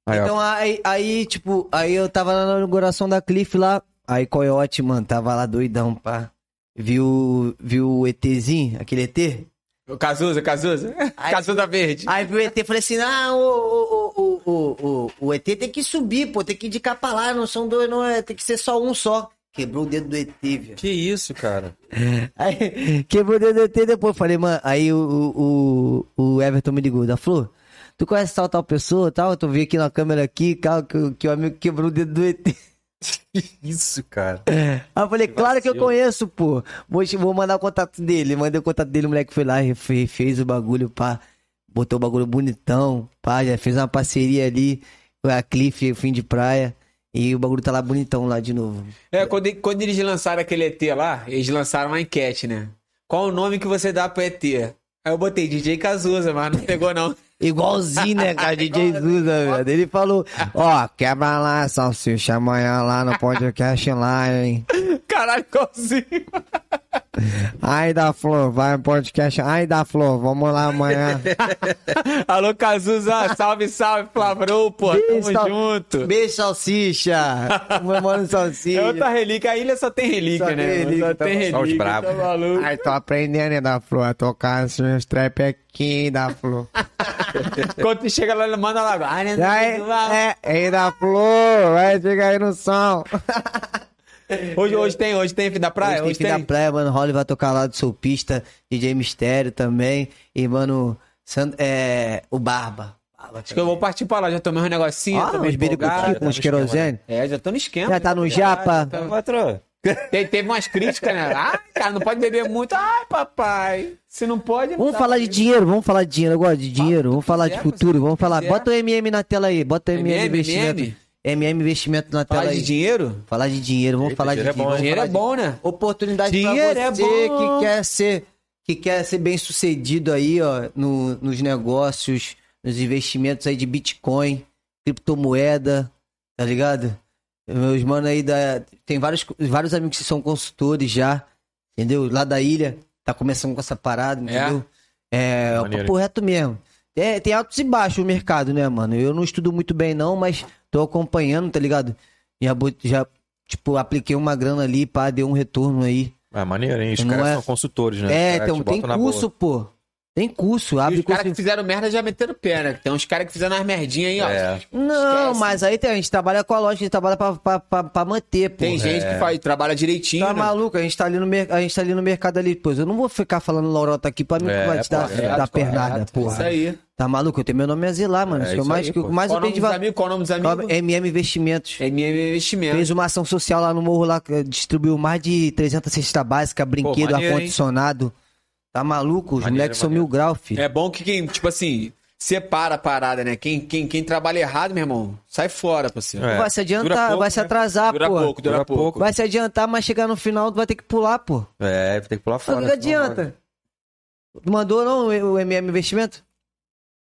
Speaker 1: Aí, ó.
Speaker 3: Então aí, aí, tipo, aí eu tava lá na inauguração da Cliff lá, aí Coyote, mano, tava lá doidão, pá. Viu, viu o ETzinho, aquele ET?
Speaker 2: O Cazuza, Cazuza.
Speaker 3: Ai,
Speaker 2: Cazuza Verde.
Speaker 3: Aí viu o ET, falei assim, ah, o, o, o, o, o, o ET tem que subir, pô, tem que indicar pra lá, não são dois, não, é, tem que ser só um só. Quebrou o dedo do ET, velho.
Speaker 1: Que isso, cara.
Speaker 3: Aí, quebrou o dedo do ET, depois eu falei, mano, aí o, o, o, o Everton me ligou, da Flor, tu conhece tal, tal pessoa, tal, tu vi aqui na câmera aqui, tal, que, que o amigo quebrou o dedo do ET.
Speaker 1: Isso, cara.
Speaker 3: É. Aí Ah, eu falei, claro que eu conheço, pô. Vou, te- vou mandar o contato dele. Mandei o contato dele, o moleque foi lá, refe- fez o bagulho, pá. Botou o bagulho bonitão, pá. Já fez uma parceria ali com a Cliff, fim de praia. E o bagulho tá lá bonitão lá de novo.
Speaker 2: É, quando, quando eles lançaram aquele ET lá, eles lançaram uma enquete, né? Qual o nome que você dá pro ET? Aí eu botei DJ Cazuza, mas não pegou, não.
Speaker 3: Igualzinho, né, cara? DJ Zuza, velho. né, Ele falou, ó, quebra lá, salsicha, amanhã lá no podcast lá, hein.
Speaker 2: Caralho, igualzinho.
Speaker 3: Ai da Flor, vai no podcast. Ai da Flor, vamos lá amanhã.
Speaker 2: Alô, Cazuza, salve, salve, Flavrou, pô, tamo
Speaker 3: Beijo, sal-
Speaker 2: junto.
Speaker 3: Beijo, salsicha. Comemora salsicha.
Speaker 2: É outra relíquia, a ilha só tem relíquia,
Speaker 3: Só
Speaker 2: né?
Speaker 3: tem relíquia,
Speaker 2: só
Speaker 3: tá
Speaker 2: tem
Speaker 3: bom.
Speaker 1: Só os
Speaker 2: relíquia, tá
Speaker 1: brabos.
Speaker 2: maluco.
Speaker 3: Ai, tô aprendendo, né, da Flor, a tocar os meus trap aqui, da Flor.
Speaker 2: Quando tu chega lá, ele manda lá. "Ai, né,
Speaker 3: Aí,
Speaker 2: lá".
Speaker 3: é, aí da Flor, vai chegar aí no som.
Speaker 2: Hoje, hoje tem, hoje tem fim da praia? Hoje,
Speaker 3: é, Hoje tem
Speaker 2: tem.
Speaker 3: da praia, mano, Holly vai tocar lá do Sulpista, DJ Mistério também, e, mano, San- é, o Barba. Barba
Speaker 2: Acho que eu vou partir pra lá, já tomei um negocinho,
Speaker 3: Ó,
Speaker 2: tomei
Speaker 3: uns
Speaker 2: empolgado.
Speaker 3: biricuti, uns querosene.
Speaker 2: É, já tô no esquema.
Speaker 3: Já tá no japa.
Speaker 1: Então, patrão.
Speaker 2: Te- teve umas críticas, né? Ai, cara, não pode beber muito. Ai, papai. Se não pode. Não
Speaker 3: Vamos
Speaker 2: dá.
Speaker 3: falar de dinheiro, vamos falar de dinheiro, eu gosto de dinheiro, vamos falar de
Speaker 2: quiser,
Speaker 3: futuro,
Speaker 2: você
Speaker 3: vamos falar.
Speaker 2: quiser.
Speaker 3: Bota o MM na tela aí, bota o MM,
Speaker 2: MM?
Speaker 3: investimento. MM investimento na
Speaker 2: Falar
Speaker 3: tela
Speaker 2: de
Speaker 3: aí.
Speaker 2: dinheiro?
Speaker 3: Falar de dinheiro, vamos
Speaker 1: Eita,
Speaker 3: falar de
Speaker 1: dinheiro é bom,
Speaker 3: vamos
Speaker 1: hein?
Speaker 2: Dinheiro
Speaker 3: falar
Speaker 2: é
Speaker 3: de-
Speaker 2: bom, né?
Speaker 3: oportunidade
Speaker 2: Dinheiro
Speaker 3: pra
Speaker 2: é
Speaker 3: você
Speaker 2: bom.
Speaker 3: que quer ser que quer ser bem sucedido aí, ó, no- nos negócios, nos investimentos aí de Bitcoin, criptomoeda, tá ligado? Meus mano aí da. Tem vários, vários amigos que são consultores já, entendeu? Lá da ilha, tá começando com essa parada, entendeu? É, é o
Speaker 1: Maneiro.
Speaker 3: papo reto mesmo. É, tem altos e baixos o mercado, né, mano? Eu não estudo muito bem, não, mas tô acompanhando, tá ligado? Já, bot- já tipo, apliquei uma grana ali, pá, deu um retorno aí.
Speaker 1: É maneiro, hein? Os
Speaker 3: Não
Speaker 1: caras
Speaker 3: é-
Speaker 1: são consultores, né? Os
Speaker 3: É,
Speaker 1: caras
Speaker 3: então
Speaker 1: te
Speaker 3: tem
Speaker 1: botam na
Speaker 3: curso, pô. Tem curso,
Speaker 2: E
Speaker 3: abre
Speaker 2: os
Speaker 3: curso.
Speaker 2: caras que fizeram merda já meteram pena. Tem uns caras que fizeram as merdinhas aí, ó.
Speaker 1: boa. É,
Speaker 3: Não,
Speaker 2: Esquece.
Speaker 3: mas aí tem, a gente trabalha com a loja, a gente trabalha pra, pra, pra, pra manter, pô. É.
Speaker 2: Tem gente que faz, trabalha direitinho.
Speaker 3: Tá
Speaker 2: né?
Speaker 3: maluco? A gente tá, ali no mer- a gente tá ali no mercado ali, pois eu não vou ficar falando lorota aqui pra mim
Speaker 1: É,
Speaker 3: que vai te dar,
Speaker 1: correto,
Speaker 3: dar
Speaker 2: Correto,
Speaker 3: pernada,
Speaker 2: correto.
Speaker 3: porra.
Speaker 2: Isso aí.
Speaker 3: Tá maluco? Eu tenho meu nome a zelar, mano.
Speaker 1: É,
Speaker 3: Isso que eu
Speaker 1: isso
Speaker 3: mais,
Speaker 1: aí,
Speaker 3: que eu
Speaker 1: pô.
Speaker 3: mais
Speaker 2: Qual
Speaker 3: eu
Speaker 2: o
Speaker 3: tenho
Speaker 2: nome
Speaker 3: de
Speaker 2: dos
Speaker 3: valor.
Speaker 2: amigos? Qual o nome dos amigos?
Speaker 3: MM Investimentos.
Speaker 2: MM Investimento.
Speaker 3: Fez uma ação social lá no morro, lá, que distribuiu mais de 300 cesta básica, brinquedo,
Speaker 1: maneiro, hein?
Speaker 3: ar-condicionado. Tá maluco? Os
Speaker 1: Maneiro,
Speaker 3: moleques são
Speaker 1: maneiro.
Speaker 3: mil grau, filho.
Speaker 2: É bom que quem, tipo assim, separa a parada, né? Quem, quem, quem trabalha errado, meu irmão, sai fora, parceiro.
Speaker 1: É.
Speaker 3: Vai se
Speaker 1: Dura
Speaker 3: adiantar,
Speaker 1: pouco,
Speaker 3: vai se
Speaker 1: né?
Speaker 3: atrasar,
Speaker 2: Dura
Speaker 3: pô.
Speaker 2: pouco, dura,
Speaker 1: Dura
Speaker 2: pouco.
Speaker 1: pouco.
Speaker 3: Vai se adiantar, mas chegar no final tu vai ter que pular, pô.
Speaker 1: é, tem que pular
Speaker 3: Só
Speaker 1: fora.
Speaker 3: que
Speaker 1: senão
Speaker 3: adianta. Tu mandou não o MM Investimento?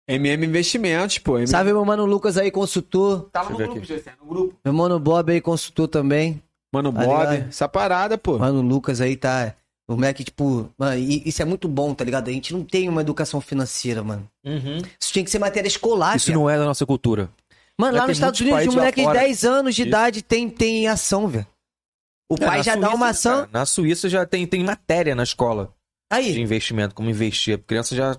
Speaker 2: MM Investimentos, pô. MM...
Speaker 3: Sabe meu mano Lucas aí, consultor.
Speaker 2: Tava no
Speaker 1: Deixa eu ver
Speaker 2: grupo, José, no grupo.
Speaker 3: Meu mano Bob aí, consultor também.
Speaker 2: Mano,
Speaker 3: Tá
Speaker 2: Bob,
Speaker 3: ligado?
Speaker 2: essa parada, pô.
Speaker 3: Mano Lucas aí tá. O moleque, tipo, mano, e- isso é muito bom, tá ligado? A gente não tem uma educação financeira, mano.
Speaker 1: não- Uhum.
Speaker 3: Isso tinha que ser matéria escolar,
Speaker 1: Isso
Speaker 3: viado.
Speaker 1: não é da nossa cultura.
Speaker 3: Mano,
Speaker 1: Já
Speaker 3: lá
Speaker 1: tem
Speaker 3: nos Estados
Speaker 1: muitos
Speaker 3: Unidos,
Speaker 1: países
Speaker 3: um
Speaker 1: lá
Speaker 3: moleque de
Speaker 1: fora.
Speaker 3: 10 anos de
Speaker 1: Isso.
Speaker 3: idade tem, tem ação, velho. O
Speaker 1: É,
Speaker 3: pai
Speaker 1: na
Speaker 3: já dá
Speaker 1: Suíça,
Speaker 3: uma
Speaker 1: né,
Speaker 3: ação.
Speaker 1: cara? Na Suíça já tem, tem matéria na escola de
Speaker 3: Aí,
Speaker 1: investimento, como investir. A criança já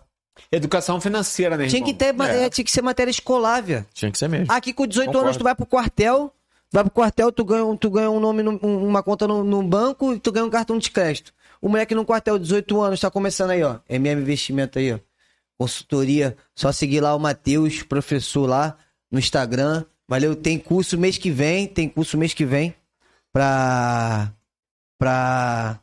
Speaker 2: Educação financeira, né,
Speaker 3: tinha
Speaker 2: irmão?
Speaker 3: que, ter, ma-
Speaker 1: É.
Speaker 3: é, tinha que ser matéria escolar, velho.
Speaker 1: tinha que ser mesmo.
Speaker 3: Aqui com 18
Speaker 1: Concordo.
Speaker 3: anos tu vai pro quartel, vai pro quartel, tu ganha, um- tu ganha um nome, num- um- uma conta no, num banco e tu ganha um cartão de crédito. O moleque no quartel, 18 anos, tá começando aí, ó. MM Investimento aí, ó. Consultoria. Só seguir lá o Matheus, professor lá, no Instagram. Valeu, tem curso mês que vem, tem curso mês que vem pra. pra.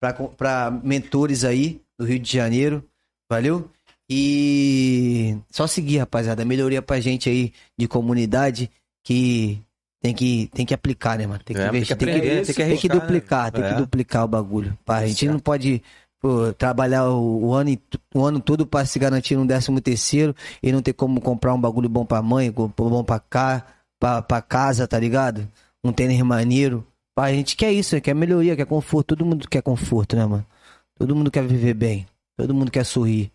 Speaker 3: pra, co- pra mentores aí do Rio de Janeiro. Valeu? E só seguir, rapaziada. Melhoria pra gente aí de comunidade que tem que, tem que aplicar, né, mano? Tem que
Speaker 1: É, tem
Speaker 3: investir,
Speaker 1: que
Speaker 3: tem que,
Speaker 1: aprender, tem que
Speaker 3: tem que
Speaker 1: arriscar, né?
Speaker 3: duplicar, tem que
Speaker 1: É.
Speaker 3: duplicar o bagulho. Pá, a gente
Speaker 1: Tá Certo.
Speaker 3: não pode pô, trabalhar o, o ano, e tu- o ano todo pra se garantir um décimo terceiro e não ter como comprar um bagulho bom pra mãe, go- bom pra, cá, pra, pra casa, tá ligado? Um tênis maneiro. Pá, a gente quer isso, quer melhoria, quer conforto. Todo mundo quer conforto, né, mano? Todo mundo quer viver bem. Todo mundo quer sorrir.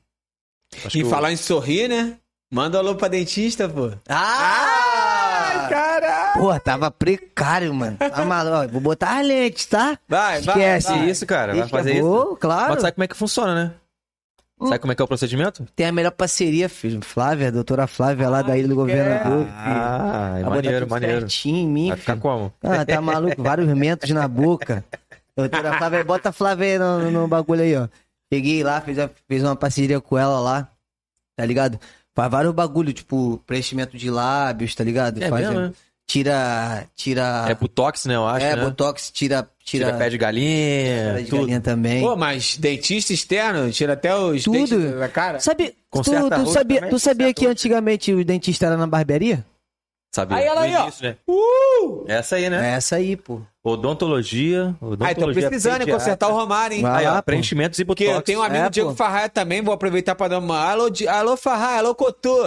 Speaker 1: Acho
Speaker 2: E
Speaker 1: que o-
Speaker 2: falar em sorrir, né? Manda alô pra dentista, pô.
Speaker 3: Ah!
Speaker 2: Caralho!
Speaker 3: Pô, tava precário, mano. Tá maluco. Ó, Vou botar as lentes, tá?
Speaker 2: Vai, vai.
Speaker 3: Esquece.
Speaker 1: Que
Speaker 2: vai.
Speaker 1: isso, cara. Vai
Speaker 3: Ixi,
Speaker 1: fazer isso.
Speaker 3: vou, Claro. Hum.
Speaker 1: Mas sabe como é que funciona, né? Sabe como é que é o procedimento?
Speaker 3: Tem a melhor parceria, filho. Flávia, doutora Flávia, lá da Ilha do Governador. filho.
Speaker 1: Ah, é
Speaker 3: Vai botar
Speaker 1: maneiro,
Speaker 3: tá tudo
Speaker 1: maneiro.
Speaker 3: Certinho em mim,
Speaker 1: Vai ficar
Speaker 3: filho.
Speaker 1: como?
Speaker 3: Ah, tá maluco? Vários mentos na boca. Doutora Flávia, bota a Flávia aí no, no bagulho aí, ó. Cheguei lá, fiz, a- fiz uma parceria com ela lá, tá ligado? Faz vários bagulho, tipo, preenchimento de lábios, tá ligado?
Speaker 1: É
Speaker 3: Faz,
Speaker 1: mesmo,
Speaker 3: ó,
Speaker 1: né?
Speaker 3: Tira. Tira.
Speaker 1: É botox, né? Eu acho,
Speaker 3: é,
Speaker 1: né?
Speaker 3: Botox, tira. Tira,
Speaker 1: Tira, pé de galinha,
Speaker 3: pé de
Speaker 1: tudo.
Speaker 3: galinha também.
Speaker 2: Pô, mas dentista externo, tira até os
Speaker 3: Tudo.
Speaker 2: dentes da cara.
Speaker 3: Sabe, tu,
Speaker 1: Conserta
Speaker 3: tu
Speaker 1: rosto
Speaker 3: sabia,
Speaker 1: também,
Speaker 3: tu sabia
Speaker 1: conserta
Speaker 3: que
Speaker 1: rosto.
Speaker 3: antigamente o dentista era na barbearia?
Speaker 1: Sabia?
Speaker 2: Aí ela
Speaker 1: No
Speaker 2: aí, ó. Uh!
Speaker 1: início, né? Essa aí, né?
Speaker 3: É Ah, essa aí, pô.
Speaker 1: Odontologia. odontologia
Speaker 2: Aí, tô precisando em
Speaker 1: pediátrica.
Speaker 2: consertar o Romário, hein?
Speaker 3: Vai
Speaker 1: Aí,
Speaker 3: lá,
Speaker 1: ó,
Speaker 3: pô.
Speaker 1: preenchimentos e
Speaker 2: Porque
Speaker 1: botox.
Speaker 2: eu tenho um amigo
Speaker 3: É,
Speaker 2: Diego
Speaker 3: pô.
Speaker 2: Farraia também, vou aproveitar pra dar uma. Alô, Di- alô Farraia, alô Cotô.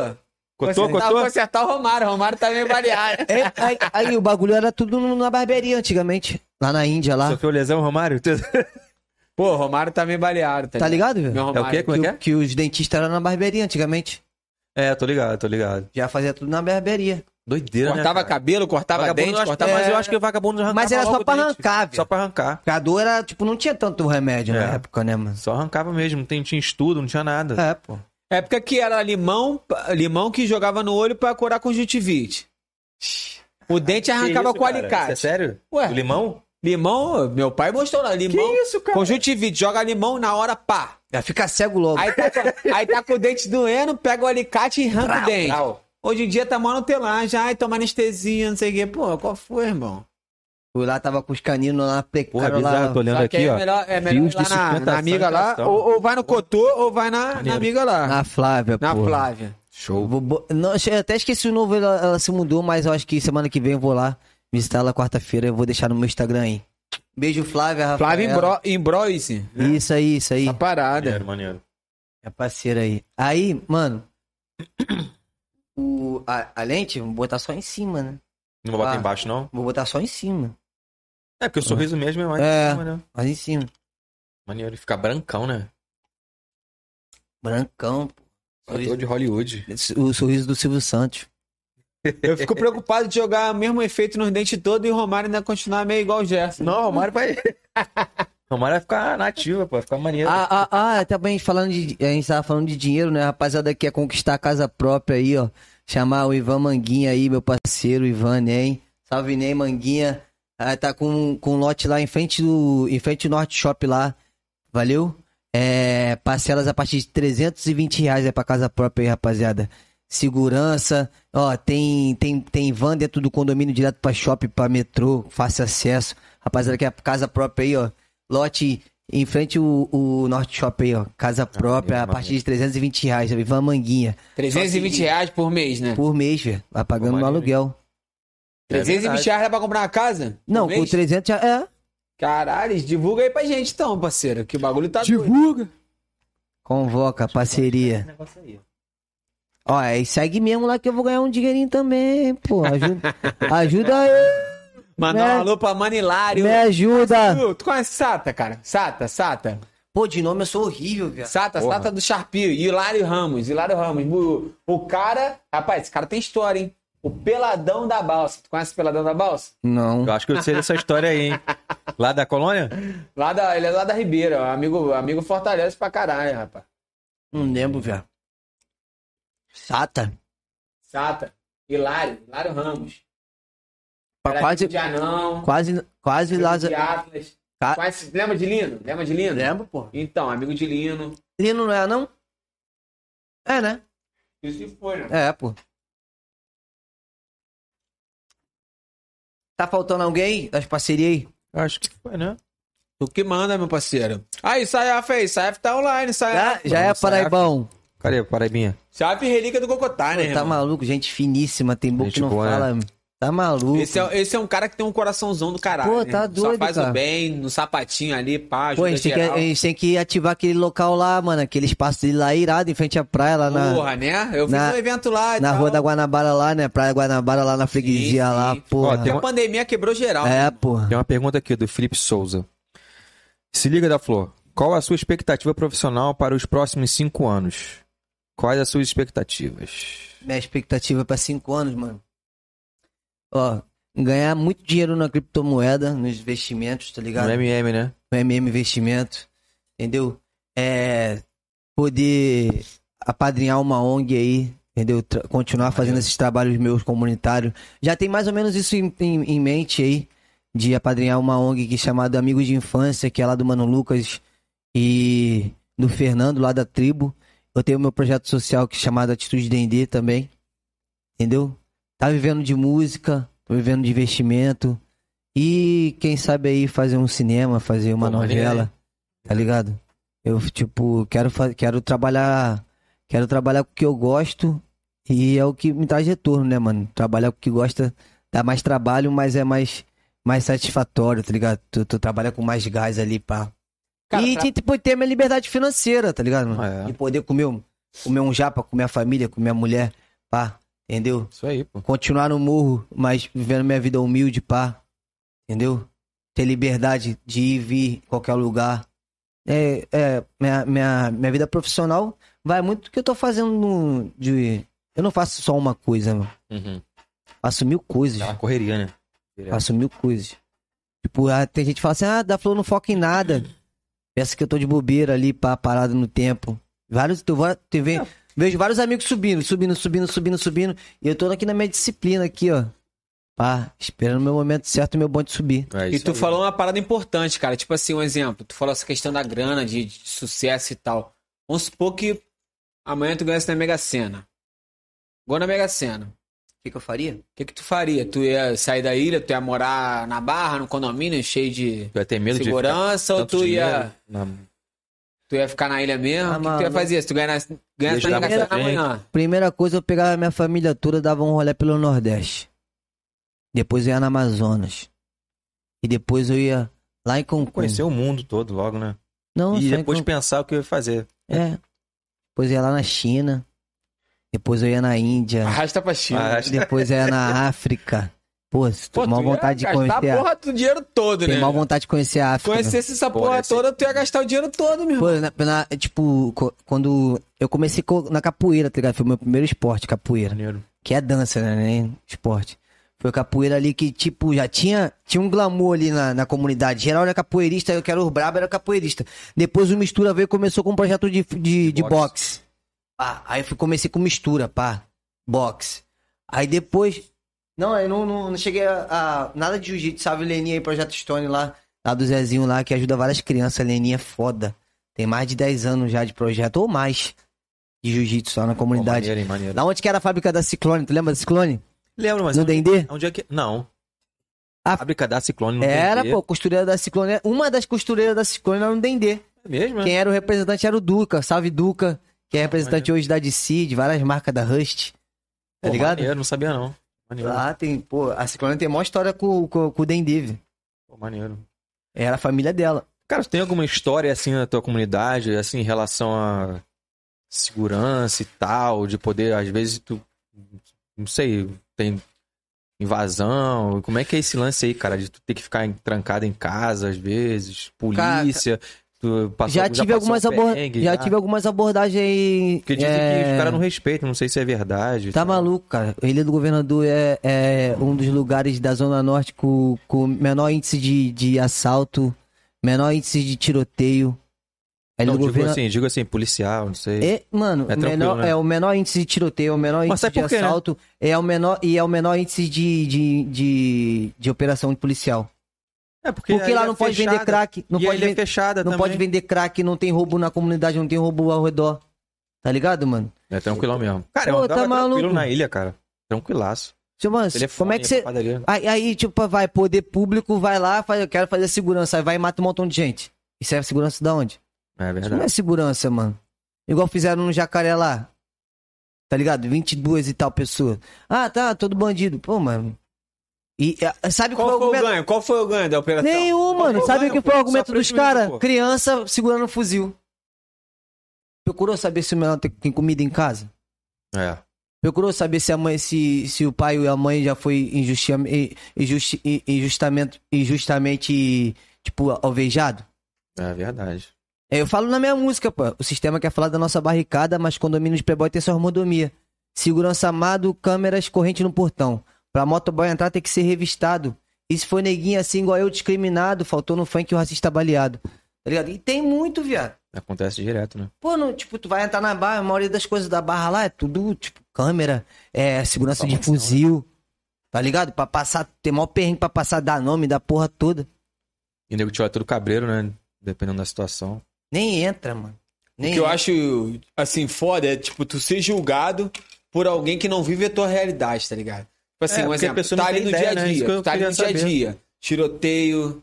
Speaker 1: Cotô,
Speaker 2: Consertar-
Speaker 1: cotô?
Speaker 2: Consertar o Romário, o Romário tá meio baleado.
Speaker 3: É, aí, aí o bagulho era tudo no- na barbearia antigamente. Lá na Índia, lá.
Speaker 1: Sofreu lesão, Romário?
Speaker 2: Pô, o Romário tá meio baleado, tá,
Speaker 3: Tá ligado,
Speaker 2: Meu
Speaker 3: velho?
Speaker 1: É
Speaker 2: Romário.
Speaker 1: o quê? Como é que
Speaker 3: Que,
Speaker 1: é?
Speaker 3: que os dentistas eram na barbearia antigamente.
Speaker 1: É, tô ligado, tô ligado.
Speaker 3: Já fazia tudo na barbearia.
Speaker 1: Doideira,
Speaker 2: Cortava
Speaker 1: né, cara?
Speaker 2: cabelo, cortava
Speaker 1: Vagabundo, eu
Speaker 2: dente,
Speaker 1: acho-
Speaker 2: cortava.
Speaker 1: Mas eu acho que é. o vagabundo arrancava
Speaker 3: Mas era só
Speaker 1: logo o
Speaker 3: pra
Speaker 1: dente.
Speaker 3: arrancar, velho.
Speaker 1: Só pra arrancar.
Speaker 3: Porque a dor era, tipo, não tinha tanto remédio na
Speaker 1: É.
Speaker 3: época, né, mano?
Speaker 1: Só arrancava mesmo, não tinha, tinha estudo, não tinha nada.
Speaker 3: É, pô.
Speaker 2: Época que era limão, limão que jogava no olho pra curar conjuntivite. O dente arrancava
Speaker 1: Que
Speaker 2: com
Speaker 1: isso, cara?
Speaker 2: alicate.
Speaker 1: Isso é sério?
Speaker 2: Ué.
Speaker 1: Do limão?
Speaker 2: Limão, meu pai mostrou lá, limão.
Speaker 1: isso, cara?
Speaker 2: Conjuntivite, joga limão na hora, pá.
Speaker 3: Já fica cego logo.
Speaker 2: Aí tá, com- aí tá com o dente doendo, pega o alicate e arranca o dente. Hoje em dia tá mó telagem, ai, toma anestesia, não sei o quê. Pô, qual foi, irmão?
Speaker 3: Fui lá, tava com os caninos lá,
Speaker 1: Porra,
Speaker 3: precário lá.
Speaker 1: bizarro, tô olhando
Speaker 2: Só que
Speaker 1: aqui,
Speaker 2: aí
Speaker 1: ó.
Speaker 2: é melhor, é melhor
Speaker 1: Fios
Speaker 2: ir lá
Speaker 1: de
Speaker 2: na, na
Speaker 1: sustentação
Speaker 2: amiga
Speaker 1: e
Speaker 2: lá,
Speaker 1: tração.
Speaker 2: ou, ou vai no Cotô, ou vai na, na
Speaker 1: Maneiro.
Speaker 2: amiga lá, na,
Speaker 3: Na Flávia, pô.
Speaker 2: Flávia.
Speaker 1: Show.
Speaker 3: Vou- vou- não, eu até esqueci o novo, ela, ela se mudou, mas eu acho que semana que vem eu vou lá visitar ela quarta-feira. Eu vou deixar no meu Instagram aí. Beijo, Flávia, Rafael.
Speaker 7: Flávio Imbro... Imbroise.
Speaker 3: Isso aí, isso
Speaker 2: Tá
Speaker 3: aí.
Speaker 4: Essa parada.
Speaker 1: Maneiro, maneiro.
Speaker 3: É parceiro aí. Aí, mano. O, a, a lente, vou botar só em cima, né?
Speaker 1: Não vou botar
Speaker 3: Ah.
Speaker 1: embaixo, não?
Speaker 3: Vou botar só em cima.
Speaker 1: É, porque o sorriso mesmo é mais
Speaker 3: É.
Speaker 1: maneiro.
Speaker 3: Mas em cima.
Speaker 1: Maneiro, ele fica brancão, né?
Speaker 3: Brancão, pô.
Speaker 1: Ator de Hollywood.
Speaker 3: Sorriso- o sorriso do Silvio Santos.
Speaker 1: É.
Speaker 7: Eu fico preocupado de jogar o mesmo efeito nos dentes todos e o Romário ainda continuar meio igual o Gerson.
Speaker 1: Não, o Romário vai... o Romário vai ficar nativa, pô. Vai ficar maneiro.
Speaker 3: Ah, ah, ah, também falando de. A gente tava falando de dinheiro, né? A Rapaziada, quer conquistar a casa própria aí, ó. Chamar o Ivan Manguinha aí, meu parceiro, Ivan Ney. Salve Ney Manguinha. Ah, tá com, com um lote lá em frente do. Em frente do Norte Shop lá. Valeu? É, parcelas a partir de 320 reais é pra casa própria aí, rapaziada. Segurança, ó, tem, tem, tem van dentro do condomínio direto pra shopping, pra metrô, fácil acesso. Rapaziada, que é a casa própria aí, ó. Lote em frente o, o Norte Shop aí, ó. Casa própria, a
Speaker 1: maneiro.
Speaker 3: partir de 320 reais, ó, van manguinha.
Speaker 2: 320 reais por mês, né?
Speaker 3: Por mês, velho. Vai pagando no
Speaker 1: Maneiro,
Speaker 3: aluguel.
Speaker 1: É
Speaker 2: 320
Speaker 1: verdade.
Speaker 2: reais dá pra comprar uma casa? Por
Speaker 3: Não,
Speaker 2: mês?
Speaker 3: com 300 reais. É.
Speaker 2: Caralho, divulga aí pra gente então, parceiro, que o bagulho tá doido.
Speaker 7: Divulga.
Speaker 3: Convoca, parceria.
Speaker 1: negócio aí.
Speaker 3: Ó, aí segue mesmo lá que eu vou ganhar um dinheirinho também, pô. Ajuda, ajuda aí,
Speaker 2: Mandar
Speaker 3: Né?
Speaker 2: um alô pra Manilário.
Speaker 1: Né?
Speaker 3: me ajuda.
Speaker 2: Tu, tu conhece Sata, cara? Sata, Sata.
Speaker 3: Pô, de nome eu sou horrível, velho.
Speaker 2: Sata,
Speaker 1: Porra.
Speaker 2: Sata do Sharpie. Hilário Ramos, Hilário Ramos. O, o cara, rapaz, esse cara tem história, hein? O Peladão da Balsa. Tu conhece o Peladão da Balsa?
Speaker 3: Não.
Speaker 1: Eu acho que eu sei dessa história aí, hein? Lá da colônia?
Speaker 2: Lá da, ele é lá da Ribeira, ó, amigo, amigo Fortaleza pra caralho, rapaz.
Speaker 3: Não lembro, velho. Sata.
Speaker 2: Sata, Hilário, Hilário Ramos.
Speaker 3: Pra
Speaker 2: Era
Speaker 3: quase,
Speaker 2: filho De anão,
Speaker 3: quase, quase lá.
Speaker 2: filho de Atlas.
Speaker 3: Ca-
Speaker 2: Conhece- lembra de Lino? Lembra de Lino?
Speaker 3: Lembro, pô.
Speaker 2: Então, amigo de Lino.
Speaker 3: Lino não é, não? É, né?
Speaker 2: Isso que foi, né?
Speaker 3: É, pô. Tá faltando alguém das parcerias aí?
Speaker 1: Eu acho que foi, né?
Speaker 7: O que manda, meu parceiro? Aí, Sayaf aí. Sayaf tá online,
Speaker 3: Já,
Speaker 7: Sayaf.
Speaker 3: já é
Speaker 1: nossa,
Speaker 3: paraibão.
Speaker 1: Cadê, Paraibinha?
Speaker 7: Sayaf relíquia do Cocotá, né,
Speaker 3: Tá
Speaker 7: irmão?
Speaker 3: maluco, gente finíssima, tem boca que
Speaker 1: Gente
Speaker 3: não
Speaker 1: boa, é.
Speaker 3: fala. Tá maluco.
Speaker 7: Esse é, esse é um cara que tem um coraçãozão do caralho.
Speaker 3: Pô,
Speaker 7: né?
Speaker 3: tá doido,
Speaker 7: Só faz
Speaker 3: cara.
Speaker 7: o bem, no sapatinho ali, pá,
Speaker 3: Pô,
Speaker 7: ajuda
Speaker 3: a gente, tem que,
Speaker 7: geral.
Speaker 3: a gente tem que ativar aquele local lá, mano. Aquele espaço dele lá irado, em frente à praia, lá na,
Speaker 7: Porra, né? Eu fiz
Speaker 3: na-
Speaker 7: um evento lá e
Speaker 3: na
Speaker 7: tal.
Speaker 3: Rua da Guanabara lá, né? Praia Guanabara lá na freguesia
Speaker 7: sim. um
Speaker 3: lá,
Speaker 1: Ó, tem
Speaker 3: porra.
Speaker 7: A pandemia quebrou geral.
Speaker 3: É, porra.
Speaker 1: Tem uma pergunta aqui do Felipe Souza. Se liga da Flor. Qual a sua expectativa profissional para os próximos cinco anos? Quais as suas expectativas?
Speaker 3: Minha expectativa é pra 5 anos, mano. Ó, ganhar muito dinheiro na criptomoeda, nos investimentos, tá ligado?
Speaker 1: No
Speaker 7: é
Speaker 1: MM, né?
Speaker 3: no MM Investimento, entendeu? É, poder apadrinhar uma ONG aí, entendeu? Tra- continuar fazendo esses trabalhos meus comunitários. Já tem mais ou menos isso em, em- em mente aí, de apadrinhar uma ONG que é chamada Amigos de Infância, que é lá do Mano Lucas e do Fernando, lá da tribo. Eu tenho meu projeto social que é chamado Atitude Dendê também, entendeu? Tá vivendo de música, tô vivendo de investimento, e quem sabe aí fazer um cinema, fazer uma
Speaker 1: Pô, maneiro,
Speaker 3: novela,
Speaker 1: hein?
Speaker 3: tá ligado? Eu, tipo, quero, fa- quero trabalhar. Quero trabalhar com o que eu gosto e é o que me traz retorno, né, mano? Trabalhar com o que gosta dá mais trabalho, mas é mais, mais satisfatório, tá ligado? Tu, tu trabalha com mais gás ali, pá.
Speaker 2: Cara,
Speaker 3: e
Speaker 2: pra-
Speaker 3: de- tipo, ter minha liberdade financeira, tá ligado, mano?
Speaker 1: Ah, é.
Speaker 3: De poder comer, um- comer um japa com minha família, com minha mulher, pá, entendeu?
Speaker 1: Isso aí, pô.
Speaker 3: continuar no morro, mas vivendo minha vida humilde, pá. Entendeu? Ter liberdade de ir e vir em qualquer lugar. É, é, minha, minha, minha vida profissional vai muito do que eu tô fazendo no- de. Eu não faço só uma coisa, mano.
Speaker 1: Uhum.
Speaker 3: Faço mil coisas.
Speaker 1: Aquela correria, né?
Speaker 3: Faço mil coisas. Tipo, ah, tem gente que fala assim, ah, da flor não foca em nada. Pensa que eu tô de bobeira ali, pá, parado no tempo. Vários, tu vai, tu vê- vejo vários amigos subindo, subindo, subindo, subindo, subindo. E eu tô aqui na minha disciplina, aqui, ó. Pá, esperando o meu momento certo, o meu bonde subir.
Speaker 1: É
Speaker 2: E
Speaker 1: isso
Speaker 2: tu
Speaker 1: aí.
Speaker 2: falou uma parada importante, cara. Tipo assim, um exemplo. Tu falou essa questão da grana, de, de sucesso e tal. Vamos supor que amanhã tu ganhasse na Mega Sena. Gol na Mega Sena.
Speaker 3: O que, eu faria?
Speaker 2: O que que tu faria? Tu ia sair da ilha, tu ia morar na barra, num condomínio cheio de
Speaker 1: Tu ia ter medo de
Speaker 2: segurança
Speaker 1: ficar
Speaker 2: ou
Speaker 1: tanto
Speaker 2: tu
Speaker 1: dinheiro
Speaker 2: ia,
Speaker 1: na-
Speaker 2: tu ia ficar na ilha mesmo?
Speaker 3: Ah,
Speaker 2: o que, que tu ia
Speaker 3: maluco.
Speaker 2: fazer se tu ganhasse, ganhasse
Speaker 1: Ia
Speaker 2: na
Speaker 1: ajudar
Speaker 2: Mega Sena
Speaker 1: muita gente.
Speaker 2: amanhã?
Speaker 3: Primeira coisa, eu pegava minha família toda, dava um rolê pelo Nordeste. Depois eu ia na Amazonas. E depois eu ia Lá em Cancún.
Speaker 1: Conhecer o mundo todo logo, né?
Speaker 3: Não,
Speaker 1: e
Speaker 3: só em
Speaker 1: depois
Speaker 3: Cancún.
Speaker 1: pensar o que eu ia fazer.
Speaker 3: É. Depois eu ia lá na China. Depois eu ia na Índia.
Speaker 2: É. Arrasta pra China.
Speaker 1: Ah, acho-
Speaker 3: Depois eu ia na África. Pô, se
Speaker 2: Pô,
Speaker 3: tem mal
Speaker 2: tu ia
Speaker 3: vontade de
Speaker 2: gastar
Speaker 3: conhecer.
Speaker 2: a
Speaker 3: A...
Speaker 2: porra do dinheiro todo,
Speaker 3: Tem
Speaker 2: né?
Speaker 3: mal vontade de conhecer a África. né?
Speaker 2: Conhecesse essa porra
Speaker 1: Porra, esse-
Speaker 2: toda, tu ia gastar o dinheiro todo, meu irmão.
Speaker 3: Pô, na- na- tipo, co- quando eu comecei co- na capoeira, tá ligado? Foi o meu primeiro esporte, capoeira.
Speaker 1: Maneiro.
Speaker 3: Que é dança, né? Nem esporte. Foi a capoeira ali que, tipo, já tinha, tinha um glamour ali na, na comunidade. Geral era capoeirista, eu que era o brabo, era capoeirista. Depois o Mistura veio e começou com um projeto de, de, de
Speaker 1: Boxe.
Speaker 3: boxe. Pá, aí eu fui- comecei com Mistura, pá. Boxe. Aí depois... Não, eu não, não, não cheguei a, a- Nada de jiu-jitsu, sabe? Leninha aí, Projeto Stone lá. Lá do Zezinho lá, que ajuda várias crianças. Leninha é foda. Tem mais de 10 anos já de projeto, ou mais, de jiu-jitsu lá na
Speaker 1: Pô,
Speaker 3: comunidade.
Speaker 1: maneiro, hein, maneiro.
Speaker 3: Da onde que era a fábrica da Ciclone? Tu lembra da Ciclone?
Speaker 1: Lembro, mas
Speaker 3: No
Speaker 1: onde,
Speaker 3: Dendê?
Speaker 1: onde é que... Não.
Speaker 3: A-
Speaker 1: Fábrica da Ciclone no
Speaker 3: Ah, Era,
Speaker 1: Dendê.
Speaker 3: pô, costureira da Ciclone. Uma das costureiras da Ciclone era no Dendê.
Speaker 1: É mesmo, é? Ah,
Speaker 3: Quem era o representante era o Duca, salve Duca, que é representante hoje da DC, de várias marcas da Rust.
Speaker 1: Pô,
Speaker 3: Tá ligado?
Speaker 1: Maneiro, não sabia não. Maneiro.
Speaker 3: Lá tem, pô, a Ciclone tem maior história com, com, com o Dendê, velho.
Speaker 1: Pô, maneiro.
Speaker 3: Era a família dela.
Speaker 1: Cara, tem alguma história assim na tua comunidade, assim, em relação a segurança e tal, de poder, às vezes tu, não sei, tem invasão, como é que é esse lance aí, cara, de tu ter que ficar em- trancado em casa às vezes, polícia, tu passou,
Speaker 3: já tive
Speaker 1: passou
Speaker 3: algumas
Speaker 1: um
Speaker 3: abordagens.
Speaker 1: perrengue,
Speaker 3: Já tive algumas abordagens aí.
Speaker 1: Porque dizem
Speaker 3: é,
Speaker 1: que os caras não respeitam, não sei se é verdade.
Speaker 3: Tá maluco, cara. A Ilha do Governador é, é um dos lugares da Zona Norte com, com menor índice de, de assalto, menor índice de tiroteio. A Ilha
Speaker 1: Não,
Speaker 3: do
Speaker 1: digo
Speaker 3: Governador.
Speaker 1: assim, digo assim, policial, não sei.
Speaker 3: É, mano,
Speaker 1: É
Speaker 3: o
Speaker 1: tranquilo,
Speaker 3: menor-
Speaker 1: né?
Speaker 3: é o menor índice de tiroteio, é o menor
Speaker 1: Mas
Speaker 3: índice
Speaker 1: sabe
Speaker 3: de
Speaker 1: por quê, né?
Speaker 3: assalto, é o menor e é o menor índice de, de, de, de operação de policial.
Speaker 1: É
Speaker 3: Porque
Speaker 1: a
Speaker 3: lá
Speaker 1: ilha
Speaker 3: não
Speaker 1: é
Speaker 3: pode vender
Speaker 1: fechada.
Speaker 3: crack, não
Speaker 1: e a
Speaker 3: pode
Speaker 1: ilha é
Speaker 3: vender-
Speaker 1: fechada
Speaker 3: não
Speaker 1: também.
Speaker 3: pode vender crack, não tem roubo na comunidade, não tem roubo ao redor. Tá ligado, mano?
Speaker 1: É tranquilão mesmo. Cara,
Speaker 3: Pô,
Speaker 1: eu andava
Speaker 3: tá maluco.
Speaker 1: tranquilo na ilha, cara. Tranquilaço.
Speaker 3: Seu mano,
Speaker 1: Telefone,
Speaker 3: como é que
Speaker 1: ia
Speaker 3: você
Speaker 1: pra padaria.
Speaker 3: Aí, aí, tipo, vai, poder público, vai lá, faz, eu quero fazer segurança, aí vai e mata um montão de gente. Isso é segurança da onde?
Speaker 1: É
Speaker 3: Isso não
Speaker 1: verdade.
Speaker 3: é segurança, mano. Igual fizeram no jacaré lá. Tá ligado? 22 e tal pessoa. Ah, tá, todo bandido. Pô, mano. E ah, sabe qual,
Speaker 2: Qual foi o
Speaker 3: foi o argumento?
Speaker 2: ganho? Qual foi o ganho da operação?
Speaker 3: Nenhum, mano.
Speaker 2: foi o
Speaker 3: Sabe é o
Speaker 2: ganho,
Speaker 3: que foi o
Speaker 2: pô?
Speaker 3: argumento
Speaker 2: Só
Speaker 3: dos
Speaker 2: prejuízo,
Speaker 3: caras?
Speaker 2: pô.
Speaker 3: Criança segurando um fuzil. Procurou saber se o menor tem- tem comida em casa?
Speaker 1: É.
Speaker 3: Procurou saber se a mãe, se, se o pai ou a mãe já foi injusti- injusti- injustamento- injustamente, tipo, alvejado?
Speaker 1: É verdade.
Speaker 3: É, eu falo na minha música, pô. O sistema quer falar da nossa barricada, mas condomínios playboy tem sua mordomia. Segurança amado, câmeras, corrente no portão. Pra motoboy entrar tem que ser revistado. E se for neguinho assim igual eu, discriminado, faltou no funk o racista baleado. Tá ligado? E tem muito, viado.
Speaker 1: Acontece direto, né?
Speaker 3: Pô, não, tipo, tu vai entrar na barra, a maioria das coisas da barra lá é tudo, tipo, câmera, é segurança de
Speaker 1: Informação, né?
Speaker 3: fuzil, tá ligado? Pra passar, tem maior perrengue pra passar, dar nome da porra toda.
Speaker 1: E o nego te olha todo cabreiro, né? Dependendo da situação.
Speaker 3: Nem entra, mano.
Speaker 2: O
Speaker 3: Nem
Speaker 2: que eu
Speaker 1: é.
Speaker 3: entra.
Speaker 2: acho, assim, foda é, tipo, tu ser julgado por alguém que não vive a tua realidade, tá ligado? Tipo
Speaker 1: É,
Speaker 2: assim, um
Speaker 1: porque a
Speaker 2: exemplo,
Speaker 1: pessoa
Speaker 2: tá
Speaker 1: não
Speaker 2: ali
Speaker 1: tem
Speaker 2: no
Speaker 1: ideia,
Speaker 2: dia a
Speaker 1: né? Isso
Speaker 2: dia,
Speaker 1: que eu
Speaker 2: tá ali no
Speaker 1: queria
Speaker 2: dia a
Speaker 1: saber.
Speaker 2: dia, tiroteio,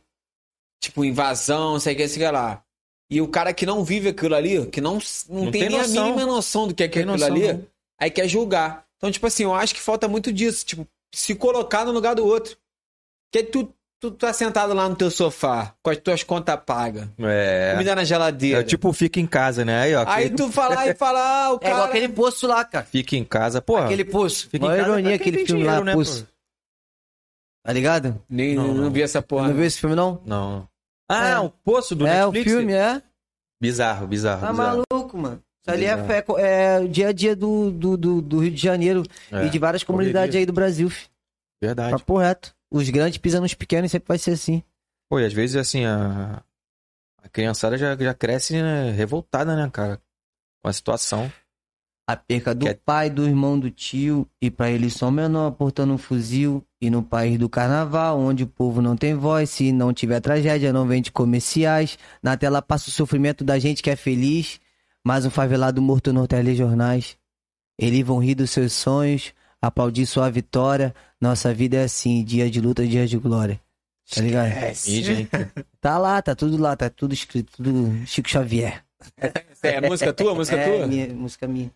Speaker 2: tipo, invasão, sei o que, sei o que lá. E o cara que não vive aquilo ali, que não, não,
Speaker 1: Não
Speaker 2: tem,
Speaker 1: tem
Speaker 2: nem
Speaker 1: noção.
Speaker 2: a mínima noção do que é
Speaker 1: Tem
Speaker 2: aquilo
Speaker 1: noção,
Speaker 2: ali,
Speaker 1: não.
Speaker 2: aí quer julgar. Então, tipo assim, eu acho que falta muito disso, tipo, se colocar no lugar do outro. Porque tu, tu tá sentado lá no teu sofá, com as tuas contas pagas,
Speaker 1: É.
Speaker 2: comida na geladeira.
Speaker 1: É, tipo, fica em casa, né? Aí, ó.
Speaker 2: Aí tu falar e falar, ah, o
Speaker 3: É igual
Speaker 2: cara.
Speaker 3: aquele poço lá, cara.
Speaker 1: Fica em casa, porra.
Speaker 3: Aquele poço.
Speaker 1: Fica em
Speaker 3: Maior
Speaker 1: casa
Speaker 3: ironia
Speaker 1: pra quem
Speaker 3: aquele
Speaker 1: tem
Speaker 3: filme lá,
Speaker 1: dinheiro, né,
Speaker 3: poço. Tá ligado?
Speaker 2: Nem,
Speaker 1: Não,
Speaker 2: não,
Speaker 1: não.
Speaker 2: vi essa porra.
Speaker 3: Não viu esse filme, não?
Speaker 1: Não. não. Ah,
Speaker 3: É.
Speaker 1: o poço do
Speaker 3: é,
Speaker 1: Netflix? Tá
Speaker 3: o filme, é.
Speaker 1: Bizarro, bizarro,
Speaker 3: Tá
Speaker 1: bizarro.
Speaker 3: maluco, mano. Isso ali é,
Speaker 1: Bizarro.
Speaker 3: fé- é o dia a dia do, do, do, do Rio de Janeiro
Speaker 1: É,
Speaker 3: e de várias
Speaker 1: correria.
Speaker 3: comunidades aí do Brasil, filho.
Speaker 1: Verdade.
Speaker 3: Papo reto. Os grandes pisam nos pequenos e sempre vai ser assim.
Speaker 1: Pô, e às vezes, assim, a, a criançada já, já cresce né, revoltada, né, cara? Com a situação.
Speaker 3: A perca do
Speaker 1: Que é-
Speaker 3: pai, do irmão, do tio e pra ele só menor portando um fuzil. E no país do carnaval, onde o povo não tem voz, se não tiver tragédia, não vende comerciais. Na tela passa o sofrimento da gente que é feliz, mas um favelado morto no telejornais. Eles vão rir dos seus sonhos, aplaudir sua vitória. Nossa vida é assim, dia de luta, dia de glória. Tá ligado?
Speaker 1: Mídia, hein?
Speaker 3: Tá lá, tá tudo lá, tá tudo escrito, tudo Chico Xavier.
Speaker 2: É, música tua, música
Speaker 3: é,
Speaker 2: tua?
Speaker 3: Minha, música minha.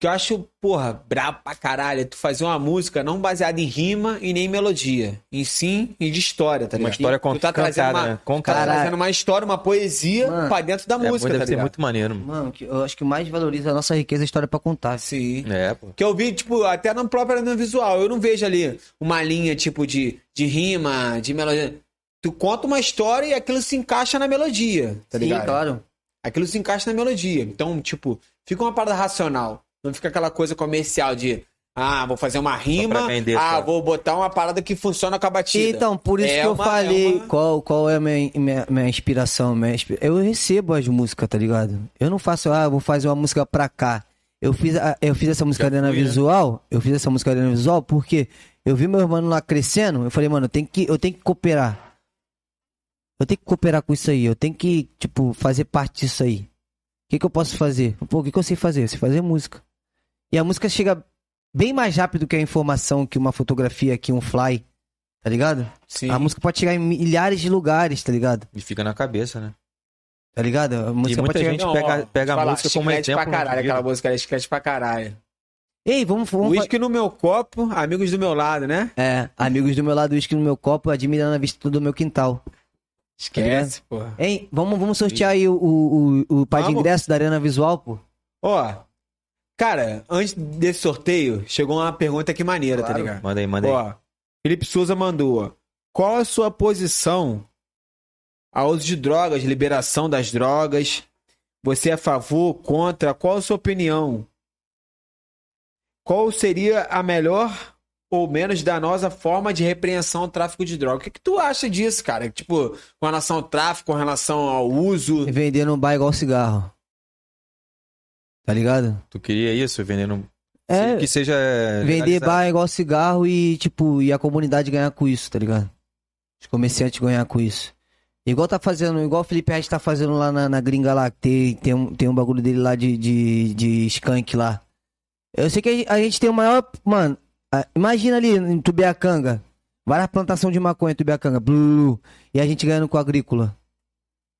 Speaker 2: que eu acho, porra, brabo pra caralho, é tu fazer uma música não baseada em rima e nem em melodia, em sim e de história, tá ligado?
Speaker 1: Uma história
Speaker 2: tu tá
Speaker 1: contada,
Speaker 2: trazendo uma,
Speaker 1: né?
Speaker 2: tu tá
Speaker 1: Contada.
Speaker 2: trazendo uma história, uma poesia
Speaker 3: Mano,
Speaker 2: pra dentro da
Speaker 1: É,
Speaker 2: música,
Speaker 1: deve
Speaker 2: tá
Speaker 1: ser
Speaker 2: ligado?
Speaker 1: muito maneiro. mano.
Speaker 3: Mano, que eu acho que mais valoriza a nossa riqueza é a história pra contar.
Speaker 2: Sim.
Speaker 1: É, pô.
Speaker 2: Que eu vi, tipo, até no próprio no visual. Eu não vejo ali uma linha, tipo, de, de rima, de melodia. Tu conta uma história e aquilo se encaixa na melodia, tá
Speaker 3: Sim,
Speaker 2: ligado?
Speaker 3: claro.
Speaker 2: Aquilo se encaixa na melodia. Então, tipo, fica uma parada racional. Não fica aquela coisa comercial de, ah, vou fazer uma rima,
Speaker 1: vender,
Speaker 2: ah,
Speaker 1: só.
Speaker 2: vou botar uma parada que funciona com a batida.
Speaker 3: Então, por isso
Speaker 2: É
Speaker 3: que eu
Speaker 2: uma- é
Speaker 3: falei
Speaker 2: uma-
Speaker 3: qual, qual é a minha, minha, minha inspiração. Minha, inspi- eu recebo as músicas, tá ligado? Eu não faço, ah, vou fazer uma música pra cá. Eu fiz, a- eu fiz essa música Arena
Speaker 1: fui, né?
Speaker 3: Visual, eu fiz essa música Arena Visual porque eu vi meu irmão lá crescendo, eu falei, mano, eu tenho que, eu tenho que cooperar. Eu tenho que cooperar com isso aí, eu tenho que, tipo, fazer parte disso aí. O que, que eu posso fazer? Pô, o que, que eu sei fazer? Eu sei fazer música. E a música chega bem mais rápido que a informação, que uma fotografia, que um fly, tá ligado?
Speaker 2: Sim.
Speaker 3: A música pode chegar em milhares de lugares, tá ligado?
Speaker 1: E fica na cabeça, né?
Speaker 3: Tá ligado? A música
Speaker 1: muita
Speaker 3: pode chegar...
Speaker 1: gente- pega- pega a
Speaker 2: te falar,
Speaker 1: música como
Speaker 2: chiclete
Speaker 1: exemplo
Speaker 2: pra
Speaker 1: na
Speaker 2: caralho,
Speaker 1: vida.
Speaker 2: aquela música era chiclete pra caralho.
Speaker 3: Ei, vamos... vamos fa-
Speaker 2: Whisky no meu copo, amigos do meu lado, né?
Speaker 3: É, amigos do meu lado, uísque no meu copo, admirando a vista do meu quintal.
Speaker 2: Esquece, porra.
Speaker 3: Ei, vamos, vamos sortear aí o, o, o, o par de
Speaker 2: Vamos.
Speaker 3: ingresso da Arena Visual, pô.
Speaker 2: Ó, cara, antes desse sorteio, chegou uma pergunta aqui maneira, tá
Speaker 3: Claro.
Speaker 2: ligado?
Speaker 1: Manda aí, manda aí.
Speaker 2: Ó, Felipe Souza mandou, ó. Qual a sua posição ao uso de drogas, liberação das drogas? Você é a favor, contra? Qual a sua opinião? Qual seria a melhor ou menos danosa forma de repreensão ao tráfico de droga? O que, que tu acha disso, cara? Tipo, com relação ao tráfico, com relação ao uso?
Speaker 3: Vender no bar igual cigarro. Tá ligado?
Speaker 1: Tu queria isso, vendendo.
Speaker 3: É,
Speaker 1: Que seja.
Speaker 3: vender
Speaker 1: legalizado.
Speaker 3: bar é igual cigarro e, tipo, e a comunidade ganhar com isso, tá ligado? Os comerciantes ganhar com isso. Igual tá fazendo, igual o Felipe Reis tá fazendo lá na, na gringa lá, que tem, tem, um, tem um bagulho dele lá de, de, de skunk lá. Eu sei que a, a gente tem o maior. Mano, a- imagina ali em Tubiacanga. Várias plantações de maconha em Tubiacanga. Blu, e a gente ganhando com a agrícola.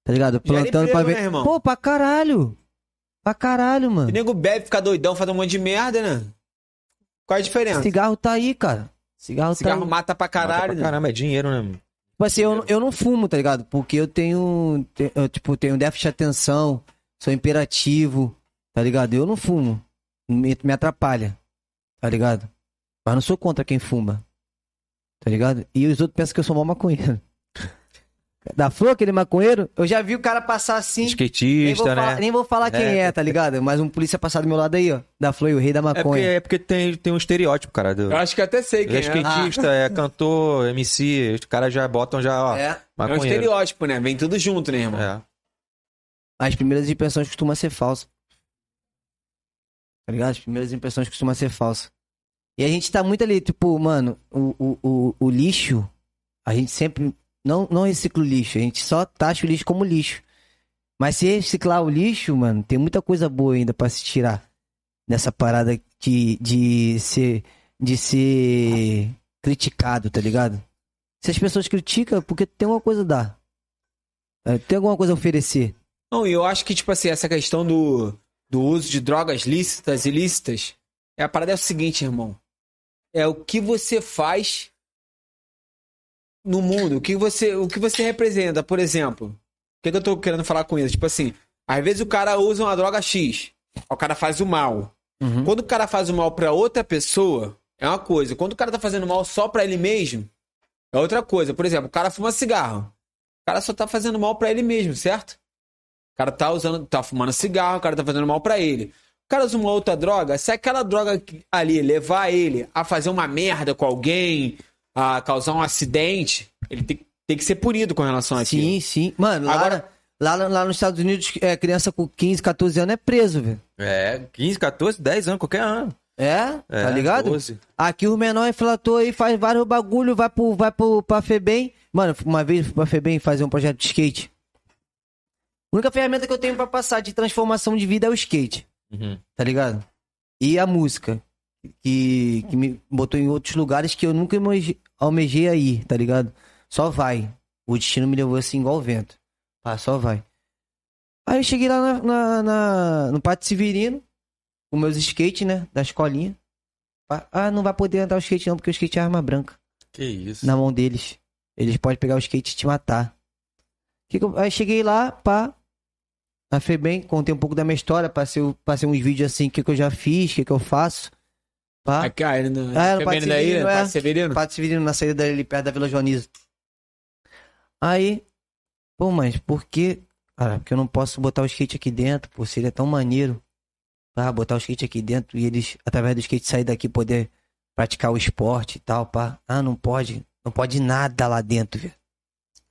Speaker 3: Tá ligado?
Speaker 2: Gera
Speaker 3: Plantando pra
Speaker 2: emprego, né,
Speaker 3: ver.
Speaker 2: irmão?
Speaker 3: Pô, pra caralho! Pra caralho, mano.
Speaker 2: O nego bebe, fica doidão, faz um monte de merda, né? Qual a diferença?
Speaker 3: Cigarro tá aí, cara. Cigarro,
Speaker 2: Cigarro
Speaker 3: tá aí.
Speaker 2: mata pra
Speaker 1: Mata
Speaker 2: caralho,
Speaker 1: pra
Speaker 2: né?
Speaker 1: Caramba, é dinheiro, né? mano?
Speaker 3: Tipo assim, eu, eu não fumo, tá ligado? Porque eu tenho. te- Eu, tipo, tenho déficit de atenção, sou imperativo, tá ligado? Eu não fumo. Me, me atrapalha, tá ligado? Mas não sou contra quem fuma. Tá ligado? E os outros pensam que eu sou mó maconheiro. Da flor, aquele maconheiro, eu já vi o cara passar assim. Nem vou,
Speaker 1: Skatista,
Speaker 3: falar,
Speaker 1: né?
Speaker 3: nem vou falar quem
Speaker 1: É.
Speaker 3: é, tá ligado? Mas um polícia passar do meu lado aí, ó. Da flor e o rei da
Speaker 1: É porque,
Speaker 3: maconha.
Speaker 1: é porque tem, tem um estereótipo, cara. Do...
Speaker 2: Eu acho que até sei
Speaker 1: Ele
Speaker 2: quem
Speaker 1: é
Speaker 2: é.
Speaker 1: skatista, é cantor, MC, os caras já botam já, ó,
Speaker 3: É.
Speaker 2: É um
Speaker 1: maconheiro.
Speaker 2: estereótipo, né? Vem tudo junto, né, irmão?
Speaker 1: É.
Speaker 3: as primeiras impressões costumam ser falsas. Tá ligado? As primeiras impressões costumam ser falsas. E a gente tá muito ali, tipo, mano, o, o, o, o lixo, a gente sempre não, não recicla o lixo, a gente só taxa o lixo como lixo. Mas se reciclar o lixo, mano, tem muita coisa boa ainda pra se tirar nessa parada de, de ser de ser criticado, tá ligado? Se as pessoas criticam, é porque tem alguma coisa a dar. É, Tem alguma coisa a oferecer.
Speaker 2: Não, e eu acho que, tipo assim, essa questão do, do uso de drogas lícitas, ilícitas, é a parada é o seguinte, irmão. É o que você faz no mundo, o que você, o que você representa, por exemplo. O que, que eu tô querendo falar com isso? Tipo assim, às vezes o cara usa uma droga X, o cara faz o mal.
Speaker 3: Uhum.
Speaker 2: Quando o cara faz o mal pra outra pessoa, é uma coisa. Quando o cara tá fazendo mal só pra ele mesmo, é outra coisa. Por exemplo, o cara fuma cigarro. O cara só tá fazendo mal pra ele mesmo, certo? O cara tá usando, tá fumando cigarro, o cara tá fazendo mal pra ele. O cara usa uma outra droga, se aquela droga que- ali levar ele a fazer uma merda com alguém, a causar um acidente, ele tem, tem que ser punido com relação a isso.
Speaker 3: Sim, sim. Mano, lá,
Speaker 2: Agora-
Speaker 3: lá, lá, nos Estados Unidos, é, criança com 15, 14 anos é preso, velho.
Speaker 1: É, 15, 14, 10 anos, qualquer ano.
Speaker 3: É,
Speaker 1: É,
Speaker 3: tá ligado?
Speaker 1: 12.
Speaker 3: Aqui o menor inflator aí faz vários bagulho, vai pro, vai pro pra Febem. Mano, uma vez fui pra Febem fazer um projeto de skate. A única ferramenta que eu tenho pra passar de transformação de vida é o skate,
Speaker 1: Uhum.
Speaker 3: tá ligado? E a música, que, que me botou em outros lugares que eu nunca imagi- almejei aí, tá ligado? Só vai. O destino me levou assim igual o vento. Ah, só vai. Aí eu cheguei lá na, na- na- no Pátio Severino. com meus skates, né? Da escolinha. Pá, Ah, não vai poder andar o skate não, porque o skate é arma branca
Speaker 1: Que isso.
Speaker 3: na mão deles. Eles podem pegar o skate e te matar. Que que eu- Aí cheguei lá, pá. Na Febem, contei um pouco da minha história, passei, o- passei uns vídeos assim, o que, que eu já fiz, o que, que eu faço. Pá.
Speaker 2: Aqui, ah, ele não.
Speaker 3: Ah, era
Speaker 2: Fica
Speaker 3: Pato
Speaker 2: vendo daí,
Speaker 3: Severino,
Speaker 2: né?
Speaker 3: é.
Speaker 2: Pato Severino.
Speaker 3: Pato Severino na saída dali perto da Vila Joaniza. Aí, pô, mas por que, cara, porque eu não posso botar o skate aqui dentro, pô, seria tão maneiro. Pá, botar o skate aqui dentro e eles, através do skate, sair daqui poder praticar o esporte e tal, pá. Ah, não pode, não pode nada lá dentro, velho.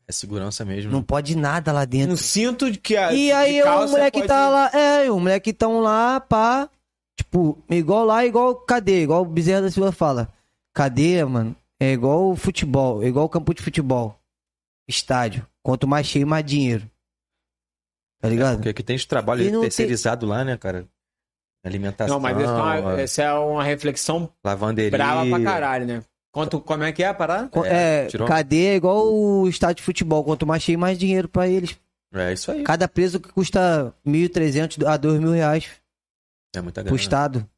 Speaker 1: É segurança mesmo.
Speaker 3: Não pode nada lá dentro.
Speaker 7: Um cinto de que a.
Speaker 3: E aí
Speaker 7: de
Speaker 3: eu,
Speaker 7: calça
Speaker 3: o moleque
Speaker 7: pode-
Speaker 3: tá lá, é, o moleque tão lá, pá. Tipo, igual lá, igual cadê? Igual o Bezerra da Silva fala. Cadeia, mano, é igual o futebol, é igual o campo de futebol. Estádio. Quanto mais cheio, mais dinheiro. Tá ligado?
Speaker 1: É, Porque aqui tem esse trabalho
Speaker 3: E não
Speaker 1: terceirizado lá, né, cara? Alimentação,
Speaker 2: Não, mas essa é,
Speaker 3: Ah.
Speaker 2: uma, essa é uma reflexão
Speaker 1: lavanderia.
Speaker 2: brava pra caralho, né? Quanto, como é que é a parada?
Speaker 3: Qu-
Speaker 1: É,
Speaker 3: É,
Speaker 1: tirou-
Speaker 3: cadeia é igual o estádio de futebol. Quanto mais cheio, mais dinheiro pra eles.
Speaker 1: É isso aí.
Speaker 3: Cada preso que custa 1.300 a 2.000 reais.
Speaker 1: É muita
Speaker 3: pro
Speaker 1: grana.
Speaker 3: estado.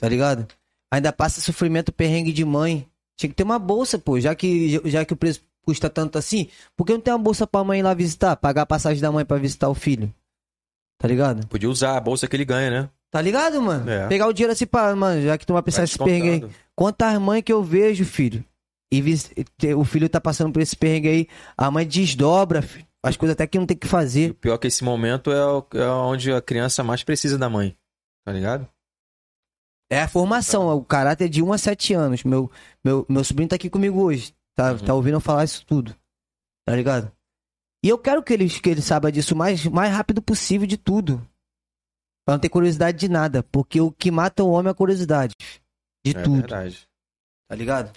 Speaker 3: Tá ligado? Ainda passa sofrimento perrengue de mãe. Tinha que ter uma bolsa, pô, já que já que o preço custa tanto assim, por que não tem uma bolsa pra mãe ir lá visitar, pagar a passagem da mãe pra visitar o filho? Tá ligado?
Speaker 1: Podia usar a bolsa que ele ganha, né?
Speaker 3: Tá ligado, mano?
Speaker 1: É. Tá
Speaker 3: Pegar o dinheiro assim pra, mano, já que tu vai
Speaker 1: Vai
Speaker 3: pensar esse
Speaker 1: descontando.
Speaker 3: perrengue aí. Quantas mães que eu vejo, filho? E vis- te- o filho tá passando por esse perrengue aí, a mãe desdobra, filho. As coisas até que não tem que
Speaker 1: E o
Speaker 3: fazer.
Speaker 1: pior é que esse momento é, o- é onde a criança mais precisa da mãe. Tá ligado?
Speaker 3: É a formação, o caráter é de 1 a 7 anos. Meu, meu, meu sobrinho tá aqui comigo hoje. Tá,
Speaker 1: Uhum.
Speaker 3: tá ouvindo eu falar isso tudo. Tá ligado? E eu quero que ele, que ele saiba disso o mais, mais rápido possível de tudo. Pra não ter curiosidade de nada. Porque o que mata o homem é a curiosidade. De
Speaker 1: é
Speaker 3: tudo.
Speaker 1: verdade.
Speaker 3: Tá ligado?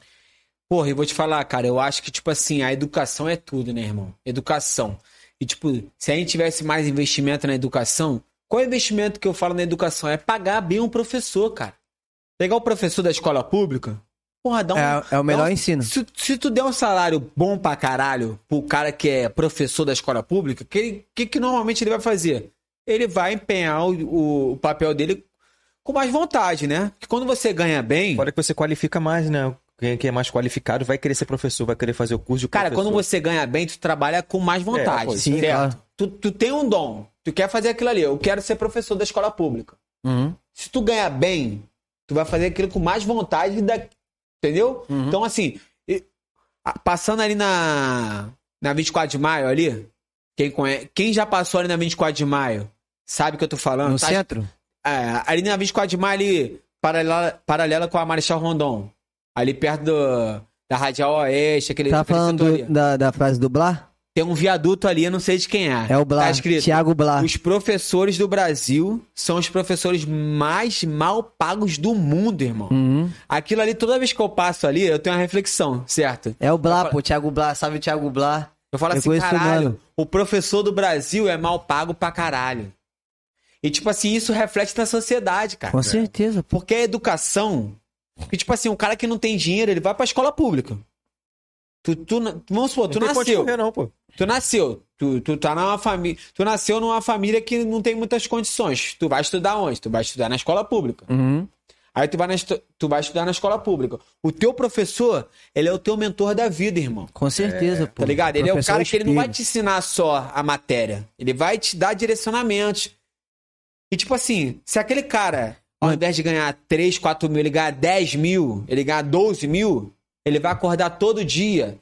Speaker 2: Porra, e vou te falar, cara, eu acho que, tipo assim, a educação é tudo, né, irmão? Educação. E, tipo, se a gente tivesse mais investimento na educação, qual é o investimento que eu falo na educação? É pagar bem um professor, cara. Pegar o professor da escola pública, porra, dá um.
Speaker 3: É, é o melhor ensino.
Speaker 2: Se, se tu der um salário bom pra caralho pro cara que é professor da escola pública, o que, ele- que, que normalmente ele vai fazer? Ele vai empenhar o, o- o papel dele com mais vontade, né? Porque quando você ganha bem.
Speaker 1: Fora que você qualifica mais, né? Quem, quem é mais qualificado vai querer ser professor, vai querer fazer o curso de
Speaker 2: Cara,
Speaker 1: é professor. É,
Speaker 2: quando você ganha bem, tu trabalha com mais vontade.
Speaker 1: pô,
Speaker 3: sim,
Speaker 2: é certo?
Speaker 3: claro.
Speaker 2: Tu, tu tem um dom. Tu quer fazer aquilo ali. Eu quero ser professor da escola pública.
Speaker 3: Uhum.
Speaker 2: Se tu ganhar bem, tu vai fazer aquilo com mais vontade da. Entendeu?
Speaker 3: Uhum.
Speaker 2: Então, assim, e- a- passando ali na. Na 24 de maio ali. Quem, conhe- quem já passou ali na 24 de maio, sabe o que eu tô falando.
Speaker 3: No
Speaker 2: tá
Speaker 3: centro?
Speaker 2: é, ali na 24 de maio, ali, paralela, paralela com a Marechal Rondon. Ali perto do- da Radial Oeste, aquele,
Speaker 3: Tá
Speaker 2: aquele
Speaker 3: falando
Speaker 2: setor ali.
Speaker 3: do- da, da frase do Blá?
Speaker 2: Tem um viaduto ali, eu não sei de quem é.
Speaker 3: É o Blá.
Speaker 2: Tá escrito.
Speaker 3: Tiago Blá.
Speaker 2: Os professores do Brasil são os professores mais mal pagos do mundo, irmão.
Speaker 3: Uhum.
Speaker 2: Aquilo ali, toda vez que eu passo ali, eu tenho uma reflexão, certo?
Speaker 3: É o Blá, pô. Tiago Blá. Salve, Tiago Blá.
Speaker 2: Eu falo
Speaker 3: Eu
Speaker 2: assim,
Speaker 3: conheço o
Speaker 2: caralho,
Speaker 3: mano.
Speaker 2: o professor do Brasil é mal pago pra caralho. E, tipo assim, isso reflete na sociedade, cara.
Speaker 3: Com certeza, pô.
Speaker 2: Porque a educação. Porque, tipo assim, um cara que não tem dinheiro, ele vai pra escola pública. Tu, tu, na- vamos supor, tu
Speaker 1: Não tem pra onde
Speaker 2: nasceu.
Speaker 1: correr, não, pô.
Speaker 2: Tu nasceu. Tu, tu tá numa família. Tu nasceu numa família que não tem muitas condições. Tu vai estudar onde? Tu vai estudar na escola pública.
Speaker 3: Uhum.
Speaker 2: Aí tu vai, na, estu- tu vai estudar na escola pública. O teu professor, ele é o teu mentor da vida, irmão.
Speaker 3: Com certeza, pô.
Speaker 2: Tá ligado? Ele é o
Speaker 3: Professor
Speaker 2: cara que ele não vai
Speaker 3: espelho.
Speaker 2: te ensinar só a matéria. Ele vai te dar direcionamentos. E tipo assim, se aquele cara, ao invés de ganhar 3, 4 mil, ele ganhar 10 mil, ele ganhar 12 mil, ele vai acordar todo dia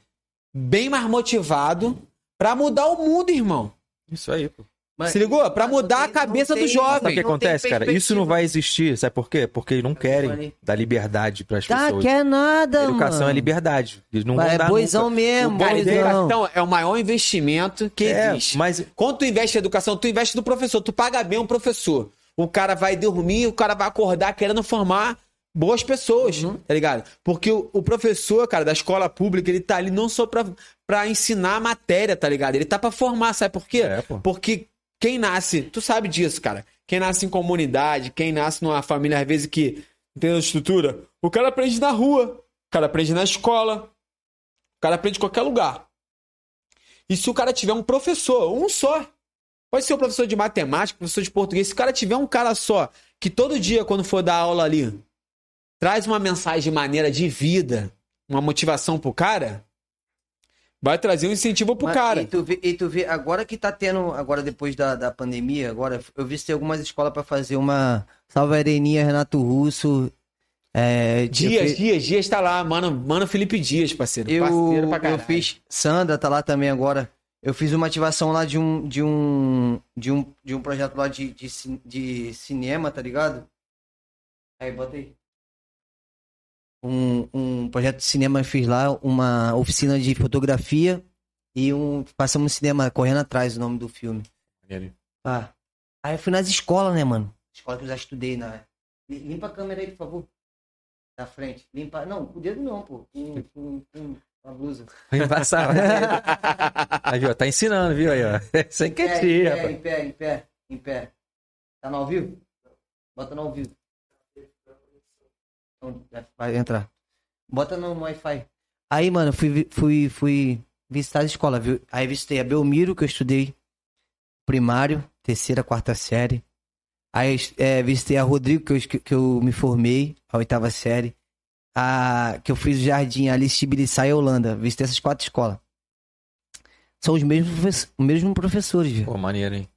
Speaker 2: bem mais motivado pra mudar o mundo, irmão.
Speaker 1: Isso aí, pô.
Speaker 3: Mas-
Speaker 2: se ligou? Pra mudar a
Speaker 3: não
Speaker 2: cabeça
Speaker 3: tem-
Speaker 2: do
Speaker 1: Sabe o que
Speaker 2: jovem.
Speaker 3: Não tem Tá
Speaker 1: acontece, cara? Isso não vai existir. Sabe por quê? Porque não querem
Speaker 3: falei.
Speaker 1: dar liberdade pras
Speaker 2: Tá,
Speaker 3: Ah,
Speaker 1: pessoas.
Speaker 3: quer nada, mano.
Speaker 1: Educação é liberdade. Eles não vão
Speaker 3: É
Speaker 1: dar
Speaker 3: boizão
Speaker 1: nunca.
Speaker 3: mesmo,
Speaker 2: Cara,
Speaker 3: boizão.
Speaker 2: educação é o maior investimento que
Speaker 1: É,
Speaker 2: existe.
Speaker 1: mas
Speaker 2: Quando tu investe em educação, tu investe no professor, tu paga bem um professor. O cara vai dormir, o cara vai acordar querendo formar boas pessoas, tá ligado? Porque o, o professor, cara, da escola pública, ele tá ali não só pra, pra ensinar a matéria, tá ligado? Ele tá pra formar, sabe por quê?
Speaker 1: É, pô.
Speaker 2: Porque quem nasce, tu sabe disso, cara. Quem nasce em comunidade, quem nasce numa família, às vezes, que não tem estrutura, o cara aprende na rua, o cara aprende na escola, o cara aprende em qualquer lugar. E se o cara tiver um professor, um só, Pode ser o professor de matemática, professor de português. Se o cara tiver um cara só, que todo dia, quando for dar aula ali, traz uma mensagem maneira de vida, uma motivação pro cara, vai trazer um incentivo pro
Speaker 3: Mas-
Speaker 2: cara.
Speaker 3: E tu, vê, e tu vê, agora que tá tendo, agora depois da, da pandemia, agora, eu vi se tem algumas escolas pra fazer uma Salva Ereninha, Renato Russo. É,
Speaker 2: Dias,
Speaker 3: eu, fi-
Speaker 2: Dias, Dias tá lá, mano, mano Felipe Dias, parceiro. parceiro
Speaker 3: eu,
Speaker 2: pra caralho.
Speaker 3: eu fiz. Sandra tá lá também agora. Eu fiz uma ativação lá de um. De um. De um, de um projeto lá de, de, ci- de cinema, tá ligado? Aí, bota aí. Um, um projeto de cinema eu fiz lá, uma oficina de fotografia e um. Passamos cinema correndo atrás o nome do filme.
Speaker 1: Maneiro.
Speaker 3: Ah. Aí eu fui nas escolas, né, mano? Escola que eu já estudei na. Li- Limpa a câmera aí, por favor. Da frente. Limpa. Não, com o dedo não, pô. Com, com, com a blusa.
Speaker 1: Embaçado. Aí, ó, tá ensinando, viu aí, ó. Sem
Speaker 3: Em pé,
Speaker 1: quietinho,
Speaker 3: em pé,
Speaker 1: rapaz.
Speaker 3: em pé, em pé, em pé. Tá no ao vivo? Bota no ao vivo. Então, já Vai entrar. Bota no Wi-Fi. Aí, mano, fui, vi- fui, fui visitar a escola, viu? Aí visitei a Belmiro, que eu estudei primário, terceira, quarta série. Aí é, visitei a Rodrigo, que eu, esque- que eu me formei, a oitava série. A, que eu fiz o Jardim, Alice Tbilissá e Holanda. Visitei essas quatro escolas. São os mesmos, profe- os mesmos professores, viu?
Speaker 1: Pô, maneiro, hein?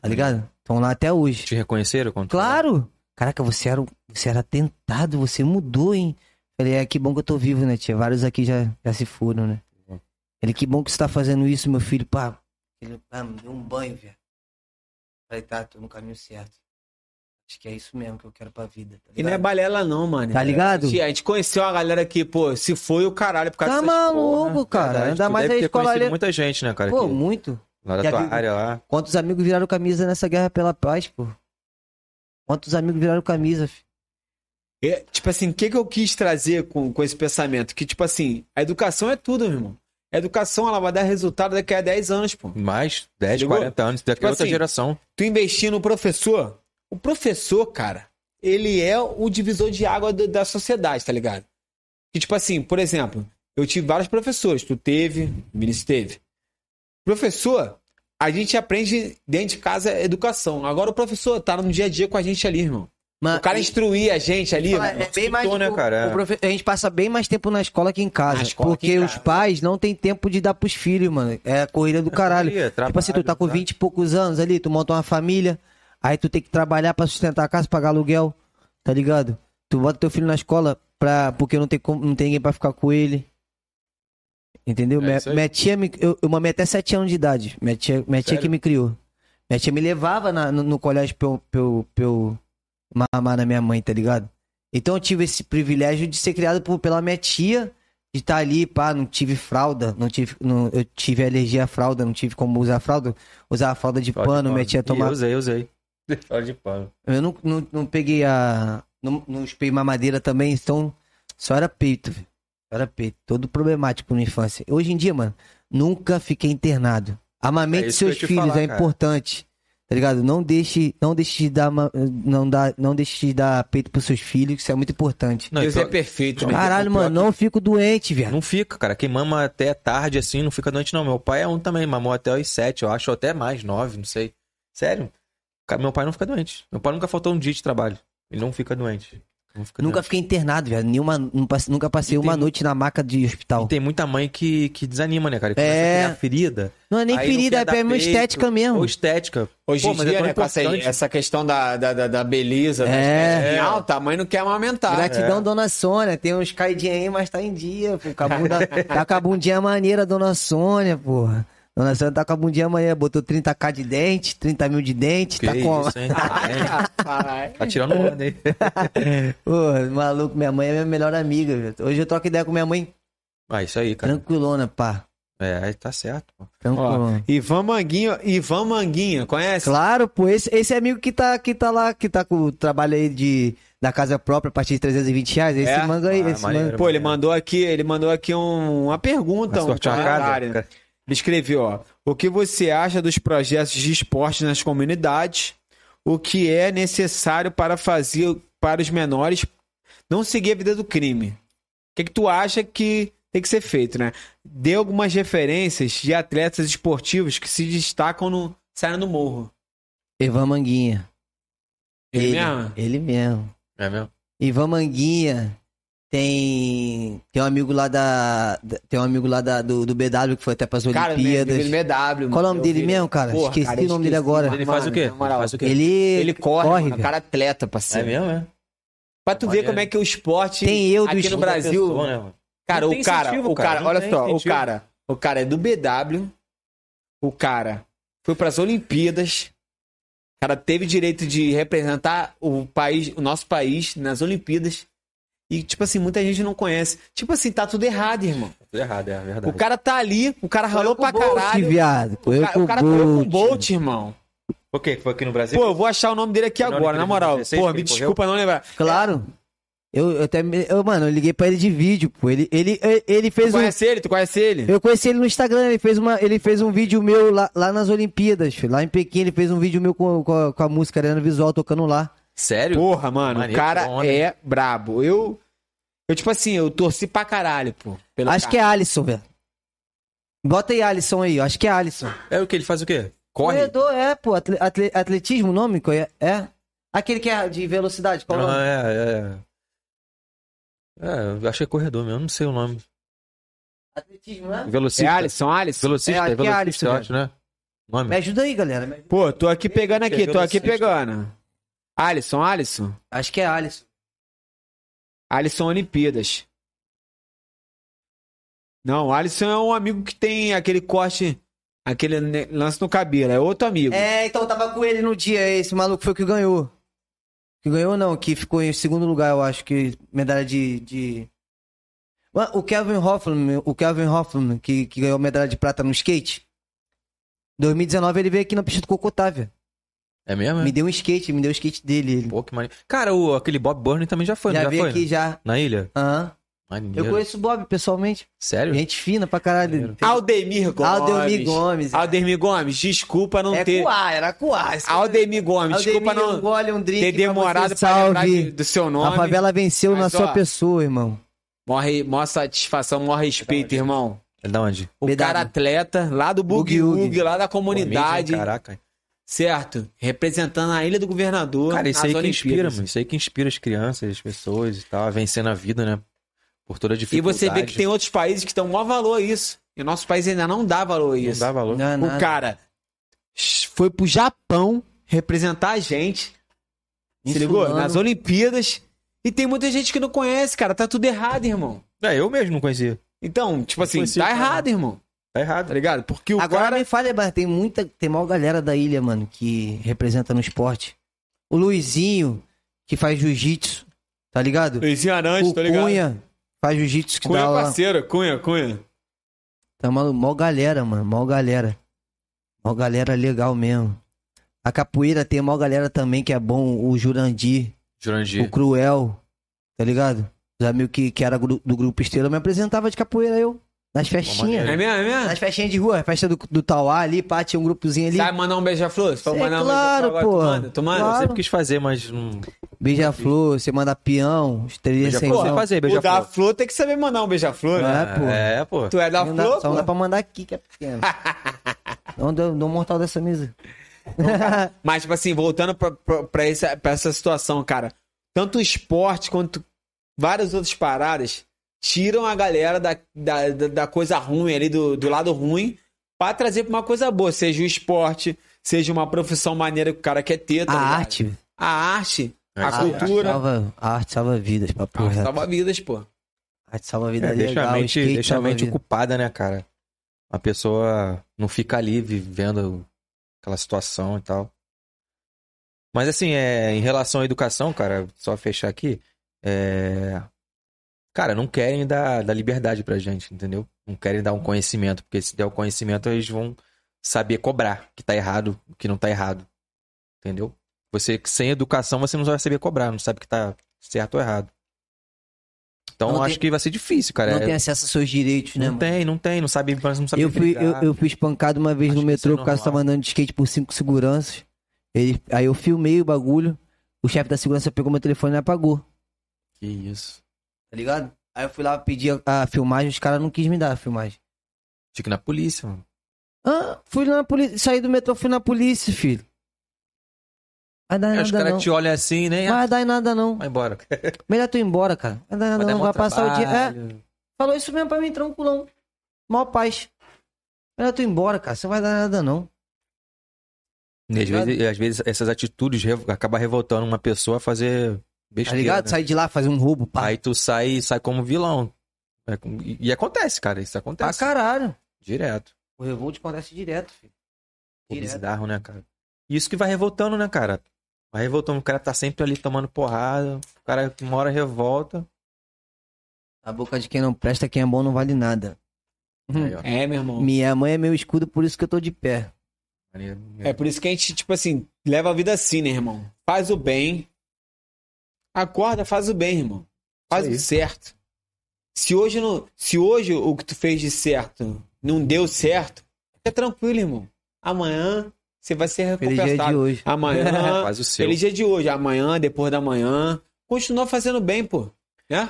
Speaker 3: tá ligado? Estão lá até hoje.
Speaker 1: Te reconheceram? Quando tu-
Speaker 3: Claro! Caraca, você era, um- você era atentado, você mudou, hein? Falei, é, que bom que eu tô vivo, né, tia? Vários aqui já, já se foram, né?
Speaker 1: Uhum.
Speaker 3: Ele, que bom que você tá fazendo isso, meu filho. Pá, ele, pá, me deu um banho, velho. Falei, tá, tô no caminho certo. Acho que é isso mesmo que eu quero pra vida. Tá
Speaker 2: E não é
Speaker 3: ligado?
Speaker 2: balela, não, mano.
Speaker 3: Tá ligado?
Speaker 2: Tia, a gente conheceu a galera que, pô, se foi o caralho por causa
Speaker 3: Tá
Speaker 2: dessas
Speaker 3: maluco,
Speaker 2: porra.
Speaker 1: né?
Speaker 3: cara.
Speaker 1: Verdade,
Speaker 3: Ainda
Speaker 1: tu
Speaker 3: mais a
Speaker 1: deve ter
Speaker 3: escola
Speaker 1: conhecido
Speaker 3: ali.
Speaker 1: muita gente, né, cara?
Speaker 3: Pô,
Speaker 1: que-
Speaker 3: muito.
Speaker 1: lá
Speaker 3: já
Speaker 1: da tua
Speaker 3: vi-
Speaker 1: área lá.
Speaker 3: Quantos amigos viraram camisa nessa guerra pela paz, pô? Quantos amigos viraram camisa, filho?
Speaker 2: É, tipo assim, o que, que eu quis trazer com, com esse pensamento? Que, tipo assim, a educação é tudo, meu irmão. A educação, ela vai dar resultado daqui a 10 anos, pô.
Speaker 1: Mais 10,
Speaker 2: Ligou?
Speaker 1: 40 anos. Deve ter
Speaker 2: Tipo
Speaker 1: outra
Speaker 2: assim,
Speaker 1: geração.
Speaker 2: Tu investir no professor, o professor, cara, ele é o divisor de água da- da sociedade, tá ligado? Que, tipo assim, por exemplo, eu tive vários professores, tu teve, o Vinícius teve. Professor, a gente aprende dentro de casa educação. Agora o professor tá no dia a dia com a gente ali, irmão.
Speaker 3: Mas-
Speaker 2: O cara instruir a gente ali,
Speaker 3: Fala,
Speaker 2: irmão.
Speaker 3: é bem mais
Speaker 1: né,
Speaker 3: o-
Speaker 1: cara?
Speaker 3: o profe- A gente passa bem mais tempo na escola que em casa.
Speaker 2: Na escola
Speaker 3: porque
Speaker 2: que em
Speaker 3: os
Speaker 2: casa.
Speaker 3: pais não têm tempo de dar pros filhos, mano. É a corrida do caralho.
Speaker 1: Trabalho,
Speaker 3: tipo assim, tu tá com
Speaker 1: é trabalho.
Speaker 3: 20 e poucos anos ali, tu monta uma família, aí tu tem que trabalhar pra sustentar a casa, pagar aluguel, tá ligado? Tu bota teu filho na escola pra, porque não tem, como- não tem ninguém pra ficar com ele. Entendeu?
Speaker 1: É
Speaker 3: minha,
Speaker 1: isso aí.
Speaker 3: minha tia, me, eu, eu mamei até 7 anos de idade. Minha tia, minha tia
Speaker 1: Sério?
Speaker 3: que me criou. Minha tia me levava na- no, no colégio pra eu- pra eu- pra eu mamar na minha mãe, tá ligado? Então eu tive esse privilégio de ser criado por- pela minha tia, de estar ali, pá, não tive fralda, não tive, não- eu tive alergia à fralda, não tive como usar fralda, usava fralda de
Speaker 1: Fralda de
Speaker 3: pano,
Speaker 1: pano.
Speaker 3: minha tia
Speaker 1: Ih,
Speaker 3: tomava.
Speaker 1: Eu usei, eu usei. Fala de pano.
Speaker 3: Eu não, não, não peguei a. Não, não espei mamadeira também, então só era peito, velho. Só Era peito. Todo problemático na infância. Hoje em dia, mano, nunca fiquei internado. Amamente
Speaker 1: É isso que eu
Speaker 3: seus
Speaker 1: ia te
Speaker 3: filhos,
Speaker 1: falar,
Speaker 3: é
Speaker 1: cara.
Speaker 3: importante. Tá ligado? Não deixe, não deixe de dar, ma- não dá, não deixe de dar peito pros seus filhos, isso é muito importante.
Speaker 1: Não, e
Speaker 2: Deus
Speaker 1: pior-
Speaker 2: é perfeito, meu irmão.
Speaker 3: Caralho, mano, não então, é fico doente, velho.
Speaker 1: É, Não fica, cara. Quem mama até tarde assim não fica doente, não. Meu pai é um também, mamou até os sete, eu acho, ou até mais, nove, não sei. Sério. Cara, meu pai não fica doente. Meu pai nunca faltou um dia de trabalho. Ele não fica doente. Não fica
Speaker 3: Nunca
Speaker 1: doente.
Speaker 3: fiquei internado, velho. Nenhuma- não passe- Nunca passei
Speaker 1: E tem
Speaker 3: uma
Speaker 1: mu-
Speaker 3: noite na maca de
Speaker 1: E
Speaker 3: hospital.
Speaker 1: tem muita mãe que, que desanima, né, cara? Que
Speaker 3: É.
Speaker 1: começa a criar ferida.
Speaker 3: Não é nem
Speaker 1: Aí não
Speaker 3: ferida,
Speaker 1: quer
Speaker 3: é
Speaker 1: dar
Speaker 3: pra minha
Speaker 1: peito,
Speaker 3: estética mesmo.
Speaker 1: Ou estética.
Speaker 2: Hoje
Speaker 1: Pô,
Speaker 2: em
Speaker 1: mas é
Speaker 2: dia,
Speaker 1: tão
Speaker 2: né, com essa,
Speaker 1: importante.
Speaker 2: essa questão da, da, da, da beleza, né? da
Speaker 3: É.
Speaker 2: estética em alta, a mãe não quer
Speaker 1: É.
Speaker 2: amamentar.
Speaker 3: Gratidão, dona Sônia. Tem uns caidinhos aí, mas tá em dia, pô. Com a bunda- tá com a bundinha maneira, dona Sônia, porra. Dona Sônia tá com a bundinha maneira. Botou 30k de dente, 30 mil de dente.
Speaker 1: Que
Speaker 3: tá com.
Speaker 1: isso, hein? É,
Speaker 2: Caralho.
Speaker 1: tá tirando onda aí.
Speaker 3: Porra, maluco, minha mãe é minha melhor amiga, velho. Hoje eu troco ideia com minha mãe.
Speaker 1: Ah, isso aí, cara.
Speaker 3: Tranquilona, pá.
Speaker 1: É, aí tá certo. pô.
Speaker 3: Tranquilona.
Speaker 2: Ivan Manguinho, Ivan Manguinho, conhece?
Speaker 3: Claro, pô, esse, esse amigo que tá, que tá lá, que tá com o trabalho aí de, da casa própria a partir de 320 reais, esse
Speaker 2: É?
Speaker 3: manga aí,
Speaker 1: Ah,
Speaker 3: esse
Speaker 1: maneiro.
Speaker 3: manga.
Speaker 2: Pô, ele mandou aqui, ele mandou aqui um- uma pergunta,
Speaker 1: Vai
Speaker 2: um
Speaker 1: sortear uma
Speaker 2: comentário.
Speaker 1: casa?
Speaker 2: Ele escreveu, ó, o que você acha dos projetos de esporte nas comunidades? O que é necessário para fazer para os menores não seguir a vida do crime? O que, que tu acha que tem que ser feito, né? Dê algumas referências de atletas esportivos que se destacam no Saíram no morro.
Speaker 3: Ivan Manguinha.
Speaker 2: Ele É mesmo?
Speaker 3: Ele mesmo.
Speaker 1: É mesmo?
Speaker 3: Ivan Manguinha tem. Tem um amigo lá da. da- Tem um amigo lá da, do, do BW que foi até pras
Speaker 2: Cara, meu amigo,
Speaker 3: Olimpíadas.
Speaker 2: ele é MW.
Speaker 3: Qual o nome
Speaker 2: eu
Speaker 3: dele
Speaker 2: vi-
Speaker 3: mesmo, cara?
Speaker 2: Porra,
Speaker 3: esqueci
Speaker 2: cara,
Speaker 3: o nome dele
Speaker 2: esqueci,
Speaker 3: agora.
Speaker 2: mano.
Speaker 1: Ele faz o quê?
Speaker 2: na moral,
Speaker 1: Faz o quê?
Speaker 3: Ele,
Speaker 2: Ele é corre,
Speaker 3: corre,
Speaker 2: mano,
Speaker 3: velho.
Speaker 2: cara atleta,
Speaker 1: É
Speaker 2: parceiro.
Speaker 1: mesmo, é?
Speaker 2: pra tu ver
Speaker 1: Maneiro.
Speaker 2: como é que o esporte
Speaker 3: Tem eu
Speaker 2: aqui
Speaker 3: dos-
Speaker 2: no Brasil...
Speaker 1: Pessoa, né, mano?
Speaker 2: Cara,
Speaker 1: Não
Speaker 2: o
Speaker 1: tem
Speaker 2: cara,
Speaker 1: incentivo,
Speaker 2: o
Speaker 1: cara,
Speaker 2: cara,
Speaker 1: não
Speaker 2: olha
Speaker 1: tem
Speaker 2: só, o
Speaker 1: incentivo.
Speaker 2: cara, o cara é do BW, o cara foi pras Olimpíadas, o cara teve direito de representar o país, o nosso país nas Olimpíadas. E, tipo assim, muita gente não conhece. Tipo assim, tá tudo errado, irmão.
Speaker 1: Tudo errado, é verdade.
Speaker 2: O cara tá ali, o cara ralou pra
Speaker 3: Que
Speaker 2: caralho.
Speaker 3: viado.
Speaker 2: O
Speaker 3: Eu
Speaker 2: cara, o cara
Speaker 3: com
Speaker 2: correu
Speaker 3: o
Speaker 2: com o
Speaker 3: Bolt.
Speaker 2: Bolt, irmão.
Speaker 1: Por quê? que Foi aqui no Brasil?
Speaker 2: Pô, eu vou achar o nome dele aqui
Speaker 1: Na
Speaker 2: agora, na
Speaker 1: Olimpíada de
Speaker 2: moral.
Speaker 1: 2016
Speaker 2: Pô,
Speaker 1: que
Speaker 2: me
Speaker 1: ele correu?
Speaker 2: desculpa não lembrar.
Speaker 3: Claro. Eu, eu até. me- Eu, mano, eu liguei pra ele de vídeo, pô. Ele, ele, ele
Speaker 2: Tu
Speaker 3: fez um.
Speaker 2: conhece ele? Tu conhece ele?
Speaker 3: Eu conheci ele no Instagram, ele fez, uma, ele fez um vídeo meu lá, lá nas Olimpíadas, filho. lá em Pequim, ele fez um vídeo meu com, com, a, com a música Arena Visual tocando lá.
Speaker 1: Sério?
Speaker 2: Porra, mano,
Speaker 1: Maneiro,
Speaker 2: o cara
Speaker 1: bom né? homem.
Speaker 2: é brabo. Eu, eu, tipo assim, eu torci pra caralho, pô. Pelo
Speaker 3: Acho que é Alisson, velho. Bota aí Alisson aí, eu acho que é Alisson.
Speaker 1: É o que? Ele faz o quê? Corre?
Speaker 3: Corredor, é, pô, atle- atle- atletismo o nome? co- É? é? Aquele que é de velocidade, qual o
Speaker 1: Ah,
Speaker 3: nome?
Speaker 1: é, é. É, eu acho que é corredor mesmo, eu não sei o nome.
Speaker 3: Atletismo, né?
Speaker 2: É
Speaker 1: Velocista.
Speaker 2: Alisson, Alisson?
Speaker 1: Velocista,
Speaker 3: É,
Speaker 1: é,
Speaker 3: aqui é
Speaker 1: velocista,
Speaker 3: Alisson,
Speaker 1: eu acho, né? Nome.
Speaker 3: Me ajuda aí, galera. me-
Speaker 2: Pô, tô aqui pegando aqui, tô aqui
Speaker 1: Velocista.
Speaker 2: pegando. Alisson, Alisson.
Speaker 3: Acho que é Alisson.
Speaker 2: Alisson Olimpíadas. Não, Alisson é um amigo que tem aquele corte, aquele ne- lance no cabelo. É outro amigo.
Speaker 3: É, então eu tava com ele no dia, esse maluco foi o que ganhou. Que ganhou não, que ficou em segundo lugar, eu acho, que medalha de... de... Ué, O Kelvin Hoffman, o Kelvin Hoffman, que, que ganhou medalha de prata no skate, 2019 ele veio aqui na pista do Cocotá, velho.
Speaker 1: É mesmo?
Speaker 3: Me
Speaker 1: É?
Speaker 3: deu um skate, me deu o skate dele. Ele.
Speaker 1: Pô, que maneiro. Cara, o, aquele Bob Burney também já foi,
Speaker 3: já
Speaker 1: não já
Speaker 3: veio
Speaker 1: foi?
Speaker 3: aqui,
Speaker 1: né?
Speaker 3: já.
Speaker 1: Na ilha?
Speaker 3: Aham.
Speaker 1: Maneiro.
Speaker 3: Eu conheço o Bob pessoalmente.
Speaker 1: Sério?
Speaker 3: Gente fina pra caralho.
Speaker 2: Aldemir Gomes.
Speaker 3: Aldemir Gomes.
Speaker 2: Aldemir Gomes, desculpa não
Speaker 3: É
Speaker 2: ter.
Speaker 3: coar, era coar. esse-
Speaker 2: Aldemir Gomes, desculpa
Speaker 3: Aldemir,
Speaker 2: não
Speaker 3: um gole, um drink
Speaker 2: ter
Speaker 3: pra
Speaker 2: demorado
Speaker 3: você.
Speaker 2: pra lembrar
Speaker 3: Salve.
Speaker 2: de- do seu
Speaker 3: A
Speaker 2: nome.
Speaker 3: favela venceu na
Speaker 2: Mas,
Speaker 3: sua
Speaker 2: ó,
Speaker 3: pessoa, irmão.
Speaker 2: Morre, maior satisfação, maior respeito, irmão.
Speaker 1: É da onde?
Speaker 2: O
Speaker 3: BW.
Speaker 2: cara atleta, lá do Bug
Speaker 3: Boogie Woogie.
Speaker 2: Woogie, lá da comunidade,
Speaker 1: Comedian, Caraca.
Speaker 2: certo? Representando a Ilha do Governador.
Speaker 1: Cara, isso
Speaker 2: nas
Speaker 1: aí que
Speaker 2: Olimpíadas. assim.
Speaker 1: inspira, mano. Isso aí que inspira as crianças, as pessoas e tal. a Vencer a vida, né? Por toda a
Speaker 2: E
Speaker 1: dificuldade.
Speaker 2: você vê que tem outros países que dão maior valor a isso. E o nosso país ainda não dá valor
Speaker 1: Não
Speaker 2: a isso.
Speaker 1: dá valor.
Speaker 3: Não é
Speaker 2: O
Speaker 3: nada.
Speaker 2: cara foi pro Japão representar a gente. Se
Speaker 3: Insulando.
Speaker 2: ligou? Nas Olimpíadas. E tem muita gente que não conhece, cara. Tá tudo errado, irmão.
Speaker 1: É, eu mesmo não conhecia.
Speaker 2: Então, tipo assim,
Speaker 1: conheci o
Speaker 2: tá
Speaker 1: cara.
Speaker 2: errado, irmão.
Speaker 1: Tá
Speaker 2: Tá
Speaker 1: errado.
Speaker 2: ligado? Porque o
Speaker 3: Agora
Speaker 2: cara.
Speaker 3: me falha, mas tem muita. Tem mal galera da ilha, mano, que representa no esporte. O Luizinho, que faz jiu-jitsu, tá ligado?
Speaker 2: Luizinho Arantes, tá
Speaker 3: o Cunha faz jiu-jitsu que
Speaker 2: Cunha
Speaker 3: dá
Speaker 2: é
Speaker 3: lá.
Speaker 2: parceiro, Cunha, Cunha.
Speaker 3: Tá maluco? Mó galera, mano. Mó galera. Mó galera legal mesmo. A capoeira tem mó galera também que é bom. O Jurandir, o
Speaker 1: Jurandir.
Speaker 3: Cruel, tá ligado? Os amigos que, que era gru- do grupo Estrela me apresentava de capoeira eu. Nas festinhas.
Speaker 1: maneiro.
Speaker 2: É mesmo, é mesmo?
Speaker 3: Nas festinhas de rua, festa do, do Tauá ali, pá, tinha um grupozinho ali.
Speaker 2: Sabe mandar um beija-flor? Só
Speaker 3: É
Speaker 2: mandar um
Speaker 3: claro,
Speaker 2: beija-flor agora,
Speaker 3: pô.
Speaker 2: Tu manda, tu manda.
Speaker 3: Claro.
Speaker 1: Eu sempre quis fazer, mas não.
Speaker 3: Beija-flor, você manda peão, estrelinha sem
Speaker 1: Beija-flor, você
Speaker 3: sal.
Speaker 1: faz aí,
Speaker 2: O da
Speaker 1: beija-flor.
Speaker 2: flor tem que saber mandar um beija-flor, né?
Speaker 3: É, pô.
Speaker 1: É, pô.
Speaker 2: Tu é da
Speaker 3: Não dá,
Speaker 2: flor,
Speaker 3: só não
Speaker 2: pô.
Speaker 3: dá pra mandar aqui, que é pequeno. não deu, deu um mortal dessa mesa.
Speaker 2: Mas, tipo assim, voltando pra, pra, pra essa, pra essa situação, cara. Tanto o esporte quanto várias outras paradas tiram a galera da, da, da- da coisa ruim ali, do, do lado ruim, pra trazer pra uma coisa boa. Seja o esporte, seja uma profissão maneira que o cara quer ter. tá
Speaker 3: a
Speaker 2: ligado?
Speaker 3: arte, velho.
Speaker 2: A arte,
Speaker 1: É,
Speaker 2: a
Speaker 1: isso
Speaker 3: a
Speaker 1: aí.
Speaker 3: arte
Speaker 2: cultura.
Speaker 3: salva, a arte salva vidas, papo
Speaker 2: Ah,
Speaker 3: reto.
Speaker 2: Salva vidas, pô.
Speaker 3: A arte salva vida
Speaker 1: É,
Speaker 3: é,
Speaker 1: deixa
Speaker 3: legal,
Speaker 1: a
Speaker 3: o
Speaker 1: mente,
Speaker 3: skate
Speaker 1: deixa a
Speaker 3: salva
Speaker 1: mente
Speaker 3: vida.
Speaker 1: ocupada, né, cara? A pessoa não fica ali vivendo aquela situação e tal. Mas assim, é, em relação à educação, cara, só fechar aqui, é, cara, não querem dar, dar liberdade pra gente, entendeu? Não querem dar um conhecimento, porque se der o conhecimento, eles vão saber cobrar o que tá errado, o que não tá errado. Entendeu? Você sem educação, você não vai saber cobrar, não sabe o que tá certo ou errado. Então,
Speaker 3: Não
Speaker 1: acho
Speaker 3: tem-
Speaker 1: que vai ser difícil, cara.
Speaker 3: Não
Speaker 1: É-
Speaker 3: tem acesso aos seus direitos, né,
Speaker 1: não
Speaker 3: mano?
Speaker 1: tem, não tem, não sabe, mas não sabe
Speaker 3: Eu fui, eu,
Speaker 1: brigar.
Speaker 3: eu fui espancado uma vez
Speaker 1: Acho
Speaker 3: no
Speaker 1: que isso é
Speaker 3: metrô, por causa que eu tava andando de skate por cinco seguranças. Ele, aí eu filmei o bagulho, o chefe da segurança pegou meu telefone e apagou,
Speaker 1: Que isso.
Speaker 3: tá ligado? Aí eu fui lá pedir a, a filmagem, os caras não quis me dar a filmagem.
Speaker 1: Tinha que ir na polícia, mano.
Speaker 3: Ah, fui na polícia. Saí do metrô, fui na polícia, filho. Vai dar em
Speaker 1: Aí os
Speaker 3: nada
Speaker 1: caras
Speaker 3: não.
Speaker 1: te olham assim, né? Ah,
Speaker 3: Vai dar em nada não.
Speaker 1: Vai embora.
Speaker 3: Melhor tu ir embora, cara. Vai dar em nada
Speaker 1: dar
Speaker 3: não.
Speaker 1: mó
Speaker 3: Vai passar o dia. É,
Speaker 1: trabalho.
Speaker 3: Falou isso mesmo pra mim, tranquilão. Mó paz. Melhor tu ir embora, cara. Você não vai dar nada, não. Tá
Speaker 1: E às vezes, e às vezes essas atitudes revo- acabam revoltando uma pessoa a fazer
Speaker 3: Tá
Speaker 1: besteira.
Speaker 3: ligado?
Speaker 1: né?
Speaker 3: Sair de lá, fazer um roubo. Pá,
Speaker 1: Aí tu sai, sai como vilão. É com- E, e acontece, cara. Isso
Speaker 3: pra
Speaker 1: acontece.
Speaker 3: caralho.
Speaker 1: Direto.
Speaker 3: O revolt acontece direto, filho.
Speaker 1: Pô,
Speaker 3: Direto.
Speaker 1: bizarro, né, cara? E Isso que vai revoltando, né, cara? Vai revoltando. O cara tá sempre ali tomando porrada. O cara uma hora revolta.
Speaker 3: A boca de quem não presta, quem é bom não vale nada. Uhum. Hum.
Speaker 1: Aí, ó.
Speaker 2: É, meu irmão.
Speaker 3: Minha mãe é meu escudo, por isso que eu tô de pé.
Speaker 1: Maneiro.
Speaker 2: É por isso que a gente, tipo assim, leva a vida assim, né, irmão? Faz o bem. Acorda, faz o bem, irmão. Faz o certo. Se hoje, não, se hoje o que tu fez de certo não deu certo, fica tranquilo, irmão. Amanhã você vai ser
Speaker 3: Feliz dia de
Speaker 2: recompensado.
Speaker 3: hoje.
Speaker 2: Amanhã,
Speaker 1: É, Faz o seu.
Speaker 2: feliz dia de hoje. Amanhã, depois da manhã. Continua fazendo bem, pô. Né?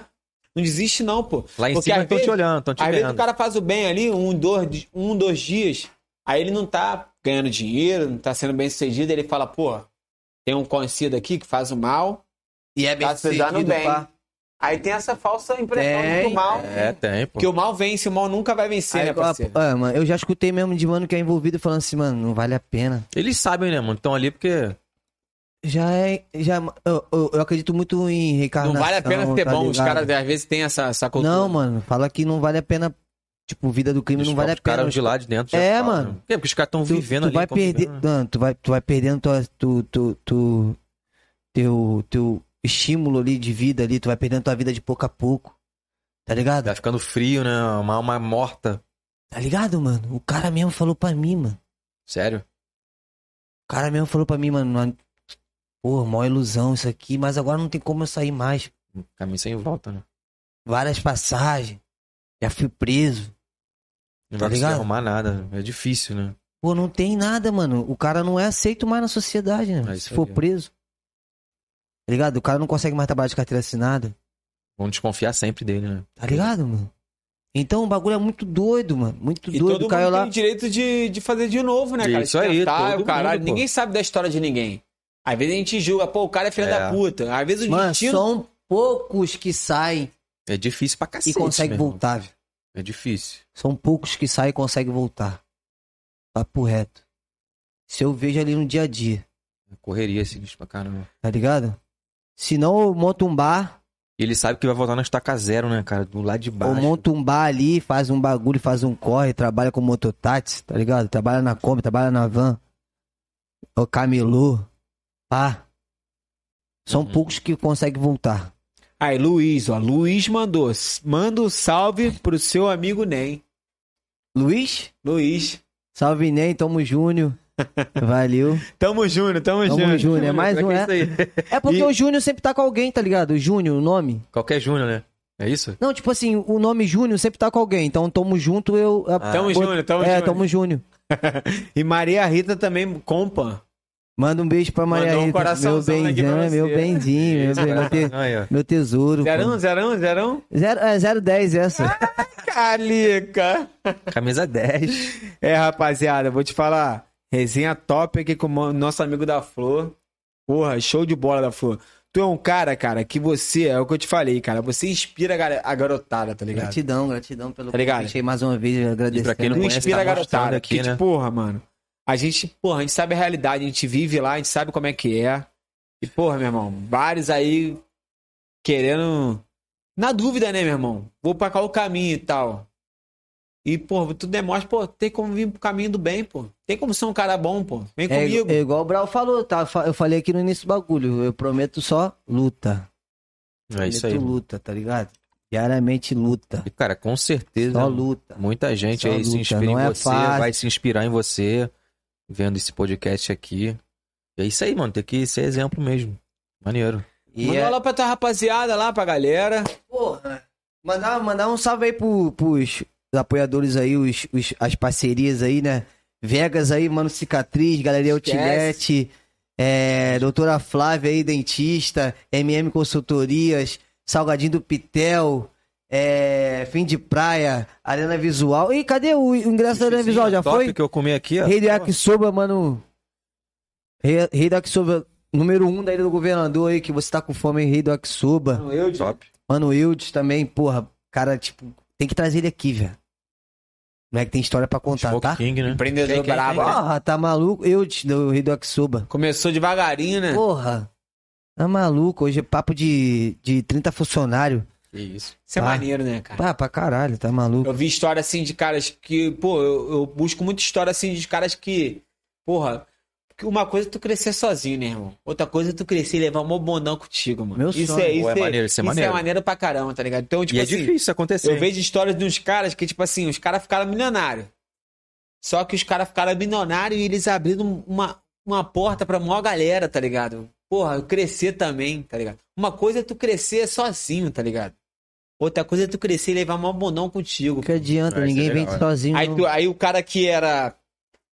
Speaker 2: Não desiste, não, pô.
Speaker 1: Lá em
Speaker 2: Porque
Speaker 1: cima
Speaker 2: às
Speaker 1: estão te
Speaker 2: vezes-
Speaker 1: olhando, estão te
Speaker 2: Às vezes o
Speaker 1: vendo.
Speaker 2: cara faz o bem ali, um, dois, di- um, dois dias, aí ele não tá ganhando dinheiro, não tá sendo bem sucedido, ele fala, pô, tem um conhecido aqui que faz o mal,
Speaker 3: E é
Speaker 2: tá se dando bem.
Speaker 3: pá.
Speaker 2: Aí tem essa falsa impressão de que
Speaker 3: Tem,
Speaker 2: o mal,
Speaker 1: É, tem, pô.
Speaker 2: que o mal vence, o mal nunca vai vencer,
Speaker 3: Aí,
Speaker 2: né, parceiro?
Speaker 3: ó, ah, mano, eu já escutei mesmo de mano que é envolvido falando assim, mano, não vale a pena.
Speaker 1: Eles sabem, né, mano? Estão ali porque.
Speaker 3: Já é. Já, eu, eu- eu acredito muito em
Speaker 2: Não
Speaker 3: reencarnação.
Speaker 2: vale a pena ser
Speaker 3: tá
Speaker 2: bom, os
Speaker 3: ligado?
Speaker 2: caras é às vezes têm essa, essa cultura.
Speaker 3: Não, mano, fala que não vale a pena. Tipo, vida do crime
Speaker 1: Os
Speaker 3: não vale a
Speaker 1: próprios caras
Speaker 3: pena.
Speaker 1: de lá de dentro. já
Speaker 3: É,
Speaker 1: falam,
Speaker 3: mano.
Speaker 1: né? Por quê? Porque os caras estão
Speaker 3: tu,
Speaker 1: vivendo
Speaker 3: tu
Speaker 1: ali.
Speaker 3: vai
Speaker 1: convivendo,
Speaker 3: perder,
Speaker 1: né?
Speaker 3: mano, tu vai, tu vai perdendo tua, tu, tu, tu, teu, teu estímulo ali de vida ali, tu vai perdendo tua vida de pouco a pouco. Tá ligado?
Speaker 1: Tá ficando frio, né? Uma alma morta.
Speaker 3: Tá ligado, mano? O cara mesmo falou pra mim, mano.
Speaker 1: Sério.
Speaker 3: O cara mesmo falou pra mim, mano, nós- pô, mó ilusão isso aqui, mas agora não tem como eu sair mais.
Speaker 1: Caminho sem volta, né?
Speaker 3: Várias passagens, já fui preso.
Speaker 1: Não
Speaker 3: Tá
Speaker 1: vai conseguir
Speaker 3: ligado?
Speaker 1: arrumar nada. É difícil, né?
Speaker 3: Pô, não tem nada, mano. O cara não é aceito mais na sociedade, né?
Speaker 1: É
Speaker 3: mano?
Speaker 1: isso
Speaker 3: Se for
Speaker 1: aí.
Speaker 3: preso. Tá ligado? O cara não consegue mais trabalhar de carteira assinada.
Speaker 1: Vão desconfiar sempre dele, né?
Speaker 3: Tá ligado, mano? Então o bagulho é muito doido, mano. Muito
Speaker 2: E
Speaker 3: doido.
Speaker 2: todo
Speaker 3: Caiu
Speaker 2: mundo
Speaker 3: lá.
Speaker 2: tem direito de, de fazer de novo, né,
Speaker 1: Isso
Speaker 2: cara? De
Speaker 1: aí,
Speaker 2: tentar,
Speaker 1: todo
Speaker 2: o caralho.
Speaker 1: mundo, pô.
Speaker 2: ninguém sabe da história de ninguém. Às vezes a gente julga, pô, o cara é filho
Speaker 1: É.
Speaker 2: da puta. Às vezes o
Speaker 3: Mano, é
Speaker 2: destino
Speaker 3: são poucos que saem
Speaker 1: É difícil pra
Speaker 3: e
Speaker 1: cacete.
Speaker 3: conseguem
Speaker 1: meu irmão.
Speaker 3: voltar, velho.
Speaker 1: É difícil.
Speaker 3: São poucos que saem e conseguem voltar. Papo reto. Se eu vejo ali no dia a dia,
Speaker 1: É Correria sinistro pra caramba.
Speaker 3: tá ligado? Se não, eu monto um bar,
Speaker 1: E ele sabe que vai voltar na estaca zero, né, cara? Do lado de
Speaker 3: ou
Speaker 1: baixo.
Speaker 3: monto um bar ali, faz um bagulho, faz um corre, trabalha com mototáxi, tá ligado? Trabalha na Kombi, trabalha na van. Ou camelô. Pá. São
Speaker 1: Uhum.
Speaker 3: poucos que conseguem voltar.
Speaker 2: Aí, Luiz, ó. Luiz mandou. S- Manda um salve pro seu amigo Nen.
Speaker 3: Luiz?
Speaker 2: Luiz.
Speaker 3: Salve, Ney, tamo Júnior. Valeu.
Speaker 2: Tamo junto, tamo,
Speaker 3: Tamo
Speaker 2: junto.
Speaker 3: Júnior, é mais um,
Speaker 1: É
Speaker 3: é.
Speaker 1: isso aí.
Speaker 3: É porque
Speaker 2: E-
Speaker 3: o Júnior sempre tá com alguém, tá ligado? O Júnior, o nome.
Speaker 1: Qualquer Júnior, né? É isso?
Speaker 3: Não, tipo assim, o nome Júnior sempre tá com alguém. Então, tamo junto, eu.
Speaker 1: Ah.
Speaker 2: Tamo
Speaker 3: é,
Speaker 2: Júnior, tamo
Speaker 3: É,
Speaker 2: Júnior.
Speaker 3: tamo Júnior.
Speaker 2: E Maria Rita também compa.
Speaker 3: Manda um beijo pra Maria
Speaker 2: Mandou um
Speaker 3: Rita. meu
Speaker 2: coraçãozão aqui pra
Speaker 3: benzão,
Speaker 2: você.
Speaker 3: meu benzinho, meu, ben- meu, te-
Speaker 1: Aí, ó.
Speaker 3: meu tesouro. pô.
Speaker 2: Zerão, zerão, zerão.
Speaker 3: Zero, é, 010 essa.
Speaker 1: Ah!
Speaker 2: Calica.
Speaker 1: Camisa 10.
Speaker 2: É, rapaziada, vou te falar. Resenha top aqui com o mo- nosso amigo da Flor. Porra, show de bola da Flor. Tu é um cara, cara, que você, é o que eu te falei, cara. Você inspira a gare- a garotada, tá ligado?
Speaker 3: Gratidão, gratidão pelo
Speaker 2: Tá ligado?
Speaker 3: convite aí mais uma vez,
Speaker 1: E pra quem
Speaker 3: agradecendo.
Speaker 1: não
Speaker 2: Tu
Speaker 1: conhece,
Speaker 2: inspira
Speaker 1: tá
Speaker 2: a garotada
Speaker 1: mostrando
Speaker 2: aqui,
Speaker 1: aqui,
Speaker 2: que,
Speaker 1: né?
Speaker 2: porra, mano. A gente, porra, a gente sabe a realidade, a gente vive lá, a gente sabe como é que é. E, porra, meu irmão, vários aí querendo. Na dúvida, né, meu irmão? Vou pra qual caminho e tal. E, porra, tu demonstra, pô, tem como vir pro caminho do bem, pô. Tem como ser um cara bom, pô. Vem
Speaker 3: É,
Speaker 2: comigo.
Speaker 3: é igual o Brau falou, tá? Eu fa- Eu falei aqui no início do bagulho. Eu prometo só luta.
Speaker 1: É isso aí.
Speaker 3: Muito luta, tá ligado? Diariamente luta.
Speaker 1: E, cara, com certeza.
Speaker 3: Só luta.
Speaker 1: Muita gente
Speaker 3: Só
Speaker 1: aí se
Speaker 3: luta,
Speaker 1: inspira em
Speaker 3: não é
Speaker 1: você,
Speaker 3: fácil.
Speaker 1: vai se inspirar em você, vendo esse podcast aqui. E é isso aí, mano. Tem que ser exemplo mesmo. Maneiro.
Speaker 3: E
Speaker 1: um
Speaker 2: Manda
Speaker 3: é-
Speaker 2: lá pra tua rapaziada, lá pra galera.
Speaker 3: Porra. Mandar, mandar um salve aí pro, pros apoiadores aí, os, os- as parcerias aí, né? Vegas aí, Mano Cicatriz, Galeria
Speaker 2: Esquece.
Speaker 3: Outlet, é, doutora Flávia aí, dentista, MM Consultorias, Salgadinho do Pitel, é, fim de praia, arena visual. Ih, cadê o ingresso da arena visual? Já
Speaker 1: Top
Speaker 3: foi?
Speaker 1: que eu comi aqui, ó.
Speaker 3: Rei do Yakisoba, mano. Rei, rei do Yakisoba, número um da Ilha do Governador aí, que você tá com fome, hein? Rei do Yakisoba.
Speaker 2: Eu,
Speaker 1: Top.
Speaker 3: Mano, Wildes também, porra, cara, tipo, tem que trazer ele aqui, velho. Não é que tem história pra contar,
Speaker 1: Smoke
Speaker 3: tá?
Speaker 1: King, né?
Speaker 2: empreendedor
Speaker 1: Quem, quem,
Speaker 2: brabo.
Speaker 1: quem?
Speaker 3: Porra, tá maluco? Wildes, do Rei do Yakisoba.
Speaker 2: Começou devagarinho, né?
Speaker 3: Porra, tá maluco? Hoje é papo de, de 30 funcionários.
Speaker 1: Que isso.
Speaker 2: Isso é
Speaker 3: Tá.
Speaker 2: maneiro, né, cara?
Speaker 3: Ah, pra caralho, tá maluco.
Speaker 2: Eu vi história assim de caras que, pô, eu, eu busco muita história assim de caras que, porra, que uma coisa é tu crescer sozinho, né, irmão? Outra coisa é tu crescer e levar um bondão contigo, mano.
Speaker 3: Meu
Speaker 2: isso
Speaker 3: sonho.
Speaker 2: é,
Speaker 3: Pô,
Speaker 2: isso
Speaker 1: é maneiro, isso é maneiro.
Speaker 2: pra caramba, tá ligado? Então, tipo
Speaker 1: e é
Speaker 2: assim,
Speaker 1: difícil isso acontecer.
Speaker 2: eu vejo histórias de uns caras que, tipo assim, os caras ficaram milionários. Só que os caras ficaram milionários e eles abriram uma, uma porta pra maior galera, tá ligado? Porra, eu crescer também, tá ligado? Uma coisa é tu crescer sozinho, tá ligado? Outra coisa é tu crescer e levar mó bonão contigo.
Speaker 3: O que adianta?
Speaker 1: Ah, isso
Speaker 3: Ninguém
Speaker 1: é legal,
Speaker 3: vende
Speaker 1: é.
Speaker 3: sozinho.
Speaker 2: né? Aí,
Speaker 3: não.
Speaker 2: tu- aí o cara que era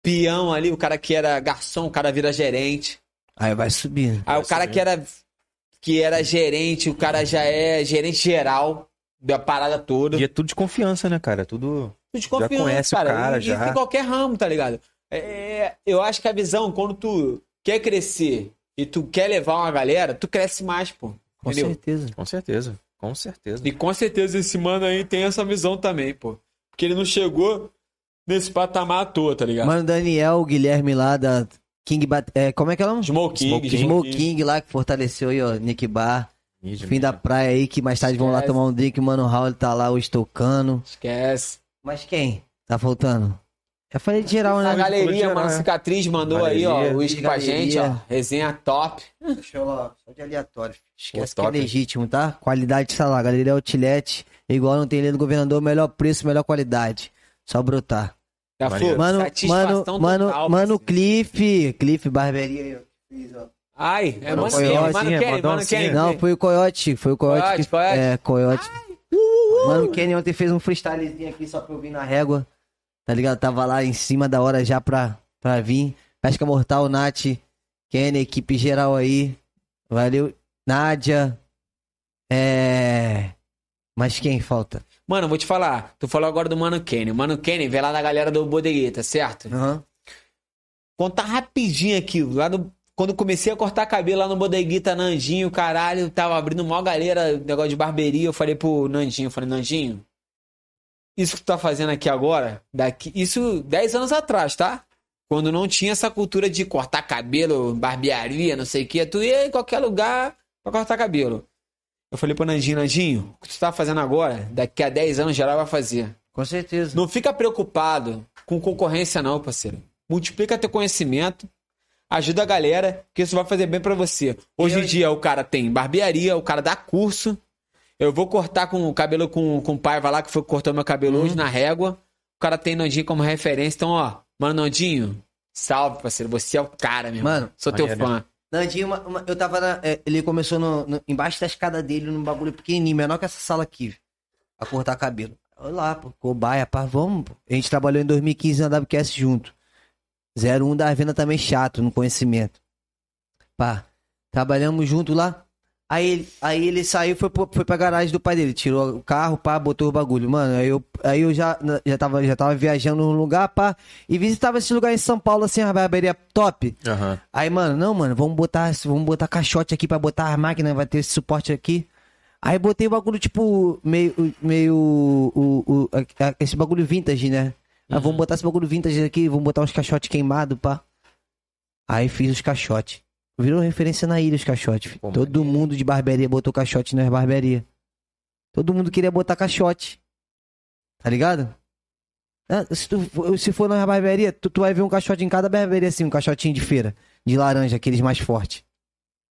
Speaker 2: peão ali, o cara que era garçom, o cara vira gerente.
Speaker 3: Aí vai né? subindo.
Speaker 2: Aí
Speaker 1: Vai
Speaker 2: o cara
Speaker 1: saber.
Speaker 2: que era que era gerente, o cara já é gerente geral da parada toda.
Speaker 1: E é tudo de confiança, né, cara? Tudo.
Speaker 2: Tu desconfia,
Speaker 1: Já conhece o cara,
Speaker 2: e,
Speaker 1: já.
Speaker 2: e em qualquer ramo, tá ligado? É, é, eu acho que a visão, quando tu quer crescer e tu quer levar uma galera, tu cresce mais, pô.
Speaker 3: Com
Speaker 2: entendeu?
Speaker 3: certeza.
Speaker 1: Com certeza. Com certeza.
Speaker 2: E com certeza esse mano aí tem essa visão também, pô. Porque ele não chegou nesse patamar à toa, tá ligado?
Speaker 3: Mano, Daniel, o Guilherme lá da King Bat... é, Como é que é o nome?
Speaker 2: Smoking,
Speaker 1: Smoke King.
Speaker 3: Smoke King lá, que fortaleceu aí, ó. Nick Bar.
Speaker 1: Mídia,
Speaker 3: Fim da
Speaker 1: mídia.
Speaker 3: praia aí, que mais tarde vão lá
Speaker 2: Esquece.
Speaker 3: tomar um drink. Mano, o Raul tá lá, o estocando.
Speaker 2: Esquece.
Speaker 3: Mas quem? Tá faltando? Já falei de geral,
Speaker 2: A
Speaker 3: né?
Speaker 2: galeria,
Speaker 1: geral,
Speaker 2: mano,
Speaker 1: né?
Speaker 2: cicatriz mandou aí,
Speaker 1: Galeria,
Speaker 2: ó, o uísque pra
Speaker 3: galeria.
Speaker 2: gente, ó. Resenha top.
Speaker 3: Show, ó. Só de aleatório. Esquece
Speaker 1: Pô,
Speaker 3: que é
Speaker 1: top.
Speaker 3: legítimo, tá? Qualidade, sei lá, galeria Outlet. Igual não tem lei do governador, melhor preço, melhor qualidade. Só brotar.
Speaker 2: Já
Speaker 1: Maneiro.
Speaker 2: foi.
Speaker 3: Mano, mano,
Speaker 2: Satisfação
Speaker 3: mano,
Speaker 2: total, parceiro.
Speaker 3: mano, Cliff. Cliff Barbearia aí, ó. Fiz, ó.
Speaker 2: Ai, é
Speaker 3: Mano,
Speaker 2: mano,
Speaker 3: foi
Speaker 2: mesmo,
Speaker 3: ótimo,
Speaker 2: mano,
Speaker 1: hein?
Speaker 2: quer,
Speaker 1: Mandou
Speaker 2: mano,
Speaker 1: um
Speaker 2: quer.
Speaker 1: sim.
Speaker 3: Não, foi o Coyote, foi o Coyote.
Speaker 2: Coyote,
Speaker 3: que,
Speaker 2: Coyote.
Speaker 3: É, Coyote. Mano, o Kenny ontem fez um freestylezinho aqui só pra eu vir na régua. Tá ligado? Tava lá em cima da hora já pra, pra vir. Casca Mortal, Nath, Kenny, equipe geral aí. Valeu. Nádia. É. Mas quem falta?
Speaker 2: Mano, vou te falar. Tu falou agora do Mano Kenny. O Mano Kenny vem lá na galera do Bodegueta, certo?
Speaker 3: Aham.
Speaker 2: Contar rapidinho aqui. Lá no... Quando eu comecei a cortar cabelo lá no Bodeguita, Nandinho, caralho, tava abrindo mó galera, negócio de barbearia. Eu falei pro Nandinho, eu falei, Nandinho, isso que tu tá fazendo aqui agora, daqui... isso 10 anos atrás, tá? Quando não tinha essa cultura de cortar cabelo, barbearia, não sei o quê. Tu ia em qualquer lugar pra cortar cabelo. Eu falei pro Nandinho, Nandinho, o que tu tá fazendo agora, daqui a 10 anos geral vai fazer.
Speaker 3: Com certeza.
Speaker 2: Não fica preocupado com concorrência, não, parceiro. Multiplica teu conhecimento, ajuda a galera, que isso vai fazer bem pra você. Hoje em dia, o cara tem barbearia, o cara dá curso. Eu vou cortar com o cabelo com, com o Paiva lá, que foi que cortou meu cabelo
Speaker 3: Uhum.
Speaker 2: hoje na régua. O cara tem Nandinho como referência. Então, ó, mano, Nandinho, salve, parceiro. Você é o cara, meu irmão.
Speaker 3: Mano,
Speaker 2: Sou teu
Speaker 1: maneiro.
Speaker 2: fã.
Speaker 3: Nandinho, uma- uma- eu tava na, é, Ele começou no, no- embaixo da escada dele, num bagulho pequenininho, menor que essa sala aqui, viu? a cortar cabelo. Olha lá, pô, cobaia, pá, vamos. pô. A gente trabalhou em 2015 na WQS junto. 01 da venda também chato, no conhecimento. Pá, trabalhamos junto lá. Aí, ele- aí ele saiu foi pro- foi pra garagem do pai dele, tirou o carro, pá, botou o bagulho. Mano, aí eu, aí eu já, já, tava, já tava viajando num lugar, pá, e visitava esse lugar em São Paulo, assim, a barbearia top.
Speaker 1: Aham.
Speaker 3: Aí, mano, não, mano, vamos botar, vamos botar caixote aqui pra botar as máquinas, vai ter esse suporte aqui. Aí botei o bagulho, tipo, meio. meio o, o- a- a- esse bagulho vintage, né? Ah, vamos botar esse bagulho vintage aqui, vamos botar uns caixotes queimados, pá. Aí fiz os caixotes. Virou referência na ilha os caixotes. filho.
Speaker 1: Pô,
Speaker 3: Todo mundo de barbearia botou caixote nas barbearias. Todo mundo queria botar caixote. Tá ligado? Ah, Se, tu, for- se for na barbearia, tu, tu vai ver um caixote em cada barbearia, assim, um caixotinho de feira. De laranja, aqueles mais fortes.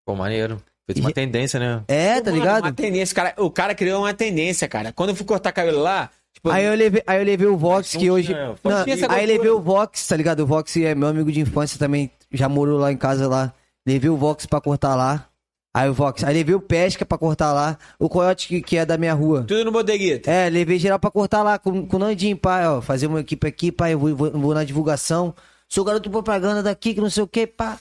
Speaker 1: Pô, maneiro. Fez uma
Speaker 3: E-
Speaker 1: tendência, né?
Speaker 3: É, tá
Speaker 2: Mano,
Speaker 3: ligado?
Speaker 2: Uma tendência, cara. O cara criou uma tendência, cara. Quando eu fui cortar cabelo lá, tipo,
Speaker 3: Aí eu levei, aí eu levei o Vox,
Speaker 1: não
Speaker 3: que hoje.
Speaker 1: tinha, Vox
Speaker 3: Não,
Speaker 2: tinha essa
Speaker 3: aí
Speaker 2: cultura.
Speaker 3: levei o Vox, tá ligado? O Vox é meu amigo de infância também, já morou lá em casa lá. Levei o Vox pra cortar lá. Aí o Vox. Aí levei o Pesca pra cortar lá. O Coyote, que, que é da minha rua.
Speaker 2: tudo no bodeguita.
Speaker 3: É, levei geral pra cortar lá com, com o Nandinho, pai, ó. Fazer uma equipe aqui, pai, eu vou, vou- vou na divulgação. Sou garoto propaganda daqui, que não sei o que, pá.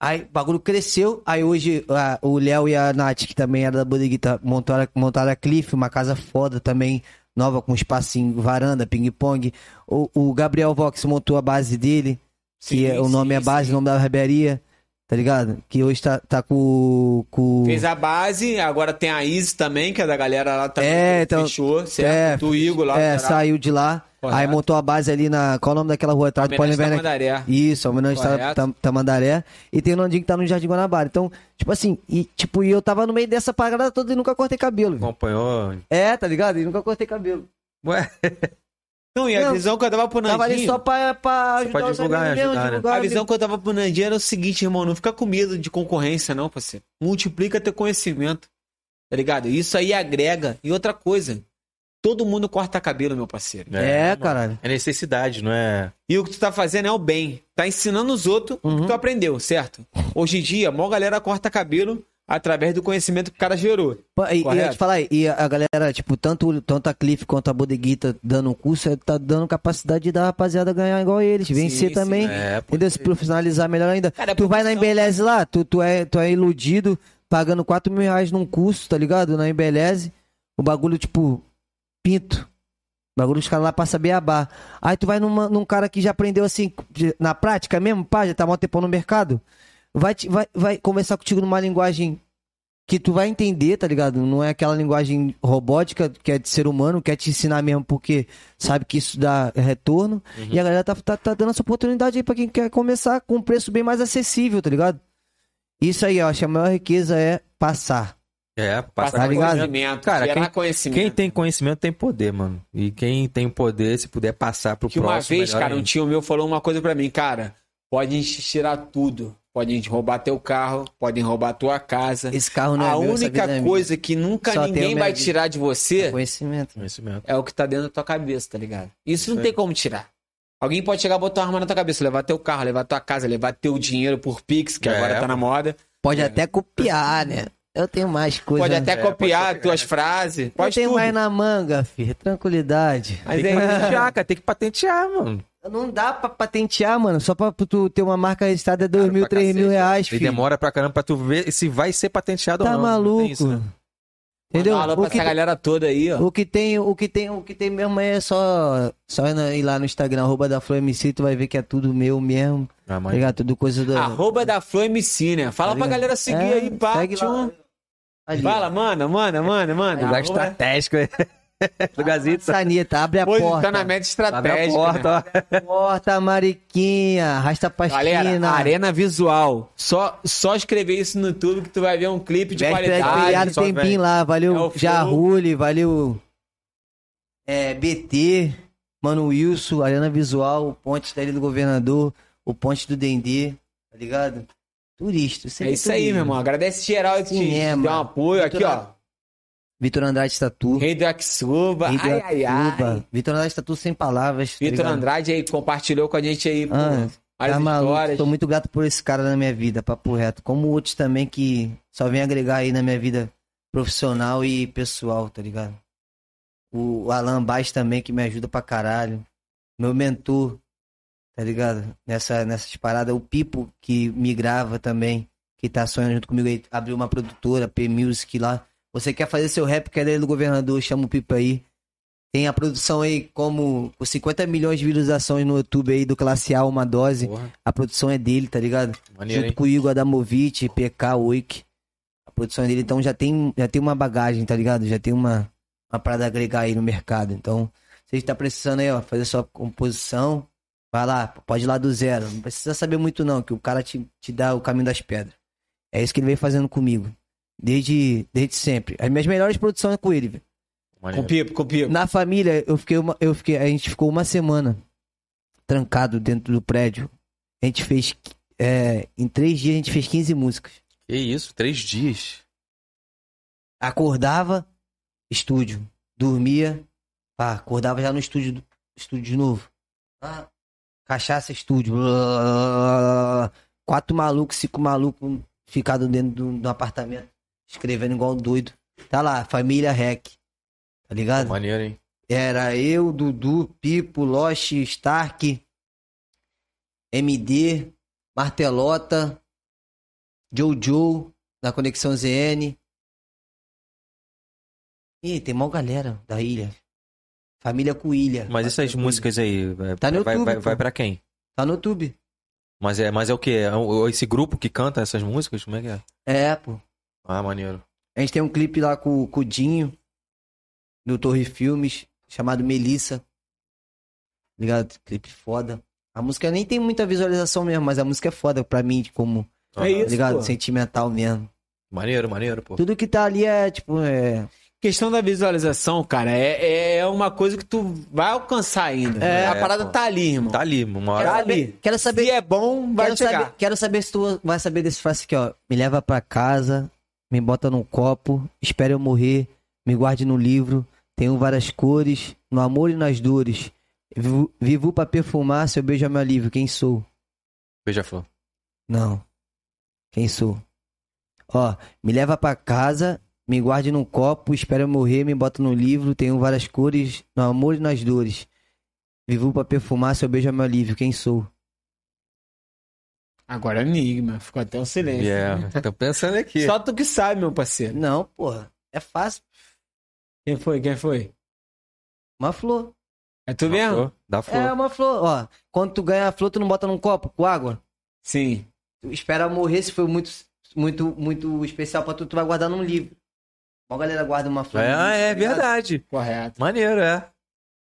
Speaker 3: Aí o bagulho cresceu. Aí hoje a- o Léo e a Nath, que também era da Bodeguita, montaram, montaram a Cliff, uma casa foda também, nova, com espacinho, varanda, ping-pong. O, o Gabriel Vox montou a base dele, que
Speaker 2: Sim,
Speaker 3: é- o
Speaker 2: sim,
Speaker 3: nome é a base, o nome da barbearia, tá ligado? Que hoje tá, tá com. com...
Speaker 2: Fez a base, agora tem a Easy também, que é da galera lá também.
Speaker 3: É, então-
Speaker 2: Fechou,
Speaker 3: É,
Speaker 2: certo? do Igor lá.
Speaker 3: é,
Speaker 2: caralho.
Speaker 3: saiu de lá. Aí
Speaker 2: Correto.
Speaker 3: montou a base ali na. Qual é o nome daquela rua atrás do
Speaker 2: Homenagem da
Speaker 3: Poliverna?
Speaker 2: Mandaré.
Speaker 3: Isso, homenagem tá,
Speaker 2: Correto.
Speaker 3: tá, Tamandaré. E tem o Nandinho que tá no Jardim Guanabara. Então, tipo assim, e tipo, e eu tava no meio dessa parada toda e nunca cortei cabelo. velho.
Speaker 1: Acompanhou.
Speaker 3: É, tá ligado? E nunca cortei cabelo.
Speaker 1: Ué,
Speaker 2: Não, e a
Speaker 3: Não,
Speaker 2: visão que eu dava pro
Speaker 3: Tava ali
Speaker 2: Nandinho.
Speaker 3: só pra, pra ajudar
Speaker 1: pra
Speaker 3: os
Speaker 1: divulgar,
Speaker 3: amigos mesmo,
Speaker 1: ajudar, né?
Speaker 3: divulgar
Speaker 2: A
Speaker 3: os
Speaker 2: visão que eu dava pro Nandinho era o seguinte, irmão, não fica com medo de concorrência, não, parceiro. Multiplica teu conhecimento. Tá ligado? Isso aí agrega. E outra coisa, todo mundo corta cabelo, meu parceiro.
Speaker 3: amigos. É,
Speaker 1: mano.
Speaker 3: caralho.
Speaker 1: É necessidade, não é?
Speaker 2: E o que tu tá fazendo é o bem. Tá ensinando os outros o que tu aprendeu, certo? Hoje em dia, a maior galera corta cabelo através do conhecimento que o cara gerou.
Speaker 3: Pa- E, e eu ia
Speaker 2: Correto.
Speaker 3: te falar, e a a galera, tipo, tanto, o- tanto a Cliff quanto a Bodeguita dando um curso, é, tá dando capacidade da rapaziada ganhar igual eles, vencer
Speaker 2: sim, né?
Speaker 3: também.
Speaker 1: É, pô.
Speaker 3: Entendeu? Se profissionalizar melhor ainda.
Speaker 2: Cara,
Speaker 3: tu vai na
Speaker 2: profissão-
Speaker 3: Embeleze lá, tu, tu, é, tu é iludido, pagando 4 mil reais num curso, tá ligado? Na Embeleze. O bagulho, tipo, pinto. O bagulho dos caras lá pra saber abar. Aí tu vai numa- num cara que já aprendeu assim, de- na prática mesmo, pá, já tá mó tempão no mercado. Vai, te- vai, vai conversar contigo numa linguagem que tu vai entender, tá ligado? Não é aquela linguagem robótica que é de ser humano, quer te ensinar mesmo porque sabe que isso dá retorno. E a galera tá, tá, tá dando essa oportunidade aí pra quem quer começar com um preço bem mais acessível, tá ligado? Isso aí, eu acho que a maior riqueza é passar.
Speaker 1: É, passar
Speaker 3: Tá
Speaker 1: por
Speaker 3: ligado?
Speaker 2: conhecimento,
Speaker 1: Cara,
Speaker 2: gerar
Speaker 1: quem-
Speaker 2: conhecimento.
Speaker 1: Quem tem conhecimento tem poder, mano. E quem tem poder, se puder passar pro
Speaker 2: Que uma
Speaker 1: próximo.
Speaker 2: vez,
Speaker 1: melhor
Speaker 2: cara, um
Speaker 1: ainda.
Speaker 2: tio meu falou uma coisa pra mim, cara, podem te tirar tudo. Podem roubar teu carro, podem roubar tua casa.
Speaker 3: Esse carro não é
Speaker 2: a
Speaker 3: meu, essa vida é
Speaker 2: única
Speaker 3: minha.
Speaker 2: coisa que nunca
Speaker 3: Só
Speaker 2: ninguém
Speaker 3: tenho
Speaker 2: vai
Speaker 3: minha
Speaker 2: tirar de
Speaker 3: É
Speaker 2: você
Speaker 3: Conhecimento.
Speaker 1: Conhecimento.
Speaker 2: é o que tá dentro da tua cabeça, tá ligado? Isso,
Speaker 1: Isso
Speaker 2: não
Speaker 1: aí.
Speaker 2: tem como tirar. Alguém pode chegar e botar uma arma na tua cabeça, levar teu carro, levar tua casa, levar teu dinheiro por Pix, que
Speaker 1: É,
Speaker 2: agora tá na moda.
Speaker 3: Pode até copiar, né? Eu tenho mais coisa.
Speaker 2: Pode até
Speaker 1: É, pode
Speaker 2: copiar
Speaker 1: copiar,
Speaker 2: tuas
Speaker 1: né?
Speaker 2: frases.
Speaker 3: Eu
Speaker 2: Pode
Speaker 3: tenho
Speaker 2: tudo.
Speaker 3: mais na manga, filho. Tranquilidade.
Speaker 1: Tem que patentear, cara. Tem que patentear, mano.
Speaker 3: Não dá pra patentear, mano. Só pra tu ter uma marca registrada é dois mil,
Speaker 1: pra
Speaker 3: três mil
Speaker 1: cacete, né?
Speaker 3: reais,
Speaker 1: E
Speaker 3: filho.
Speaker 1: demora pra caramba pra tu ver se vai ser patenteado
Speaker 3: Tá
Speaker 1: ou não. Não
Speaker 3: maluco.
Speaker 1: tem isso, né?
Speaker 3: Entendeu?
Speaker 2: Mandar um alô pra
Speaker 3: O que- tá
Speaker 2: essa galera toda aí, ó.
Speaker 3: O que tem, o que tem, o que tem mesmo é só só ir na- ir lá no Instagram arroba da Flor MC, tu vai ver que é tudo meu mesmo.
Speaker 1: Ah,
Speaker 3: Tá
Speaker 1: mas-
Speaker 3: ligado? Tudo coisa da
Speaker 2: Arroba da Flow MC, né? Fala
Speaker 3: tá
Speaker 2: pra
Speaker 3: ligado?
Speaker 2: galera seguir
Speaker 3: É,
Speaker 2: aí, pá.
Speaker 3: segue lá.
Speaker 2: tchum.
Speaker 3: Ali.
Speaker 2: Fala, mano, mano, mano, mano.
Speaker 1: Lugar
Speaker 2: Arroba-
Speaker 1: estratégico. é. Lugarzinho.
Speaker 3: Sanita, abre a
Speaker 2: Hoje
Speaker 3: porta.
Speaker 2: tá na
Speaker 1: Abre
Speaker 2: meta
Speaker 1: a
Speaker 2: estratégica.
Speaker 1: porta,
Speaker 2: né?
Speaker 1: ó.
Speaker 3: Porta, Mariquinha, arrasta pra
Speaker 2: Galera,
Speaker 3: esquina.
Speaker 2: Arena Visual. Só, só escrever isso no YouTube que tu vai ver um clipe de
Speaker 3: Véspera de
Speaker 2: qualidade.
Speaker 3: feriado
Speaker 1: só
Speaker 3: tem
Speaker 1: vem.
Speaker 3: BIM lá,
Speaker 2: É
Speaker 3: valeu
Speaker 2: o
Speaker 3: Jarrule, valeu é, BT, Mano Wilson, Arena Visual, o Ponte da Ilha do Governador, o Ponte do Dendê, tá ligado? Turista,
Speaker 2: É isso aí, meu irmão. Agradece geral que te
Speaker 3: Cinema.
Speaker 2: deu um apoio.
Speaker 3: Muito
Speaker 2: Aqui,
Speaker 3: nada.
Speaker 2: ó.
Speaker 3: Vitor Andrade Tatu.
Speaker 2: Rei do Axuba.
Speaker 3: Vitor
Speaker 2: Ai, ai, ai.
Speaker 3: Cuba. Vitor Andrade Tatu sem palavras. tá
Speaker 2: Vitor
Speaker 3: ligado?
Speaker 2: Andrade aí compartilhou com a gente aí pô,
Speaker 3: Ah,
Speaker 2: várias
Speaker 3: tá maluco.
Speaker 2: histórias.
Speaker 3: Tô muito grato por esse cara na minha vida, papo reto. Como outros também que só vem agregar aí na minha vida profissional e pessoal, tá ligado? O Alan Baez também, que me ajuda pra caralho. Meu mentor, tá ligado? Nessa, nessas paradas. O Pipo, que me grava também, que tá sonhando junto comigo aí. Abriu uma produtora, P-Music lá. Você quer fazer seu rap, quer ler do governador, chama o Pipo aí. Tem a produção aí como com 50 milhões de visualizações no YouTube aí do Classe A, uma dose.
Speaker 1: Porra,
Speaker 3: A produção é dele, tá ligado?
Speaker 1: maneiro,
Speaker 3: Junto
Speaker 1: hein?
Speaker 3: com o Igor Adamovic, PK, Oik. A produção é dele, então já tem, já tem uma bagagem, tá ligado? Já tem uma, uma parada a agregar aí no mercado. Então, você tá precisando aí, ó, fazer sua composição, vai lá, pode ir lá do zero. Não precisa saber muito não, que o cara te, te dá o caminho das pedras. É isso que ele vem fazendo comigo. Desde, desde sempre. As minhas melhores produções é com ele, velho.
Speaker 2: Com
Speaker 1: Maneiro.
Speaker 2: pipo, com pipo.
Speaker 3: Na família, eu fiquei, uma- eu fiquei. A gente ficou uma semana trancado dentro do prédio. A gente fez. é, em três dias a gente fez 15 músicas.
Speaker 1: Que isso, três dias.
Speaker 3: Acordava, estúdio. Dormia, pá, acordava já no estúdio, do- estúdio de novo. Ah, cachaça, estúdio. blá, blá, blá, blá, blá. Quatro malucos, cinco malucos um ficado dentro do, do apartamento, escrevendo igual um doido. Tá lá, família rec. Tá ligado?
Speaker 1: Maneiro, hein?
Speaker 3: Era eu, Dudu, Pipo, Lost, Stark, MD, Martelota, Jojo, da Conexão ZN. Ih, tem mó galera da ilha. Família Coilha.
Speaker 1: Mas essas músicas aí, é,
Speaker 3: Tá no
Speaker 1: vai,
Speaker 3: YouTube,
Speaker 1: vai,
Speaker 3: pô.
Speaker 1: vai pra quem?
Speaker 3: Tá no YouTube.
Speaker 1: Mas é, mas é o quê? É o- esse grupo que canta essas músicas? Como é que é?
Speaker 3: É, pô.
Speaker 1: Ah, maneiro.
Speaker 3: A gente tem um clipe lá com, com o Dinho, do Torre Filmes, chamado Melissa. Ligado? Clipe foda. A música nem tem muita visualização mesmo, mas a música é foda pra mim, como,
Speaker 1: Ah,
Speaker 2: É isso,
Speaker 3: tá ligado?
Speaker 2: pô.
Speaker 3: Sentimental mesmo.
Speaker 1: Maneiro, maneiro, pô.
Speaker 3: Tudo que tá ali é, tipo, é...
Speaker 2: Questão da visualização, cara, é, é uma coisa que tu vai alcançar ainda.
Speaker 1: É,
Speaker 2: a parada
Speaker 1: pô.
Speaker 2: tá ali, irmão.
Speaker 1: Tá ali, uma
Speaker 2: Tá
Speaker 1: hora.
Speaker 2: ali.
Speaker 3: Quero saber...
Speaker 2: Se é bom, vai
Speaker 3: quero,
Speaker 2: chegar.
Speaker 3: saber, quero saber se tu vai saber desse frase aqui, ó. Me leva pra casa, me bota num copo, espere eu morrer, me guarde no livro, tenho várias cores, no amor e nas dores. Vivo, vivo pra perfumar, seu beijo é meu alívio, quem sou?
Speaker 1: Beija-flor.
Speaker 3: Não. Quem sou? Ó, me leva pra casa, me guarde num copo, espera eu morrer, me bota no livro, tenho várias cores, no amor e nas dores. Vivo pra perfumar, seu beijo é meu alívio, quem sou?
Speaker 2: Agora é enigma, ficou até um silêncio.
Speaker 1: Yeah. Tô pensando aqui.
Speaker 2: Só tu que sabe, meu parceiro.
Speaker 3: Não, porra. É fácil.
Speaker 2: Quem foi? Quem foi?
Speaker 3: Uma flor.
Speaker 2: É tu
Speaker 1: Dá
Speaker 2: mesmo?
Speaker 1: flor, Dá flor.
Speaker 3: É uma flor. Ó, quando tu ganha a flor, tu não bota num copo com água.
Speaker 2: Sim.
Speaker 3: Tu espera morrer, se for muito, muito, muito especial pra tu, tu vai guardar num livro. Uma galera guarda uma flor.
Speaker 1: É,
Speaker 3: num livro,
Speaker 1: ah, é
Speaker 3: tá ligado?
Speaker 1: verdade.
Speaker 2: Correto.
Speaker 1: Maneiro, é.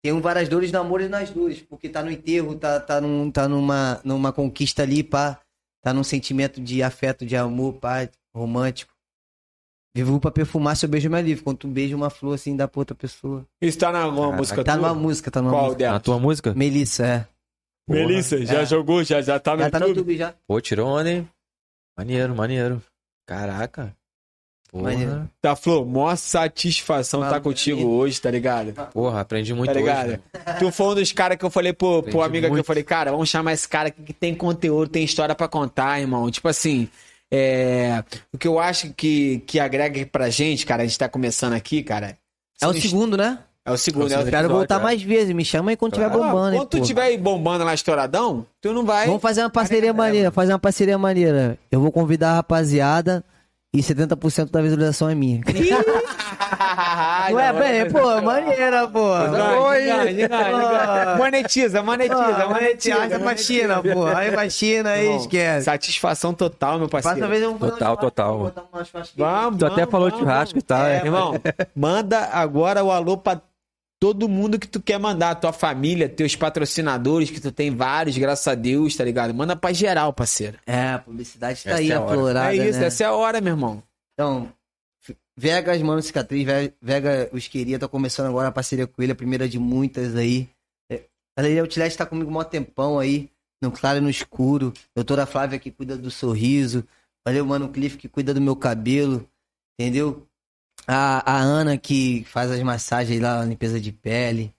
Speaker 3: Tem um várias dores no amor e nas dores, porque tá no enterro, tá, tá, num, tá numa, numa conquista ali, pá. Tá num sentimento de afeto, de amor, pá, romântico. Vivo pra perfumar seu beijo é meu alívio. Quando tu beija uma flor assim, dá pra outra pessoa.
Speaker 2: Isso tá na uma
Speaker 1: Caraca,
Speaker 2: música
Speaker 3: Tá
Speaker 2: tua?
Speaker 3: numa música, tá numa
Speaker 2: Qual
Speaker 3: música.
Speaker 1: Na
Speaker 2: dela?
Speaker 1: tua música?
Speaker 3: Melissa, é.
Speaker 2: É. Melissa, já
Speaker 3: É.
Speaker 2: jogou? Já, já tá no
Speaker 3: Já tá no
Speaker 2: YouTube?
Speaker 3: YouTube já.
Speaker 1: Pô, tirou onda, hein? Maneiro, maneiro. Caraca. Porra.
Speaker 3: Maneiro.
Speaker 2: Tá, Flor, maior satisfação
Speaker 3: Fala
Speaker 2: tá
Speaker 3: pra
Speaker 2: contigo
Speaker 3: mim.
Speaker 2: hoje, tá ligado? Tá
Speaker 1: Porra, aprendi muito
Speaker 2: ligado?
Speaker 1: hoje. né?
Speaker 2: Tu foi um dos caras que eu falei pro, pro
Speaker 1: Aprendi
Speaker 2: amigo que eu
Speaker 1: muito.
Speaker 2: falei, cara, vamos chamar esse cara aqui que tem conteúdo, tem história pra contar, irmão. Tipo assim, é, o que eu acho que, que agrega pra gente, cara, a gente tá começando aqui, cara.
Speaker 3: É o segundo, né?
Speaker 2: É o segundo.
Speaker 1: É o
Speaker 2: é o-
Speaker 1: segundo.
Speaker 3: Quero
Speaker 1: episódio,
Speaker 3: voltar
Speaker 1: é.
Speaker 3: mais vezes. Me chama aí quando
Speaker 1: Claro.
Speaker 3: tiver bombando, hein,
Speaker 2: Quando tu
Speaker 3: pô.
Speaker 2: tiver aí bombando lá estouradão, tu não vai.
Speaker 3: Vamos fazer uma parceria maneira, fazer uma parceria maneira. Eu vou convidar a rapaziada e 70% da visualização é minha.
Speaker 2: Não
Speaker 3: Não é, bem, pô, maneira, pô.
Speaker 2: Oi.
Speaker 3: Pô.
Speaker 2: Monetiza, monetiza,
Speaker 3: Ah, monetiza,
Speaker 2: monetiza.
Speaker 3: Aí pra China, pô. Aí pra China, aí
Speaker 2: Irmão,
Speaker 3: esquece.
Speaker 2: Satisfação total, meu
Speaker 3: Próxima
Speaker 2: parceiro.
Speaker 3: vez eu vou fazer
Speaker 1: Total,
Speaker 3: um churrasco,
Speaker 1: total.
Speaker 3: vou botar uma churrasqueira.
Speaker 2: Vamos,
Speaker 1: Tu até
Speaker 2: vamos,
Speaker 1: falou
Speaker 2: vamos,
Speaker 1: churrasco e tal,
Speaker 2: vamos.
Speaker 1: é.
Speaker 2: Irmão, manda agora o alô pra todo mundo que tu quer mandar, tua família, teus patrocinadores, que tu tem vários, graças a Deus, tá ligado? Manda pra geral, parceiro.
Speaker 3: É, a publicidade tá
Speaker 1: Essa
Speaker 3: aí
Speaker 1: é a hora.
Speaker 3: aflorada,
Speaker 2: é isso,
Speaker 3: né?
Speaker 2: essa é a hora, meu irmão.
Speaker 3: Então, F- Vegas, mano, cicatriz, Ve- Vega, os queria, tá começando agora a parceria com ele, a primeira de muitas aí. É, A Leila Outlet tá comigo mó tempão aí, no claro e no escuro. Doutora Flávia que cuida do sorriso. Valeu, mano, Cliff que cuida do meu cabelo, entendeu? A, a Ana que faz as massagens lá, limpeza de pele.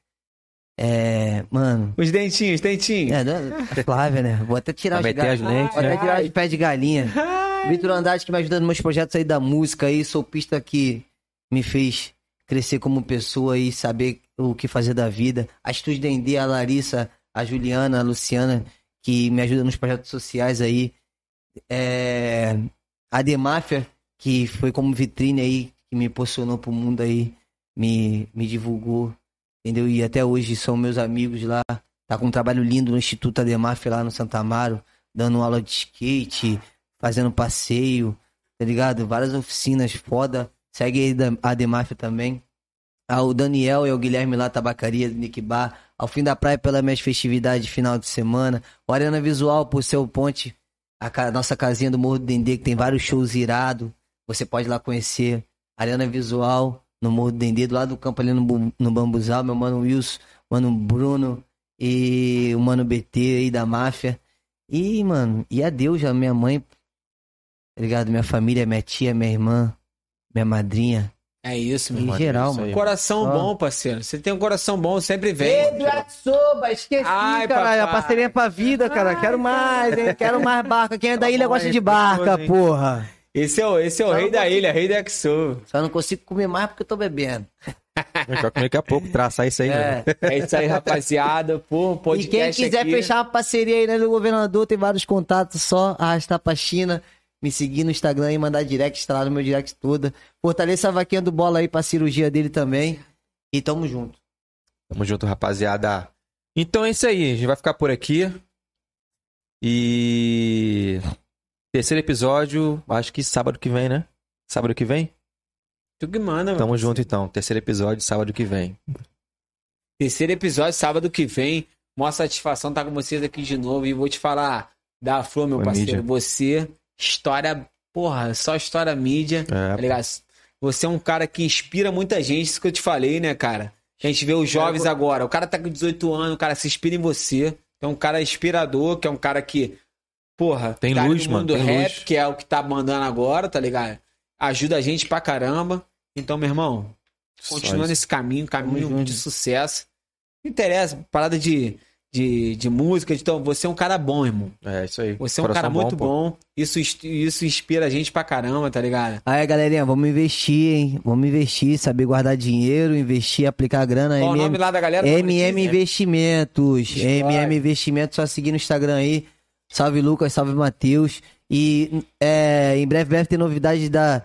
Speaker 3: É, mano.
Speaker 2: Os dentinhos, dentinhos.
Speaker 3: É, né? a Flávia, né? Vou até tirar
Speaker 1: Pra
Speaker 3: os
Speaker 1: meter
Speaker 3: gatos.
Speaker 1: as lentes,
Speaker 3: Vou até
Speaker 1: né?
Speaker 3: tirar de pé de galinha.
Speaker 1: É.
Speaker 3: Vitor Andrade que me ajuda nos meus projetos aí da música aí, sou pista que me fez crescer como pessoa e saber o que fazer da vida. A Estúdio Dendê, a Larissa, a Juliana, a Luciana, que me ajuda nos projetos sociais aí. É... A Demáfia, que foi como vitrine aí, que me posicionou pro mundo aí, me, me divulgou, entendeu? E até hoje são meus amigos lá. Tá com um trabalho lindo no Instituto Ademáfia lá no Santa Amaro, dando aula de skate, fazendo passeio, tá ligado? Várias oficinas foda. Segue aí da- a Demáfia também. Ao Daniel e ao Guilherme lá, Tabacaria do Nick Bar. Ao Fim da Praia pelas minhas festividades de final de semana. O Arena Visual por ser o ponte. A ca- nossa casinha do Morro do Dendê, que tem vários shows irado. Você pode ir lá conhecer. Arena Visual no Morro do Dendê, do lado do campo ali no, Bu- no Bambuzal. Meu mano Wilson, mano Bruno e o mano BT aí da máfia. E, mano, e adeus a minha mãe, tá ligado? Minha família, minha tia, minha irmã, minha madrinha,
Speaker 2: É isso, meu
Speaker 3: em
Speaker 2: irmão.
Speaker 3: geral,
Speaker 1: isso aí.
Speaker 3: mano.
Speaker 2: Coração
Speaker 3: Ó.
Speaker 2: bom, parceiro. Você tem um coração bom, sempre vem.
Speaker 3: Soba, esqueci,
Speaker 2: Ai,
Speaker 3: caralho. A
Speaker 2: papai.
Speaker 3: parceria é pra vida, cara. Quero mais, hein? Quero mais barca. Quem é da ilha gosta de barca, porra.
Speaker 2: Esse é o, esse é o
Speaker 3: Só
Speaker 2: rei
Speaker 3: não
Speaker 2: da
Speaker 3: consigo-
Speaker 2: ilha, rei da Exu.
Speaker 3: Só não consigo comer mais porque eu tô bebendo.
Speaker 1: Vai comer daqui a pouco, traçar isso aí né?
Speaker 3: É.
Speaker 1: mesmo.
Speaker 2: Ah. É isso aí, rapaziada. Pô, um
Speaker 3: E
Speaker 2: podcast
Speaker 3: quem quiser
Speaker 2: aqui.
Speaker 3: fechar uma parceria aí, né, do governador, tem vários contatos, só arrastar pra China. me seguir no Instagram e mandar direct, tá lá no meu direct toda. Fortaleça a vaquinha do bola aí pra cirurgia dele também. E tamo junto.
Speaker 1: Tamo junto, rapaziada. Então é isso aí. A gente vai ficar por aqui. E. Terceiro episódio, acho que sábado que vem, né? Sábado que vem?
Speaker 2: Tu que manda, mano.
Speaker 1: Tamo junto então. Terceiro episódio, sábado que vem.
Speaker 2: Terceiro episódio, sábado que vem. Mó satisfação estar com vocês aqui de novo. E vou te falar, da Flor, meu
Speaker 1: Foi
Speaker 2: parceiro,
Speaker 1: mídia.
Speaker 2: você, história, porra, só história mídia, tá
Speaker 1: É,
Speaker 2: ligado? Você é um cara que inspira muita gente, isso que eu te falei, né, cara? A gente vê os jovens agora, o cara tá com 18 anos, o cara se inspira em você. É um cara inspirador, que é um cara que, porra,
Speaker 1: Tem
Speaker 2: tá
Speaker 1: luz,
Speaker 2: no mundo
Speaker 1: mano, tem
Speaker 2: rap,
Speaker 1: luz.
Speaker 2: que é o que tá mandando agora, tá ligado? Ajuda a gente pra caramba. Então, meu irmão,
Speaker 1: só
Speaker 2: continuando
Speaker 1: isso.
Speaker 2: esse caminho, caminho
Speaker 3: junto.
Speaker 2: de sucesso. Não interessa, parada de, de, de música. Então, você é um cara bom, irmão.
Speaker 1: É, isso aí.
Speaker 2: Você é um
Speaker 1: Coração
Speaker 2: cara muito
Speaker 1: pô.
Speaker 2: bom. Isso, ins- isso inspira a gente pra caramba, tá ligado?
Speaker 3: Aí, galerinha, vamos investir, hein? Vamos investir, saber guardar dinheiro, investir, aplicar grana aí
Speaker 2: Qual o
Speaker 3: mesmo.
Speaker 2: nome lá da galera? é
Speaker 3: MM
Speaker 2: né?
Speaker 3: Investimentos.
Speaker 2: Destrói.
Speaker 3: MM Investimentos, só seguir no Instagram aí. Salve Lucas, salve Matheus. E é, em breve, breve tem novidades da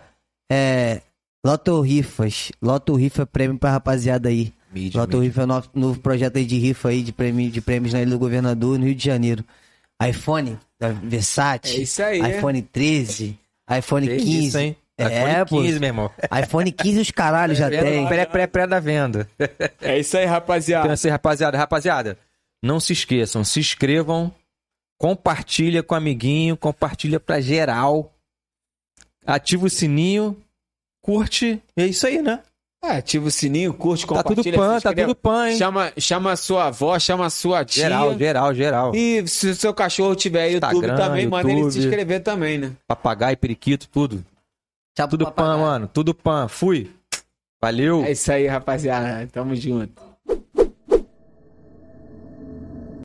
Speaker 3: é, Loto Rifas. Loto Rifa é Prêmio pra rapaziada aí.
Speaker 1: Mídia,
Speaker 3: Loto
Speaker 1: mídia.
Speaker 3: Rifa é um novo, novo projeto aí de rifa aí, de, prêmio, de prêmios na Ilha do Governador, no Rio de Janeiro. iPhone da
Speaker 2: É
Speaker 3: Versace,
Speaker 2: isso aí.
Speaker 3: iPhone 13, iPhone
Speaker 1: Que
Speaker 3: 15.
Speaker 1: Isso, hein? Tá
Speaker 3: É,
Speaker 1: iPhone
Speaker 3: pô.
Speaker 1: 15, meu irmão.
Speaker 3: iPhone 15 os caralhos
Speaker 1: É
Speaker 3: já tem. Tá.
Speaker 1: Pré, pré, pré da venda.
Speaker 2: É isso aí,
Speaker 1: Então é
Speaker 2: rapaziada.
Speaker 1: isso aí, rapaziada. Rapaziada, não se esqueçam, se inscrevam, compartilha com o amiguinho, compartilha pra geral. Ativa o sininho, curte. E é isso aí, né?
Speaker 2: É, ativa o sininho, curte,
Speaker 1: Tá tudo
Speaker 2: compartilha.
Speaker 1: pan,
Speaker 2: se
Speaker 1: tá
Speaker 2: inscreve.
Speaker 1: tudo pan, hein?
Speaker 2: Chama, chama a sua avó, chama a sua tia.
Speaker 1: Geral, geral, geral.
Speaker 2: E se o seu cachorro tiver YouTube
Speaker 1: Instagram,
Speaker 2: também, manda ele se
Speaker 1: YouTube.
Speaker 2: inscrever também, né?
Speaker 1: Papagaio, periquito, tudo.
Speaker 3: Tchau, É
Speaker 1: Tudo pan,
Speaker 3: papagaio.
Speaker 1: mano. Tudo pan. Fui. Valeu.
Speaker 2: É isso aí, rapaziada. Tamo junto.